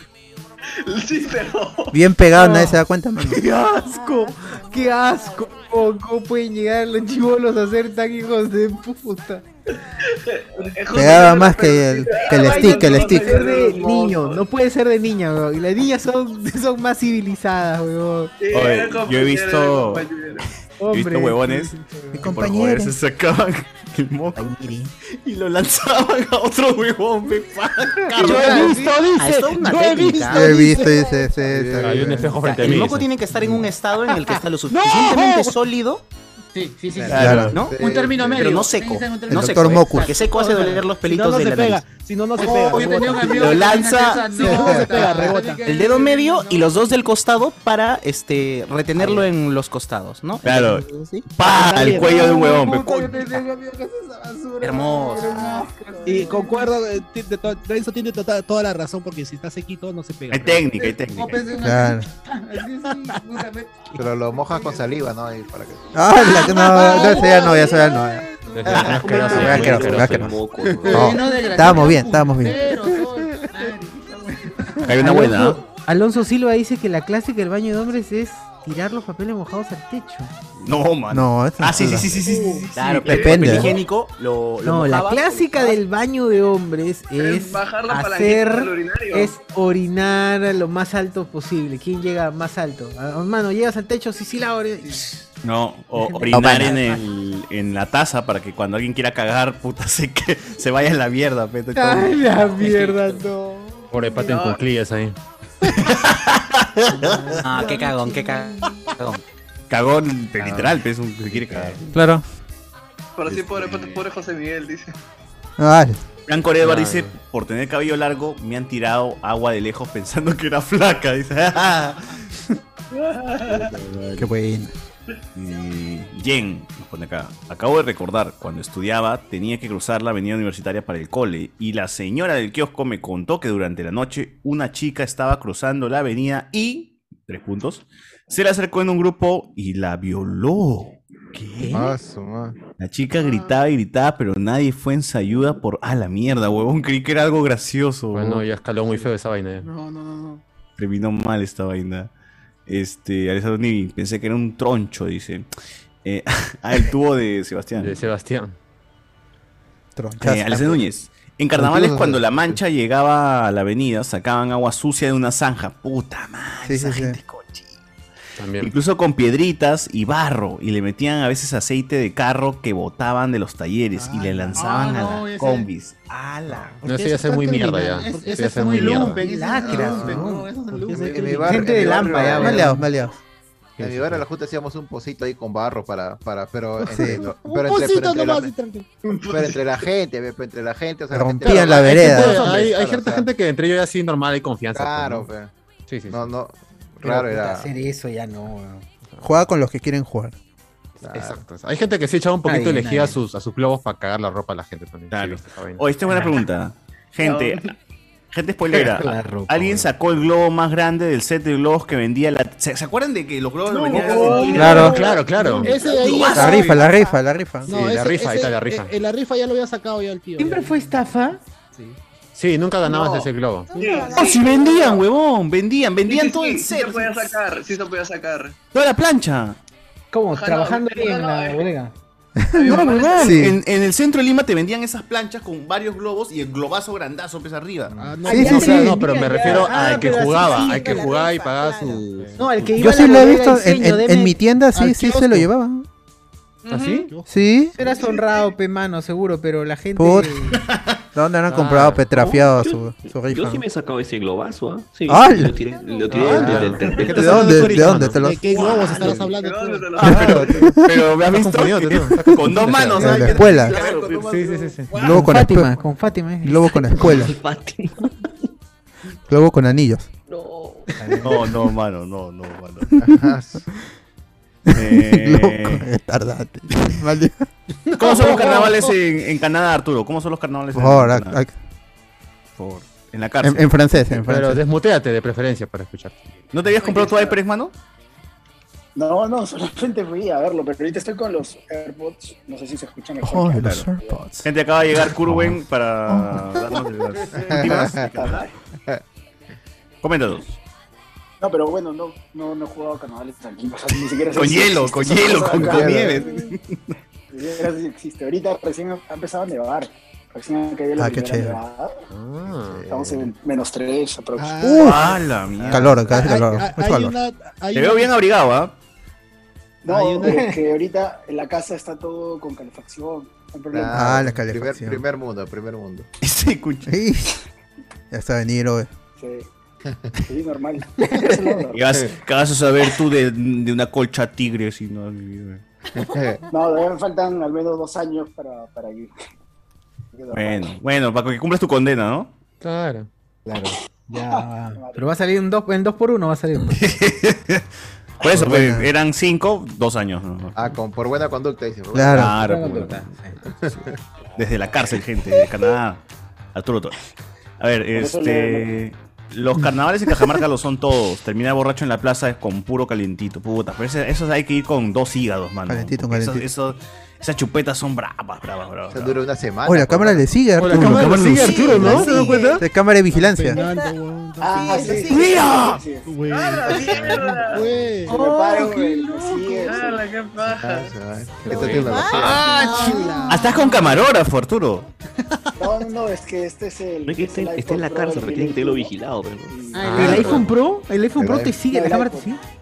Speaker 19: Sí, pero.
Speaker 4: Bien pegado, nadie se da cuenta, mano.
Speaker 1: (laughs) ¡Qué asco! ¡Qué asco! ¿Cómo pueden llegar los chivolos a ser tan hijos de puta?
Speaker 4: Pegaba más que el, que el
Speaker 1: Esa vaina
Speaker 4: stick, que el
Speaker 1: no
Speaker 4: stick.
Speaker 1: puede ser de niño, no puede ser de niña, weón. Y las niñas son, (laughs) son más civilizadas, weón.
Speaker 5: Oye, yo he visto, he visto huevones que por joder se sacaban el moco y lo lanzaban a otro huevón. pe, pa. Ah,
Speaker 12: Yo he visto, dice, yo he visto,
Speaker 4: Yo he visto, dice, sí, sí,
Speaker 13: Hay
Speaker 4: sí.
Speaker 13: un espejo
Speaker 12: O sea,
Speaker 13: frente a
Speaker 12: el
Speaker 13: mí.
Speaker 12: moco tiene que estar en un estado en el que está lo suficientemente sólido.
Speaker 39: Sí, sí, sí.
Speaker 12: Claro. ¿No?
Speaker 39: Un término medio.
Speaker 12: Pero no seco.
Speaker 39: Tiene que ser un
Speaker 12: No
Speaker 39: término
Speaker 12: seco.
Speaker 39: medio.
Speaker 12: Porque seco hace doler los pelitos
Speaker 3: si no, no
Speaker 12: de
Speaker 3: se
Speaker 12: la
Speaker 3: pega.
Speaker 12: nariz.
Speaker 3: Si no, no se
Speaker 12: Oh,
Speaker 3: pega.
Speaker 12: yo tenía un
Speaker 3: rebota.
Speaker 12: amigo que lanza-
Speaker 3: Si no, no se pega, rebota.
Speaker 12: El dedo medio y los dos del costado para este retenerlo en los costados, ¿no?
Speaker 5: Claro.
Speaker 12: Sí.
Speaker 5: Pa, al cuello de un huevón. pe,
Speaker 3: Puta, yo tenía un amigo que hace esa basura.
Speaker 12: Hermoso.
Speaker 3: Era un asco. Y concuerdo, eh, ti- de to- Renzo tiene tota- toda la razón porque si está sequito no se pega.
Speaker 5: Hay técnica, hay técnica.
Speaker 9: Claro.
Speaker 4: Ah,
Speaker 3: Así
Speaker 9: (laughs) Pero lo mojas con saliva, ¿no? Y para que...
Speaker 4: (laughs) Ah, la que no, no, eso ya no, ya eso ya no. ya.
Speaker 9: Ah,
Speaker 4: Asqueroso, ya asqueroso, ya asqueroso.
Speaker 9: No.
Speaker 4: No, Estábamos bien, estábamos bien. (laughs)
Speaker 5: Hay una
Speaker 1: Alonso-
Speaker 5: buena, ¿eh? ¿no?
Speaker 1: Alonso Silva dice que la clase que el baño de hombres es tirar los papeles mojados al techo.
Speaker 5: No, man.
Speaker 4: No, eso
Speaker 5: Ah, sí, sí,
Speaker 4: no.
Speaker 5: sí, sí, sí, sí, sí.
Speaker 12: Claro,
Speaker 5: sí.
Speaker 12: pero el
Speaker 4: Depende.
Speaker 12: papel higiénico lo, lo
Speaker 1: No, la
Speaker 12: mojaba.
Speaker 1: clásica del baño de hombres es
Speaker 12: bajar la palanquita del
Speaker 1: hacer
Speaker 12: urinario.
Speaker 1: es orinar lo más alto posible. ¿Quién llega más alto? Ah, Hermano, llegas al techo, sí, sí, la orina.
Speaker 5: No, o
Speaker 1: Opa,
Speaker 5: orinar
Speaker 1: no.
Speaker 5: en, el, en la taza para que cuando alguien quiera cagar, puta, (laughs) se, que, se vaya en la mierda. pe, todo.
Speaker 1: Ay, la mierda, no.
Speaker 13: Pobre pato en
Speaker 5: No.
Speaker 13: cuclillas ahí.
Speaker 12: Ah, qué cagón, qué cagón.
Speaker 5: Cagón, pe, literal, pe, es un que quiere cagar.
Speaker 4: Claro.
Speaker 19: Pero sí, pobre, pobre José Miguel, dice.
Speaker 4: Vale.
Speaker 5: Franco Edward
Speaker 4: Claro.
Speaker 5: dice, por tener cabello largo, me han tirado agua de lejos pensando que era flaca. Dice, (laughs) "Ah".
Speaker 4: Qué bueno.
Speaker 5: Y Jen nos pone acá. Acabo de recordar, cuando estudiaba tenía que cruzar la avenida universitaria para el cole y la señora del kiosco me contó que durante la noche una chica estaba cruzando la avenida y... Tres puntos. Se le acercó en un grupo y la violó. ¿Qué?
Speaker 9: Ah, su madre.
Speaker 5: La chica gritaba y gritaba, pero nadie fue en su ayuda por... Ah, la mierda, huevón. Creí que era algo gracioso.
Speaker 13: Bueno,
Speaker 5: huevón.
Speaker 13: ya escaló muy feo esa vaina. ya.
Speaker 5: Terminó mal esta vaina. Este, Alessandro Nivi, pensé que era un troncho, dice. Eh, (laughs) ah, el tubo de Sebastián. De
Speaker 13: Sebastián.
Speaker 4: Tronchazo.
Speaker 5: Eh, Alessandro Núñez. En carnavales, cuando la mancha llegaba a la avenida, sacaban agua sucia de una zanja. Puta madre,
Speaker 4: Sí,
Speaker 5: esa
Speaker 4: sí, sí.
Speaker 5: gente cochina. Incluso con piedritas y barro. Y le metían a veces aceite de carro que botaban de los talleres y le lanzaban
Speaker 39: Ah,
Speaker 5: a
Speaker 39: no,
Speaker 5: las
Speaker 39: ese-
Speaker 5: combis. ¡Hala!
Speaker 13: No, eso ya es muy mierda ya.
Speaker 39: Es-
Speaker 13: Eso ya
Speaker 39: ese
Speaker 13: es
Speaker 39: es
Speaker 13: muy
Speaker 39: muy
Speaker 13: mierda.
Speaker 39: lumpen, ese es
Speaker 4: Lacras,
Speaker 39: lumpen, no, ese es el lumpen.
Speaker 9: En mi bar- en mi barrio-
Speaker 4: Maleados, maleados.
Speaker 9: En mi barrio, la justa hacíamos un pocito ahí con barro para, para, pero
Speaker 4: Sí.
Speaker 9: entre, lo-
Speaker 4: Un
Speaker 9: pero entre,
Speaker 3: pocito
Speaker 9: pero entre la-
Speaker 3: nomás y tranquilo.
Speaker 9: pero entre la gente, ve, pero entre la gente, o sea, la gente-
Speaker 4: Rompían la
Speaker 13: Hay gente-
Speaker 4: vereda.
Speaker 13: Hay, hay
Speaker 9: Claro,
Speaker 13: gente,
Speaker 9: o sea.
Speaker 13: gente que entre ellos ya sí normal hay confianza.
Speaker 9: Claro,
Speaker 13: pues, ¿no?
Speaker 9: Sí, sí. No, no. Raro era.
Speaker 1: Hacer eso ya no. weón.
Speaker 4: Juega con los que quieren jugar.
Speaker 13: Exacto. Hay gente que se echa un poquito
Speaker 4: Nadie,
Speaker 13: de lejía a
Speaker 4: nadie.
Speaker 13: sus, a sus globos para cagar la ropa a la gente también.
Speaker 5: Claro.
Speaker 13: Sí, esa vaina.
Speaker 5: O esta es buena pregunta. Gente, Gente spoilera.
Speaker 12: La ropa,
Speaker 5: Alguien sacó el globo más grande del set de globos que vendía la. ¿Se, se acuerdan de que los globos los vendían?
Speaker 4: Claro, claro, claro.
Speaker 40: Ese de ahí
Speaker 4: La
Speaker 40: ya-
Speaker 4: rifa, la rifa, la rifa.
Speaker 40: No, ese- ese- eh, eh, la rifa ya lo había sacado ya el tío.
Speaker 1: ¿Siempre fue estafa?
Speaker 2: Sí, nunca ganabas
Speaker 40: No.
Speaker 2: ese globo.
Speaker 5: Ah, sí vendían, huevón. Vendían, vendían todo el
Speaker 41: Sí se
Speaker 5: set.
Speaker 41: podía sacar, sí se podía sacar.
Speaker 5: Toda la plancha.
Speaker 1: ¿Cómo?
Speaker 41: Ojalá,
Speaker 1: ¿Trabajando ahí
Speaker 41: ojalá
Speaker 1: en
Speaker 41: no,
Speaker 1: la bodega?
Speaker 5: No, huevón.
Speaker 1: Sí.
Speaker 5: En, en el centro de Lima te vendían esas planchas con varios globos y el globazo grandazo empieza arriba.
Speaker 40: no,
Speaker 2: Sí, sí, sí. Ah, No, pero me refiero
Speaker 5: Ah,
Speaker 2: al que
Speaker 5: pero así
Speaker 2: jugaba,
Speaker 5: sí,
Speaker 2: al que
Speaker 5: con la
Speaker 2: jugaba y pagaba su.
Speaker 1: No, el que iba
Speaker 4: Yo
Speaker 1: a
Speaker 4: sí
Speaker 1: la
Speaker 4: lo he
Speaker 1: bodega
Speaker 4: visto
Speaker 1: y
Speaker 4: en,
Speaker 1: diseño,
Speaker 4: en-
Speaker 1: deme-
Speaker 4: en mi tienda, sí,
Speaker 1: al
Speaker 4: sí se
Speaker 1: kiosco.
Speaker 4: lo llevaban.
Speaker 2: ¿Ah,
Speaker 1: Ujú.
Speaker 4: Sí.
Speaker 1: Eras honrado, pe mano, seguro, pero la gente. (laughs)
Speaker 4: Put. ¿Dónde han comprado petrafiado su,
Speaker 42: Yo
Speaker 4: su rifa?
Speaker 42: sí me he sacado ese globazo, ¿ah? Sí,
Speaker 4: ¡Ah!
Speaker 42: lo tiré, lo tiré
Speaker 4: Ah.
Speaker 42: del- del- del-
Speaker 4: ¿De dónde? ¿De dónde te lo-
Speaker 40: ¿De qué globos estarás hablando?
Speaker 5: pero, pero me has visto que- con dos manos.
Speaker 4: El
Speaker 5: ¿sabes?
Speaker 4: de espuela.
Speaker 5: Claro, sí, sí, sí, sí.
Speaker 4: Globo con
Speaker 1: Fátima,
Speaker 4: espuela.
Speaker 1: con Fátima, eh.
Speaker 4: Globo con espuela. Globo con anillos.
Speaker 5: No, no, mano, no, no, mano.
Speaker 4: Loco,
Speaker 5: Eh,
Speaker 4: tardate. (laughs) Maldito.
Speaker 5: ¿Cómo son los carnavales en, en Canadá, Arturo? ¿Cómo son los carnavales
Speaker 4: Por favor,
Speaker 5: en
Speaker 4: ac-
Speaker 5: Canadá?
Speaker 4: ac-
Speaker 5: Por favor, en la cárcel.
Speaker 4: En- en francés, en francés.
Speaker 2: Pero desmuteate de preferencia para escucharte.
Speaker 5: ¿No te habías comprado tu iPress, mano?
Speaker 3: No, no, solamente fui a verlo, pero ahorita estoy con los AirPods. No sé si
Speaker 2: Ah,
Speaker 3: se escuchan mejor.
Speaker 4: Oh,
Speaker 3: que
Speaker 4: los
Speaker 3: ahora.
Speaker 4: AirPods. Oh.
Speaker 5: Gente, acaba de llegar Curwen para darnos las últimas (laughs)
Speaker 3: (laughs)
Speaker 5: de Canadá. Coméntanos.
Speaker 3: No, pero bueno, no, no, no he jugado a carnavales aquí. O sea, ni siquiera sé
Speaker 5: Con
Speaker 3: si
Speaker 5: hielo,
Speaker 3: existe
Speaker 5: con
Speaker 3: esa
Speaker 5: hielo,
Speaker 3: cosa
Speaker 5: con,
Speaker 3: acá.
Speaker 5: con nieve.
Speaker 3: (laughs) Ni siquiera sé si existe. Ahorita recién ha empezado a nevar. Recién cayó la
Speaker 4: Ah, qué
Speaker 3: primera
Speaker 4: chévere.
Speaker 3: nevada. Estamos en menos 3 aproximadamente.
Speaker 4: Uf.
Speaker 5: ¡Ah, la mierda!
Speaker 4: Calor, acá hace calor.
Speaker 3: hay-
Speaker 4: Mucho
Speaker 3: hay
Speaker 4: calor.
Speaker 3: una- hay
Speaker 5: Te veo
Speaker 3: una-
Speaker 5: bien abrigado, ¿ah?
Speaker 3: No,
Speaker 5: una-
Speaker 3: pero que ahorita en la casa está todo con calefacción. No hay problema.
Speaker 4: Ah, la
Speaker 9: primer,
Speaker 4: calefacción.
Speaker 9: primer mundo,
Speaker 4: (laughs)
Speaker 9: primer mundo.
Speaker 5: Sí, escucha.
Speaker 4: Ya está venir, hoy.
Speaker 3: Sí. Sí, normal. Eso no,
Speaker 5: ¿Qué vas, qué vas a saber tú de, de una colcha tigre si no
Speaker 4: (laughs)
Speaker 5: has vivido?
Speaker 3: No, todavía me faltan al menos dos años para, para ir.
Speaker 5: Bueno, bueno, para que cumplas tu condena, ¿no?
Speaker 2: Claro.
Speaker 1: Claro.
Speaker 3: (laughs)
Speaker 1: Ya. Pero va a salir un dos, en 2x1 va a salir.
Speaker 5: Por eso,
Speaker 1: Por
Speaker 5: pues,
Speaker 1: buena.
Speaker 5: eran cinco, dos años. ¿no?
Speaker 9: Ah, con, por buena conducta, dice. por
Speaker 5: Claro.
Speaker 9: buena
Speaker 5: Claro, por buena Desde la cárcel, gente, de Canadá. Arturo Torres. A ver,
Speaker 3: eso le-
Speaker 5: este. Los carnavales en Cajamarca lo son todos. Terminar borracho en la plaza es con puro calientito, puta. Pero ese- esos hay que ir con dos hígados, mano.
Speaker 4: Calentito,
Speaker 5: Porque
Speaker 4: calentito.
Speaker 5: esos- esos- esas chupetas son bravas, bravas, bravas.
Speaker 9: Eso dura una semana. pues.
Speaker 4: Oye, la cámara le sigue a
Speaker 9: Oye,
Speaker 4: Arturo.
Speaker 9: la cámara le sigue a Arturo, ¿no? ¿Se dan cuenta?
Speaker 4: De cámara de vigilancia.
Speaker 3: Ah, sí, sí,
Speaker 40: ¡Mira!
Speaker 3: sí, sí.
Speaker 40: Güey.
Speaker 3: Me paro, güey, me sigue,
Speaker 41: ¡Hala, qué paja!
Speaker 9: Esta tecnología.
Speaker 3: Ah, chula.
Speaker 5: Ah, estás con camarógrafo, Arturo.
Speaker 3: No, no, no, es que este es el.
Speaker 42: No es que esté,
Speaker 3: el
Speaker 42: esté en la
Speaker 3: iPhone Pro
Speaker 42: cárcel, pero tiene que tenerlo vigilado, pero.
Speaker 1: Ah, ¿El iPhone Pro? ¿El iPhone
Speaker 42: El
Speaker 1: Pro te
Speaker 42: iPhone.
Speaker 1: sigue? ¿La
Speaker 3: El
Speaker 1: cámara te
Speaker 3: iPhone.
Speaker 1: sigue?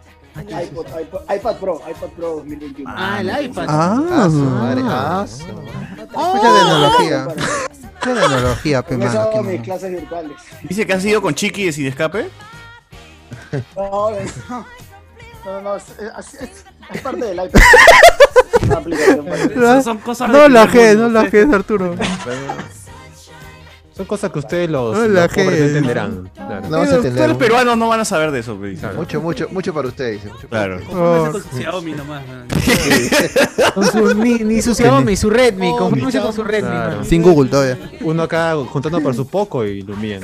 Speaker 3: iPod, iPod, iPad Pro, iPad Pro 2021.
Speaker 1: Ah, el iPad.
Speaker 4: Ah, su madre. Ah, su Mucha tecnología. Mucha tecnología,
Speaker 1: (laughs)
Speaker 4: pe
Speaker 3: Con
Speaker 1: Pues,
Speaker 3: eso
Speaker 1: ah,
Speaker 4: mano.
Speaker 3: hago
Speaker 4: aquí
Speaker 3: mis
Speaker 4: no.
Speaker 3: clases virtuales.
Speaker 5: Dice que has ido con chiquis y de escape.
Speaker 3: No, no, Oh, no, no, es, es- es- es parte del iPad. Es una aplicación para-
Speaker 4: No,
Speaker 3: Son cosas
Speaker 4: no
Speaker 3: del
Speaker 4: la
Speaker 3: primer
Speaker 4: G,
Speaker 3: mundo,
Speaker 4: no la
Speaker 3: sí.
Speaker 4: G, Arturo.
Speaker 2: Son cosas que ustedes los,
Speaker 4: Hola,
Speaker 2: los pobres
Speaker 4: gente.
Speaker 2: no entenderán. Claro.
Speaker 9: No vas a
Speaker 5: Ustedes los
Speaker 9: entender.
Speaker 5: peruanos no van a saber de eso, pues.
Speaker 9: Mucho, mucho, mucho para ustedes. dice, mucho para
Speaker 5: Claro.
Speaker 4: Oh,
Speaker 9: ustedes.
Speaker 43: con su Xiaomi nomás. man.
Speaker 1: (laughs) Con su- ni, ni su Xiaomi, su Redmi. Confórmense con su Redmi.
Speaker 2: Claro.
Speaker 1: mano.
Speaker 4: Sin Google todavía.
Speaker 2: Uno acá juntando por su poco y Lumien.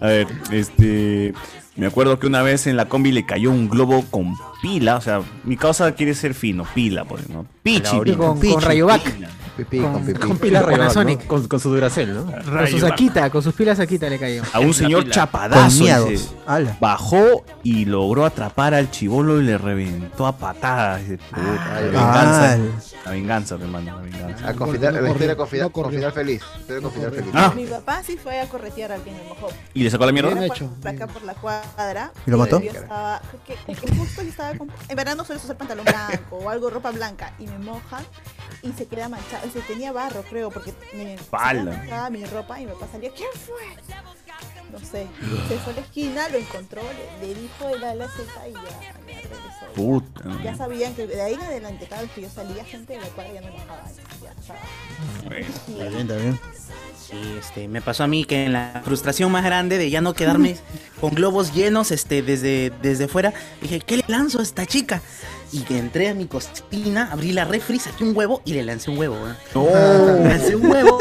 Speaker 5: A ver, este. Me acuerdo que una vez en la combi le cayó un globo con pila. O sea, mi causa quiere ser fino, pila, pues, ¿no? Pichi.
Speaker 1: Con- con
Speaker 5: Pichi,
Speaker 1: Rayovac.
Speaker 5: pila.
Speaker 9: Pipí,
Speaker 1: Con-
Speaker 9: con pipí.
Speaker 1: con pila Rayovac, Panasonic.
Speaker 2: Con, con su Duracell, ¿no?
Speaker 1: Con su saquita, con sus pilas saquita le cayó.
Speaker 5: A un señor
Speaker 4: Con
Speaker 5: chapadazo.
Speaker 4: miados.
Speaker 5: dice.
Speaker 4: Ala.
Speaker 5: Bajó y logró atrapar al chivolo y le reventó a patadas. dice,
Speaker 4: Ah.
Speaker 5: puta, la venganza. La venganza, mi hermano, la venganza.
Speaker 9: Ah, con final, la historia con final, con final feliz. Historia con final feliz.
Speaker 5: Ah.
Speaker 7: Mi papá sí fue a corretear a alguien en Mojón.
Speaker 5: ¿Y le sacó la mierda?
Speaker 7: Era
Speaker 5: Bien
Speaker 7: por-
Speaker 5: hecho,
Speaker 7: por acá por la cuadra.
Speaker 5: ¿Y lo mató?
Speaker 7: Yo estaba, que- que justo yo estaba con- en verano suele usar pantalón blanco o algo ropa blanca y me mojan y se queda manchado. O sea, tenía barro, creo, porque me se
Speaker 5: Pala.
Speaker 7: queda manchada mi ropa y mi papá salía, ¿quién fue? No sé. Se fue a la esquina, lo encontró, le, le dijo de la Z y ya, ya regresó.
Speaker 5: Puta. man.
Speaker 7: Ya sabían que de ahí en adelante, cada vez que yo salía, gente de la cuadra ya me mojaba. Ya, o sea,
Speaker 4: Está bien, está bien.
Speaker 12: Sí, este, me pasó a mí que en la frustración más grande de ya
Speaker 4: (laughs)
Speaker 12: no quedarme con globos llenos este, desde, desde fuera, dije, ¿qué le lanzo a esta chica? Y que entré a mi cocina, abrí la refri, saqué un huevo y le lancé un huevo. ¿eh?
Speaker 4: No.
Speaker 12: Le (laughs) lancé un huevo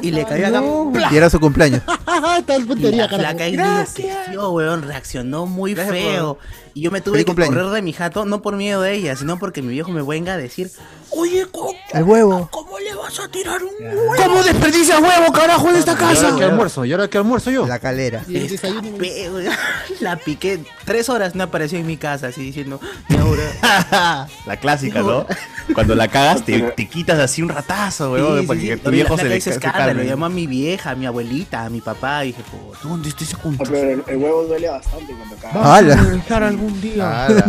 Speaker 12: y le cayó acá. ¡plá!
Speaker 4: Y era su cumpleaños. (laughs)
Speaker 12: Tal
Speaker 3: puntería,
Speaker 12: la
Speaker 3: carajo.
Speaker 12: flaca ahí enloqueció, weón, reaccionó muy
Speaker 3: Gracias,
Speaker 12: feo.
Speaker 3: por-
Speaker 12: Y yo me tuve
Speaker 4: Feliz
Speaker 12: que
Speaker 4: cumpleaños.
Speaker 12: correr de mi jato, no por miedo de ella, sino porque mi viejo me venga a decir, oye, co-
Speaker 4: El huevo.
Speaker 12: ¿cómo le vas a tirar un
Speaker 4: ¿Cómo desperdicia huevo, carajo, en esta
Speaker 12: casa?
Speaker 9: ¿Y ahora qué almuerzo? ¿Y ahora qué almuerzo yo?
Speaker 4: La calera.
Speaker 12: Escapé, weón. (laughs) La piqué tres horas, no apareció en mi casa, así diciendo, (laughs) "Y ahora?
Speaker 5: La clásica, ¿no? Cuando la cagas te, te quitas así un ratazo, weón,
Speaker 12: Sí,
Speaker 5: para
Speaker 12: sí,
Speaker 5: que
Speaker 12: sí.
Speaker 5: tu
Speaker 12: No, y la
Speaker 5: viejo se
Speaker 12: flaca
Speaker 5: le
Speaker 12: hizo
Speaker 5: se
Speaker 12: escándalo,
Speaker 5: calme.
Speaker 12: llamó a mi vieja, a mi abuelita, a mi papá, y dije, "Puta, ¿dónde está ese
Speaker 3: Ah,
Speaker 12: juntos?
Speaker 31: Pero el, el huevo duele bastante cuando cae.
Speaker 12: Vamos a ¡Hala!
Speaker 31: regresar
Speaker 3: algún día.
Speaker 4: (laughs)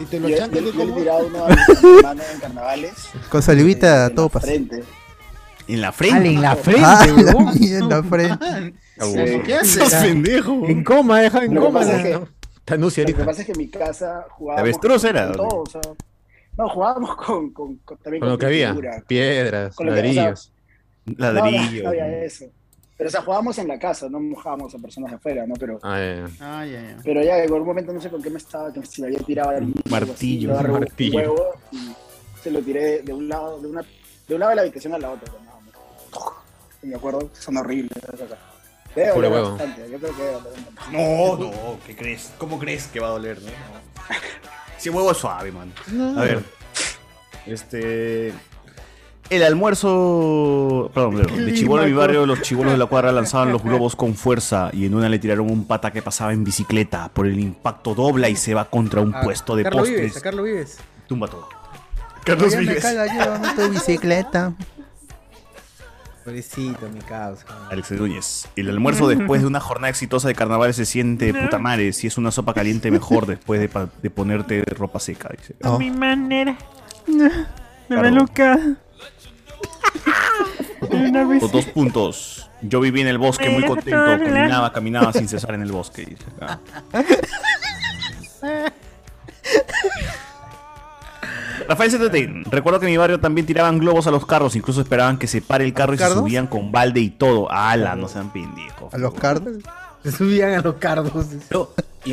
Speaker 31: Y te lo
Speaker 3: Yo-
Speaker 31: chancan,
Speaker 3: yo- yo
Speaker 31: ¿cómo?
Speaker 3: le he tirado uno a mi hermano en carnavales. eh,
Speaker 4: Con salivita todo pasa.
Speaker 3: Frente.
Speaker 5: En la
Speaker 3: frente.
Speaker 29: en la frente,
Speaker 4: Ah, la
Speaker 29: huevón.
Speaker 4: mierda, en la frente.
Speaker 2: Ah,
Speaker 3: Sí. ¿Qué haces?
Speaker 29: Sos
Speaker 5: pendejo.
Speaker 29: En coma, deja en
Speaker 3: Lo que
Speaker 29: coma.
Speaker 3: pasa
Speaker 29: la-
Speaker 3: es que-
Speaker 2: Te anuncio
Speaker 3: Lo que
Speaker 2: ahorita.
Speaker 3: pasa es que en mi casa
Speaker 2: La
Speaker 3: jugábamos
Speaker 2: avestruz era,
Speaker 3: con
Speaker 2: ¿o
Speaker 3: todo, o sea, no, jugábamos con, con, con- también
Speaker 2: Con lo que había.
Speaker 3: pintura.
Speaker 2: Piedras,
Speaker 3: Con lo que- o sea,
Speaker 2: ladrillos.
Speaker 3: No, no, No, había eso. Pero o sea, jugábamos en la casa, no mojábamos a personas de afuera, ¿no? Pero,
Speaker 2: Ah, ya, ya.
Speaker 3: pero ya en algún momento no sé con qué me estaba, que si le había tirado al
Speaker 2: martillo,
Speaker 3: le agarré un
Speaker 2: martillo.
Speaker 3: huevo y se lo tiré de, de un lado, de una, de un lado de la habitación a la otra. ¿no? Y me acuerdo, son horribles. esas cosas. Debe
Speaker 5: Puro
Speaker 3: doler
Speaker 5: huevo.
Speaker 3: bastante, yo creo que debe doler bastante.
Speaker 5: No, no, ¿qué crees? ¿Cómo crees que va a doler, no? Si huevo es suave, man.
Speaker 3: No.
Speaker 5: A ver. Este. El almuerzo. Perdón, de, de chibolo de mi barrio, los chibolos de la cuadra lanzaban los globos con fuerza y en una le tiraron un pata que pasaba en bicicleta. Por el impacto dobla y se va contra un
Speaker 29: Ah,
Speaker 5: puesto de
Speaker 29: Carlos
Speaker 5: postres.
Speaker 29: Vives, a Carlos Vives.
Speaker 5: Tumba todo. (laughs) Carlos
Speaker 4: Oye, me
Speaker 5: Vives.
Speaker 4: cago yo, no estoy (laughs) bicicleta.
Speaker 29: Pobrecito, mi causa.
Speaker 5: Alex Núñez. El almuerzo después de una jornada exitosa de carnaval se siente de puta madre. Si es una sopa caliente, mejor después de, pa- de ponerte ropa seca. dice.
Speaker 2: Ah.
Speaker 8: mi manera. Me
Speaker 5: Claro.
Speaker 8: ve
Speaker 1: (laughs)
Speaker 8: loca. Una vez-
Speaker 5: Los dos
Speaker 1: (laughs)
Speaker 5: puntos. Yo viví en el bosque muy contento. Caminaba, caminaba sin cesar en el bosque. dice. Ah. Rafael Zetetín, recuerdo que en mi barrio también tiraban globos a los carros, incluso esperaban que se pare el carro y se
Speaker 29: carros?
Speaker 5: subían con balde y todo. ¡Hala! No sean pendejos.
Speaker 4: ¿A los cardos?
Speaker 29: Se subían a los cardos.
Speaker 12: Y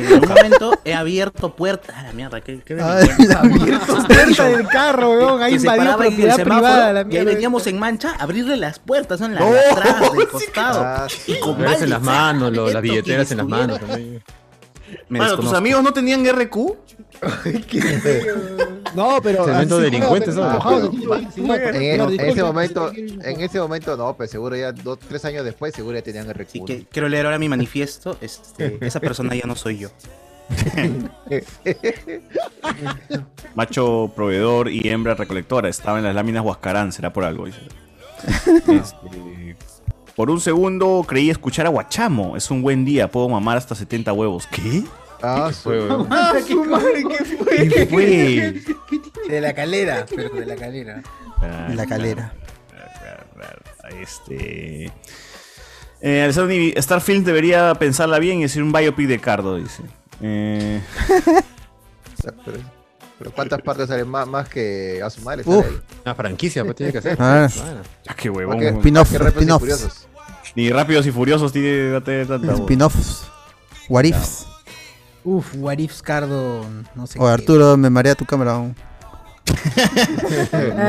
Speaker 4: (laughs)
Speaker 12: en algún momento he abierto puertas. A la mierda, qué, qué
Speaker 9: (laughs)
Speaker 12: vergüenza.
Speaker 29: puertas del carro, weón. Ahí
Speaker 12: Que se
Speaker 29: invadió
Speaker 12: paraba en el
Speaker 29: propiedad
Speaker 12: semáforo,
Speaker 29: privada. La
Speaker 12: Y ahí
Speaker 29: mierda.
Speaker 12: veníamos en mancha, abrirle las puertas, son las
Speaker 29: No,
Speaker 12: de atrás, del
Speaker 2: Ah,
Speaker 12: costado.
Speaker 2: sí.
Speaker 12: Y con
Speaker 2: Las en las
Speaker 12: balde,
Speaker 2: manos, lo- las
Speaker 12: que
Speaker 2: billeteras en las
Speaker 12: estuviera-
Speaker 2: manos también. Me
Speaker 5: Mano, ¿tus
Speaker 2: desconozco.
Speaker 5: amigos no tenían RQ?
Speaker 3: No, pero.
Speaker 2: Tremendo
Speaker 9: así-
Speaker 2: delincuente,
Speaker 9: no,
Speaker 2: ¿sabes?
Speaker 9: pero-
Speaker 2: (laughs)
Speaker 3: sí,
Speaker 9: en-
Speaker 3: pero-
Speaker 9: en,
Speaker 3: no, disculpe,
Speaker 9: ese momento, en ese momento no, pero seguro ya dos, tres años después, seguro ya tenían el recurso.
Speaker 12: Que- quiero leer ahora mi manifiesto. Este, esa persona ya no soy yo.
Speaker 5: Macho proveedor y hembra recolectora. Estaba en las láminas Huascarán, será por algo.
Speaker 4: (laughs)
Speaker 5: dice. Este, por un segundo creí escuchar a Guachamo. Es un buen día, puedo mamar hasta 70 huevos. ¿Qué?
Speaker 9: Ah,
Speaker 29: (laughs) Ah, su madre, ¿qué fue?
Speaker 5: ¿Qué fue?
Speaker 29: De la calera, pero de la calera.
Speaker 4: La calera.
Speaker 5: Este. Eh, Alessandro Nivi, Starfield debería pensarla bien y decir un biopic de Cardo, dice. Eh,
Speaker 9: Pero, (laughs) pero ¿cuántas partes salen más, más que a su madre?
Speaker 5: Uf.
Speaker 9: sale ahí?
Speaker 2: Una franquicia, pues tiene que
Speaker 9: (laughs)
Speaker 2: ser.
Speaker 4: (laughs) Ah.
Speaker 2: Claro.
Speaker 5: ah, qué huevón.
Speaker 9: Ah, qué-
Speaker 4: Spin-off,
Speaker 9: ah, qué rápidos y
Speaker 4: spin-off.
Speaker 9: furiosos.
Speaker 5: Ni rápidos y furiosos tiene no tiene tanta. huevón.
Speaker 4: Spin-offs. What ifs.
Speaker 29: Uf, what ifs, Cardo, no sé
Speaker 4: O
Speaker 29: qué.
Speaker 4: Arturo, me marea tu cámara
Speaker 5: (laughs)
Speaker 4: aún.
Speaker 2: No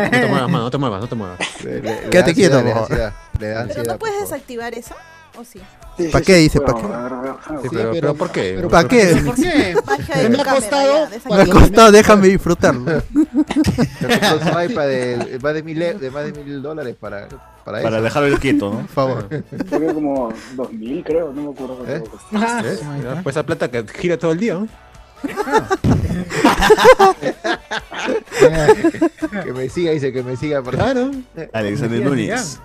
Speaker 2: te muevas, mano, no te muevas, no te muevas.
Speaker 4: le Quédate da quieto, ansiedad, le da por favor.
Speaker 9: ansiedad, Le da
Speaker 7: Pero
Speaker 9: ansiedad.
Speaker 7: no puedes desactivar eso, ¿o sí?
Speaker 4: ¿Para qué dice? ¿Para qué?
Speaker 9: Sí, pero, pero ¿por qué?
Speaker 4: pero- ¿Para qué?
Speaker 7: ¿Por qué? (laughs) Magia de
Speaker 3: Me ha
Speaker 7: cámara,
Speaker 3: costado-
Speaker 7: ya,
Speaker 4: Me ha
Speaker 7: desactiva.
Speaker 4: costado, déjame disfrutarlo.
Speaker 9: Pero compró su iPad de más de mil, e- de más de mil dólares para, para,
Speaker 5: Para
Speaker 9: eso.
Speaker 5: dejarlo el quieto, ¿no?
Speaker 9: Por favor.
Speaker 3: Creo como 2000, creo, no me acuerdo. cuánto
Speaker 9: ¿Eh?
Speaker 3: costó.
Speaker 2: ¿Ves? Pues esa plata que gira todo el día, ¿no?
Speaker 9: (laughs) que me siga, dice que me siga. por-
Speaker 2: Claro.
Speaker 5: Alexander Núñez.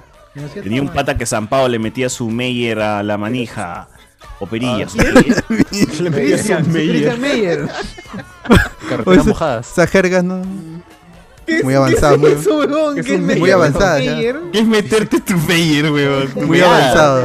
Speaker 5: Tenía un pata que zampado le metía su Meyer a la manija. O
Speaker 2: Ah,
Speaker 4: (laughs)
Speaker 5: perilla, (laughs) su Meyer.
Speaker 2: Le metía su Meyer.
Speaker 29: Meyer.
Speaker 4: O
Speaker 2: Carreteras
Speaker 4: esa-
Speaker 2: mojadas.
Speaker 4: Esas jergas no. Muy avanzado, muy,
Speaker 29: Eso, huevón,
Speaker 4: ¿Qué
Speaker 29: ¿qué
Speaker 4: es un
Speaker 29: me-
Speaker 4: Meyer? avanzada, ya.
Speaker 29: Meyer?
Speaker 5: ¿Qué es meterte tu Meyer, weón?
Speaker 4: muy avanzado.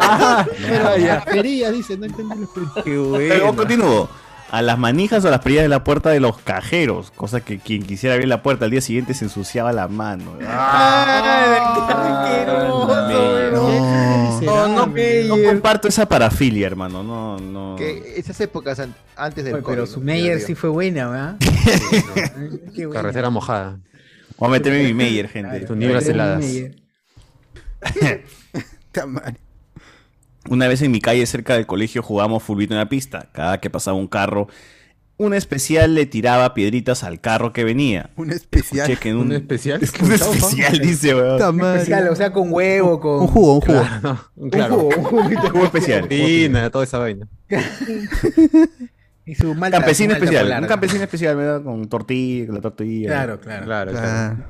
Speaker 9: Ah,
Speaker 3: Pero
Speaker 2: ya.
Speaker 3: las perillas, dice, no entendí los perillas.
Speaker 2: Qué
Speaker 5: Pero
Speaker 2: bueno.
Speaker 5: continúo. A las manijas o a las perillas de la puerta de los cajeros. Cosa que quien quisiera abrir la puerta al día siguiente se ensuciaba la mano.
Speaker 29: Ah, Ay, qué asqueroso,
Speaker 5: Meyer.
Speaker 29: huevón.
Speaker 5: Oh, No, no, no comparto esa parafilia, hermano. No, no.
Speaker 9: Que esas épocas an- antes del
Speaker 29: Oye,
Speaker 9: COVID,
Speaker 29: pero
Speaker 9: ¿no?
Speaker 29: su Meyer
Speaker 9: Digo,
Speaker 29: sí fue buena, ¿verdad? (laughs) Qué buena.
Speaker 2: Carretera mojada.
Speaker 5: Voy a meterme mi Ah, Meyer, gente.
Speaker 2: Tu nieblas heladas.
Speaker 4: (laughs)
Speaker 5: Una vez en mi calle cerca del colegio jugábamos fulbito en la pista. Cada que pasaba un carro, un especial le tiraba piedritas al carro que venía.
Speaker 4: Un
Speaker 5: (laughs)
Speaker 4: especial.
Speaker 5: Escuché que en un-
Speaker 4: Un especial.
Speaker 5: (laughs) Un especial, dice, weón.
Speaker 4: Puta madre.
Speaker 29: Especial, o sea, con huevo, con.
Speaker 4: Un jugo, un jugo.
Speaker 29: claro. Un jugo, un juguito.
Speaker 5: Jugo especial.
Speaker 2: Pina, toda esa vaina.
Speaker 29: Y su malta- su
Speaker 5: Campesino
Speaker 29: malta
Speaker 5: especial.
Speaker 29: polar.
Speaker 5: Un campesino especial, ¿verdad? Con tortilla, con la tortilla.
Speaker 29: Claro, claro.
Speaker 2: Claro,
Speaker 4: claro.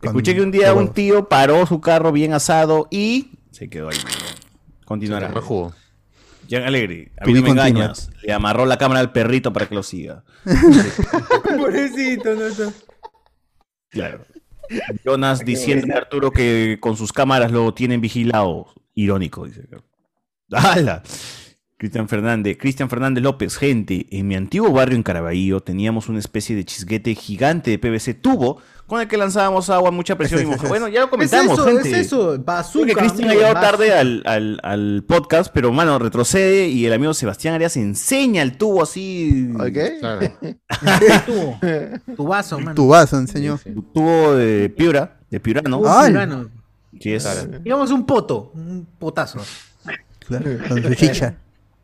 Speaker 5: Escuché que un día un tío paró su carro bien asado y se quedó ahí. Continuará. Jan Alegre, a mí
Speaker 4: Pidió
Speaker 5: no me
Speaker 4: continuar.
Speaker 5: engañas. Le amarró la cámara al perrito para que lo siga.
Speaker 29: (laughs) Pobrecito, no, no.
Speaker 5: Claro. Jonas diciendo a Arturo que con sus cámaras lo tienen vigilado. Irónico, dice. ¡Hala! Cristian Fernández, Cristian Fernández López, gente, en mi antiguo barrio en Caraballo teníamos una especie de chisguete gigante de PVC tubo con el que lanzábamos agua a mucha presión y mojaba. Bueno, ya lo comentamos,
Speaker 29: Es eso,
Speaker 5: gente.
Speaker 29: es eso. Bazooka.
Speaker 5: Creo que Cristian
Speaker 29: amigo,
Speaker 5: ha llegado
Speaker 29: bazooka.
Speaker 5: tarde al, al- al podcast, pero mano, retrocede y el amigo Sebastián Arias enseña el tubo así.
Speaker 4: (laughs)
Speaker 29: Tu, tu vaso, mano.
Speaker 4: Tu vaso, enseñó.
Speaker 5: Tu tubo de piura, de piurano.
Speaker 29: Tubo ¡Ay! piurano.
Speaker 5: Sí, es.
Speaker 29: Digamos un poto. Un potazo.
Speaker 4: Con su chicha.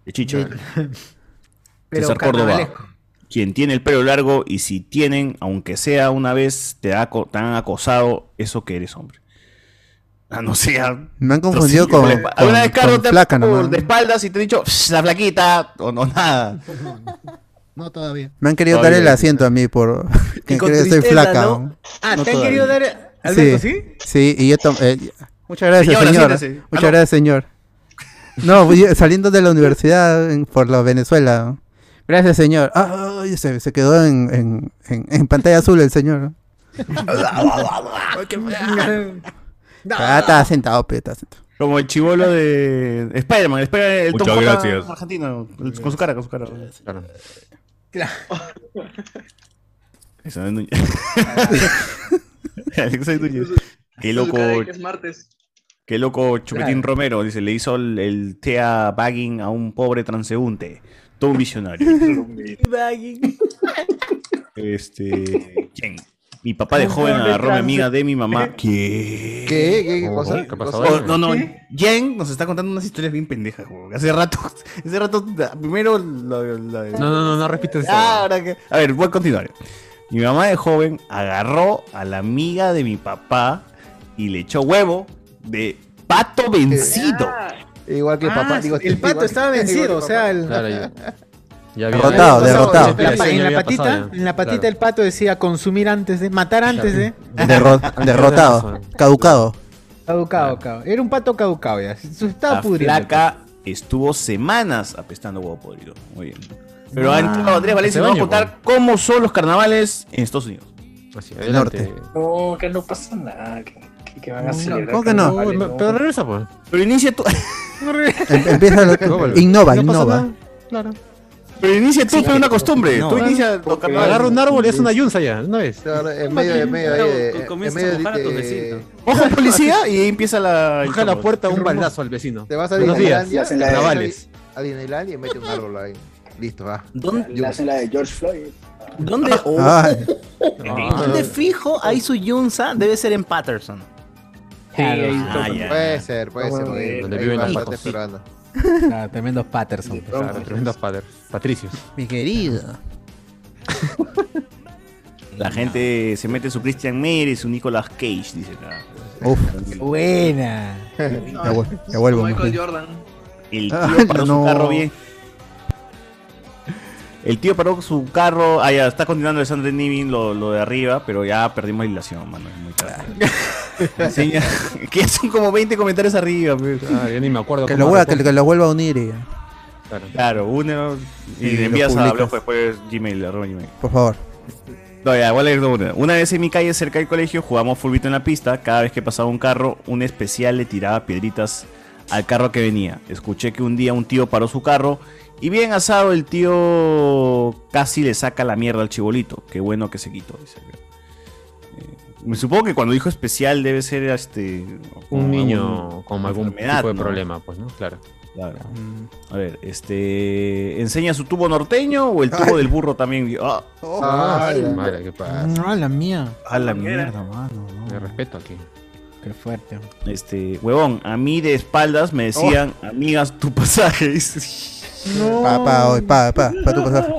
Speaker 5: De chicha.
Speaker 29: Pero
Speaker 5: César Córdoba.
Speaker 29: carnavalesco.
Speaker 5: Quien tiene el pelo largo y si tienen, aunque sea una vez, te, ha aco- te han acosado, eso que eres hombre. Ah, no sea.
Speaker 4: Me han confundido con,
Speaker 5: Alguna
Speaker 4: con-
Speaker 5: vez, Carlos,
Speaker 4: con
Speaker 5: te
Speaker 4: flaca
Speaker 5: han
Speaker 4: nomás.
Speaker 5: de espaldas y te han dicho, "Psh, la flaquita, o no, nada.
Speaker 3: No todavía.
Speaker 4: Me han querido dar
Speaker 5: Todavía
Speaker 4: el
Speaker 5: no.
Speaker 4: asiento a mí
Speaker 5: (laughs)
Speaker 4: por que
Speaker 29: con
Speaker 4: creo que soy
Speaker 29: tristeza,
Speaker 4: flaca.
Speaker 29: ¿no?
Speaker 4: aún.
Speaker 29: Ah,
Speaker 5: No
Speaker 29: ¿te han
Speaker 5: todavía.
Speaker 29: querido dar. Alberto, ¿sí?
Speaker 4: Sí, y yo tam- eh, Muchas gracias,
Speaker 29: Señora,
Speaker 4: señor.
Speaker 29: siéntese. Ah,
Speaker 4: Muchas
Speaker 29: no.
Speaker 4: gracias, señor. No, voy a- saliendo de la universidad en- por la Venezuela. Gracias, señor. Ah, ay, se, se quedó en, en- en- en pantalla azul el señor. Ah, estaba sentado, pe, estaba sentado.
Speaker 5: Como el chivolo de Spider-Man, el, Spider el
Speaker 4: Muchas
Speaker 5: Tom Holland Ah,
Speaker 4: gracias.
Speaker 5: argentino, el- con su cara, con su cara. Alexander (laughs) Núñez. Alexander Núñez. Qué loco,
Speaker 19: Cada que es martes.
Speaker 5: qué loco Chupetín
Speaker 19: Claro.
Speaker 5: Romero, dice, le hizo el, el tea bagging a un pobre transeúnte. Todo un visionario.
Speaker 2: (laughs)
Speaker 5: (laughs) este, ¿quién? Mi papá de joven agarró a mi amiga de mi mamá. ¿Qué?
Speaker 9: ¿Qué? ¿Qué? ¿Qué cosa?
Speaker 5: ¿Qué pasó? Oh, no, no, Jen nos está contando unas historias bien pendejas, güey. Hace rato, (laughs) hace rato, primero la,
Speaker 2: No,
Speaker 5: la-
Speaker 2: no, no, no repites eso.
Speaker 5: Ah, ahora que- A ver, voy a continuar. Mi mamá de joven agarró a la amiga de mi papá y le echó huevo de pato vencido.
Speaker 9: Igual que
Speaker 29: Ah, papá, digo, el pato igual que- estaba vencido, igual que o sea, papá. el-
Speaker 2: Claro, ya. Ya había-
Speaker 4: Derrotado,
Speaker 2: ya había
Speaker 4: derrotado.
Speaker 2: pasado,
Speaker 29: La pa-
Speaker 2: ya
Speaker 29: en la
Speaker 2: había
Speaker 29: patita,
Speaker 2: pasado ya.
Speaker 29: en la patita
Speaker 2: Claro.
Speaker 29: el pato decía consumir antes de, matar antes ¿eh? de. (laughs)
Speaker 2: (laughs)
Speaker 4: Derro- derrotado, caducado.
Speaker 29: Caducado, caducado. Era un pato caducado ya. Se estaba
Speaker 5: La
Speaker 29: pudriendo.
Speaker 5: flaca estuvo semanas apestando huevo podrido. Muy bien. Pero
Speaker 29: Ah.
Speaker 5: ha entrado Andrés
Speaker 29: Ese
Speaker 5: Valencia y nos va a
Speaker 29: baño,
Speaker 5: contar cómo son los carnavales en Estados Unidos.
Speaker 31: No, que no pasa nada. Que, que- que van a celebrar
Speaker 4: ¿cómo que no?
Speaker 31: carnavales,
Speaker 4: No, pero regresa, pues.
Speaker 5: Pero inicia tú.
Speaker 4: Em- empieza lo- innova, innova.
Speaker 2: Claro.
Speaker 5: Pero inicia tú,
Speaker 2: Sí,
Speaker 5: pero es una costumbre.
Speaker 2: no.
Speaker 5: tú inicia los
Speaker 2: Porque
Speaker 5: carnavales.
Speaker 2: Agarra un árbol y es una yunza ya, ¿no es?
Speaker 9: En medio, en medio, ahí de- en medio de- de-
Speaker 1: (laughs)
Speaker 5: Ojo,
Speaker 9: (laughs)
Speaker 5: policía, y ahí empieza la.
Speaker 2: Baja la puerta un baldazo al vecino.
Speaker 9: Te vas a
Speaker 2: Buenos días.
Speaker 9: Disneylandia. te vas a-
Speaker 2: Carnavales.
Speaker 9: A Disneylandia y mete un árbol ahí. Listo, va.
Speaker 12: ¿Dónde?
Speaker 9: Yo-
Speaker 12: Le hacen la de George Floyd.
Speaker 9: (laughs)
Speaker 12: ¿Dónde? oh.
Speaker 9: Ay.
Speaker 12: Ah.
Speaker 9: Ah.
Speaker 12: ¿Dónde fijo hay su yunza? Debe ser en Patterson.
Speaker 29: Claro. ahí
Speaker 9: Ah,
Speaker 29: está.
Speaker 9: ya. eh, Puede ser, puede ser.
Speaker 29: Donde
Speaker 9: porque
Speaker 29: viven los
Speaker 9: hay bastantes
Speaker 29: pacos.
Speaker 9: peruanos.
Speaker 29: Ah, tremendos Patterson.
Speaker 2: Claro, tremendos padres. Patricios.
Speaker 4: Mi querido.
Speaker 5: La gente se mete su Christian Meyer y su Nicolas Cage, dice acá.
Speaker 4: Uf.
Speaker 29: Buena.
Speaker 4: Ya, vuel- ya vuelvo.
Speaker 5: Michael
Speaker 4: mujer.
Speaker 5: Jordan.
Speaker 4: (laughs)
Speaker 5: El tío
Speaker 4: Ah,
Speaker 5: paró
Speaker 4: no.
Speaker 5: su carro bien. El tío paró su carro. Ah, ya está continuando el Sandra Nivin lo, lo de arriba, pero ya perdimos la hilación, mano. Es muy tarde.
Speaker 4: (laughs)
Speaker 5: Enseña- (laughs) que son como 20 comentarios arriba. pues.
Speaker 2: Ah, yo ni me acuerdo.
Speaker 4: Que
Speaker 2: cómo
Speaker 4: lo, vuelva,
Speaker 2: arrancó.
Speaker 4: que, que lo vuelva a unir. y-
Speaker 5: Claro, uno y,
Speaker 4: Y
Speaker 5: le
Speaker 4: lo
Speaker 5: envías a
Speaker 4: publicas.
Speaker 5: Blojo después Gmail, arroba Gmail.
Speaker 4: Por favor.
Speaker 5: No, ya, voy a leer de una. Una vez en mi calle cerca del colegio jugamos fulbito en la pista. Cada vez que pasaba un carro, un especial le tiraba piedritas al carro que venía. Escuché que un día un tío paró su carro y bien asado el tío casi le saca la mierda al chibolito. Qué bueno que se quitó, dice acá. Eh, Me supongo que cuando dijo especial debe ser este.
Speaker 2: Un niño con algún
Speaker 5: enfermedad,
Speaker 2: tipo de
Speaker 5: ¿no?
Speaker 2: problema, pues, ¿no? Claro.
Speaker 5: Claro. A ver, este. ¿Enseña su tubo norteño o el tubo del burro también? Ah,
Speaker 2: Ah, su madre, qué pasa.
Speaker 29: Ah,
Speaker 1: No, la mía.
Speaker 5: a la mierda, mano.
Speaker 2: De respeto aquí.
Speaker 1: Qué fuerte.
Speaker 5: Este, huevón, a mí de espaldas me decían, amigas, tu pasaje. (laughs) dice.
Speaker 4: Oh. Pa, pa, hoy, pa, pa, pa tu pasaje.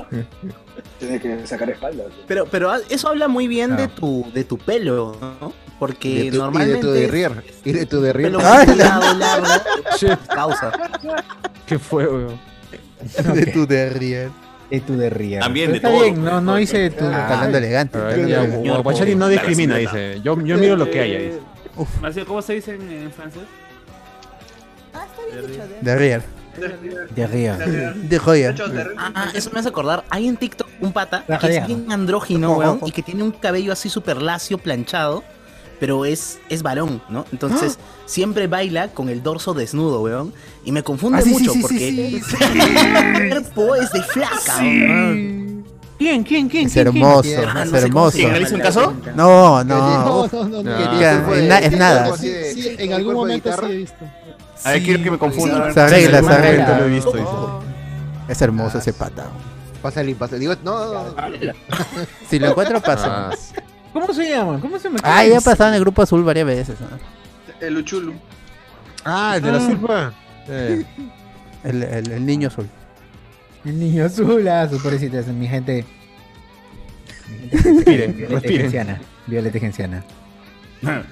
Speaker 44: Tiene que sacar espaldas.
Speaker 12: Pero, pero ah, eso habla muy bien de tu, de tu pelo, ¿no? Porque
Speaker 9: Y de tu-
Speaker 12: normalmente.
Speaker 9: Y de tu derrier. Y de tu derrier.
Speaker 12: Pelo
Speaker 9: Ah,
Speaker 12: largo, largo, causa.
Speaker 2: ¿Qué fue, weón?
Speaker 4: (laughs) De tu derrier.
Speaker 1: De tu derrier.
Speaker 5: También
Speaker 1: Pero
Speaker 5: de
Speaker 1: está
Speaker 5: todo,
Speaker 1: bien, no, no hice tu.
Speaker 4: Hablando elegante.
Speaker 2: A ver, ya, Gu- Guachari no discrimina, dice. Yo, yo miro lo que haya, dice.
Speaker 45: Marcio, ¿cómo se dice en, en francés?
Speaker 7: Ah, está bien dicho. de-
Speaker 4: Derrier.
Speaker 12: Derrier.
Speaker 4: De joya.
Speaker 12: Ah, eso me hace acordar. Hay en TikTok un pata
Speaker 4: La
Speaker 12: que
Speaker 4: jalea.
Speaker 12: es bien andrógino,
Speaker 4: Ojo,
Speaker 12: weón,
Speaker 4: ojo.
Speaker 12: y que tiene un cabello así súper lacio, planchado, pero es, es varón, ¿no? Entonces,
Speaker 4: ¡Ah!
Speaker 12: siempre baila con el dorso desnudo, weón. Y me confunde
Speaker 4: Ah, sí, sí,
Speaker 12: mucho
Speaker 4: sí, sí,
Speaker 12: porque
Speaker 4: sí,
Speaker 12: el cuerpo es de flaca, weón.
Speaker 45: ¿Quién, quién, quién?
Speaker 4: Es hermoso,
Speaker 12: Ah, no sé
Speaker 4: es
Speaker 12: cómo
Speaker 4: hermoso.
Speaker 12: se llama. ¿Realiza un caso?
Speaker 4: No,
Speaker 3: No,
Speaker 9: (laughs)
Speaker 4: no.
Speaker 3: no, no, no.
Speaker 4: Ya,
Speaker 3: Tiene
Speaker 4: es na- es
Speaker 3: cuerpo
Speaker 4: nada.
Speaker 3: así de- sí, en algún momento sí he visto.
Speaker 5: A ver, quiero que me confunda.
Speaker 4: Se arregla, se
Speaker 9: Nunca lo he
Speaker 4: arregla.
Speaker 9: visto, dice.
Speaker 4: Es hermoso ese pata.
Speaker 9: Pásale, pásale. Digo, no, no, no.
Speaker 4: (laughs) Si
Speaker 9: Ah.
Speaker 4: lo encuentro, pasa.
Speaker 1: ¿Cómo se llama? ¿Cómo se llama?
Speaker 4: Ah, ya ha pasado en el grupo azul varias veces. ¿no?
Speaker 46: El Uchulu.
Speaker 2: Ah, el de la (laughs) Zulpa.
Speaker 4: El, el- el niño azul.
Speaker 1: (laughs) El niño azul, ah, sus pobrecitas, mi gente.
Speaker 2: Respiren,
Speaker 1: Violeta
Speaker 2: respiren.
Speaker 1: Genciana. Violeta Genciana.
Speaker 5: A
Speaker 1: Ay,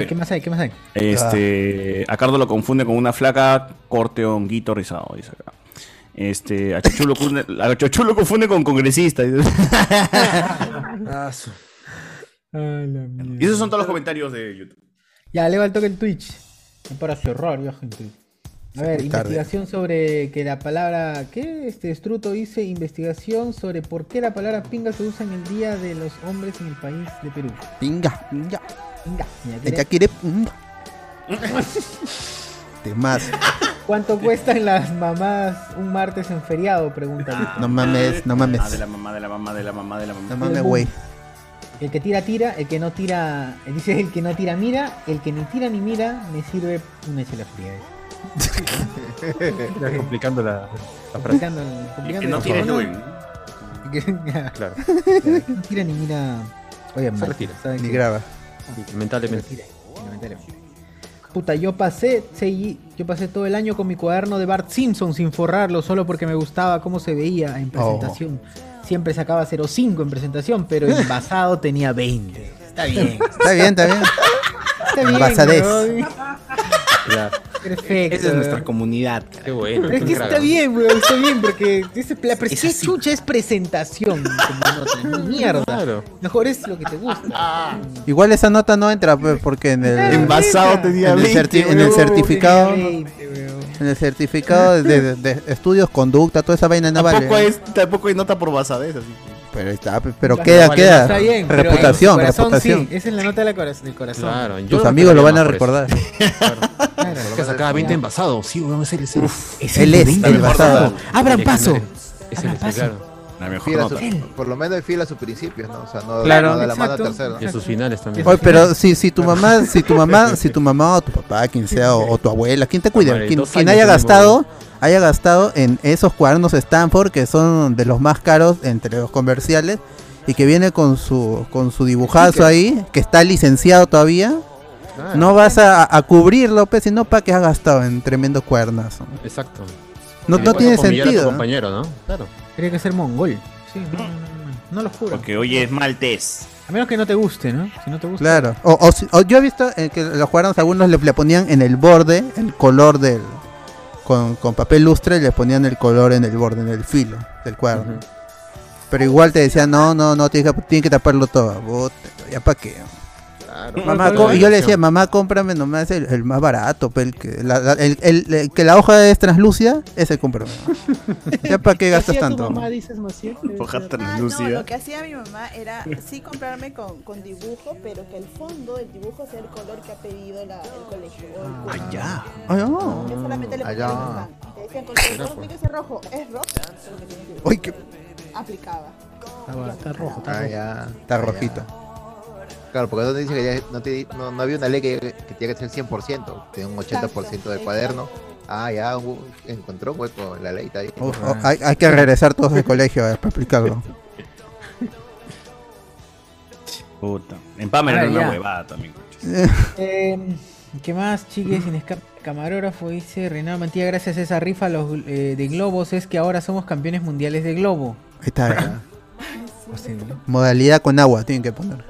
Speaker 5: ver.
Speaker 1: ¿Qué más hay? ¿Qué más hay? Ah,
Speaker 5: Este,
Speaker 4: Ah.
Speaker 5: a Cardo lo confunde con una flaca corte honguito rizado, dice acá. Este, a Chuchu lo confunde, a Chuchu lo confunde con congresista. dice.
Speaker 2: Ah,
Speaker 5: Y esos son todos los comentarios de YouTube.
Speaker 1: Ya, le va el toque el Twitch. Me parece horror, viejo en Twitch. A ver,
Speaker 4: muy tarde.
Speaker 1: investigación sobre que la palabra. ¿Qué? Este Struto dice investigación sobre por qué la palabra pinga se usa en el Día de los Hombres en el país de Perú.
Speaker 4: Pinga, pinga.
Speaker 1: Pinga. Mira,
Speaker 4: Ella
Speaker 1: ¿quieres?
Speaker 4: quiere pinga. De más.
Speaker 1: (laughs) ¿Cuánto cuestan las mamás un martes en feriado? Pregunta.
Speaker 4: No mames, no
Speaker 5: Ah, de
Speaker 4: mames.
Speaker 5: la mamá, de la mamá, de la mamá, de la mamá.
Speaker 4: No mames, güey.
Speaker 1: El que tira, tira. El que no tira. eh, Dice el que no tira, mira. El que ni tira ni mira, me sirve una chela
Speaker 4: (laughs)
Speaker 1: fría.
Speaker 2: Ya complicando la, la frase.
Speaker 1: Complicando, complicando.
Speaker 2: que no tiene Luis.
Speaker 1: Claro.
Speaker 2: (laughs) Claro.
Speaker 1: No tira ni mira. Oye,
Speaker 2: Se
Speaker 1: man,
Speaker 2: retira. Ah,
Speaker 1: ¿saben
Speaker 4: Ni
Speaker 1: qué?
Speaker 4: graba.
Speaker 2: Lamentablemente.
Speaker 1: Lamentablemente. Puta, yo pasé, sí, yo pasé todo el año con mi cuaderno de Bart Simpson sin forrarlo, solo porque me gustaba cómo se veía en presentación.
Speaker 4: Oh.
Speaker 1: Siempre sacaba 0.5 en presentación,
Speaker 4: (laughs)
Speaker 1: pero en basado tenía 20. Está bien.
Speaker 4: Está bien, está bien.
Speaker 1: Está bien.
Speaker 4: Basadez.
Speaker 1: weón.
Speaker 2: Ya.
Speaker 1: Perfecto.
Speaker 12: Esa es nuestra comunidad.
Speaker 2: Qué bueno.
Speaker 1: Pero es que está bien, bro, está bien, porque dice, la pres- ¿qué chucha es presentación? Como nota,
Speaker 2: (laughs)
Speaker 1: ni mierda.
Speaker 2: Claro.
Speaker 1: Mejor es lo que te gusta.
Speaker 4: Igual esa nota no entra pues, porque en el
Speaker 5: Envasado tenía
Speaker 4: en el,
Speaker 5: 20,
Speaker 4: certi- en el
Speaker 5: weón.
Speaker 4: certificado
Speaker 1: Tenía
Speaker 4: en el certificado de, de estudios conducta toda esa vaina no Ah, vale.
Speaker 5: Tampoco, es, tampoco hay nota por basadez, así.
Speaker 4: Pero está, pero
Speaker 1: Bueno,
Speaker 4: queda
Speaker 1: vale,
Speaker 4: queda
Speaker 1: Está bien, pero en
Speaker 4: reputación,
Speaker 1: tu corazón
Speaker 4: reputación.
Speaker 1: sí, esa es la nota de la cora- del corazón.
Speaker 2: Claro, yo
Speaker 4: Tus
Speaker 2: no
Speaker 4: amigos lo van a
Speaker 2: perdono por
Speaker 4: recordar.
Speaker 2: eso. (laughs)
Speaker 1: Claro.
Speaker 2: Que sacaba 20 envasado. Sí, weón, es el es el-
Speaker 4: es el es, el basado.
Speaker 1: Abran paso.
Speaker 2: Es el es el, claro.
Speaker 5: La
Speaker 9: Fiel a
Speaker 5: mejor
Speaker 9: su-
Speaker 5: nota.
Speaker 9: por lo menos fiel a sus principios, ¿no? O sea, no,
Speaker 2: Claro.
Speaker 9: no da la mano a
Speaker 1: Exacto.
Speaker 9: tercero.
Speaker 2: Y en sus finales también.
Speaker 4: Oye, pero si si tu mamá, si tu mamá, si tu mamá o tu papá, quien sea o, o tu abuela, quien te cuide,
Speaker 2: Madre,
Speaker 4: quien,
Speaker 2: dos
Speaker 4: quien
Speaker 2: años
Speaker 4: haya
Speaker 2: tenemos.
Speaker 4: gastado, haya gastado en esos cuadernos Stanford que son de los más caros entre los comerciales y que viene con su con su dibujazo ahí, que está licenciado todavía.
Speaker 2: Claro.
Speaker 4: No vas a, a cubrirlo, pues, sino para que has gastado en tremendo cuernazo.
Speaker 2: Exacto.
Speaker 4: No,
Speaker 2: Y
Speaker 4: no
Speaker 2: puedes
Speaker 4: tiene
Speaker 2: humillar a tu
Speaker 4: sentido.
Speaker 2: compañero, ¿no? Claro.
Speaker 1: Tenía que ser mongol. Sí, no, no, no, no, no lo juro.
Speaker 5: Porque hoy es maltés.
Speaker 1: A menos que no te guste, ¿no? Si no te gusta.
Speaker 4: Claro. O, o si- o yo he visto eh, que los cuadernos algunos le, le ponían en el borde el color del. Con, con papel lustre le ponían el color en el borde, en el filo del cuaderno. Pero igual te decían, no, no, no, tienes que, tienes que taparlo todo. Puta, ya para qué.
Speaker 2: Claro.
Speaker 4: Mamá, co- y yo le decía, mamá, cómprame nomás el, el más barato, pe, el que la, la- el- el- el que la hoja es translúcida,
Speaker 7: (laughs)
Speaker 4: ese cómprame. ya para qué gastas tanto.
Speaker 44: dices, Maciel?
Speaker 5: Hoja
Speaker 7: Ah, no,
Speaker 5: translúcida.
Speaker 7: lo que hacía mi mamá era sí comprarme con, con dibujo, pero que el fondo del dibujo sea el color que ha pedido la, el colegio. o el
Speaker 4: Ah,
Speaker 7: curso.
Speaker 5: Allá.
Speaker 4: Ay, no.
Speaker 7: Yo solamente le
Speaker 4: Ah,
Speaker 7: ponía
Speaker 9: Allá.
Speaker 7: mi mamá. Te decían, con el color tiene que ser rojo. Es rojo. pero que tiene que ser
Speaker 4: Uy, qué-
Speaker 7: Aplicaba.
Speaker 1: Está, está rojo, está
Speaker 9: Ah,
Speaker 1: rojo.
Speaker 9: ya.
Speaker 4: Está rojito.
Speaker 9: Claro, porque no te dice que ya no, te- no- no había una ley que, que tenía que ser 100%, tiene un 80% de cuaderno. Ah, ya hu- encontró un hueco en la ley. Está bien. Ah.
Speaker 4: Uf, oh, hay, hay que regresar todos al colegio eh, para explicarlo.
Speaker 5: Puta. En Pamela
Speaker 1: Ah,
Speaker 5: era una
Speaker 1: ya.
Speaker 5: huevada también. coches.
Speaker 1: Em, ¿Qué más, chiques? Sin escape, camarógrafo dice Reinaldo Mantilla. Gracias a esa rifa los, gl- eh, de globos es que ahora somos campeones mundiales de globo.
Speaker 4: Ahí está. eh.
Speaker 1: Posible.
Speaker 4: Modalidad con agua, tienen que poner.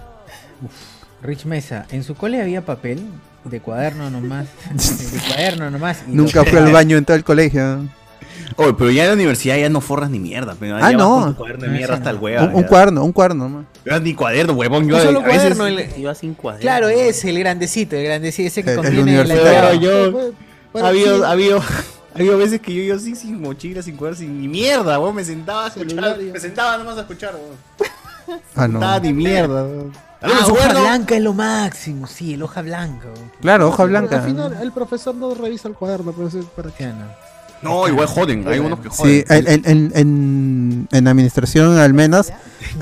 Speaker 1: Rich Mesa, en su cole había papel de cuaderno nomás. de cuaderno nomás. y
Speaker 4: Nunca
Speaker 1: los-
Speaker 4: fue al baño en todo el colegio.
Speaker 5: Oye, pero ya en la universidad ya no forras ni mierda. Pero
Speaker 4: Ah,
Speaker 5: ya vas
Speaker 4: no.
Speaker 5: con tu cuaderno de mierda hasta el
Speaker 4: Un,
Speaker 5: huevo.
Speaker 4: un cuaderno, un cuaderno. man.
Speaker 5: Ni cuaderno, huevón. Yo
Speaker 1: Un solo
Speaker 5: a veces-
Speaker 1: cuaderno, el- Claro, es el grandecito, el grandecito, ese que
Speaker 5: El- el
Speaker 1: contiene la llave.
Speaker 5: universitario. Yo-
Speaker 1: Bueno,
Speaker 5: ha habido,
Speaker 1: sí.
Speaker 5: ha habido, ha habido veces que yo iba así sin mochila, sin cuaderno, sin ni mierda, vos me sentaba a escuchar, me sentaba nomás a escuchar, vos.
Speaker 4: Ah, no.
Speaker 5: Sentaba ni mierda.
Speaker 1: Ah,
Speaker 5: Alumnos,
Speaker 1: hoja
Speaker 5: cuaderno.
Speaker 1: blanca es lo máximo, sí, el hoja blanca.
Speaker 4: Claro, hoja
Speaker 3: Al
Speaker 4: blanca.
Speaker 3: final, el profesor no revisa el cuaderno, pero sí, para qué.
Speaker 5: No, igual joden, hay unos que
Speaker 4: Sí,
Speaker 5: joden.
Speaker 4: en, en- en- en- en administración al menos,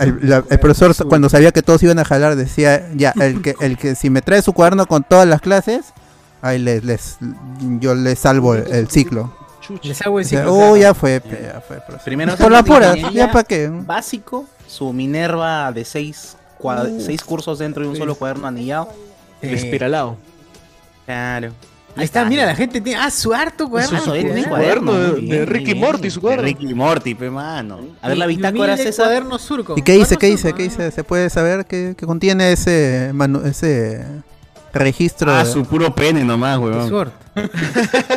Speaker 4: el, la- el profesor cuando sabía que todos iban a jalar decía, ya, el que, el que si me trae su cuaderno con todas las clases, ahí les, les, yo les salvo el, el ciclo.
Speaker 1: Les hago el
Speaker 4: O sea,
Speaker 1: ciclo,
Speaker 4: oh,
Speaker 1: claro.
Speaker 4: ya fue, pe- ya fue. profesor.
Speaker 12: Primero
Speaker 4: Por la pura,
Speaker 12: ingeniería
Speaker 4: ya para qué.
Speaker 12: Básico, su Minerva de seis, cua-
Speaker 4: Uh.
Speaker 12: seis cursos dentro de un solo cuaderno anillado.
Speaker 1: Sí.
Speaker 12: Espiralado. Claro.
Speaker 1: Ahí está, mira, la gente tiene. Ah, su harto cuaderno.
Speaker 12: Su- su-
Speaker 1: Cuaderno.
Speaker 12: su cuaderno,
Speaker 1: Muy
Speaker 12: de-
Speaker 1: bien,
Speaker 12: de
Speaker 1: muy
Speaker 12: Ricky
Speaker 1: bien.
Speaker 12: Morty, su cuaderno.
Speaker 5: Ricky Morty, pe mano.
Speaker 12: A ver, la
Speaker 1: Mi- mi
Speaker 12: bitácora
Speaker 1: humilde
Speaker 12: César.
Speaker 1: cuaderno surco.
Speaker 4: ¿Y qué dice? ¿Qué dice? ¿Qué dice? ¿Se puede saber qué, qué contiene ese, manu- ese registro?
Speaker 5: Ah,
Speaker 4: de-
Speaker 5: su puro pene nomás, huevón.
Speaker 1: Suerte.
Speaker 5: (laughs)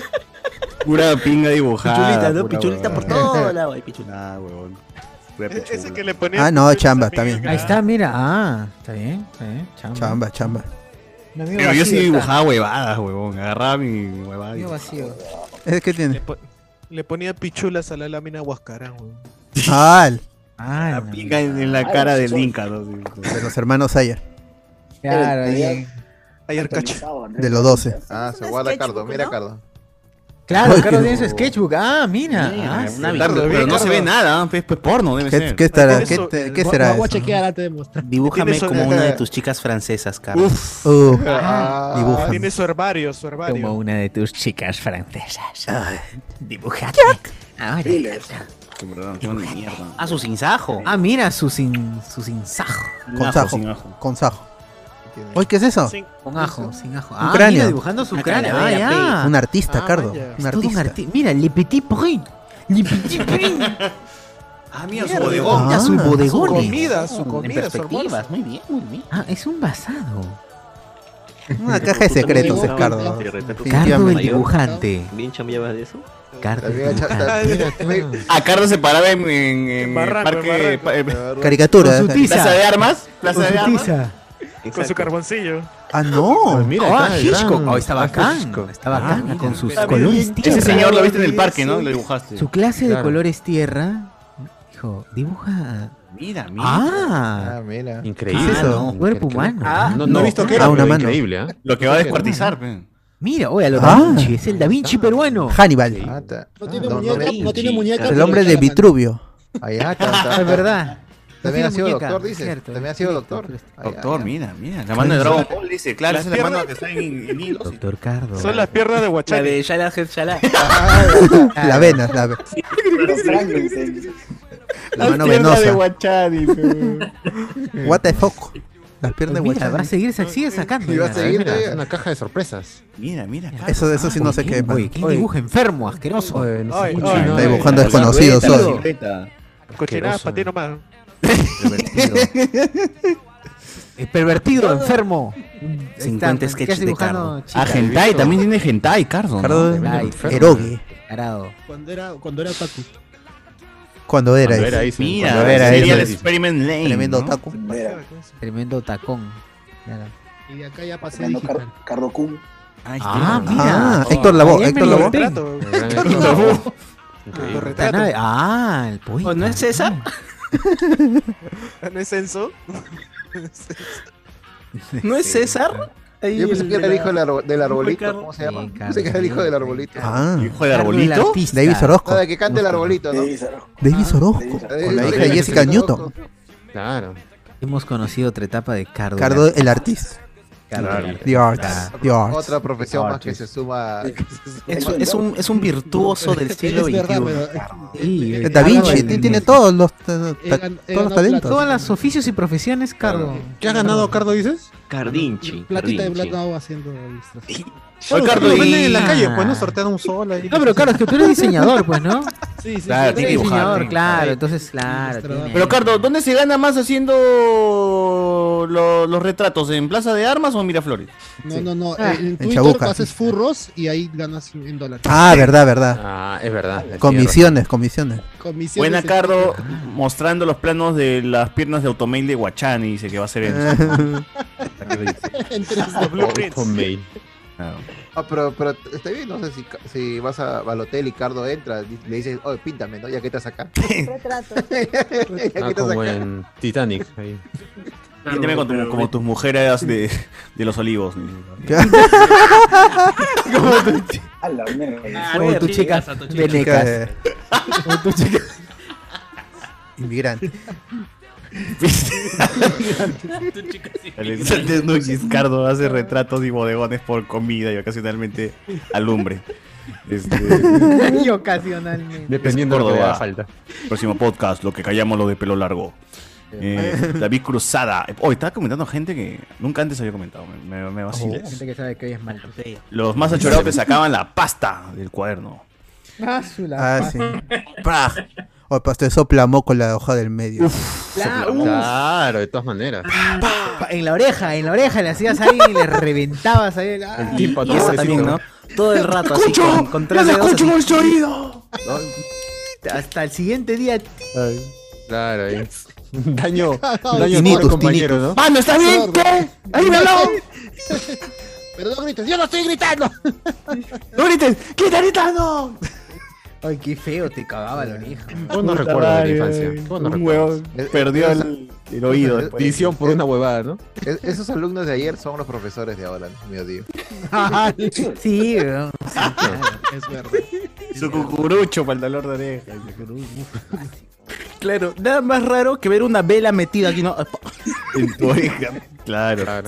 Speaker 5: Pura pinga dibujada.
Speaker 12: Pichulita, ¿no?
Speaker 5: pura
Speaker 12: Pichulita por
Speaker 5: huevada.
Speaker 12: todo lado, hay pichulita.
Speaker 5: Ah, huevón.
Speaker 2: E-,
Speaker 5: Pura
Speaker 12: Ese
Speaker 5: pichula.
Speaker 12: que le
Speaker 4: Ah, no, chamba, también.
Speaker 1: Ahí está, mira. Ah, está bien, está bien. Chamba.
Speaker 4: Chamba, chamba.
Speaker 1: Mi amigo
Speaker 5: Pero yo sí
Speaker 1: vacío está.
Speaker 5: dibujaba huevadas, huevón. Agarraba mi huevada. y-
Speaker 1: Mío vacío.
Speaker 4: ¿Es que tiene?
Speaker 2: Le ponía pichulas a la lámina Huascarán, weón.
Speaker 4: Ah,
Speaker 1: Ah,
Speaker 5: la pinga en, en la cara del Inca. ¿no? Sí.
Speaker 4: de los hermanos Ayer,
Speaker 1: Claro, ahí.
Speaker 2: Ayer
Speaker 9: Oh,
Speaker 4: de los 12.
Speaker 9: Ah, se guarda Cardo, mira Cardo.
Speaker 1: Claro,
Speaker 4: Ay,
Speaker 1: Carlos
Speaker 4: qué-
Speaker 1: tiene su sketchbook. Ah, mira.
Speaker 5: Mira,
Speaker 1: Ah,
Speaker 5: una
Speaker 1: sí.
Speaker 5: bitácora,
Speaker 1: Carlos,
Speaker 5: pero no se ve
Speaker 1: Carlos.
Speaker 5: nada, ¿no? es pues porno debe
Speaker 4: ¿Qué-
Speaker 5: ser.
Speaker 4: qué estará? ¿Qué te- eh, qué será
Speaker 3: Voy a
Speaker 4: eso?
Speaker 3: chequear antes de mostrar.
Speaker 12: (laughs) Dibújame
Speaker 2: Tienes
Speaker 12: como
Speaker 2: una-
Speaker 12: una de tus chicas francesas, Carlos.
Speaker 2: Uf.
Speaker 4: Uh,
Speaker 2: Ah,
Speaker 4: dibújame.
Speaker 2: Tiene su herbario, su herbario.
Speaker 1: Como una de tus chicas francesas. Dibujate. Ahora.
Speaker 5: Perdón, qué buena mierda.
Speaker 12: Ah, su sinsajo.
Speaker 1: Ah, mira, su, sin, su sinsajo.
Speaker 4: Con sajo. Con sajo. Oye, ¿qué es eso?
Speaker 1: Con ajo, sin ajo.
Speaker 4: Un
Speaker 1: Ah,
Speaker 4: cráneo.
Speaker 1: mira, dibujando su
Speaker 4: Una
Speaker 1: cráneo. Ah,
Speaker 4: calavera,
Speaker 1: ya.
Speaker 4: pe. Un artista,
Speaker 5: Ah,
Speaker 4: Cardo,
Speaker 1: vaya.
Speaker 4: un
Speaker 1: Es todo
Speaker 4: artista.
Speaker 1: arti- mira, Le Petit Prix.
Speaker 4: (laughs)
Speaker 1: Le Petit Prix.
Speaker 5: Ah,
Speaker 1: mira,
Speaker 5: mira, su bodegón.
Speaker 1: Mira, su bodegón.
Speaker 2: Su comida, su
Speaker 1: En
Speaker 2: comida, su almuerzo.
Speaker 12: muy bien, muy bien.
Speaker 1: Ah, es un basado.
Speaker 4: Una caja de secretos, es Cardo.
Speaker 1: Cardo el
Speaker 4: Definitivamente.
Speaker 1: dibujante.
Speaker 47: ¿Bien chambeabas de eso?
Speaker 1: Cardo el
Speaker 9: También echa-
Speaker 1: dibujante.
Speaker 9: también-
Speaker 5: A Carlos se paraba Ah, en, en, en
Speaker 2: Barranco,
Speaker 5: parque.
Speaker 2: en
Speaker 5: pa- eh,
Speaker 4: Caricatura.
Speaker 1: Con su tiza.
Speaker 5: Plaza de armas. Plaza
Speaker 1: Con
Speaker 5: de
Speaker 1: su
Speaker 5: armas.
Speaker 1: tiza.
Speaker 2: Con su carboncillo.
Speaker 4: Ah, no.
Speaker 2: acá
Speaker 1: Ah,
Speaker 2: el
Speaker 1: Hitchcock.
Speaker 2: gran
Speaker 1: Oh, está bacán.
Speaker 2: Hitchcock.
Speaker 1: Está
Speaker 5: Ah,
Speaker 1: bacán. Ah, con sus
Speaker 2: Está bien.
Speaker 1: colores tierra.
Speaker 5: Ese señor lo viste en el parque, ¿no? Lo dibujaste.
Speaker 1: Su clase de
Speaker 5: Claro.
Speaker 1: colores tierra. Hijo, dibuja.
Speaker 5: Mira, mira.
Speaker 1: Ah,
Speaker 9: Ah, mira.
Speaker 4: ¿Qué es
Speaker 5: Ah,
Speaker 4: eso?
Speaker 5: no.
Speaker 1: cuerpo humano.
Speaker 5: Ah,
Speaker 2: No, no he visto que
Speaker 4: Ah,
Speaker 2: era,
Speaker 4: una
Speaker 2: pero
Speaker 4: mano.
Speaker 2: increíble, ¿ah?
Speaker 5: Lo que va a descuartizar, pe.
Speaker 1: Mira, oye, a lo
Speaker 4: Ah.
Speaker 1: Da Vinci. Es el Da Vinci peruano.
Speaker 4: Hannibal.
Speaker 9: Ah, está.
Speaker 3: No tiene
Speaker 9: No, no
Speaker 3: muñeca,
Speaker 9: me-
Speaker 3: no tiene muñeca.
Speaker 4: El
Speaker 3: pero
Speaker 4: hombre
Speaker 3: echa
Speaker 4: de
Speaker 3: la mano.
Speaker 4: Vitruvio.
Speaker 9: Ahí está, está, está.
Speaker 1: ah, Es verdad.
Speaker 9: También
Speaker 1: No
Speaker 9: ha
Speaker 1: tiene
Speaker 9: sido
Speaker 1: muñeca,
Speaker 9: doctor,
Speaker 1: es
Speaker 9: dice.
Speaker 1: cierto,
Speaker 9: También
Speaker 1: es
Speaker 9: ha sido
Speaker 1: cierto,
Speaker 9: doctor.
Speaker 1: es cierto.
Speaker 9: Ahí,
Speaker 5: Doctor,
Speaker 9: ahí.
Speaker 5: mira, mira. La mano de Dragon Ball dice, claro, esa es la mano que está en, en hilos.
Speaker 1: Doctor Cardo.
Speaker 2: Son las piernas de
Speaker 12: La
Speaker 2: Huachani.
Speaker 12: de Shala Head Shala.
Speaker 4: (laughs) La vena, la, ve- la mano venosa.
Speaker 5: Guachani,
Speaker 4: What the fuck. Las piernas de
Speaker 1: Pues Mira, va a
Speaker 4: Guachani.
Speaker 1: seguir, sigue sacando.
Speaker 9: Y va a
Speaker 1: mira.
Speaker 9: seguir
Speaker 2: mira,
Speaker 9: todavía.
Speaker 2: es una caja de sorpresas.
Speaker 5: Mira, mira, Carlos.
Speaker 4: Eso, eso sí no sé
Speaker 1: Oye,
Speaker 4: qué.
Speaker 1: Oye, ¿quién dibuja enfermo, asqueroso?
Speaker 2: Ay,
Speaker 4: Sí,
Speaker 2: ay,
Speaker 4: Está
Speaker 2: ay.
Speaker 4: dibujando desconocidos hoy.
Speaker 2: Cochinadas para ti
Speaker 1: (laughs)
Speaker 2: nomás.
Speaker 1: Es pervertido, enfermo.
Speaker 12: Cincuenta
Speaker 1: Está,
Speaker 12: sketches
Speaker 1: ¿qué hace
Speaker 12: de
Speaker 1: dibujando
Speaker 12: Cardo.
Speaker 1: chicas?
Speaker 5: Ah, hentai, también tiene hentai, Carlos.
Speaker 4: Cardo
Speaker 5: ¿no?
Speaker 1: Ay,
Speaker 4: Erogue.
Speaker 1: Tarado.
Speaker 3: Cuando era, cuando era Paco.
Speaker 4: Cuando era
Speaker 2: Cuando
Speaker 4: eso.
Speaker 2: era Aizen,
Speaker 5: Mira,
Speaker 2: cuando
Speaker 4: era
Speaker 5: sería
Speaker 4: eso.
Speaker 5: el Experiment Lane.
Speaker 4: Tremendo
Speaker 5: ¿no?
Speaker 4: taco.
Speaker 1: Tremendo tacón. Claro.
Speaker 3: Y de acá ya pasé
Speaker 48: Fernando
Speaker 3: digital.
Speaker 48: Car- Carrocún.
Speaker 5: Ahí
Speaker 1: Ah,
Speaker 5: está.
Speaker 1: mira.
Speaker 4: Ah, Héctor Lavoe,
Speaker 1: Ahí
Speaker 4: Héctor
Speaker 1: me
Speaker 4: Lavoe.
Speaker 1: volteé.
Speaker 2: (laughs) Retrato,
Speaker 1: Puta
Speaker 2: retrato.
Speaker 1: nave. Ah, el pollo.
Speaker 12: ¿O no es esa? Ah.
Speaker 2: ¿No es Enzo?
Speaker 12: ¿No es César? Ahí
Speaker 9: Yo pensé
Speaker 12: el
Speaker 9: que era
Speaker 12: de
Speaker 9: el
Speaker 12: la-
Speaker 9: hijo del arbo- del arbolito.
Speaker 12: Ricardo.
Speaker 9: ¿Cómo se
Speaker 2: (laughs)
Speaker 9: llama?
Speaker 1: Sí,
Speaker 9: Yo pensé que era el hijo del arbolito.
Speaker 4: Ah,
Speaker 5: Hijo del
Speaker 1: Cardo el
Speaker 5: arbolito.
Speaker 1: artista. Ah,
Speaker 4: David Orozco.
Speaker 9: Nada, que cante el arbolito, ¿no?
Speaker 48: Sí, Saro.
Speaker 4: David Orozco.
Speaker 48: David
Speaker 4: Con la hija de
Speaker 9: David
Speaker 4: Jessica
Speaker 9: Orozco.
Speaker 4: Newton.
Speaker 2: Claro.
Speaker 49: Hemos conocido otra etapa de Cardo.
Speaker 4: Cardo, el artista.
Speaker 49: Cardo, el artista.
Speaker 4: The artist. The artist.
Speaker 9: Otra profesión más que
Speaker 49: Artist.
Speaker 9: se suma. que se suma.
Speaker 49: Es, un- es un, es un virtuoso del siglo
Speaker 9: Es
Speaker 49: XXI.
Speaker 9: verdad,
Speaker 49: Sí,
Speaker 4: Eh,
Speaker 49: es-
Speaker 4: Da Vinci,
Speaker 49: Cardo,
Speaker 4: ti-
Speaker 49: el-
Speaker 4: tiene todos los, ta-
Speaker 5: Eh,
Speaker 4: ta-
Speaker 1: ganado
Speaker 4: todos los talentos.
Speaker 1: Todas las oficios y profesiones, Cardo.
Speaker 3: ¿Qué ha ganado Cardo, dices?
Speaker 49: Cardinchi.
Speaker 3: Platita de
Speaker 49: Cardinchi.
Speaker 3: plata haciendo revistas.
Speaker 49: Oye, Cardo,
Speaker 3: lo
Speaker 49: y-
Speaker 3: venden en la calle, pues no sortean un sol ahí.
Speaker 1: No, pero claro, es que tú eres diseñador, pues, ¿no?
Speaker 3: (laughs) Sí, sí,
Speaker 49: Claro,
Speaker 1: Tú eres
Speaker 49: tiene que
Speaker 1: diseñador,
Speaker 49: dibujar.
Speaker 1: claro, entonces, claro. tiene-
Speaker 5: Pero Cardo, ¿dónde se gana más haciendo lo- los retratos? ¿En Plaza de Armas o en Miraflores?
Speaker 3: No, no, no.
Speaker 5: Ah.
Speaker 3: en
Speaker 5: En
Speaker 3: Twitter
Speaker 4: Chabuca.
Speaker 3: haces furros y ahí ganas en dólares.
Speaker 4: Ah, verdad, verdad.
Speaker 3: Ah,
Speaker 5: es verdad.
Speaker 4: Comisiones, comisiones.
Speaker 3: Comisiones
Speaker 5: Buena
Speaker 3: en-
Speaker 5: Cardo mostrando los planos de las piernas de Automail de Guachani dice que va a ser en
Speaker 3: en 3D.
Speaker 5: Automail.
Speaker 9: Ah, pero, pero está bien, no sé si, Ca- si vas a, al hotel y Cardo entra, di- le dices, oye, píntame, ¿no? Ya que estás acá.
Speaker 50: Retrato.
Speaker 9: (laughs) ya que
Speaker 2: Ah,
Speaker 9: estás
Speaker 2: como
Speaker 9: acá.
Speaker 2: en Titanic. Ahí.
Speaker 5: Pínteme con tu- como tus mujeres de, de los
Speaker 49: (laughs)
Speaker 5: olivos.
Speaker 51: Como tu A la
Speaker 52: Ah,
Speaker 51: mierda.
Speaker 49: Como tu chica venecas. Como tu chica.
Speaker 4: Inmigrante.
Speaker 1: (laughs)
Speaker 5: Alexander Núñez Cardo hace retratos y bodegones por comida y ocasionalmente alumbre. Este,
Speaker 1: (laughs) Y ocasionalmente.
Speaker 5: es
Speaker 2: de lo que
Speaker 5: Córdoba.
Speaker 2: haga falta.
Speaker 5: Próximo podcast, lo que callamos lo de pelo largo. Eh, David Cruzada. Hoy estaba comentando gente que nunca antes había comentado. Me, me, me vacilé.
Speaker 2: Oh.
Speaker 1: Gente que sabe que hoy es mal.
Speaker 5: Los más achorados que sacaban la pasta del cuaderno.
Speaker 1: Ah, su la (laughs)
Speaker 4: Ah, sí. Praj. O pues te sopla moco la hoja del medio.
Speaker 1: La- uh.
Speaker 2: Ah, Claro, de todas maneras.
Speaker 1: Pa, En la oreja, en la oreja le hacías ahí y le reventabas ahí. ah.
Speaker 2: El tipo
Speaker 49: Y eso también, ¿no? Todo el rato así.
Speaker 1: ¡Escucho!
Speaker 49: con- con tres
Speaker 1: ¡Ya
Speaker 49: dedos
Speaker 1: escucho
Speaker 49: así.
Speaker 1: con su oído! Hasta el siguiente día.
Speaker 2: Claro, ahí. (laughs) Daño,
Speaker 3: Cagado.
Speaker 2: daño
Speaker 3: Tinnitus,
Speaker 2: por compañero, ¿no?
Speaker 49: Ah,
Speaker 3: Mano, ¿estás bien?
Speaker 5: ¿Qué?
Speaker 3: ¡Ahí (laughs)
Speaker 5: me habló!
Speaker 3: Pero no grites, yo no estoy gritando.
Speaker 5: (laughs) ¡No grites! ¡Quita gritando!
Speaker 1: Ay, qué feo, te cagaba la oreja.
Speaker 2: Buenos recuerdos de la infancia. Buenos
Speaker 5: Un
Speaker 2: recuerdos.
Speaker 5: huevón perdió el, el oído. después.
Speaker 2: Visión por una huevada, ¿no?
Speaker 9: Es- esos alumnos de ayer son los profesores de ahora, mío tío.
Speaker 1: Sí,
Speaker 9: (laughs)
Speaker 1: weón.
Speaker 3: Es verdad.
Speaker 5: Su cucurucho para el dolor de oreja.
Speaker 49: Claro, nada más raro que ver una vela metida
Speaker 9: (laughs)
Speaker 49: aquí, ¿no?
Speaker 5: En tu oreja. Claro.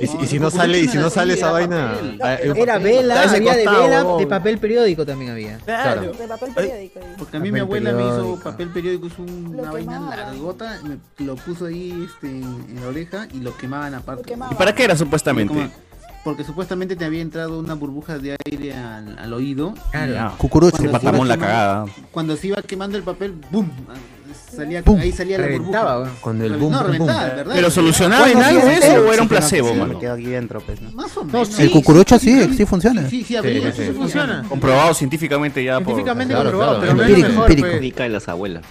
Speaker 2: Y si, y si no sale, y si no sale esa vaina.
Speaker 1: Ah,
Speaker 2: ah,
Speaker 52: Eh,
Speaker 1: Era vela, había de vela, de papel periódico también había.
Speaker 2: Claro.
Speaker 50: De papel periódico.
Speaker 52: Porque a mí
Speaker 1: Papel
Speaker 52: mi abuela me hizo
Speaker 1: periódico.
Speaker 52: papel periódico, es un-
Speaker 50: Lo
Speaker 52: una vaina
Speaker 50: quemaban.
Speaker 52: largota, me lo puso ahí este, en, en la oreja y lo quemaban aparte.
Speaker 50: quemaban.
Speaker 5: ¿Y para qué era supuestamente?
Speaker 52: Como- porque supuestamente te había entrado una burbuja de aire al, al oído.
Speaker 5: Claro.
Speaker 52: Y-
Speaker 5: Ah, cucurucho.
Speaker 52: cuando
Speaker 5: Patamón
Speaker 52: se iba
Speaker 5: la
Speaker 52: quemando-
Speaker 5: cagada.
Speaker 52: Cuando se iba quemando el papel, ¡boom! Salía,
Speaker 5: ¡Bum!
Speaker 52: Ahí salía la
Speaker 5: Reventaba,
Speaker 52: burbuja.
Speaker 5: weón. Con el
Speaker 52: Reven-
Speaker 5: ¡bum,
Speaker 52: No,
Speaker 5: bum, bum!
Speaker 52: reventaba, ¿verdad?
Speaker 5: Pero solucionaba en algo eso o era un placebo,
Speaker 52: mano?
Speaker 5: mano.
Speaker 52: quedó
Speaker 49: aquí dentro, pues, ¿no?
Speaker 52: Más o
Speaker 1: No,
Speaker 52: menos.
Speaker 4: El cucurucho sí, sí funciona.
Speaker 52: Sí, sí, habría,
Speaker 5: Sí,
Speaker 52: sí,
Speaker 5: sí.
Speaker 52: funciona.
Speaker 5: Comprobado científicamente ya por,
Speaker 1: Científicamente
Speaker 5: Claro,
Speaker 1: comprobado,
Speaker 5: claro.
Speaker 1: pero no es
Speaker 4: Empírico,
Speaker 1: lo mejor, pues.
Speaker 4: empírico.
Speaker 1: pe.
Speaker 7: Pica de las abuelas.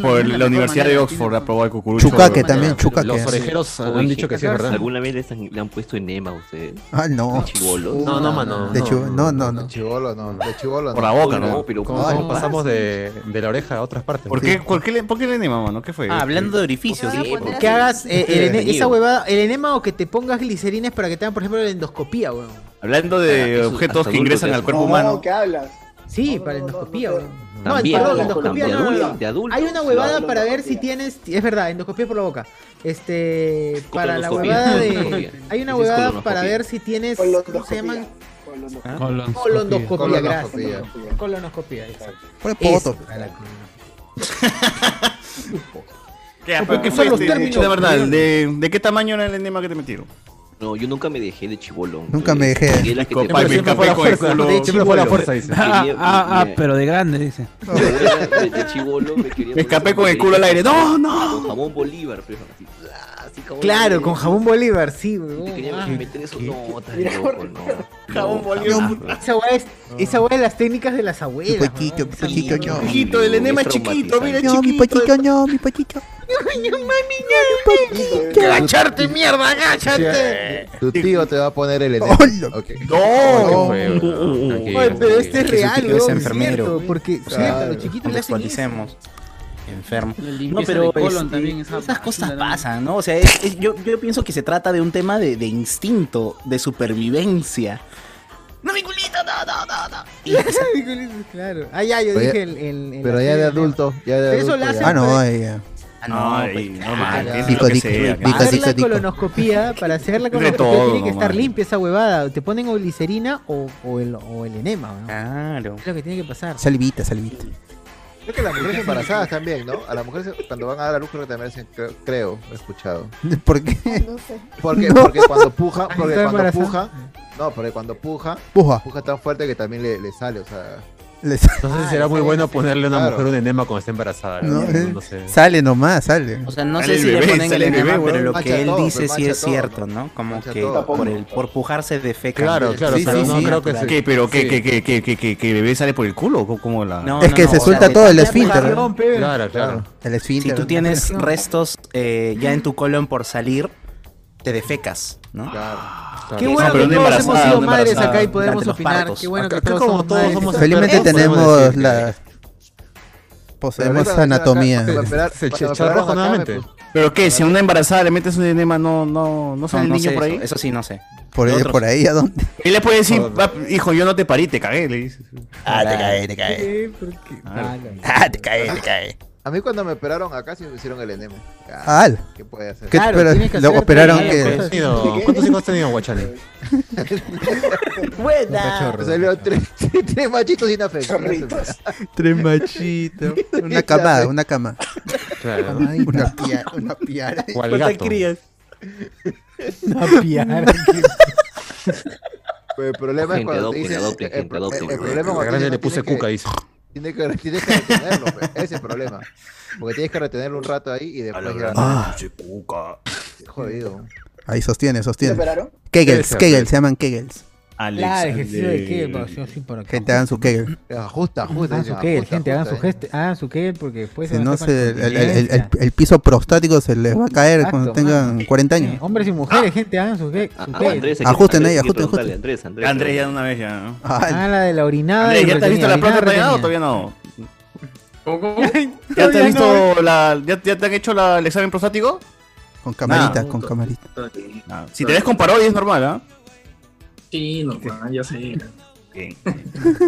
Speaker 5: Por la Universidad de Oxford aprobó el cucurucho.
Speaker 4: Chucaque también, chucaque.
Speaker 2: Los orejeros han dicho que sí es verdad.
Speaker 7: ¿Alguna vez les han- le han puesto enema a ustedes?
Speaker 4: Ah, no.
Speaker 7: Chibolos.
Speaker 2: No, no, mano.
Speaker 4: De chu- no, no,
Speaker 9: De
Speaker 4: no.
Speaker 9: chivolo, no. De chivolo, no.
Speaker 5: Por la boca, ¿no?
Speaker 7: pero
Speaker 2: ¿Cómo,
Speaker 7: Ay,
Speaker 2: cómo
Speaker 7: no.
Speaker 2: pasamos de, de la oreja a otras partes?
Speaker 5: ¿Por qué, por qué le, por qué le enema, mano? ¿Qué fue?
Speaker 49: Ah, hablando de orificios.
Speaker 7: Sí,
Speaker 49: ¿por qué?
Speaker 1: Que hagas eh, el ene-
Speaker 5: Bienvenido.
Speaker 1: esa huevada, el enema o que te pongas glicerines para que te hagan, por ejemplo, la endoscopía, weón.
Speaker 5: Hablando de
Speaker 7: Eso-
Speaker 5: objetos
Speaker 7: hasta
Speaker 5: que
Speaker 7: adultos Ah,
Speaker 5: ingresan
Speaker 7: te
Speaker 5: al
Speaker 7: hacen.
Speaker 5: cuerpo
Speaker 7: No,
Speaker 5: humano.
Speaker 1: ¿Qué hablas? Sí, para la endoscopía, weón. No,
Speaker 7: También,
Speaker 1: perdón,
Speaker 7: no,
Speaker 1: endoscopía
Speaker 7: de
Speaker 1: no, no, no.
Speaker 7: adultos, de adultos.
Speaker 1: Hay una huevada
Speaker 7: No,
Speaker 1: para ver si tienes. Es verdad, endoscopía por la boca. Este. Para la
Speaker 7: Colonoscopía, (laughs)
Speaker 1: huevada de.
Speaker 7: colonoscopía.
Speaker 1: Hay
Speaker 7: Ese
Speaker 1: una
Speaker 7: es
Speaker 1: huevada
Speaker 7: colonoscopía.
Speaker 1: para ver si tienes. ¿Cómo se llaman? Colondoscopía, gracias. Colonoscopía, exacto.
Speaker 4: Por el
Speaker 1: Eso,
Speaker 4: poto.
Speaker 1: a la-
Speaker 7: (laughs)
Speaker 5: ¿Qué,
Speaker 1: Porque son
Speaker 5: ¿Qué fue
Speaker 1: los
Speaker 5: este?
Speaker 1: términos.
Speaker 5: La verdad, ¿de, de qué tamaño era el enema que te metieron?
Speaker 7: No, yo nunca me dejé de chibolón. Eh,
Speaker 4: Nunca me dejé.
Speaker 7: Porque era que te-
Speaker 5: Compadre,
Speaker 7: Siempre
Speaker 5: me
Speaker 7: fue
Speaker 5: escapé
Speaker 7: la
Speaker 5: con el
Speaker 7: fuerza,
Speaker 5: culo.
Speaker 7: de
Speaker 5: Siempre
Speaker 7: chibolo.
Speaker 5: fue la fuerza, (laughs)
Speaker 7: (laughs)
Speaker 5: dice.
Speaker 53: Ah,
Speaker 7: Tenía-
Speaker 53: ah, ah,
Speaker 7: tenía-
Speaker 53: pero de grande, dice.
Speaker 7: (laughs) de, de chibolo me quería
Speaker 5: Me escapé
Speaker 7: poner-
Speaker 5: con el culo al aire. ¡No, no!
Speaker 7: Con jabón Bolívar, pero así, ah, así jabón
Speaker 1: Claro,
Speaker 7: Bolívar.
Speaker 1: con jabón Bolívar, sí,
Speaker 7: Te
Speaker 1: weón.
Speaker 7: quería
Speaker 1: Ah.
Speaker 7: meter eso, no, estás
Speaker 1: Mira,
Speaker 7: loco, no.
Speaker 5: Jabón
Speaker 7: No,
Speaker 5: Bolívar.
Speaker 7: jamás.
Speaker 1: Esa hueá es, esa hueá es las técnicas de las abuelas.
Speaker 4: Mi pochito, mi pochito, yo.
Speaker 5: Chiquito, el enema es chiquito, mira,
Speaker 4: No, mi
Speaker 5: chiquito.
Speaker 4: pochito, no, mi pochito.
Speaker 5: ¡Agacharte, mierda, agáchate!
Speaker 7: Eh,
Speaker 9: Tu tío te va a poner el enema. Ok. Oh,
Speaker 5: ¡No!
Speaker 1: Oye,
Speaker 7: eh,
Speaker 1: pero este es
Speaker 12: Que su
Speaker 1: real,
Speaker 12: tío es
Speaker 1: weón,
Speaker 12: enfermero.
Speaker 1: cierto, porque cierto, los chiquitos le hacen eso.
Speaker 12: Contextualicemos. Enfermo.
Speaker 52: limpieza
Speaker 12: No, pero
Speaker 52: de colon
Speaker 12: este,
Speaker 52: también, esa
Speaker 12: esas cosas
Speaker 52: basura, ¿no?
Speaker 12: pasan, ¿no? O sea, es- es- yo, yo pienso que se trata de un tema de, de instinto, de supervivencia.
Speaker 52: No, mi culito, no, no, no, no.
Speaker 7: eh,
Speaker 1: claro. Ah, ya, yo
Speaker 9: Pero ya-
Speaker 1: dije el, el- el-
Speaker 9: Pero ya de adulto, ya de
Speaker 1: Pero eso
Speaker 9: adulto.
Speaker 1: lo hacen,
Speaker 9: ya.
Speaker 4: Ah, no,
Speaker 1: pues,
Speaker 4: ahí,
Speaker 7: pues,
Speaker 4: ya.
Speaker 2: pues,
Speaker 5: no, ahí, normal,
Speaker 1: claro.
Speaker 5: tiene lo que
Speaker 4: Dico,
Speaker 5: sea,
Speaker 2: Eh,
Speaker 4: dico,
Speaker 5: claro.
Speaker 1: hacer la colonoscopía, para hacer
Speaker 2: (laughs)
Speaker 1: la
Speaker 5: De
Speaker 1: colonoscopía
Speaker 5: todo,
Speaker 1: tiene que estar
Speaker 5: nomás.
Speaker 1: limpia esa huevada. Te ponen o glicerina o, o el, o el enema, ¿no?
Speaker 5: Claro.
Speaker 1: Es lo que tiene que pasar.
Speaker 4: Salivita, salivita.
Speaker 9: Creo que las mujeres embarazadas también, ¿no? A las mujeres cuando van a dar a luz creo que también hacen, creo, creo, he
Speaker 5: (laughs)
Speaker 9: escuchado.
Speaker 4: ¿Por qué?
Speaker 9: No sé. Porque,
Speaker 4: No.
Speaker 9: porque cuando puja,
Speaker 4: Ah,
Speaker 9: porque
Speaker 4: ¿está
Speaker 9: cuando
Speaker 4: embarazada?
Speaker 9: puja, no, porque cuando puja,
Speaker 4: Puja.
Speaker 9: tan fuerte que también le, le sale, o sea.
Speaker 4: Entonces
Speaker 9: será muy
Speaker 2: bueno ponerle a una
Speaker 9: Claro.
Speaker 2: mujer un enema cuando está embarazada.
Speaker 4: No,
Speaker 2: No,
Speaker 4: eh,
Speaker 2: no sé.
Speaker 4: Sale nomás, sale.
Speaker 12: O sea, no
Speaker 2: Sale
Speaker 12: sé
Speaker 2: el
Speaker 12: si
Speaker 2: bebé,
Speaker 12: le ponen el
Speaker 2: sale el
Speaker 12: enema,
Speaker 2: bebé,
Speaker 12: pero lo
Speaker 2: weón.
Speaker 12: que él
Speaker 2: Mancha todo,
Speaker 12: dice
Speaker 2: pues,
Speaker 12: sí es
Speaker 2: mancha todo,
Speaker 12: cierto, ¿no? Como
Speaker 2: Mancha
Speaker 12: que
Speaker 2: todo.
Speaker 12: por el por pujarse de feca.
Speaker 2: Claro, claro, Sí, pero sí, no sí. creo que
Speaker 5: ¿Qué?
Speaker 2: se-
Speaker 5: ¿Pero qué,
Speaker 2: sí.
Speaker 5: qué, qué, qué, qué, qué, qué bebé sale por el culo? ¿Cómo- cómo la...?
Speaker 12: No,
Speaker 4: es
Speaker 12: no,
Speaker 4: que
Speaker 12: no,
Speaker 4: se
Speaker 12: o sea,
Speaker 4: suelta
Speaker 12: de-
Speaker 4: todo el
Speaker 12: de
Speaker 4: esfínter.
Speaker 12: aplicación, pe. Ah. Claro, claro.
Speaker 4: El esfínter.
Speaker 12: Si tú tienes restos eh, ya en tu colon por salir, te defecas, ¿no? Claro.
Speaker 1: Qué bueno que todos hemos sido madres acá y podemos opinar. Qué bueno que todos somos madres.
Speaker 4: Felizmente tenemos la.
Speaker 9: Pero
Speaker 4: Poseemos
Speaker 9: ahorita, acá,
Speaker 4: anatomía. (laughs)
Speaker 9: para operar-
Speaker 5: Se
Speaker 9: para operar acá me pus-
Speaker 5: ¿Pero qué? Si a una embarazada le metes un enema, ¿no, no,
Speaker 1: pues,
Speaker 5: no sale
Speaker 12: No, no
Speaker 5: el niño
Speaker 12: sé
Speaker 5: por ahí?
Speaker 12: eso, eso sí, no sé.
Speaker 4: Por, ahí-
Speaker 5: Otros.
Speaker 4: por ahí, ¿a dónde?
Speaker 5: Él le puede decir, "Pap, hijo, yo no te parí, te cagué, le dices.
Speaker 4: Ah, te cagué, te
Speaker 9: cagué.
Speaker 5: Claro.
Speaker 4: Ah, te cae, te cae.
Speaker 9: A mí cuando me operaron acá sí me hicieron el enema.
Speaker 4: Ah, al.
Speaker 9: ¿Qué puede hacer?
Speaker 4: ¿Qué- Claro, pero tienes que lo hacer operaron varias que- cosas.
Speaker 2: ¿Cuántos hijos- ¿Cuántos hijos has tenido, Guachani?
Speaker 9: (laughs) Buena.
Speaker 2: cachorro.
Speaker 9: Salió tres, (laughs) tres machitos y una fecha.
Speaker 4: Tres machitos. Una camada, una cama.
Speaker 2: Claro.
Speaker 4: Ay, Una piara. Una piara.
Speaker 2: ¿Cuál ¿Cuántas gato? crías?
Speaker 4: Una piara. (laughs)
Speaker 9: (laughs) Pero Pues el problema es
Speaker 54: Gente,
Speaker 9: cuando te
Speaker 54: adopten,
Speaker 9: dicen...
Speaker 54: adopten,
Speaker 9: el-
Speaker 54: gente,
Speaker 9: el-
Speaker 54: adopten.
Speaker 9: El problema es
Speaker 2: La
Speaker 9: cuando
Speaker 2: grande le
Speaker 9: te dicen,
Speaker 2: puse
Speaker 9: "Tienes que-
Speaker 2: cuca, dice.
Speaker 9: Tienes que, tienes que retenerlo, pe. ese es el problema. Porque tienes que retenerlo un rato ahí y después ya.
Speaker 4: Ah.
Speaker 9: Jodido.
Speaker 4: Ahí sostiene, sostiene.
Speaker 9: ¿Te operaron?
Speaker 4: Kegels,
Speaker 9: Ese,
Speaker 4: Kegels, se llaman Kegels.
Speaker 1: Claro, ejercicio de qué, pa, yo sí por acá. Ah,
Speaker 4: Gente, hagan su
Speaker 1: (laughs)
Speaker 4: Kegel.
Speaker 9: Ajusta, ajusta.
Speaker 1: Hagan
Speaker 9: dice,
Speaker 1: su Kegel,
Speaker 9: ajusta,
Speaker 1: gente, hagan su
Speaker 9: ajusta,
Speaker 1: gest- hagan su Kegel porque después
Speaker 4: Si no,
Speaker 1: van a
Speaker 4: se,
Speaker 1: estar
Speaker 4: el,
Speaker 1: con
Speaker 4: el- el- el- el piso prostático se les va a caer
Speaker 1: Exacto,
Speaker 4: cuando
Speaker 1: mano.
Speaker 4: tengan 40 años.
Speaker 1: Hombres y mujeres, gente, hagan su Kegel. su Kegel.
Speaker 4: Ajusten ahí, ajusten, ajusten.
Speaker 54: Andrés,
Speaker 5: Andrés. Andrés ya de una vez ya, ¿no?
Speaker 1: Ah, la de la orinada.
Speaker 5: Andrés,
Speaker 1: y
Speaker 5: ¿ya te has visto
Speaker 1: retenida,
Speaker 5: la próstata
Speaker 1: orinada
Speaker 5: ya
Speaker 1: retenida.
Speaker 5: o todavía no? ¿Ya te
Speaker 1: Todavía
Speaker 5: has
Speaker 1: no.
Speaker 5: visto la... ¿Ya, ya te han hecho la- el examen prostático?
Speaker 4: Con camarita, con camarita.
Speaker 5: Ah, Si te ves con parodia es normal, ¿ah?
Speaker 55: Sí, normal, ya sé.
Speaker 56: (laughs)
Speaker 5: Bien.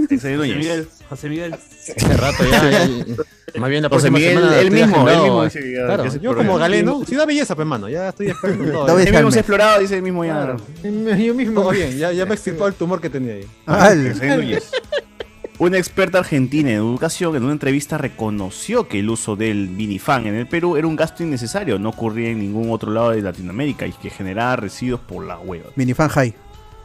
Speaker 5: Excelente,
Speaker 56: José
Speaker 5: Núñez.
Speaker 56: Miguel, José Miguel.
Speaker 2: Hace rato ya. ya, ya. (laughs) Más bien la
Speaker 5: José
Speaker 2: próxima
Speaker 5: Miguel,
Speaker 2: semana.
Speaker 5: él
Speaker 2: estoy
Speaker 5: mismo, él
Speaker 2: agendado.
Speaker 5: mismo dice que ya-
Speaker 2: Claro,
Speaker 5: ya se
Speaker 2: yo
Speaker 5: programa.
Speaker 2: como galeno. Sí da belleza, pe, mano. Ya estoy experto.
Speaker 4: Da
Speaker 2: todo. eh.
Speaker 4: belleza
Speaker 2: Ya.
Speaker 4: Él mismo se ha
Speaker 5: explorado, dice el mismo ya.
Speaker 2: (laughs)
Speaker 1: Yo mismo.
Speaker 2: Todo bien, ya, ya me extirpó el tumor que tenía ahí.
Speaker 5: Ah,
Speaker 2: (laughs)
Speaker 5: José Núñez. Una experta argentina en educación en una entrevista reconoció que el uso del minifan en el Perú era un gasto innecesario, no ocurría en ningún otro lado de Latinoamérica y que generaba residuos por la hueva.
Speaker 4: Minifan High.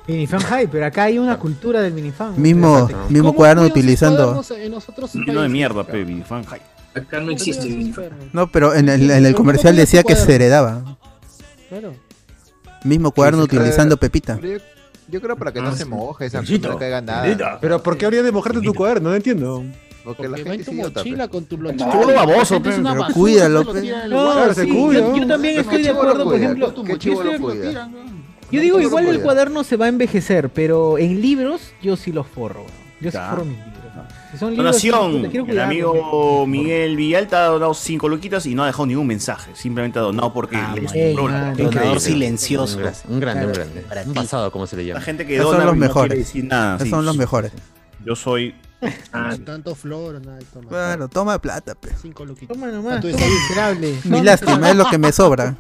Speaker 1: Minifan hype, pero acá hay una cultura del minifan.
Speaker 4: Mismo,
Speaker 1: Fíjate.
Speaker 4: mismo
Speaker 1: ¿Cómo
Speaker 4: cuaderno
Speaker 1: cuidan sus
Speaker 4: utilizando.
Speaker 1: cuadernos en nosotros
Speaker 5: Lleno de mierda, pe, minifan Jai.
Speaker 55: Acá no existe.
Speaker 4: No, pero en el, en el
Speaker 55: Pero
Speaker 4: comercial
Speaker 55: ¿cómo es
Speaker 4: decía
Speaker 55: tu
Speaker 4: que se
Speaker 55: cuaderno?
Speaker 4: heredaba.
Speaker 1: Claro.
Speaker 4: Mismo cuaderno
Speaker 9: Sí, sí,
Speaker 4: utilizando
Speaker 9: claro.
Speaker 4: Pepita.
Speaker 9: Pero Yo, yo creo para que no
Speaker 2: Ah,
Speaker 9: se
Speaker 2: sí.
Speaker 9: moje esa
Speaker 2: Bendito,
Speaker 9: no le caiga nada.
Speaker 2: bendito. Pero ¿por qué habría de mojarte tu cuaderno? No entiendo.
Speaker 9: Porque la
Speaker 3: va en
Speaker 9: gente
Speaker 3: tu
Speaker 9: sí idiota,
Speaker 3: mochila
Speaker 9: pe.
Speaker 3: con tu
Speaker 9: Claro.
Speaker 3: lonchera.
Speaker 9: Puro baboso,
Speaker 3: Realmente es
Speaker 9: pe.
Speaker 3: una
Speaker 9: Pero
Speaker 3: basura,
Speaker 9: cuídalo,
Speaker 3: eso lo
Speaker 9: pe.
Speaker 3: tiran en el
Speaker 1: No,
Speaker 3: water.
Speaker 1: sí, yo, yo también estoy de acuerdo, por ejemplo.
Speaker 9: Tu
Speaker 1: yo
Speaker 9: mochilo
Speaker 1: estoy
Speaker 9: lo
Speaker 1: de acuerdo.
Speaker 9: cuida.
Speaker 1: Yo digo,
Speaker 9: mochilo
Speaker 1: igual
Speaker 9: lo
Speaker 1: el
Speaker 9: cuida.
Speaker 1: cuaderno se va a envejecer, pero en libros yo sí los forro. weón. Yo sí
Speaker 5: Ya.
Speaker 1: forro mis libros. Si son libros, sí,
Speaker 5: Donación.
Speaker 1: puta, quiero
Speaker 5: El
Speaker 1: cuidarlos.
Speaker 5: amigo Miguel Villalta ha donado 5 luquitas y no ha dejado ningún mensaje. Simplemente ha donado porque
Speaker 2: Ah,
Speaker 5: le sobró la-
Speaker 12: Un creador
Speaker 2: Un
Speaker 12: silencioso.
Speaker 2: grande, un grande. Un, grande. Un pasado, como se le llama.
Speaker 5: La gente que
Speaker 2: Esos
Speaker 5: dona
Speaker 2: son los
Speaker 5: no quiere
Speaker 2: mejores.
Speaker 5: decir nada,
Speaker 2: Esos
Speaker 5: sí.
Speaker 2: son los mejores.
Speaker 5: Yo soy. Ah.
Speaker 3: Tanto flor, nada, toma.
Speaker 4: Claro, toma plata, pe.
Speaker 3: Cinco loquitos.
Speaker 1: Toma nomás,
Speaker 3: A tu
Speaker 1: toma,
Speaker 3: desayuno.
Speaker 1: miserable.
Speaker 4: Mi lástima, es lo que me sobra.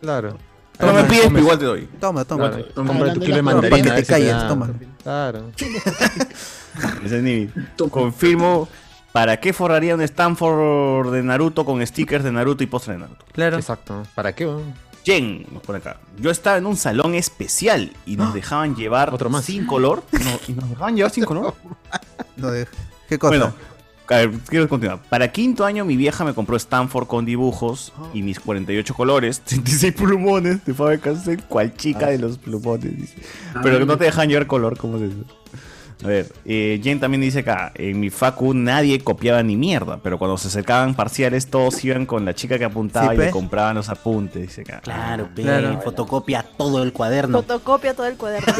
Speaker 2: Claro.
Speaker 5: No me pides, pero igual te doy.
Speaker 4: Toma, toma.
Speaker 2: Claro,
Speaker 4: Toma.
Speaker 2: compra tu kilo de
Speaker 4: Toma,
Speaker 2: mandarina.
Speaker 4: para que
Speaker 2: a
Speaker 4: te
Speaker 2: ver si
Speaker 4: calles,
Speaker 2: da.
Speaker 4: toma.
Speaker 2: Claro.
Speaker 5: (laughs) Ese es mi- Confirmo. ¿Para qué forraría un Stanford de Naruto con stickers de Naruto y postre de Naruto?
Speaker 4: Claro.
Speaker 2: Exacto. ¿Para qué? weón?
Speaker 5: Jen, nos pone acá. Yo estaba en un salón especial y
Speaker 4: Ah.
Speaker 5: nos dejaban llevar
Speaker 2: (laughs)
Speaker 5: sin color. No, y nos dejaban llevar sin color.
Speaker 4: No, de- ¿Qué cosa?
Speaker 5: Bueno, a ver, quiero continuar. Para quinto año, mi vieja me compró Stanford con dibujos
Speaker 2: Ah.
Speaker 5: y mis 48 colores, (laughs) 36 plumones de Faber Castell, cual chica de los plumones. dice.
Speaker 2: Ah,
Speaker 5: Pero que Ah, no te (laughs) dejan llevar color, ¿cómo es eso? A ver, eh, Jen también dice acá: en mi facu nadie copiaba ni mierda, pero cuando se acercaban parciales, todos iban con la chica que apuntaba
Speaker 12: Sí,
Speaker 5: y le
Speaker 12: pe.
Speaker 5: compraban los apuntes. Dice acá. Ah,
Speaker 12: Claro, pe,
Speaker 5: Claro.
Speaker 12: fotocopia todo el cuaderno.
Speaker 7: Fotocopia todo el
Speaker 5: (laughs)
Speaker 7: cuaderno.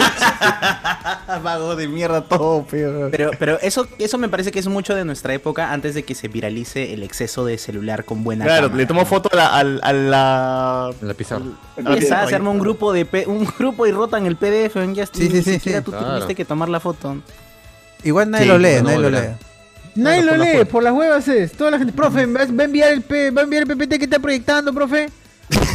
Speaker 5: Vago de mierda todo, pero.
Speaker 12: Pero, eso, eso me parece que es mucho de nuestra época antes de que se viralice el exceso de celular con buena
Speaker 5: Claro,
Speaker 12: cámara.
Speaker 5: le tomó foto a la. A la, a la...
Speaker 2: pizarra.
Speaker 12: Quizás se arma un grupo de pe- un grupo y rotan el PDF, ya
Speaker 4: Sí, sí, sí,
Speaker 12: ni siquiera
Speaker 4: sí.
Speaker 12: tú
Speaker 4: Claro.
Speaker 12: tuviste que tomar la foto.
Speaker 4: Igual nadie
Speaker 12: Sí,
Speaker 4: lo lee,
Speaker 12: no,
Speaker 4: nadie lo
Speaker 12: no,
Speaker 4: lee.
Speaker 1: Nadie
Speaker 5: Claro,
Speaker 1: lo
Speaker 5: por las
Speaker 1: lee,
Speaker 5: huevas.
Speaker 1: por las huevas es. Toda la gente, profe, va va a enviar el, P- va a enviar el PPT que está proyectando, profe.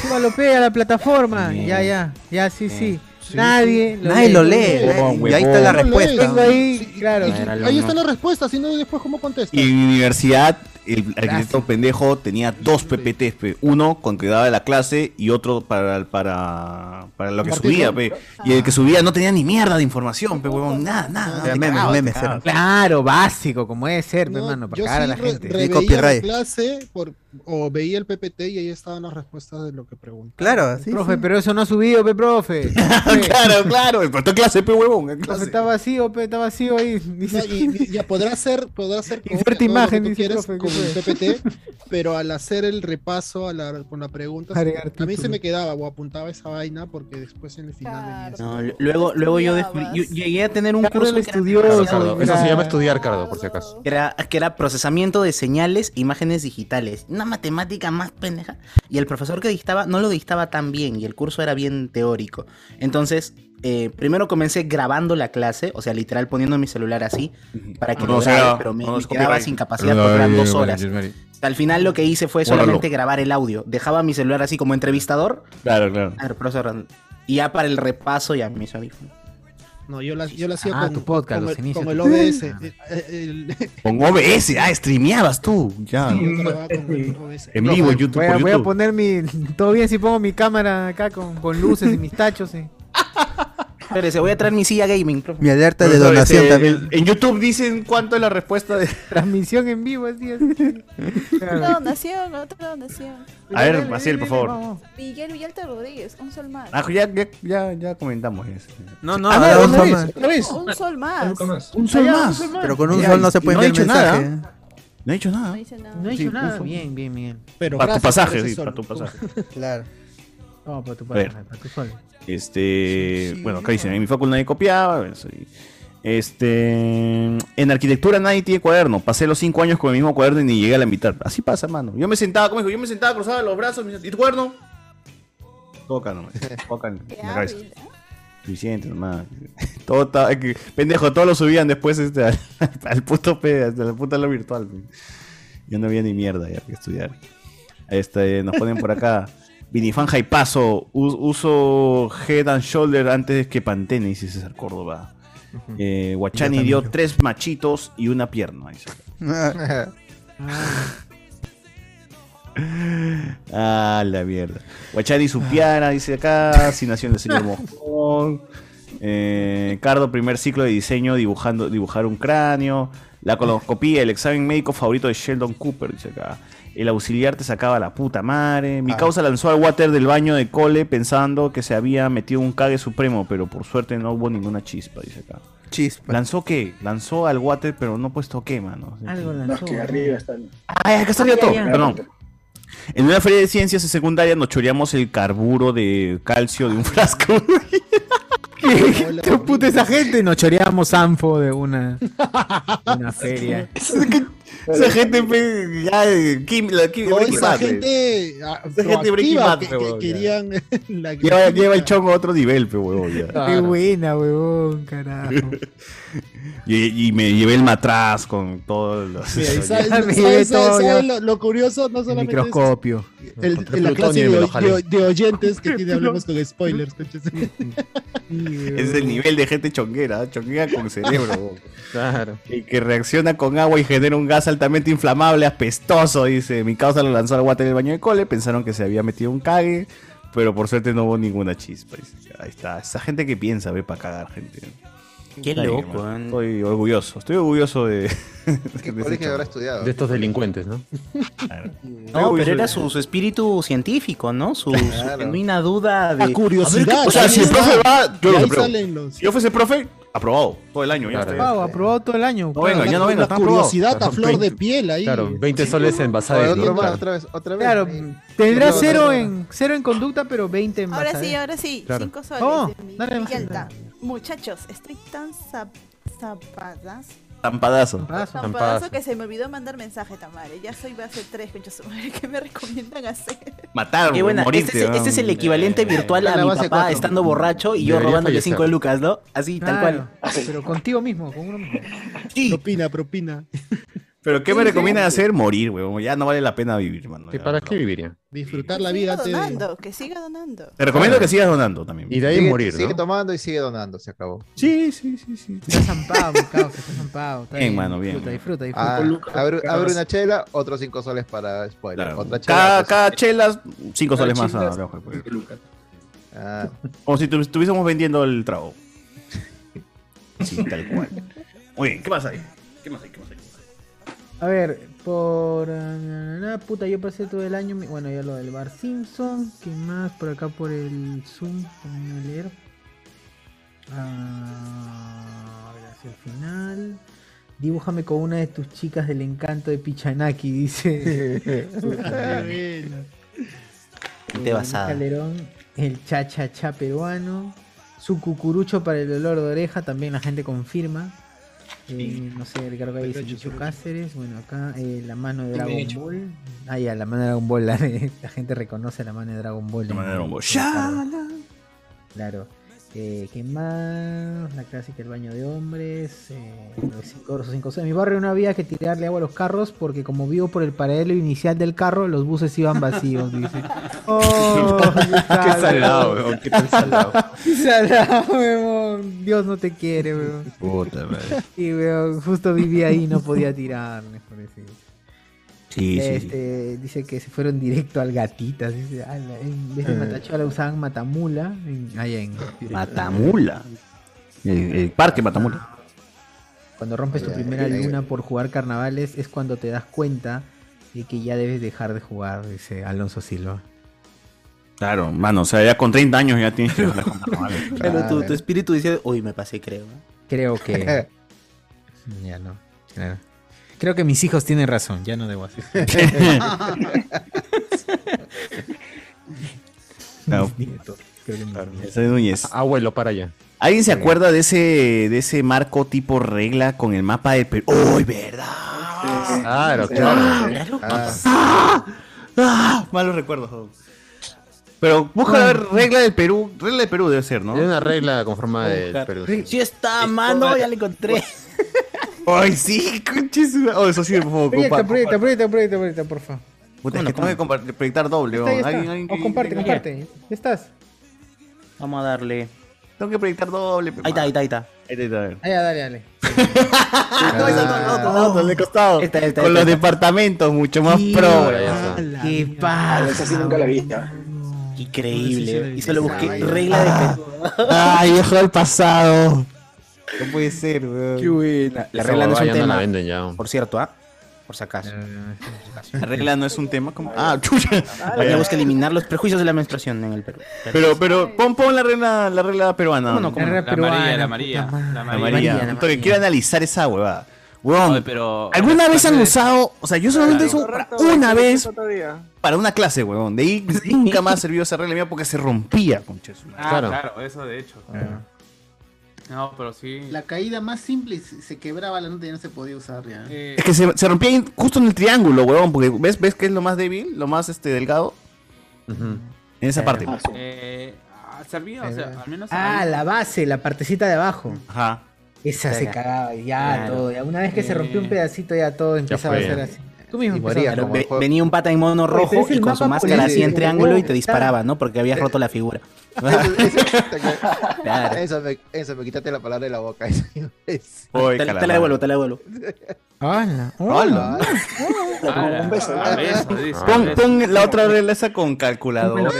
Speaker 1: Súbalo, P, a la plataforma. Ya, ya, ya, sí, sí. Nadie,
Speaker 4: Nadie lo lee. eh,
Speaker 5: Huevón,
Speaker 4: Y ahí está la
Speaker 5: huevón.
Speaker 4: respuesta.
Speaker 1: Tengo ahí, claro.
Speaker 3: Ahí está la respuesta, si no, y después cómo contesta.
Speaker 5: Y en mi universidad, el arquitecto pendejo tenía dos PPTs, pe. uno con que daba la clase y otro para, para, para lo que subía. pe. Y el que subía no tenía ni mierda de información, pe, huevón, nada, nada.
Speaker 1: Era
Speaker 5: te
Speaker 1: meme,
Speaker 5: cagaba, te
Speaker 1: meme,
Speaker 5: cagaba.
Speaker 1: Claro, básico, como debe ser, pe,
Speaker 3: No,
Speaker 1: mano, para
Speaker 3: yo
Speaker 1: cagar a
Speaker 3: sí
Speaker 1: la
Speaker 3: re-
Speaker 1: gente.
Speaker 3: reveía la clase por, o veía el PPT y ahí estaban las respuestas de lo que preguntaba.
Speaker 4: Claro,
Speaker 1: profe, pero eso no ha subido, pe,
Speaker 5: (laughs)
Speaker 1: profe.
Speaker 5: claro, claro, pero está en clase, pe, huevón. en
Speaker 1: Profe,
Speaker 5: clase.
Speaker 1: está vacío, pe, está vacío ahí. Dice,
Speaker 3: No, y, y- ya podrá ser, podrá ser con
Speaker 1: Inserta
Speaker 3: todo lo
Speaker 1: imagen,
Speaker 3: que tú
Speaker 1: dice el
Speaker 3: quieras
Speaker 1: profe,
Speaker 3: con
Speaker 1: ¿qué
Speaker 3: el PPT, pero al hacer el repaso a la, con la pregunta, se-
Speaker 1: Agregar
Speaker 3: a mí se
Speaker 1: título.
Speaker 3: me quedaba o apuntaba esa vaina porque después en el final venía
Speaker 12: No, luego, luego yo, descubrí- yo llegué a tener un curso que era
Speaker 2: Cardo,
Speaker 12: demasiado-
Speaker 2: Eso se llama estudiar, Cardo, por si acaso.
Speaker 12: que era, que era procesamiento de señales, imágenes digitales. Una matemática más pendeja. Y el profesor que dictaba no lo dictaba tan bien y el curso era bien teórico. Entonces, eh, primero comencé grabando la clase, o sea, literal poniendo mi celular así para
Speaker 4: Ah,
Speaker 12: que
Speaker 5: No,
Speaker 12: lo
Speaker 5: o sea,
Speaker 12: grabe, pero me,
Speaker 5: no,
Speaker 12: me
Speaker 5: es
Speaker 12: quedaba
Speaker 5: copyright.
Speaker 12: sin capacidad porque eran dos horas. Al final lo que hice fue
Speaker 5: Bórralo.
Speaker 12: solamente grabar el audio. Dejaba mi celular así como entrevistador.
Speaker 5: Claro, claro.
Speaker 12: A ver, profesor, y ya para el repaso ya me hizo audífono.
Speaker 3: No, yo la, yo la hacía
Speaker 12: Ah,
Speaker 3: con,
Speaker 12: tu podcast,
Speaker 3: con
Speaker 12: los
Speaker 3: el,
Speaker 12: inicios
Speaker 3: con
Speaker 12: de
Speaker 3: el
Speaker 12: tu
Speaker 3: OBS.
Speaker 12: podcast.
Speaker 1: (laughs)
Speaker 3: Eh, eh, el-
Speaker 5: Con OBS, ah, streameabas tú. Ya.
Speaker 3: yo trabajaba con
Speaker 5: (laughs)
Speaker 3: el OBS.
Speaker 5: Ah, En vivo, en YouTube,
Speaker 1: Voy a,
Speaker 5: por
Speaker 1: voy a
Speaker 5: YouTube.
Speaker 1: poner mi. (laughs) Todo bien si pongo mi cámara acá con, con luces y mis tachos.
Speaker 5: (laughs)
Speaker 1: sí.
Speaker 12: Espérese, voy a traer mi silla gaming, profe.
Speaker 4: Mi alerta de
Speaker 5: Profesor,
Speaker 4: donación
Speaker 5: este,
Speaker 4: también.
Speaker 5: el- En (laughs) YouTube dicen cuánto es la respuesta de. (laughs)
Speaker 1: Transmisión en vivo, así es. (laughs)
Speaker 7: Otra
Speaker 2: (laughs)
Speaker 7: donación, otra donación.
Speaker 5: A ver, Maciel, por favor.
Speaker 7: Miguel Villalta Rodríguez, un sol más.
Speaker 5: Ah, ya, ya, ya, ya comentamos eso.
Speaker 4: No, no,
Speaker 5: Ah,
Speaker 4: ahora
Speaker 5: no,
Speaker 4: un
Speaker 5: otra
Speaker 4: sol
Speaker 5: vez,
Speaker 4: más.
Speaker 5: otra vez.
Speaker 7: Un sol más.
Speaker 5: Un sol
Speaker 7: Ah, ya,
Speaker 5: más.
Speaker 4: Pero con un sol no se puede
Speaker 5: no ha
Speaker 4: enviar
Speaker 5: dicho nada.
Speaker 4: mensaje.
Speaker 5: No ha hecho nada.
Speaker 1: No he hecho
Speaker 5: Sí,
Speaker 1: nada.
Speaker 5: uso.
Speaker 1: Bien, bien, bien.
Speaker 3: Pero
Speaker 5: Para tu
Speaker 3: gracias
Speaker 5: pasaje,
Speaker 3: por ese
Speaker 5: sí, para
Speaker 3: sol.
Speaker 5: tu pasaje.
Speaker 4: Claro.
Speaker 1: No, para tu
Speaker 5: A ver.
Speaker 1: pasaje, para tu
Speaker 4: (laughs)
Speaker 1: sol.
Speaker 5: Este, bueno, acá dicen, en mi facultad nadie copiaba. eso, y- Este, en arquitectura nadie tiene cuaderno. Pasé los cinco años con el mismo cuaderno y ni llegué a la mitad. Así pasa, mano. Yo me sentaba, como dijo, yo me sentaba, cruzaba los brazos, me decía, ¿y tu cuaderno? Todo acá (laughs) nomás, todo acá en en la cabeza. Suficiente nomás. (laughs) Todo está- es que, pendejo, todos lo subían después este, al, (laughs) al puto pe- hasta la puta lo virtual. pe. Yo no había ni mierda ya que estudiar. Este, nos ponen por acá. Vinifanja y paso. uso Head and Shoulder antes que Pantene, dice César Córdoba. Eh, Guachani dio tres machitos y una pierna. dice. (laughs) Ah, la mierda. Guachani Supiara, dice acá. Si nació en el señor Mojón. Eh, Cardo, primer ciclo de diseño, dibujando, dibujar un cráneo. La coloscopía, el examen médico favorito de Sheldon Cooper, dice acá. El auxiliar te sacaba la puta madre. Mi causa lanzó al water del baño de cole pensando que se había metido un cague supremo, pero por suerte no hubo ninguna chispa, dice acá.
Speaker 4: Chispa.
Speaker 5: ¿Lanzó qué? Lanzó al water, pero no puesto qué, mano.
Speaker 1: Algo
Speaker 39: Los
Speaker 1: lanzó.
Speaker 39: que arriba están.
Speaker 5: Ah, es que está
Speaker 1: Ah, ya,
Speaker 5: todo.
Speaker 1: ya.
Speaker 5: Perdón. En una feria de ciencias en secundaria nos choreamos el carburo de calcio (laughs) de un frasco.
Speaker 1: (laughs) ¿Qué puta Este esa gente? Nos choreamos Sanfo de
Speaker 5: (laughs)
Speaker 1: una, de una feria.
Speaker 5: Esa gente, pe, ya, eh, Kim, la Kim,
Speaker 3: Toda
Speaker 5: Breaking
Speaker 3: esa
Speaker 5: Bad, eh.
Speaker 3: gente, ah,
Speaker 5: Esa gente Breaking
Speaker 3: proactiva
Speaker 5: Bad,
Speaker 3: que,
Speaker 5: pe,
Speaker 3: que
Speaker 5: huevón, ya.
Speaker 3: querían (laughs) la
Speaker 5: Lleva, lleva el chongo a otro nivel, pe, huevón, ya.
Speaker 3: Ah.
Speaker 1: Qué buena, huevón,
Speaker 5: (laughs)
Speaker 1: carajo.
Speaker 5: Y, y me llevé el matraz con todos los.
Speaker 3: Mira, y
Speaker 5: (laughs)
Speaker 3: ¿sabes-
Speaker 1: Ya me
Speaker 3: sabes-
Speaker 1: llevé
Speaker 3: sabes-
Speaker 1: todo,
Speaker 3: sabes
Speaker 1: ya.
Speaker 3: lo, lo curioso no solamente es
Speaker 1: Microscopio.
Speaker 3: el-
Speaker 5: Encontré
Speaker 3: la clase
Speaker 5: plutonio y
Speaker 3: de,
Speaker 5: me lo
Speaker 3: oy-
Speaker 5: jalé.
Speaker 3: de oy- de oyentes
Speaker 5: (laughs)
Speaker 3: que tiene hablemos con spoilers, conches.
Speaker 5: Es el nivel de gente chonguera, ¿eh? chonguera con cerebro. claro. Y que reacciona con agua y genera un gas altamente inflamable, aspestoso, dice. Mi causa lo lanzó al guate en el baño de cole, pensaron que se había metido un cague, pero por suerte no hubo ninguna chispa. dice. Ahí está, esa gente que piensa, ve, para cagar, gente.
Speaker 12: Qué
Speaker 5: Está bien,
Speaker 12: loco,
Speaker 5: hermano.
Speaker 12: ¿eh?
Speaker 5: Estoy orgulloso, estoy orgulloso de...
Speaker 9: ¿Qué
Speaker 5: de ese
Speaker 9: colegio habrá
Speaker 5: chongo.
Speaker 9: estudiado?
Speaker 2: De estos delincuentes, ¿no?
Speaker 12: No, pero era su, su espíritu científico, ¿no? Su, su genuina duda eh, de.
Speaker 3: La curiosidad.
Speaker 5: O sea, si el profe va, yo
Speaker 3: Y
Speaker 5: lo
Speaker 3: ahí
Speaker 5: repruebo.
Speaker 3: salen los-
Speaker 5: Si yo fuese profe, aprobado todo el año. ya está, ya
Speaker 1: Aprobado, aprobado todo el año.
Speaker 5: No venga, ya no
Speaker 3: la
Speaker 5: venga, está aprobado.
Speaker 3: curiosidad a flor de piel ahí.
Speaker 2: Claro, 20 soles en Basadez,
Speaker 9: Otra
Speaker 2: ¿no?
Speaker 9: vez,
Speaker 2: Claro.
Speaker 9: otra vez, otra vez.
Speaker 1: Claro,
Speaker 9: Ahí.
Speaker 1: tendrá
Speaker 9: No,
Speaker 1: cero,
Speaker 9: no, no.
Speaker 1: En, cero en conducta, pero 20 en
Speaker 7: Ahora
Speaker 1: base,
Speaker 7: sí,
Speaker 1: ¿eh?
Speaker 7: ahora sí.
Speaker 1: Claro.
Speaker 7: Cinco soles.
Speaker 1: Oh,
Speaker 7: de mi-
Speaker 1: dale,
Speaker 7: Miguel
Speaker 1: Ángel.
Speaker 7: Ta. Muchachos, estoy tan zap- zapadas.
Speaker 5: Tampadazo.
Speaker 7: Tan padazo que se me olvidó mandar mensaje, Tamare. Ya soy base 3, concha su madre. ¿Qué me recomiendan hacer?
Speaker 5: Matar,
Speaker 12: Qué buena.
Speaker 5: morirte.
Speaker 12: este, es, este es el equivalente virtual
Speaker 9: Está
Speaker 12: a
Speaker 9: la
Speaker 12: mi
Speaker 9: base
Speaker 12: papá
Speaker 9: cuatro.
Speaker 12: estando borracho y yo
Speaker 2: Debería
Speaker 12: robándole
Speaker 2: fallecer.
Speaker 12: 5 de lucas, ¿no? Así, tal
Speaker 1: Claro,
Speaker 12: cual.
Speaker 1: Pero contigo mismo, con uno mismo.
Speaker 3: Propina, propina.
Speaker 5: Pero ¿qué me recomiendan hacer? Morir, weón. Ya no vale la pena vivir, mano.
Speaker 2: ¿Y para qué viviría?
Speaker 3: Disfrutar
Speaker 7: Que
Speaker 3: la
Speaker 7: siga
Speaker 3: vida. te-
Speaker 7: donando, que siga donando.
Speaker 5: Te recomiendo que sigas donando también.
Speaker 2: Y de ahí
Speaker 9: sigue,
Speaker 2: morir, ¿no?
Speaker 9: Sigue tomando y sigue donando, se acabó.
Speaker 5: Sí, sí, sí, sí.
Speaker 1: Está zampado, mi causa, está zampado. Está
Speaker 5: Bien, mano, bien.
Speaker 1: Disfruta, disfruta, disfruta.
Speaker 9: Ah, abre, abre una chela, otros 5 soles para spoiler. Otra chela.
Speaker 5: Cada,
Speaker 9: otros-
Speaker 5: cada chela, cinco
Speaker 9: Cada Ah.
Speaker 5: soles más.
Speaker 9: chela,
Speaker 5: a la hoja, pues. Como si tu- estuviésemos vendiendo el trago. Sí, tal cual. Muy bien, ¿qué pasa ahí? ¿Qué más hay? ¿Qué más hay?
Speaker 1: A ver, por. ah, na, na, na, puta, yo pasé todo el año. mi- Bueno, ya lo del Bar Simpson. ¿Qué más? Por acá por el Zoom. Voy a leer. Ah, a ver, hacia el final. Dibújame con una de tus chicas del encanto de Pichanaki,
Speaker 9: (laughs)
Speaker 1: dice.
Speaker 3: Ah, bueno.
Speaker 12: Gente basada.
Speaker 1: Calderón, el cha cha cha peruano. Su cucurucho para el dolor de oreja, también la gente confirma. Eh, no sé, Ricardo Gallis, Micho Cáceres. Bueno, acá eh, la mano de
Speaker 57: Bien
Speaker 1: Dragon
Speaker 57: hecho.
Speaker 1: Ball. Ah, ya, la mano de Dragon Ball. La, la gente reconoce la mano de Dragon Ball.
Speaker 5: La mano de Dragon Ball. Ah,
Speaker 1: Claro. Claro. Eh, ¿Qué más? La clásica el baño de hombres. eh, los cinco oros o cinco soles. En mi barrio no había que tirarle agua a los carros porque como vivo por el paradero inicial del carro, los buses iban
Speaker 2: (laughs)
Speaker 1: vacíos, dice. ¡Oh!
Speaker 2: Qué salado, weón. Qué tan salado.
Speaker 1: Qué salado, weón. Dios no te quiere, weón.
Speaker 2: Puta madre.
Speaker 1: (laughs) Y weón, justo vivía ahí y no podía tirarme, pobrecito.
Speaker 5: Sí, sí, sí.
Speaker 1: este, Dice que se fueron directo al gatitas. Dice, "Ala, en vez de
Speaker 5: Eh.
Speaker 1: Matachola usaban Matamula. en- allá en-
Speaker 5: Matamula. El, el parque Matamula.
Speaker 1: Cuando rompes tu
Speaker 5: Ya,
Speaker 1: primera
Speaker 5: ya, ya.
Speaker 1: luna por jugar carnavales es cuando te das cuenta de que ya debes dejar de jugar, dice Alonso Silva.
Speaker 5: Claro, mano, o sea, ya con 30 años ya tienes que dejar de tomar.
Speaker 12: Claro, tu, tu espíritu dice, uy, me pasé, creo.
Speaker 1: Creo que. ya no. Claro. Creo que mis hijos tienen razón, ya no debo hacer.
Speaker 5: Claro. Ese Núñez.
Speaker 58: Ah,
Speaker 2: Abuelo, para allá.
Speaker 5: ¿Alguien se acuerda de ese, de ese marco tipo regla con el mapa del Perú? ¡Uy, verdad!
Speaker 2: Claro,
Speaker 5: Ah,
Speaker 2: claro.
Speaker 5: Ah, ah, malos recuerdos. Pero busca la regla del Perú. Regla del Perú debe ser, ¿no?
Speaker 2: Hay una regla con forma de
Speaker 5: Buscar.
Speaker 2: Perú.
Speaker 12: (laughs) Sí está, mano, ya le encontré.
Speaker 5: ¡Ay, sí! conches! Oh, eso sí, por favor, compa-
Speaker 1: Proyecta, proyecta, proyecta, proyecta, proyecta, por favor.
Speaker 5: Puta, es que tengo que compar- proyectar doble.
Speaker 1: Está, ya
Speaker 5: ¿no?
Speaker 1: está.
Speaker 5: Alguien- alguien
Speaker 1: Os
Speaker 5: que-
Speaker 1: comparte,
Speaker 5: que-
Speaker 1: comparte. Ya estás.
Speaker 12: Vamos a darle.
Speaker 5: Tengo que proyectar doble.
Speaker 12: (laughs) (laughs) Ahí está, ahí está, ahí está.
Speaker 5: Ahí está, ahí
Speaker 1: Ah, ya, dale, dale.
Speaker 5: Ah, No, esa no, la otra, la
Speaker 1: Ah.
Speaker 5: otra, la de costado.
Speaker 12: Esta, esta, esta,
Speaker 5: Con los
Speaker 12: esta.
Speaker 5: departamentos mucho más
Speaker 12: Sí,
Speaker 5: pro.
Speaker 12: ah,
Speaker 1: ¿Qué pasa?
Speaker 12: Esa sí nunca la vi. Increíble. Y solo busqué regla de Perú.
Speaker 5: Ay, viejo del pasado. No puede ser, weón.
Speaker 12: Qué buena. La regla no es un tema. Por cierto, ¿ah? Por si acaso.
Speaker 2: Ah,
Speaker 5: La regla no es un tema como. Ah, (laughs) chucha.
Speaker 12: Tenemos que eliminar los prejuicios de la menstruación en el Perú.
Speaker 5: Pero, pero, pon, pon la regla, la regla peruana.
Speaker 12: ¿Cómo no? ¿Cómo no? La regla peruana,
Speaker 58: La María, la
Speaker 5: La
Speaker 58: María.
Speaker 5: María.
Speaker 58: la
Speaker 5: Antonio, quiero analizar esa huevada. Weón,
Speaker 58: pero-
Speaker 5: ¿alguna vez han usado? O sea, yo solamente uso una vez
Speaker 59: Otro día.
Speaker 5: para una clase, huevón. De ahí nunca más sirvió esa regla mía porque se rompía, concha de su madre.
Speaker 58: Ah, claro. eso de hecho.
Speaker 12: Ah.
Speaker 58: No, pero sí.
Speaker 60: La caída más simple se se quebraba la nota y ya no se podía usar ya.
Speaker 5: Es que se, se rompía ahí justo en el triángulo, huevón. Porque ves, ves que es lo más débil, lo más este delgado. En
Speaker 2: Eh,
Speaker 5: esa parte.
Speaker 2: ah,
Speaker 58: Eh, ah, servía, o
Speaker 12: Eh,
Speaker 58: sea, al menos.
Speaker 1: Ah,
Speaker 58: ahí-
Speaker 1: la base, la partecita de abajo.
Speaker 5: Ajá.
Speaker 1: Esa se cagaba, ya
Speaker 12: Claro.
Speaker 1: todo. Ya una vez que se rompió un
Speaker 12: Eh.
Speaker 1: pedacito, ya todo empezaba
Speaker 12: fue.
Speaker 1: a ser así. Tú mismo
Speaker 12: Y
Speaker 1: empezabas.
Speaker 12: moría, pero ve- venía un pata en mono
Speaker 1: Oye,
Speaker 12: rojo
Speaker 1: ese es
Speaker 12: y
Speaker 1: el
Speaker 12: con su
Speaker 1: mapa
Speaker 12: máscara así
Speaker 1: político,
Speaker 12: en triángulo y te
Speaker 1: claro.
Speaker 12: disparaba, ¿no? Porque habías roto la
Speaker 1: (laughs)
Speaker 12: figura.
Speaker 2: (laughs)
Speaker 12: Claro.
Speaker 9: Eso me, eso me quitaste la palabra de la boca.
Speaker 12: Te- te, la devuelvo, te la devuelvo.
Speaker 1: Hola,
Speaker 5: hola.
Speaker 12: Un beso.
Speaker 5: Ah,
Speaker 12: beso,
Speaker 9: dice.
Speaker 5: Pon, pon la otra regla esa con calculador.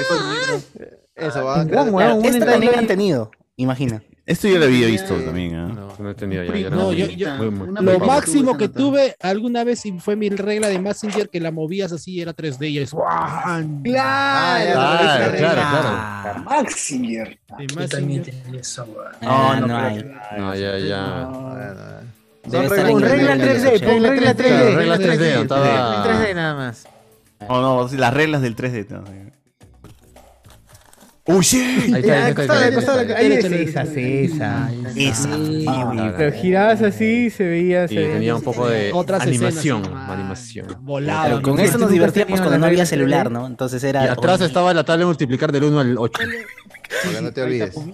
Speaker 9: Eso va.
Speaker 12: Claro, Esta también han tenido, imagina.
Speaker 5: Esto yo lo había visto también. ¿eh? No,
Speaker 2: no he tenido
Speaker 5: ya.
Speaker 3: No, yo, yo- lo máximo que tuve alguna vez y fue mi regla de Messenger que la movías así era 3D y es Ah, ¡guau!
Speaker 2: Claro, claro, claro.
Speaker 61: Maxinger.
Speaker 3: Yo
Speaker 61: también tenía esa weá.
Speaker 12: Ah,
Speaker 3: Ah,
Speaker 12: No, no hay.
Speaker 2: No, ya, ya.
Speaker 12: Debe estar
Speaker 1: Pon
Speaker 12: en
Speaker 1: regla
Speaker 12: el-
Speaker 1: 3D, pon regla 3D.
Speaker 2: Regla 3D,
Speaker 1: Regla
Speaker 2: estaba-
Speaker 1: 3D nada más.
Speaker 5: No, no, sí, las reglas del 3D. no. ¡Uy, sí!
Speaker 2: Ahí está, ahí está, ahí está, ahí está.
Speaker 1: Ahí es esa, esa.
Speaker 5: Esa.
Speaker 1: Pero girabas así y se veía.
Speaker 2: Y tenía un poco de
Speaker 1: Otras escenas,
Speaker 2: animación. Animación.
Speaker 12: Claro, con eso nos divertíamos cuando no había celular, ¿no? Entonces
Speaker 2: Y
Speaker 12: era.
Speaker 2: atrás estaba la tabla de multiplicar del 1 al 8.
Speaker 9: Porque no te olvides.
Speaker 1: pues,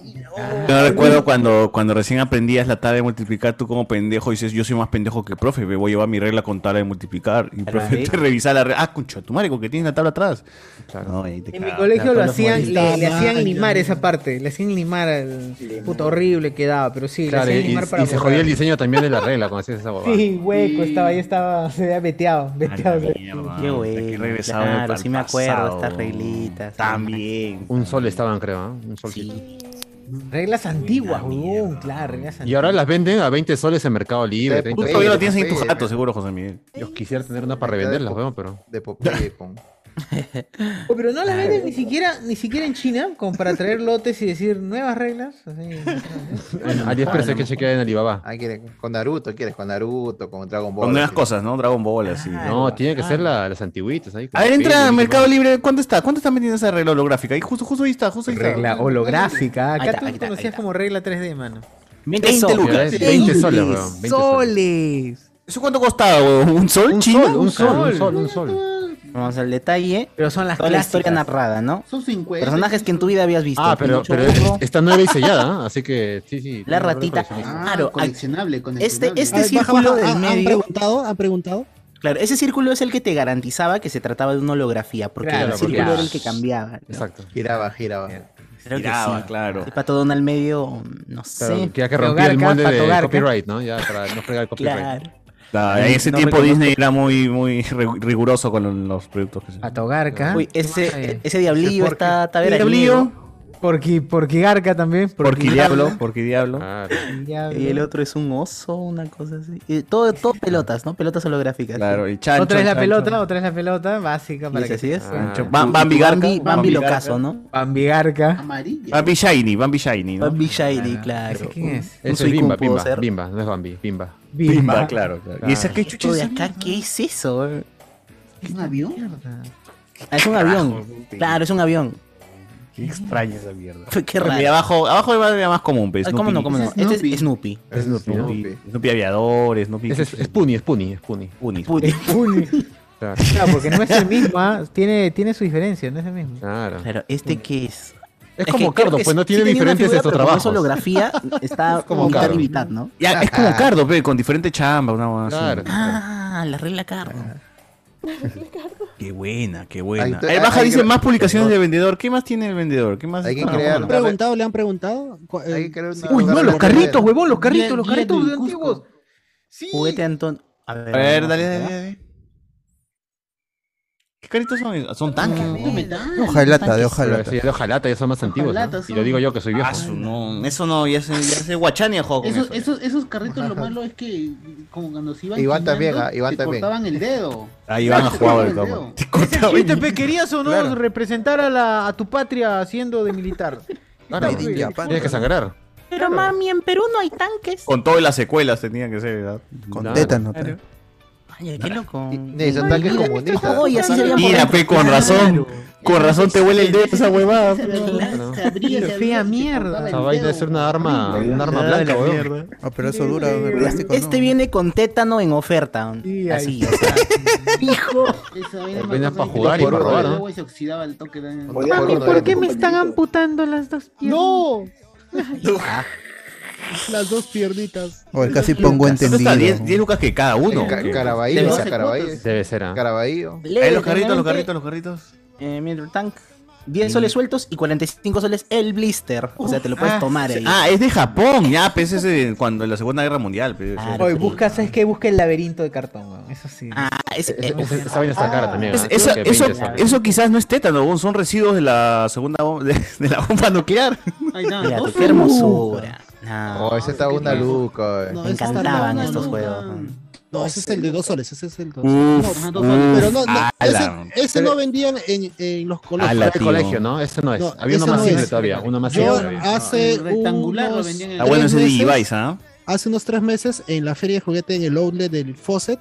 Speaker 5: Yo recuerdo cuando, cuando recién aprendías la tabla de multiplicar, tú como pendejo dices, yo soy más pendejo que el profe, me voy a llevar mi regla con tabla de multiplicar. Y el profe
Speaker 1: ahí-
Speaker 5: te revisa la regla. Ah, concha, tu madre, con que tienes la tabla atrás. No, y ahí te
Speaker 1: En mi
Speaker 5: cagas.
Speaker 1: colegio lo
Speaker 5: Con los
Speaker 1: hacían,
Speaker 5: modistas.
Speaker 1: le, le hacían
Speaker 5: Ay,
Speaker 1: limar
Speaker 5: ay,
Speaker 1: esa parte, le hacían limar al puta horrible que daba, pero sí,
Speaker 2: Claro,
Speaker 1: le
Speaker 2: y,
Speaker 1: hacían limar para
Speaker 2: y se
Speaker 1: borrar.
Speaker 2: jodió el diseño también de la regla cuando hacías esa bobada.
Speaker 1: Sí, hueco, estaba ahí, estaba, (laughs) se había
Speaker 2: Ah,
Speaker 1: veteado, veteado.
Speaker 5: mierda.
Speaker 12: Qué bueno.
Speaker 5: Aquí regresamos
Speaker 12: Claro,
Speaker 5: para
Speaker 12: sí
Speaker 5: el
Speaker 12: me acuerdo,
Speaker 5: pasado.
Speaker 12: estas reglitas.
Speaker 5: También.
Speaker 2: Un sol estaban, creo, ¿eh? un solcito.
Speaker 1: Reglas antiguas, huevón, claro, reglas antiguas.
Speaker 2: Y ahora las venden a 20 soles en Mercado Libre.
Speaker 1: De
Speaker 2: 30
Speaker 1: Popeye, Justo
Speaker 5: lo tienes en
Speaker 1: tu
Speaker 5: jato, seguro, José Miguel.
Speaker 2: Yo quisiera tener una para revenderlas, weón, pero.
Speaker 9: De Popeye, pon.
Speaker 1: Oh, pero no las venden ni siquiera, ni siquiera en China, como para traer lotes y decir nuevas reglas.
Speaker 2: (laughs)
Speaker 1: así.
Speaker 2: En AliExpress hay que chequear en Alibaba.
Speaker 9: Ah, quiere- con Naruto, quieres con Naruto, con Dragon Ball.
Speaker 5: Con nuevas
Speaker 9: sí.
Speaker 5: cosas, ¿no? Dragon Ball, así.
Speaker 2: No, tiene que ser la- las antiguitas ahí.
Speaker 5: A ver, entra a Mercado Libre. ¿Cuánto está? ¿Cuánto está metiendo esa regla holográfica? Ahí justo, justo ahí está, justo ahí está.
Speaker 1: Regla holográfica. Acá tú
Speaker 5: está,
Speaker 1: conocías como regla 3D, mano.
Speaker 5: 20 soles.
Speaker 1: lucas.
Speaker 5: 20 soles, weón, 20 soles.
Speaker 1: soles.
Speaker 5: ¿Eso cuánto costaba, weón? ¿Un sol?
Speaker 2: Un
Speaker 5: chino?
Speaker 2: sol, un sol, un sol, un sol.
Speaker 12: Vamos al detalle.
Speaker 1: Pero son las
Speaker 12: Toda
Speaker 2: clásicas.
Speaker 12: la historia narrada, ¿no?
Speaker 10: Son 50.
Speaker 12: Personajes que en tu vida habías visto.
Speaker 2: Ah, pero,
Speaker 12: Pinocho
Speaker 2: pero
Speaker 12: Burro,
Speaker 2: es- está nueva y sellada, ¿eh? así que sí, sí.
Speaker 12: La
Speaker 2: tiene una
Speaker 12: ratita.
Speaker 2: coleccionista.
Speaker 12: Claro, al-
Speaker 10: coleccionable,
Speaker 12: Este,
Speaker 10: coleccionable.
Speaker 12: este
Speaker 10: A ver, baja,
Speaker 12: círculo
Speaker 10: baja.
Speaker 12: del
Speaker 10: Ah, ¿han
Speaker 12: medio.
Speaker 3: preguntado? ¿Han preguntado?
Speaker 12: Claro, ese círculo es el que te garantizaba que se trataba de una holografía, porque
Speaker 9: Claro,
Speaker 12: el
Speaker 9: porque-
Speaker 12: círculo era el que cambiaba. ¿no?
Speaker 2: Exacto.
Speaker 9: Giraba, giraba.
Speaker 12: Creo que
Speaker 9: Giraba,
Speaker 12: sí. El pato Donald medio, no
Speaker 2: Claro,
Speaker 12: sé.
Speaker 2: que ya que rompí el molde de copyright, ¿no? Ya para no fregar el copyright.
Speaker 12: Claro.
Speaker 5: Ah, en ese
Speaker 12: No
Speaker 5: tiempo
Speaker 12: reconozco.
Speaker 5: Disney era muy, muy ri- riguroso con los productos que se
Speaker 1: A Togarca.
Speaker 12: Uy, ese, ese diablillo
Speaker 1: Ese
Speaker 12: está, está
Speaker 1: porqui-
Speaker 12: veraniego.
Speaker 1: Porque, porque Garca también.
Speaker 5: Porque diablo, porque diablo.
Speaker 12: Y el otro es un oso, una cosa así. Y todo, todo pelotas, ¿no? Pelotas holográficas.
Speaker 5: Claro,
Speaker 12: sí.
Speaker 5: y chancho.
Speaker 1: otra es la
Speaker 5: chancho.
Speaker 1: pelota, otra es la pelota básica para
Speaker 12: Sí,
Speaker 1: que
Speaker 12: así
Speaker 1: se
Speaker 12: es.
Speaker 1: juegue.
Speaker 5: Chancho. Ba- Bambi Garca.
Speaker 12: Bambi, Bambi Locazo, ¿no?
Speaker 1: Bambi Garca.
Speaker 5: Bambi Shiny, Bambi Shiny, ¿no?
Speaker 12: Bambi Shiny, claro.
Speaker 1: ¿Ese quién es?
Speaker 2: Ese es Bimba, Bimba, Bimba, no es Bambi, Bimba.
Speaker 1: Bimba, Bimba,
Speaker 5: claro, claro.
Speaker 2: ¿Y ese
Speaker 12: qué
Speaker 2: qué
Speaker 12: chucha de acá? ¿Qué es eso? eh?
Speaker 10: ¿Es un avión?
Speaker 12: Ah, es un avión.
Speaker 5: Carajo,
Speaker 12: Claro, es un avión.
Speaker 5: Qué extraña esa mierda.
Speaker 12: Qué
Speaker 5: Pero
Speaker 12: raro.
Speaker 5: mira, abajo, abajo era era más común,
Speaker 2: Eh,
Speaker 5: pues.
Speaker 12: Ay, ¿Cómo no? ¿Cómo no? Este es Snoopy.
Speaker 5: Es Snoopy.
Speaker 2: Snoopy.
Speaker 5: Snoopy. Snoopy aviador, Snoopy.
Speaker 2: Ese es, es Puni, es Puni, es Puni.
Speaker 5: Puni.
Speaker 12: Puni.
Speaker 2: Claro.
Speaker 1: Claro, porque no es el mismo, ¿ah? tiene, tiene su diferencia, no es el mismo.
Speaker 2: Claro.
Speaker 12: Pero este qué es.
Speaker 2: Es como Cardo, pues no tiene
Speaker 12: diferentes
Speaker 2: diferentes estos trabajos.
Speaker 1: (laughs)
Speaker 12: holografía
Speaker 2: (laughs)
Speaker 12: está
Speaker 2: como
Speaker 12: como mitad
Speaker 2: Cardo.
Speaker 12: y mitad, ¿no?
Speaker 5: Ya, es como Cardo, pe, con diferente chamba, una huevada así.
Speaker 2: Claro.
Speaker 12: Ah, la regla Cardo.
Speaker 5: Qué buena, qué buena.
Speaker 3: Ahí-
Speaker 5: Ahí baja
Speaker 3: ahí-
Speaker 5: dice
Speaker 3: ahí-
Speaker 5: más publicaciones de vendedor. ¿Qué más tiene el vendedor? ¿Qué más?
Speaker 9: Hay que
Speaker 5: está-
Speaker 3: ¿Le han preguntado? ¿Le han preguntado? Cu- eh,
Speaker 9: sí.
Speaker 1: Uy, no, los carritos, huevón, los
Speaker 3: Guía-
Speaker 1: carritos, los
Speaker 3: guía
Speaker 1: carritos
Speaker 3: del
Speaker 1: de antiguos.
Speaker 12: Juguete Antón. A ver,
Speaker 5: A ver,
Speaker 12: vamos
Speaker 5: dale,
Speaker 12: a
Speaker 5: dale,
Speaker 12: ver.
Speaker 5: dale. dale. ¿Qué caritos son? esos? Son tanques. ¿no?
Speaker 2: De
Speaker 4: hojalata, de
Speaker 2: Pero
Speaker 4: hojalata.
Speaker 2: Ah, sí, de hojalata, ya son más antiguos.
Speaker 10: Hojalata
Speaker 2: ¿no? Y
Speaker 10: son.
Speaker 2: lo digo yo que soy viejo.
Speaker 5: Ah, su, no, eso no, ya se, ya se guachania juego con
Speaker 10: Esos,
Speaker 5: eso.
Speaker 10: esos, esos carritos, lo malo es que como cuando se iban.
Speaker 9: Iván
Speaker 10: guiñando,
Speaker 9: también, ah, Iván
Speaker 10: te
Speaker 9: también.
Speaker 10: cortaban el dedo.
Speaker 5: Ahí van a
Speaker 10: Te
Speaker 5: jugar el
Speaker 10: cortaban
Speaker 5: cama.
Speaker 10: dedo.
Speaker 1: ¿Viste, pe, querías o no representar a, la, a tu patria haciendo de militar?
Speaker 2: Claro,
Speaker 1: Está, pe.
Speaker 2: tienes que sangrar.
Speaker 12: Pero mami, en Perú no hay tanques.
Speaker 5: Con todas las secuelas tenían que ser, ¿verdad?
Speaker 4: Con
Speaker 5: Claro.
Speaker 4: tétano. pe.
Speaker 12: Ay, qué loco.
Speaker 9: Esos ataques
Speaker 12: Mira,
Speaker 9: comunistas.
Speaker 12: Oye, así serían
Speaker 5: Mira, pe, con razón. Con razón te huele el dedo esa huevada.
Speaker 2: Claro.
Speaker 1: Fea mierda.
Speaker 2: Esa vaina es una arma, una arma blanca, weón.
Speaker 4: Ah, pero eso dura, el plástico
Speaker 12: Este viene con tétano en oferta. Así, o sea. Hijo.
Speaker 10: Esa
Speaker 3: eh,
Speaker 10: vaina
Speaker 2: Venía
Speaker 10: más
Speaker 2: para
Speaker 10: cosa
Speaker 2: jugar
Speaker 10: que
Speaker 2: y para
Speaker 10: te cortaba
Speaker 2: robar,
Speaker 10: el
Speaker 2: ¿no?
Speaker 10: dedo y se oxidaba el toque. de- (laughs)
Speaker 1: Mami, ¿por qué me están amputando las dos piernas?
Speaker 3: ¡No!
Speaker 5: Ah.
Speaker 3: Las dos piernitas.
Speaker 4: O el casi pongo entendido.
Speaker 5: 10 lucas que cada uno.
Speaker 9: Ca-
Speaker 5: ¿Qué?
Speaker 9: Caraballo,
Speaker 12: Debe
Speaker 9: ah,
Speaker 12: ser.
Speaker 9: Caraballo.
Speaker 2: Debe ser, ah.
Speaker 9: Caraballo.
Speaker 5: Ahí los carritos, los carritos, los carritos. Mm.
Speaker 12: Eh, Mildred Tank. 10 soles sueltos y 45 soles el blister. O sea, te lo puedes
Speaker 5: Ah,
Speaker 12: tomar
Speaker 5: sí.
Speaker 12: ahí.
Speaker 5: Ah, es de Japón, ya, pues es de cuando en la Segunda Guerra Mundial. pues, sí.
Speaker 1: Oye, busca, ¿sabes qué? Busca el laberinto de cartón, weón. Eso sí.
Speaker 12: Ah, es,
Speaker 2: Esa esa vaina está cara también.
Speaker 5: Es-
Speaker 2: ah.
Speaker 5: esa-
Speaker 2: Creo que
Speaker 5: eso,
Speaker 2: 20 soles.
Speaker 5: eso quizás no es tétano, weón, son residuos de la segunda bomba, (laughs) de, de la bomba nuclear.
Speaker 10: Ahí está,
Speaker 12: Mira,
Speaker 10: dos
Speaker 12: tú, qué hermosura. No,
Speaker 9: Oh, ese estaba una luca. eh.
Speaker 3: No,
Speaker 12: me
Speaker 3: ese está
Speaker 12: encantaban
Speaker 3: bueno,
Speaker 12: estos
Speaker 3: no,
Speaker 12: juegos.
Speaker 3: No, ese es el de dos soles, ese es el dos.
Speaker 5: Uf,
Speaker 3: no, dos soles.
Speaker 5: uf,
Speaker 3: pero no, no,
Speaker 5: ala.
Speaker 3: ese, ese no vendían en, en los colegios.
Speaker 2: Fue el Ah, colegio, ¿no? Ese no es.
Speaker 3: No,
Speaker 2: Había uno
Speaker 3: ese
Speaker 2: más
Speaker 3: no
Speaker 2: simple
Speaker 3: es.
Speaker 2: todavía. Uno más simple
Speaker 3: Yo
Speaker 2: todavía.
Speaker 3: hace
Speaker 10: el rectangular lo
Speaker 3: unos
Speaker 10: vendían en el-
Speaker 5: Ah, bueno,
Speaker 3: tres
Speaker 5: ese de
Speaker 3: meses-
Speaker 5: Digivice, ¿ah?
Speaker 3: Hace unos tres meses en la feria de juguete en el outlet del Fawcett,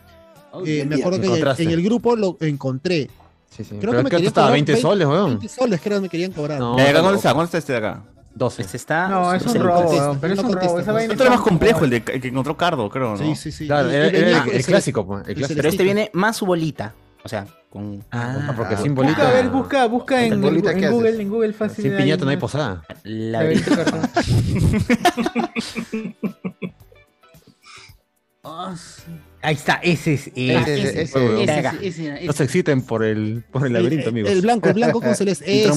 Speaker 10: Oh,
Speaker 3: eh, me acuerdo que en el,
Speaker 2: Encontraste.
Speaker 3: en el grupo lo encontré.
Speaker 2: Sí,
Speaker 3: Creo que
Speaker 2: sí. Pero
Speaker 3: me
Speaker 2: creo que
Speaker 3: querían
Speaker 2: estaba
Speaker 3: cobrar
Speaker 2: 20 soles, weón.
Speaker 3: 20 soles, creo que me querían cobrar.
Speaker 2: No,
Speaker 5: ¿Y Eh, acá
Speaker 2: no,
Speaker 5: ¿Cuánto está? ¿Cuánto está este de acá?
Speaker 2: 12.
Speaker 12: Este está.
Speaker 1: No, es un
Speaker 12: se lo
Speaker 1: robo,
Speaker 12: contesta.
Speaker 1: weón, pero es
Speaker 3: no
Speaker 1: un robo.
Speaker 3: contesta,
Speaker 1: Esa
Speaker 3: no
Speaker 1: vaina
Speaker 5: Otro
Speaker 1: está
Speaker 5: más complejo, el, de, el que encontró Cardo, creo, ¿no?
Speaker 3: Sí, sí, sí.
Speaker 2: Claro,
Speaker 3: Y- y
Speaker 2: era- era
Speaker 3: venía
Speaker 2: el- el
Speaker 3: ese-
Speaker 2: clásico, pues, el
Speaker 3: ese
Speaker 2: clásico.
Speaker 12: Pero este
Speaker 3: celestito.
Speaker 12: viene más su bolita. O sea,
Speaker 5: Con,
Speaker 2: Ah, porque sin
Speaker 1: Busca, a ver, busca, busca en,
Speaker 2: Sin bolita,
Speaker 1: en
Speaker 2: ¿qué
Speaker 1: Google,
Speaker 2: haces?
Speaker 1: en Google fácil.
Speaker 2: Sin
Speaker 1: hay
Speaker 2: piñata no hay
Speaker 1: una-
Speaker 2: posada.
Speaker 1: Laberinto cartón. (laughs) Ahí está, ese es. Ese,
Speaker 2: Ah, ese, ese, ese, ese,
Speaker 1: Acá.
Speaker 2: ese, No se exciten por el, por el laberinto, amigos.
Speaker 3: El blanco, el blanco
Speaker 2: (laughs)
Speaker 3: con celeste. Ese,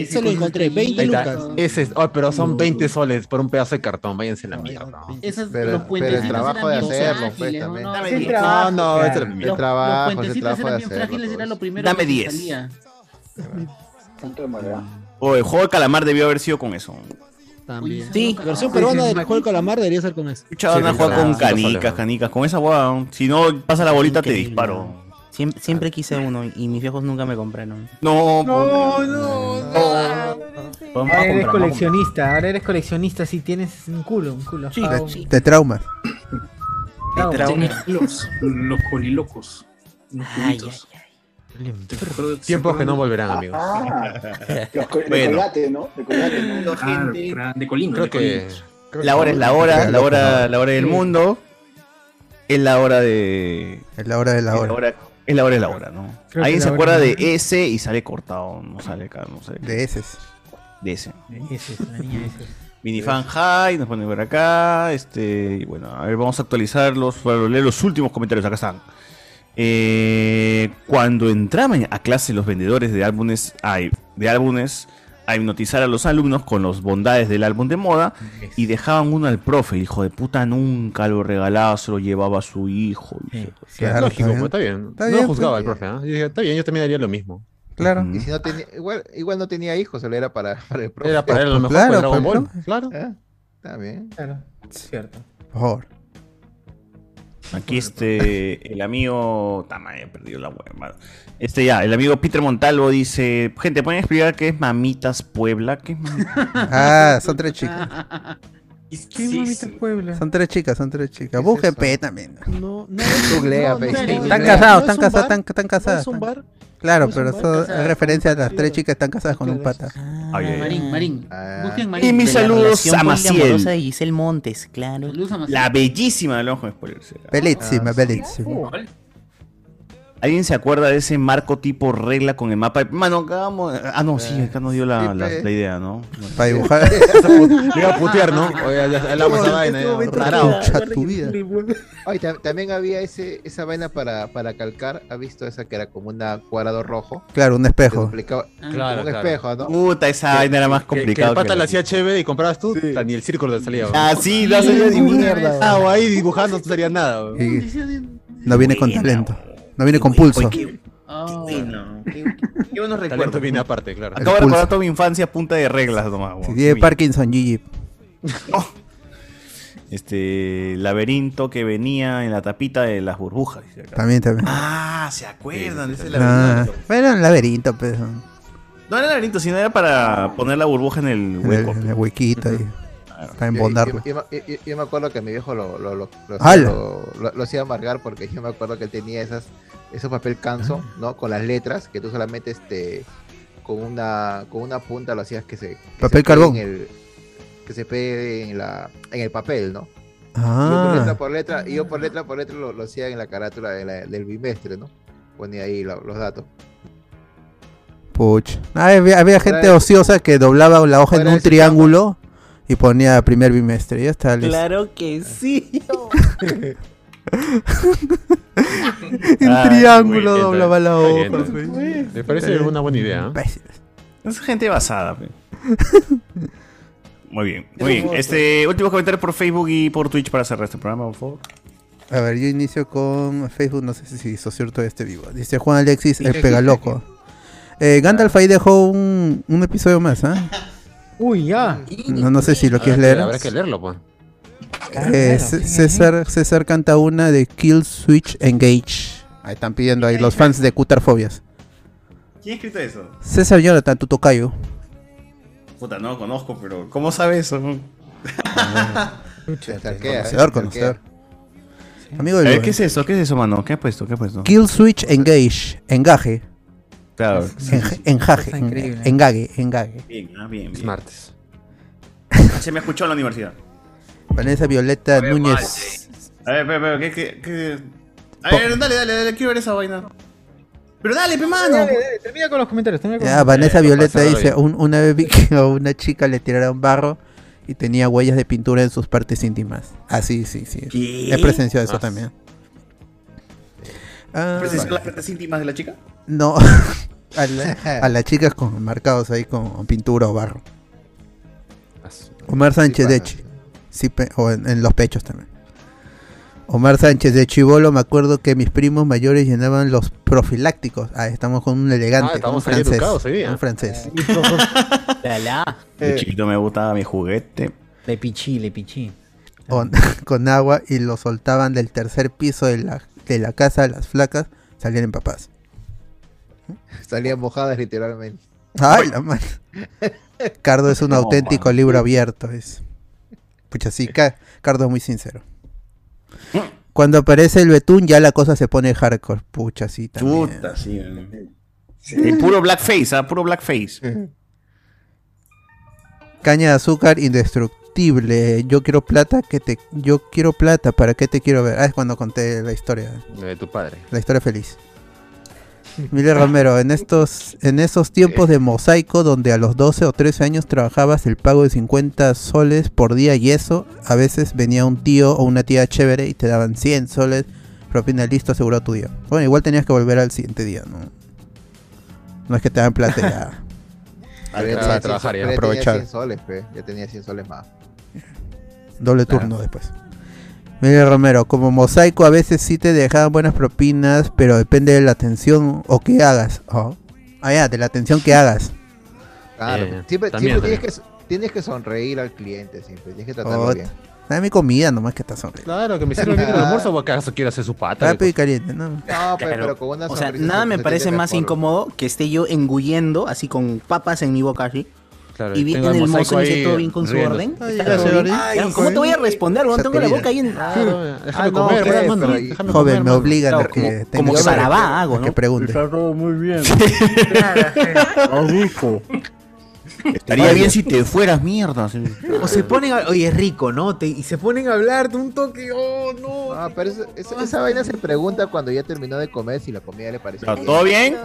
Speaker 3: ese, se lo encontré, 20
Speaker 2: Ahí está.
Speaker 3: lucas.
Speaker 2: Ese es, oh, pero son 20 soles por un pedazo de cartón, váyanse a la mierda. ¿no?
Speaker 62: Esos, los
Speaker 2: Pero- pero el
Speaker 62: puentecitos
Speaker 2: trabajo
Speaker 62: eran
Speaker 2: de
Speaker 62: bien
Speaker 2: hacerlo,
Speaker 62: frágiles,
Speaker 2: pues,
Speaker 62: ¿no? No,
Speaker 2: también. Dame
Speaker 62: no, no,
Speaker 2: diez. No, no,
Speaker 62: claro.
Speaker 2: es el- el
Speaker 62: Los-
Speaker 2: trabajo,
Speaker 62: Los
Speaker 2: es el
Speaker 62: puentecitos
Speaker 2: trabajo de
Speaker 62: eran bien
Speaker 2: hacerlo, pues.
Speaker 62: frágiles, era lo primero
Speaker 5: Dame
Speaker 62: que se
Speaker 5: 10.
Speaker 62: salía.
Speaker 5: O el juego de calamar debió haber sido con eso.
Speaker 3: También. Sí, versión peruana del juego del calamar debería ser con eso.
Speaker 5: Escucha, van a jugar con canicas, canicas. Con esa hueá, si no pasa la bolita, te
Speaker 12: Increíble.
Speaker 5: disparo.
Speaker 12: Siempre, siempre quise uno y mis viejos nunca me compraron.
Speaker 5: No,
Speaker 1: No, no, no. Ahora eres coleccionista, ahora eres coleccionista si tienes un culo, un culo.
Speaker 4: Sí,
Speaker 1: ajá,
Speaker 4: de,
Speaker 1: un-
Speaker 4: de trauma.
Speaker 1: Trauma.
Speaker 39: Los, los polilocos. Los cubitos.
Speaker 2: Tiempos que no volverán, amigos.
Speaker 39: ah, (laughs) Los co- de
Speaker 2: Bueno.
Speaker 39: colgate, ¿no? De colgate, ¿no?
Speaker 2: Claro,
Speaker 39: Claro, De colino.
Speaker 2: Creo
Speaker 39: de
Speaker 2: que-
Speaker 39: colino.
Speaker 2: creo
Speaker 5: La hora es la hora, la hora, la hora del
Speaker 39: Sí.
Speaker 5: mundo. Es la hora de.
Speaker 4: Es la hora de la hora.
Speaker 5: Es la hora de la hora, ¿no?
Speaker 4: Creo que
Speaker 5: Ahí
Speaker 4: la
Speaker 5: se
Speaker 4: hora
Speaker 5: acuerda
Speaker 4: de
Speaker 5: de
Speaker 4: la
Speaker 5: ese y sale cortado, no sale acá, no sale.
Speaker 4: De ese.
Speaker 5: De ese.
Speaker 1: Ese es, la niña
Speaker 5: (laughs)
Speaker 1: ese.
Speaker 5: Minifan High, nos ponen por acá. Este, y bueno, a ver, vamos a actualizarlos para leer los últimos comentarios. Acá están. Eh, cuando entraban a clase los vendedores de álbumes, ay, de álbumes a hipnotizar a los alumnos con las bondades del álbum de moda y dejaban uno al profe, el hijo de puta nunca lo regalaba, se lo llevaba a su hijo.
Speaker 2: Claro, Lógico, pero está bien. no
Speaker 9: bien,
Speaker 2: lo juzgaba
Speaker 9: pues.
Speaker 2: el profe, ¿no? Yo dije, está bien, yo también haría lo mismo.
Speaker 4: Claro.
Speaker 9: Y si no tenía, igual, igual no tenía hijos, solo era para, para el profe.
Speaker 2: Era para él a lo mejor
Speaker 9: Claro,
Speaker 2: con Dragon
Speaker 9: pues,
Speaker 2: Ball.
Speaker 9: ¿no?
Speaker 2: Claro.
Speaker 9: Ah, Está bien.
Speaker 1: Claro, cierto.
Speaker 4: Por favor.
Speaker 5: Aquí este, el amigo. Tama, he perdido la web. mano. Este ya, el amigo Peter Montalvo dice: Gente, ¿pueden explicar qué es Mamitas Puebla? ¿Qué es Mamitas?
Speaker 4: (laughs) Ah, son tres chicas.
Speaker 1: ¿Qué mamita Puebla?
Speaker 4: Son tres chicas, son tres chicas. Busquen P también.
Speaker 3: No, no.
Speaker 5: (laughs)
Speaker 4: Googlea,
Speaker 3: no,
Speaker 4: pe.
Speaker 3: no, no, no,
Speaker 4: Están
Speaker 3: no,
Speaker 4: casados,
Speaker 3: no
Speaker 4: están
Speaker 3: es un
Speaker 4: casados,
Speaker 3: bar,
Speaker 4: están, están
Speaker 3: no es
Speaker 4: casadas.
Speaker 3: un
Speaker 4: están-
Speaker 3: bar,
Speaker 4: Claro,
Speaker 3: no es un
Speaker 4: pero
Speaker 3: bar,
Speaker 4: eso
Speaker 3: casadas, Ah,
Speaker 4: es referencia a las tres chicas que están casadas con un pata.
Speaker 5: Ay, Ah. ay, ay.
Speaker 62: Marín, Marín. Busquen Marín.
Speaker 5: Y mis
Speaker 12: De la
Speaker 5: saludos
Speaker 12: relación
Speaker 5: a Maciel.
Speaker 12: poliamorosa de Giselle Montes, claro.
Speaker 62: Saludos a Maciel.
Speaker 5: La bellísima del ojo de Ah, spoilers.
Speaker 4: Bellísima,
Speaker 3: Uh.
Speaker 4: bellísima.
Speaker 5: ¿Alguien se acuerda de ese marco tipo regla con el mapa? Mano, acabamos. Ah, no, sí, acá nos dio la, la- la idea, ¿no?
Speaker 4: Para
Speaker 5: (laughs)
Speaker 4: dibujar.
Speaker 2: Le iba a putear, ¿no? Oye, ya hablamos de esa vaina. ya. Tarao.
Speaker 4: tu vida.
Speaker 9: Ay, ta- también había ese, esa vaina para, para calcar. ¿Ha visto esa que era como un cuadrado rojo?
Speaker 4: Claro, un
Speaker 9: Que
Speaker 4: espejo.
Speaker 9: duplicaba-
Speaker 2: Claro,
Speaker 9: como un
Speaker 2: claro.
Speaker 9: espejo, ¿no?
Speaker 5: Puta, esa vaina era más
Speaker 2: Que- que
Speaker 5: complicada.
Speaker 2: el pata
Speaker 5: que
Speaker 2: la
Speaker 5: la-
Speaker 2: hacía chévere y comprabas tú, ta, ni el círculo te salía.
Speaker 5: Ah, sí, lo hace yo de mierda.
Speaker 2: Ah, o ahí dibujando no te salía nada. weón.
Speaker 4: No viene con talento. No viene con pulso.
Speaker 5: Bueno,
Speaker 62: qué,
Speaker 5: qué buenos
Speaker 2: Talento
Speaker 5: recuerdos.
Speaker 2: viene aparte, claro.
Speaker 5: Acabo de
Speaker 4: pulso.
Speaker 5: recordar toda mi infancia a punta de reglas nomás.
Speaker 4: Si
Speaker 5: weón.
Speaker 4: tiene Parkinson, GG.
Speaker 5: Oh. Este laberinto que venía en la tapita de las burbujas. dice acá.
Speaker 4: También, también.
Speaker 5: Ah, se acuerdan de ese
Speaker 4: Ah,
Speaker 5: laberinto.
Speaker 4: Era un laberinto, pues.
Speaker 5: No era laberinto, sino era para poner la burbuja en el
Speaker 4: En el,
Speaker 5: hueco.
Speaker 4: en el huequito ahí. Está
Speaker 9: Yo-
Speaker 4: embondarlo.
Speaker 9: Yo, yo me- yo- yo me acuerdo que mi viejo lo, lo, lo, lo-
Speaker 4: ¡Hala!
Speaker 9: lo- lo- lo hacía amargar porque yo me acuerdo que él tenía esas, esos papel canso,
Speaker 2: Ah.
Speaker 9: ¿no? Con las letras, que tú solamente este, con una, con una punta lo hacías que se. que se
Speaker 4: Papel
Speaker 9: pegue
Speaker 4: carbón.
Speaker 9: en el- que se pegue en la, en el papel, ¿no? Yo por letra
Speaker 4: Ah,
Speaker 9: por letra, y yo por letra por letra lo, lo hacía en la carátula de la- del bimestre, ¿no? Ponía ahí lo- los datos. (laughs)
Speaker 4: puch. Ah, había, había gente
Speaker 9: Fuera de-
Speaker 4: ociosa que doblaba la hoja en
Speaker 9: fuera de
Speaker 4: un triángulo y ponía primer bimestre. Ya está listo.
Speaker 12: Claro que sí.
Speaker 2: (laughs)
Speaker 4: En
Speaker 5: Ay,
Speaker 4: triángulo
Speaker 5: güey,
Speaker 4: doblaba la
Speaker 5: está bien,
Speaker 4: hoja.
Speaker 5: está
Speaker 4: pues.
Speaker 5: bien.
Speaker 2: Me parece
Speaker 4: Está bien.
Speaker 2: una buena idea. ¿eh?
Speaker 4: Imbéciles.
Speaker 5: Es gente basada. pe. Muy bien, muy bien. Este, últimos comentarios por Facebook y por Twitch para cerrar este programa, por favor.
Speaker 4: A ver, yo inicio con Facebook, no sé si hizo cierto este vivo. Dice Juan Alexis, el pegaloco. Eh,
Speaker 9: Ah.
Speaker 4: Gandalf ahí dejó un, un episodio más,
Speaker 9: (laughs)
Speaker 4: ¿ah?
Speaker 1: Uy, ya.
Speaker 4: No, no sé si lo
Speaker 2: Habrá
Speaker 4: quieres
Speaker 2: que-
Speaker 4: leer.
Speaker 2: Habrá que leerlo, pues.
Speaker 4: Eh, C- César, César canta una de Kill Switch Engage. Ahí están pidiendo ahí los fans de Cutarfobias.
Speaker 5: ¿Quién ha escrito eso?
Speaker 4: César Jonathan, tu tocayo.
Speaker 5: Puta, no lo conozco, pero ¿cómo sabe eso? (laughs)
Speaker 9: Se arquea, ¿eh?
Speaker 4: Ah. Este, Conocedor,
Speaker 9: Se arquea.
Speaker 4: conocedor. Amigo
Speaker 5: A
Speaker 4: del
Speaker 5: ver, Eh, ¿qué es eso? ¿Qué es eso, mano? ¿Qué ha puesto? ¿Qué ha puesto?
Speaker 4: Kill Switch Engage. Engaje.
Speaker 5: Claro.
Speaker 4: Enj- enjaje.
Speaker 5: Está
Speaker 4: en-
Speaker 5: increíble.
Speaker 4: Engague. Engague.
Speaker 5: Bien, ah, bien,
Speaker 2: Es
Speaker 5: bien.
Speaker 2: martes.
Speaker 5: Se me escuchó en la universidad.
Speaker 4: Vanessa Violeta Núñez.
Speaker 5: A ver, pero, pero, ¿qué, qué, qué? A ver, dale, dale, dale, quiero ver esa vaina.
Speaker 12: Pero dale, pe
Speaker 1: Ah,
Speaker 4: Ah,
Speaker 12: mano.
Speaker 1: termina con los comentarios. Termina con
Speaker 4: Ya,
Speaker 2: Eh,
Speaker 1: los
Speaker 4: Vanessa
Speaker 1: comentarios.
Speaker 4: Violeta dice, "Un- una vez vi que a una chica le tiraron barro y tenía huellas de pintura en sus partes íntimas. Ah, sí, sí, sí.
Speaker 12: ¿Qué?
Speaker 4: He presenciado eso
Speaker 12: Ah.
Speaker 4: también.
Speaker 12: ¿Presencias las partes íntimas de la chica?
Speaker 4: Ah. No, (laughs) a, la- a las chicas con marcados ahí con pintura o barro. Omar Sánchez de Chi. Sí, pe- o en, en los pechos también. Omar Sánchez de Chivolo, me acuerdo que mis primos mayores llenaban los profilácticos. Ah, estamos con un elegante,
Speaker 9: Ah, estamos
Speaker 4: un
Speaker 9: ahí
Speaker 4: francés.
Speaker 9: educados ah. hoy día.
Speaker 4: Un
Speaker 5: (laughs)
Speaker 4: francés. ah.
Speaker 5: De chiquito me gustaba mi juguete.
Speaker 29: Le pichí, le pichí.
Speaker 4: con, (laughs) con agua y lo soltaban del tercer piso de la, de la casa las flacas, salían empapadas.
Speaker 9: Salían mojadas literalmente.
Speaker 4: ¡Ay, la madre! Cardo es un
Speaker 9: No,
Speaker 4: auténtico libro abierto. Es. Pucha, sí, Ca- Cardo es muy sincero. Cuando aparece el betún, ya la cosa se pone hardcore. Pucha, sí, también.
Speaker 5: Puta, sí. eh. Eh, puro blackface, ah, puro blackface.
Speaker 4: Caña de azúcar indestructible. Yo quiero plata que te. Yo quiero plata, ¿para qué te quiero ver? Ah, es cuando conté la historia.
Speaker 9: Lo de tu padre.
Speaker 4: La historia feliz. Miller Romero, en estos, en esos tiempos de mosaico donde a los 12 o 13 años trabajabas el pago de 50 soles por día y eso, a veces venía un tío o una tía chévere y te daban 100 soles, propina listo, aseguró tu día. Bueno, igual tenías que volver al siguiente día, ¿no? No es que te dan plata
Speaker 9: (laughs)
Speaker 4: ya.
Speaker 9: Pero ya
Speaker 4: Para
Speaker 9: tenía
Speaker 4: trabajar
Speaker 9: 100
Speaker 4: y
Speaker 9: pero ya
Speaker 4: aprovechar.
Speaker 9: Tenía 100 soles, pe. Ya tenía 100 soles más.
Speaker 4: Doble
Speaker 9: Claro.
Speaker 4: turno después. Mire Romero, como mosaico a veces sí te dejaban buenas propinas, pero depende de la atención o que hagas. Oh. Ah, ya, de la atención que hagas.
Speaker 9: Claro.
Speaker 4: Eh,
Speaker 9: siempre
Speaker 4: también,
Speaker 9: siempre Tienes, que, so- tienes que sonreír al cliente, siempre. Tienes que tratarlo
Speaker 4: Oh,
Speaker 9: bien.
Speaker 4: dame mi comida nomás que estás sonriendo.
Speaker 9: Claro,
Speaker 13: que me sirve
Speaker 9: (laughs)
Speaker 13: bien el almuerzo o acaso quiero hacer su pata.
Speaker 12: Ah,
Speaker 4: Rápido y caliente, no.
Speaker 9: No, pe-
Speaker 12: Claro.
Speaker 9: pero con una
Speaker 12: o sea,
Speaker 9: sonrisa
Speaker 12: nada
Speaker 9: se-
Speaker 12: me
Speaker 9: se
Speaker 12: parece
Speaker 9: entiende
Speaker 12: más
Speaker 9: mejor.
Speaker 12: incómodo que esté yo engullendo, así con papas en mi boca así.
Speaker 13: Claro,
Speaker 12: y
Speaker 13: y
Speaker 12: viene
Speaker 13: tengo el
Speaker 12: el mozo y
Speaker 13: mosaico
Speaker 12: dice todo
Speaker 13: ahí
Speaker 12: bien con su
Speaker 13: riendo.
Speaker 12: orden.
Speaker 13: Ay,
Speaker 12: ¿Está todo
Speaker 13: claro,
Speaker 12: bien?
Speaker 13: ay,
Speaker 12: Claro, ¿Cómo te voy a responder? weón? tengo la boca ahí en.
Speaker 13: déjame comer,
Speaker 12: pues,
Speaker 13: hermano,
Speaker 12: pero ahí-
Speaker 13: déjame
Speaker 4: Joven, me obligan
Speaker 12: Claro,
Speaker 4: a que
Speaker 12: como- como que para va hago,
Speaker 4: a que
Speaker 12: ¿no?
Speaker 4: pregunte.
Speaker 13: todo muy bien. Ah,
Speaker 5: Estaría bien si te fueras mierda. sí.
Speaker 1: O se ponen a... Oye, es rico, ¿no? Te- y se ponen a hablar de un toque... Oh, no.
Speaker 9: Ah, pero eso- eso- esa vaina se pregunta cuando ya terminó de comer si la comida le Ah, pareció.
Speaker 5: No, ¿Todo bien?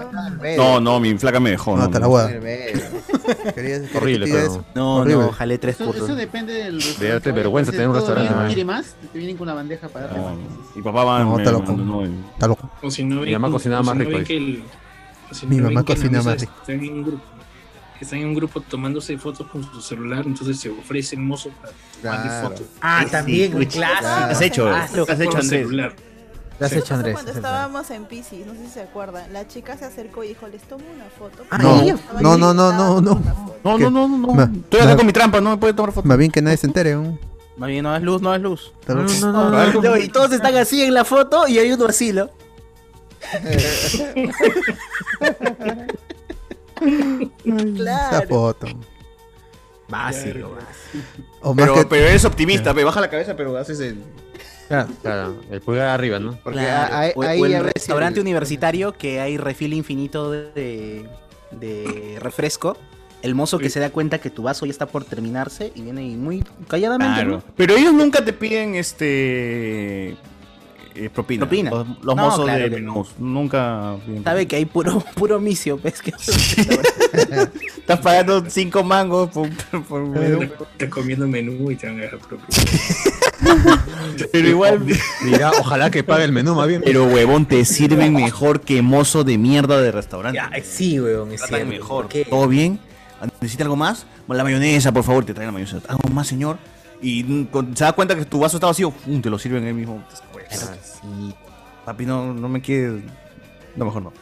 Speaker 5: No, no, mi flaca me dejó.
Speaker 4: No, te la voy a-
Speaker 13: Horrible,
Speaker 4: diga
Speaker 13: pero-
Speaker 4: eso.
Speaker 12: No,
Speaker 13: Horrible.
Speaker 12: no, jalé tres
Speaker 10: Eso, eso
Speaker 12: cursos.
Speaker 10: depende del
Speaker 13: De darte este vergüenza tener un
Speaker 10: Todo bien,
Speaker 13: restaurante.
Speaker 10: ¿no
Speaker 13: ¿no?
Speaker 10: quiere más? Te vienen con la bandeja para darte más.
Speaker 5: Y papá va.
Speaker 4: No,
Speaker 5: me-
Speaker 4: está loco.
Speaker 5: me- no, no.
Speaker 4: Está loco.
Speaker 39: O si no
Speaker 13: Mi
Speaker 39: ven-
Speaker 13: mamá cocinaba
Speaker 39: o si
Speaker 13: más
Speaker 39: no
Speaker 13: rico,
Speaker 39: ven
Speaker 13: dice.
Speaker 39: que el- o si
Speaker 4: Mi
Speaker 39: no ven
Speaker 4: mamá
Speaker 39: que en la
Speaker 4: cocinaba
Speaker 39: mesa
Speaker 4: más rico.
Speaker 39: Están en un grupo, que están en un grupo tomándose fotos con su celular, entonces se ofrece el mozo para tomarle
Speaker 9: Claro.
Speaker 39: fotos.
Speaker 29: Ah, también, un clásico.
Speaker 5: Has hecho,
Speaker 39: Hazlo
Speaker 5: has hecho
Speaker 39: con
Speaker 5: Andrés.
Speaker 39: celular.
Speaker 1: Lo has
Speaker 29: (laughs)
Speaker 1: hecho,
Speaker 7: Pasó
Speaker 1: Andrés.
Speaker 7: cuando estábamos en Pisces, no sé si se acuerdan. La chica se acercó y dijo, les tomo una foto.
Speaker 4: No,
Speaker 7: Estaban ahí,
Speaker 4: Ah, no, no, no,
Speaker 7: estaban
Speaker 4: no, no.
Speaker 5: No,
Speaker 4: (laughs)
Speaker 5: no, no, no, no.
Speaker 4: Ma-
Speaker 5: Estoy acá
Speaker 4: ma-
Speaker 5: con mi trampa, no me puede tomar fotos.
Speaker 4: Más bien que nadie se entere. ¿no?
Speaker 12: Más bien, no es luz, no es luz.
Speaker 4: Está loco.
Speaker 12: No, y todos están así en la foto y hay uno así, ¿no?
Speaker 4: Esa foto.
Speaker 5: Básico,
Speaker 4: O más
Speaker 5: Pero,
Speaker 4: que-
Speaker 5: pero eres optimista, pe, baja la cabeza, pero haces el.
Speaker 13: Claro, claro, el pulgar arriba, ¿no?
Speaker 9: Porque
Speaker 12: Claro.
Speaker 9: a- a-
Speaker 12: o,
Speaker 9: ahí
Speaker 12: o el
Speaker 9: ya ves
Speaker 12: restaurante
Speaker 9: el-
Speaker 12: universitario que hay refil infinito de, de refresco. El mozo que se da cuenta que tu vaso ya está por terminarse y viene y muy calladamente.
Speaker 5: Claro.
Speaker 12: ¿no?
Speaker 5: Pero ellos nunca te piden este. eh, propina.
Speaker 12: Propina.
Speaker 5: Los,
Speaker 12: No,
Speaker 5: los mozos
Speaker 12: claro
Speaker 5: de
Speaker 12: que no.
Speaker 5: menús. Nunca. piden
Speaker 12: Sabe que hay puro, (laughs) puro misio, pues que
Speaker 9: (laughs)
Speaker 5: propina. Estás pagando 5 mangos por, por un menú.
Speaker 39: Estás comiendo menú y te van a dejar propio.
Speaker 5: Pero igual.
Speaker 13: Dirá, ojalá que pague el menú más bien.
Speaker 5: Pero huevón, te sirven mejor que mozo de mierda de restaurante.
Speaker 29: Ah, sí, weón, es
Speaker 5: Tratan
Speaker 29: cierto.
Speaker 5: mejor.
Speaker 29: ¿Qué?
Speaker 5: ¿Todo bien? ¿Necesita algo más? La mayonesa, por favor, te traen la mayonesa. ¿Algo más, señor? Y mm, con- se da cuenta que tu vaso está vacío, ¡fum! te lo sirven ahí mismo. Papi, no, no me quiere. No, mejor no.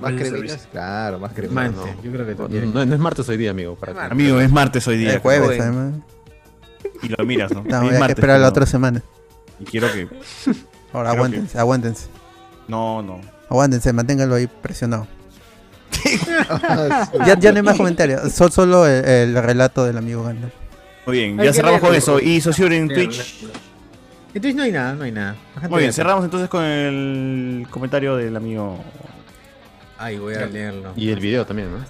Speaker 9: Más cremitas, claro, más cremitas.
Speaker 13: Marte,
Speaker 9: no.
Speaker 13: yo creo que no, no es martes hoy día, amigo. Para ti.
Speaker 5: Amigo, es martes hoy día.
Speaker 4: Es jueves,
Speaker 5: Joder.
Speaker 4: además.
Speaker 5: Y lo miras, ¿no?
Speaker 4: No,
Speaker 5: Es
Speaker 4: hay que
Speaker 5: martes,
Speaker 4: esperar la
Speaker 5: pero-
Speaker 4: otra semana.
Speaker 5: Y quiero que.
Speaker 4: (laughs) Ahora
Speaker 5: Creo
Speaker 4: aguántense, aguántense.
Speaker 5: No, no.
Speaker 4: Aguántense, manténganlo ahí presionado. ya, ya no hay más comentarios. Son solo el, el relato del amigo Gandalf.
Speaker 5: Muy bien,
Speaker 1: Hay
Speaker 5: ya
Speaker 1: que
Speaker 5: cerramos con
Speaker 1: leerlo.
Speaker 5: eso. Y Sociur en
Speaker 1: Leerlo,
Speaker 5: Twitch.
Speaker 1: En Twitch no hay nada, no hay nada. La gente
Speaker 5: Muy bien,
Speaker 1: ve-
Speaker 5: cerramos entonces con el comentario del amigo.
Speaker 1: Ay, voy a leerlo.
Speaker 13: Y el video también, ¿no?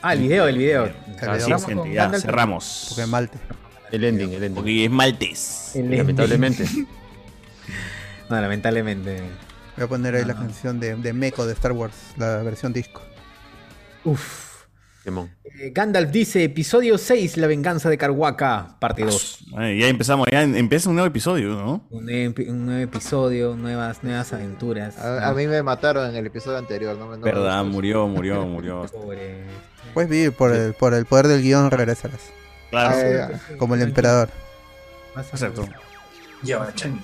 Speaker 1: Ah, el video, el video.
Speaker 5: Así es, Ah, gente, ya cerramos.
Speaker 4: Porque es malte.
Speaker 13: El ending, el ending.
Speaker 5: Porque es maltes.
Speaker 1: (laughs) El ending.
Speaker 13: Lamentablemente.
Speaker 1: No, lamentablemente.
Speaker 4: Voy a poner ahí la canción de, de Meco de Star Wars, la versión disco.
Speaker 1: Uf. Eh, Gandalf dice, episodio 6, la venganza de Carhuaca, parte 2.
Speaker 5: Ay, ya empezamos, ya en- empieza un nuevo episodio, ¿no?
Speaker 1: Un, nuevo epi- un nuevo episodio, nuevas, nuevas aventuras.
Speaker 9: A, a mí me mataron en el episodio anterior. No, me- no me
Speaker 5: Verdad,
Speaker 9: gustó.
Speaker 5: murió, murió, murió.
Speaker 4: Puedes vivir por el, por el poder del guión, regresarás.
Speaker 5: Claro.
Speaker 4: Ah, ya. como el emperador.
Speaker 5: Exacto.
Speaker 39: Ya, Chan.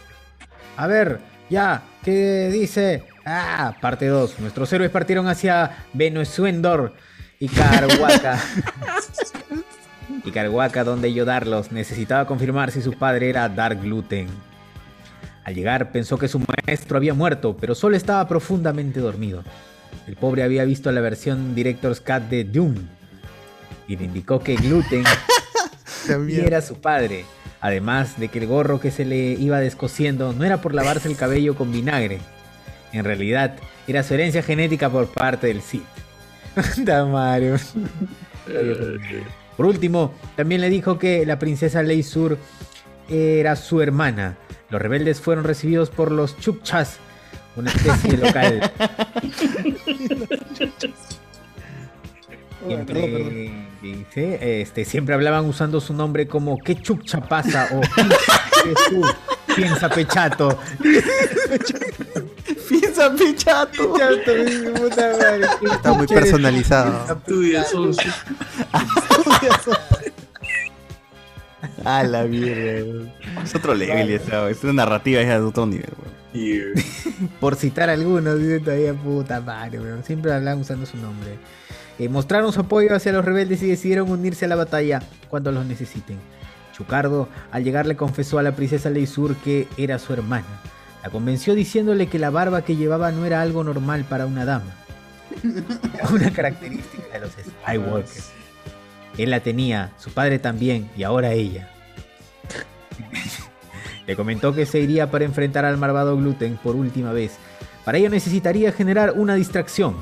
Speaker 1: A ver, ya, ¿qué dice? Ah, parte 2. Nuestros héroes partieron hacia Venezuendor y Carhuaca. y Carhuaca, donde ayudarlos. Necesitaba confirmar si su padre era Dark Gluten. Al llegar, pensó que su maestro había muerto, pero solo estaba profundamente dormido. El pobre había visto la versión Director's Cut de Dune y le indicó que Gluten era su padre. Además de que el gorro que se le iba descosiendo no era por lavarse el cabello con vinagre. En realidad, era su herencia genética por parte del Cid. (laughs) Anda, Mario. Por último, también le dijo que la princesa Ley Sur era su hermana. Los rebeldes fueron recibidos por los Chupchas, una especie local. Siempre,
Speaker 13: (laughs)
Speaker 1: dice, este, siempre hablaban usando su nombre como ¿Qué chupcha pasa? o "¿Qué tú (laughs) piensa pechato?
Speaker 12: Piensa, pichato.
Speaker 4: Está muy personalizado. (laughs)
Speaker 5: A la mierda, Es otro level, ya está, es una narrativa ya de otro nivel, (laughs)
Speaker 1: Por citar algunos, dice todavía puta madre, weón. Siempre hablaban usando su nombre. Eh, mostraron su apoyo hacia los rebeldes y decidieron unirse a la batalla cuando los necesiten. Chucardo, al llegar, le confesó a la princesa Leisur que era su hermana. La convenció diciéndole que la barba que llevaba no era algo normal para una dama. Era una característica de los Skywalker. Él la tenía, su padre también, y ahora ella. Le comentó que se iría para enfrentar al malvado Gluten por última vez. Para ello necesitaría generar una distracción.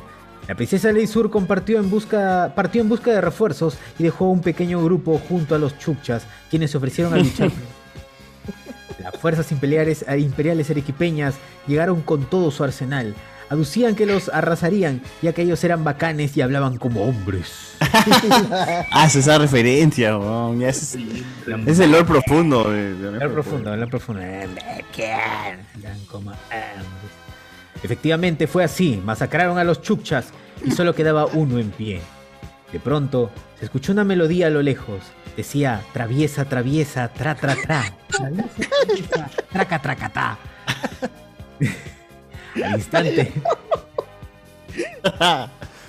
Speaker 1: La princesa Ley Sur compartió en busca, partió en busca de refuerzos y dejó un pequeño grupo junto a los Chukchas, quienes se ofrecieron a
Speaker 2: (laughs)
Speaker 1: luchar. Las fuerzas imperiales, eh, imperiales arequipeñas llegaron con todo su arsenal. Aducían que los arrasarían, ya que ellos eran bacanes y hablaban como hombres.
Speaker 5: Hace Ah, esa referencia, weón. Ya es, es el lore profundo. eh, De, pues. de-
Speaker 1: Hablar profundo, hablar profundo. Eh, Efectivamente fue así, masacraron a los chukchas y solo quedaba uno en pie. De pronto, se escuchó una melodía a lo lejos. Decía, traviesa, traviesa, tra, tra, tra. Traviesa, traviesa, Traca, traca, ta. Al instante...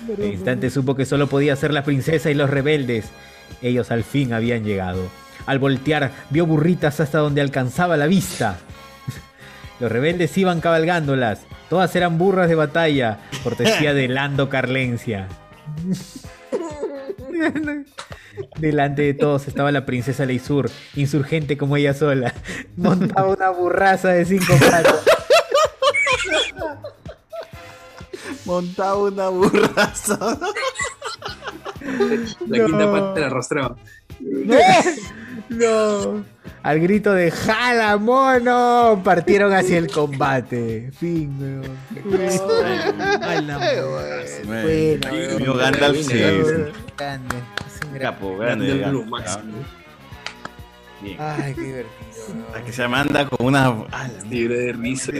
Speaker 1: Al instante supo que solo podía ser la princesa y los rebeldes. Ellos al fin habían llegado. Al voltear, vio burritas hasta donde alcanzaba la vista. (laughs) Los rebeldes iban cabalgándolas. Todas eran burras de batalla, cortesía de Lando Carlencia. Delante de todos estaba la princesa Leisur, insurgente como ella sola. (laughs) Montaba una burraza de cinco patas.
Speaker 12: (laughs) Montaba una burraza.
Speaker 39: La quinta parte la arrastraba. (laughs)
Speaker 1: No. Al grito de ¡Jala, mono! Partieron hacia el combate. Fin, weón.
Speaker 5: Bueno, amigo Gandalf, sí, sí.
Speaker 1: Grande.
Speaker 5: Capo, grande.
Speaker 1: Grande,
Speaker 5: grande.
Speaker 1: lo máximo.
Speaker 5: Bien.
Speaker 1: Ay, qué divertido.
Speaker 5: La que se manda con una.
Speaker 39: Libre de risa.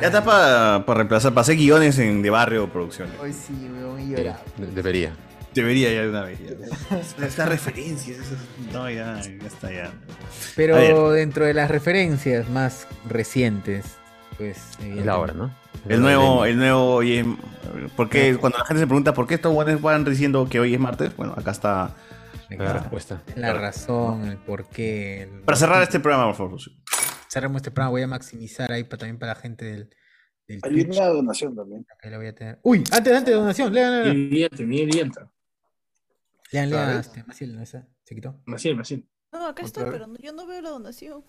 Speaker 5: Ya está para reemplazar, para hacer guiones en, de barrio o producciones.
Speaker 1: Hoy sí, weón, y
Speaker 5: lloraba.
Speaker 2: Debería.
Speaker 5: Debería ya de una vez. ya. Estas referencias, esas- No, ya, ya está, ya. A ver.
Speaker 1: Pero dentro de las referencias más recientes, pues. evidentemente.
Speaker 2: la hora, ¿no?
Speaker 5: El nuevo, el nuevo hoy es- porque cuando la gente se pregunta por qué estos guanes van diciendo que hoy es martes, bueno, acá está
Speaker 1: Venga. La razón, el porqué. el-
Speaker 5: Para cerrar este programa, por favor.
Speaker 1: Cerramos este programa, voy a maximizar ahí pa- también para la gente del. del
Speaker 31: Hay
Speaker 1: Twitch.
Speaker 31: una donación también.
Speaker 1: Ahí la voy a tener. Uy, antes, antes de donación, lean, lean, lean.
Speaker 39: Enviante, mi envianta.
Speaker 1: Lean,
Speaker 39: A
Speaker 1: lean,
Speaker 39: ver.
Speaker 1: este, Maciel, ¿no está? ¿Se quitó?
Speaker 39: Maciel, Maciel.
Speaker 7: No, acá estoy,
Speaker 39: Otra
Speaker 7: pero no- yo no veo la donación.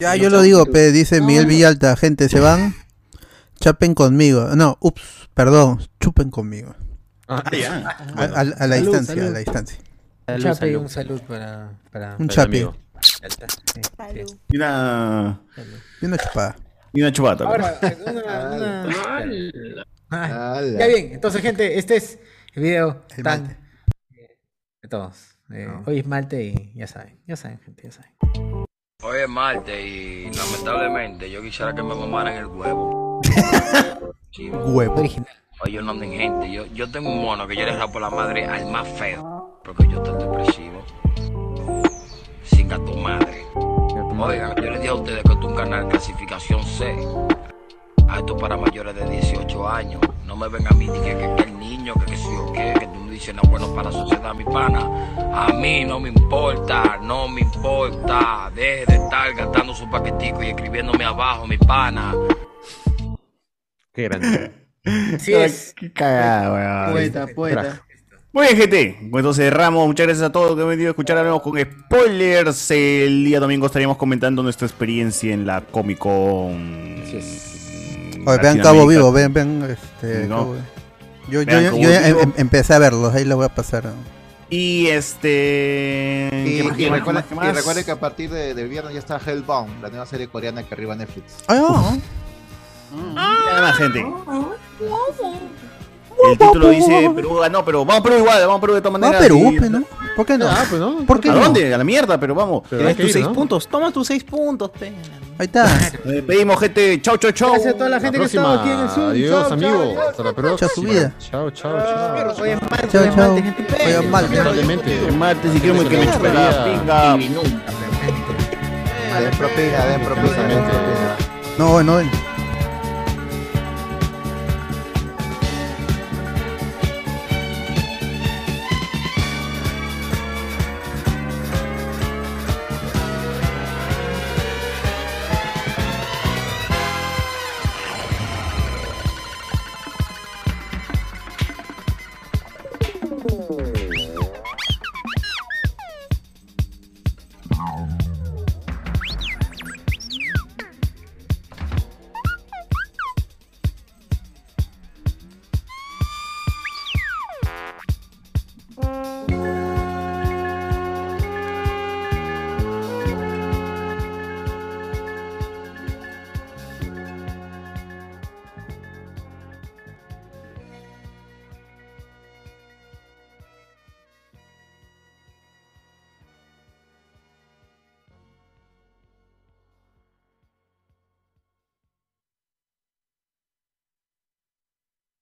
Speaker 4: Ya, Ah, yo lo digo, pe, dice Miguel Villalta, gente, se van, chapen conmigo. No, ups, perdón, chupen conmigo.
Speaker 2: Ah,
Speaker 5: ya.
Speaker 4: A, a- a la
Speaker 1: Salud,
Speaker 4: distancia,
Speaker 1: salud.
Speaker 4: a la distancia.
Speaker 1: Un chape y un salud para. para
Speaker 4: Un chape.
Speaker 1: Ahí está. Sí, sí.
Speaker 5: Y una.
Speaker 4: Y una chupada.
Speaker 5: Y una chupata.
Speaker 1: Ahora, una- una- Ah, Ya bien, entonces gente, este es el video tan- de todos. Eh, Hoy es Malte y ya saben, ya saben gente, ya saben.
Speaker 8: Hoy es martes y lamentablemente yo quisiera que me mamaran el huevo. Sí,
Speaker 4: Huevo.
Speaker 8: Oye, yo no ando en gente. Yo, yo tengo un mono que yo le rapo la madre al más feo. Porque yo estoy depresivo. Sica tu madre. Oigan, yo les dije a ustedes que esto es un canal de clasificación C. A esto para mayores de 18 años. No me ven a mí ni que, que, que el niño, que que soy o qué, que tú me dices no es bueno para la sociedad, mi pana. A mí no me importa, no me importa. Deje de estar gastando su paquetico y escribiéndome abajo, mi pana.
Speaker 2: Qué grande.
Speaker 1: Sí es.
Speaker 5: Qué cagada, weón.
Speaker 8: Poeta, poeta.
Speaker 5: Traje. Muy bien, gente. Pues Entonces cerramos. Muchas gracias a todos que han venido a escuchar. Hablamos con spoilers. El día domingo estaríamos comentando nuestra experiencia en la Comic Con.
Speaker 4: Oye, vean Cabo Vivo, vean, vean, este,
Speaker 5: No.
Speaker 4: Cabo Vivo. Yo, yo,
Speaker 5: Vean
Speaker 4: yo,
Speaker 5: Cabo
Speaker 4: yo em-
Speaker 5: Vivo.
Speaker 4: em- empecé a verlos, ahí los voy a pasar.
Speaker 5: Y este.
Speaker 9: Y,
Speaker 5: ¿qué más,
Speaker 9: y
Speaker 5: qué más,
Speaker 9: recuerda-
Speaker 5: qué más?
Speaker 9: y recuerda que a partir de- del viernes ya está Hellbound, la nueva serie coreana que arriba Netflix.
Speaker 5: ah. Y Además, gente. El título dice Perú ganó, pero vamos a Perú igual, vamos a Perú de todas
Speaker 4: No,
Speaker 5: maneras.
Speaker 4: Perú,
Speaker 5: Y-
Speaker 4: pe, ¿no? ¿Por qué no?
Speaker 5: Ah,
Speaker 4: pues no. ¿Por qué
Speaker 5: ¿A
Speaker 4: no?
Speaker 5: dónde? A la mierda, pero vamos.
Speaker 4: Pero hay que
Speaker 63: tus
Speaker 4: ir,
Speaker 63: seis
Speaker 4: ¿no?
Speaker 63: puntos. Toma tus seis puntos, pe.
Speaker 4: Ahí está.
Speaker 5: Nos despedimos, Eh, gente. Chau, chau, chau.
Speaker 12: Gracias a toda la gente que estaba aquí en el Zoom.
Speaker 2: Adiós,
Speaker 12: Chao,
Speaker 2: amigos.
Speaker 12: chao,
Speaker 2: Hasta la próxima.
Speaker 4: su vida.
Speaker 2: Chao, chao, chao.
Speaker 12: Hoy es Malte,
Speaker 4: Chao,
Speaker 12: hoy es
Speaker 4: chao.
Speaker 12: Malte, gente.
Speaker 4: Voy a Malta.
Speaker 2: Lamentablemente.
Speaker 5: Martes, si quiero que me chupe la pinga.
Speaker 9: Den propina, den propina, den propina.
Speaker 4: No, no.
Speaker 64: Thank you.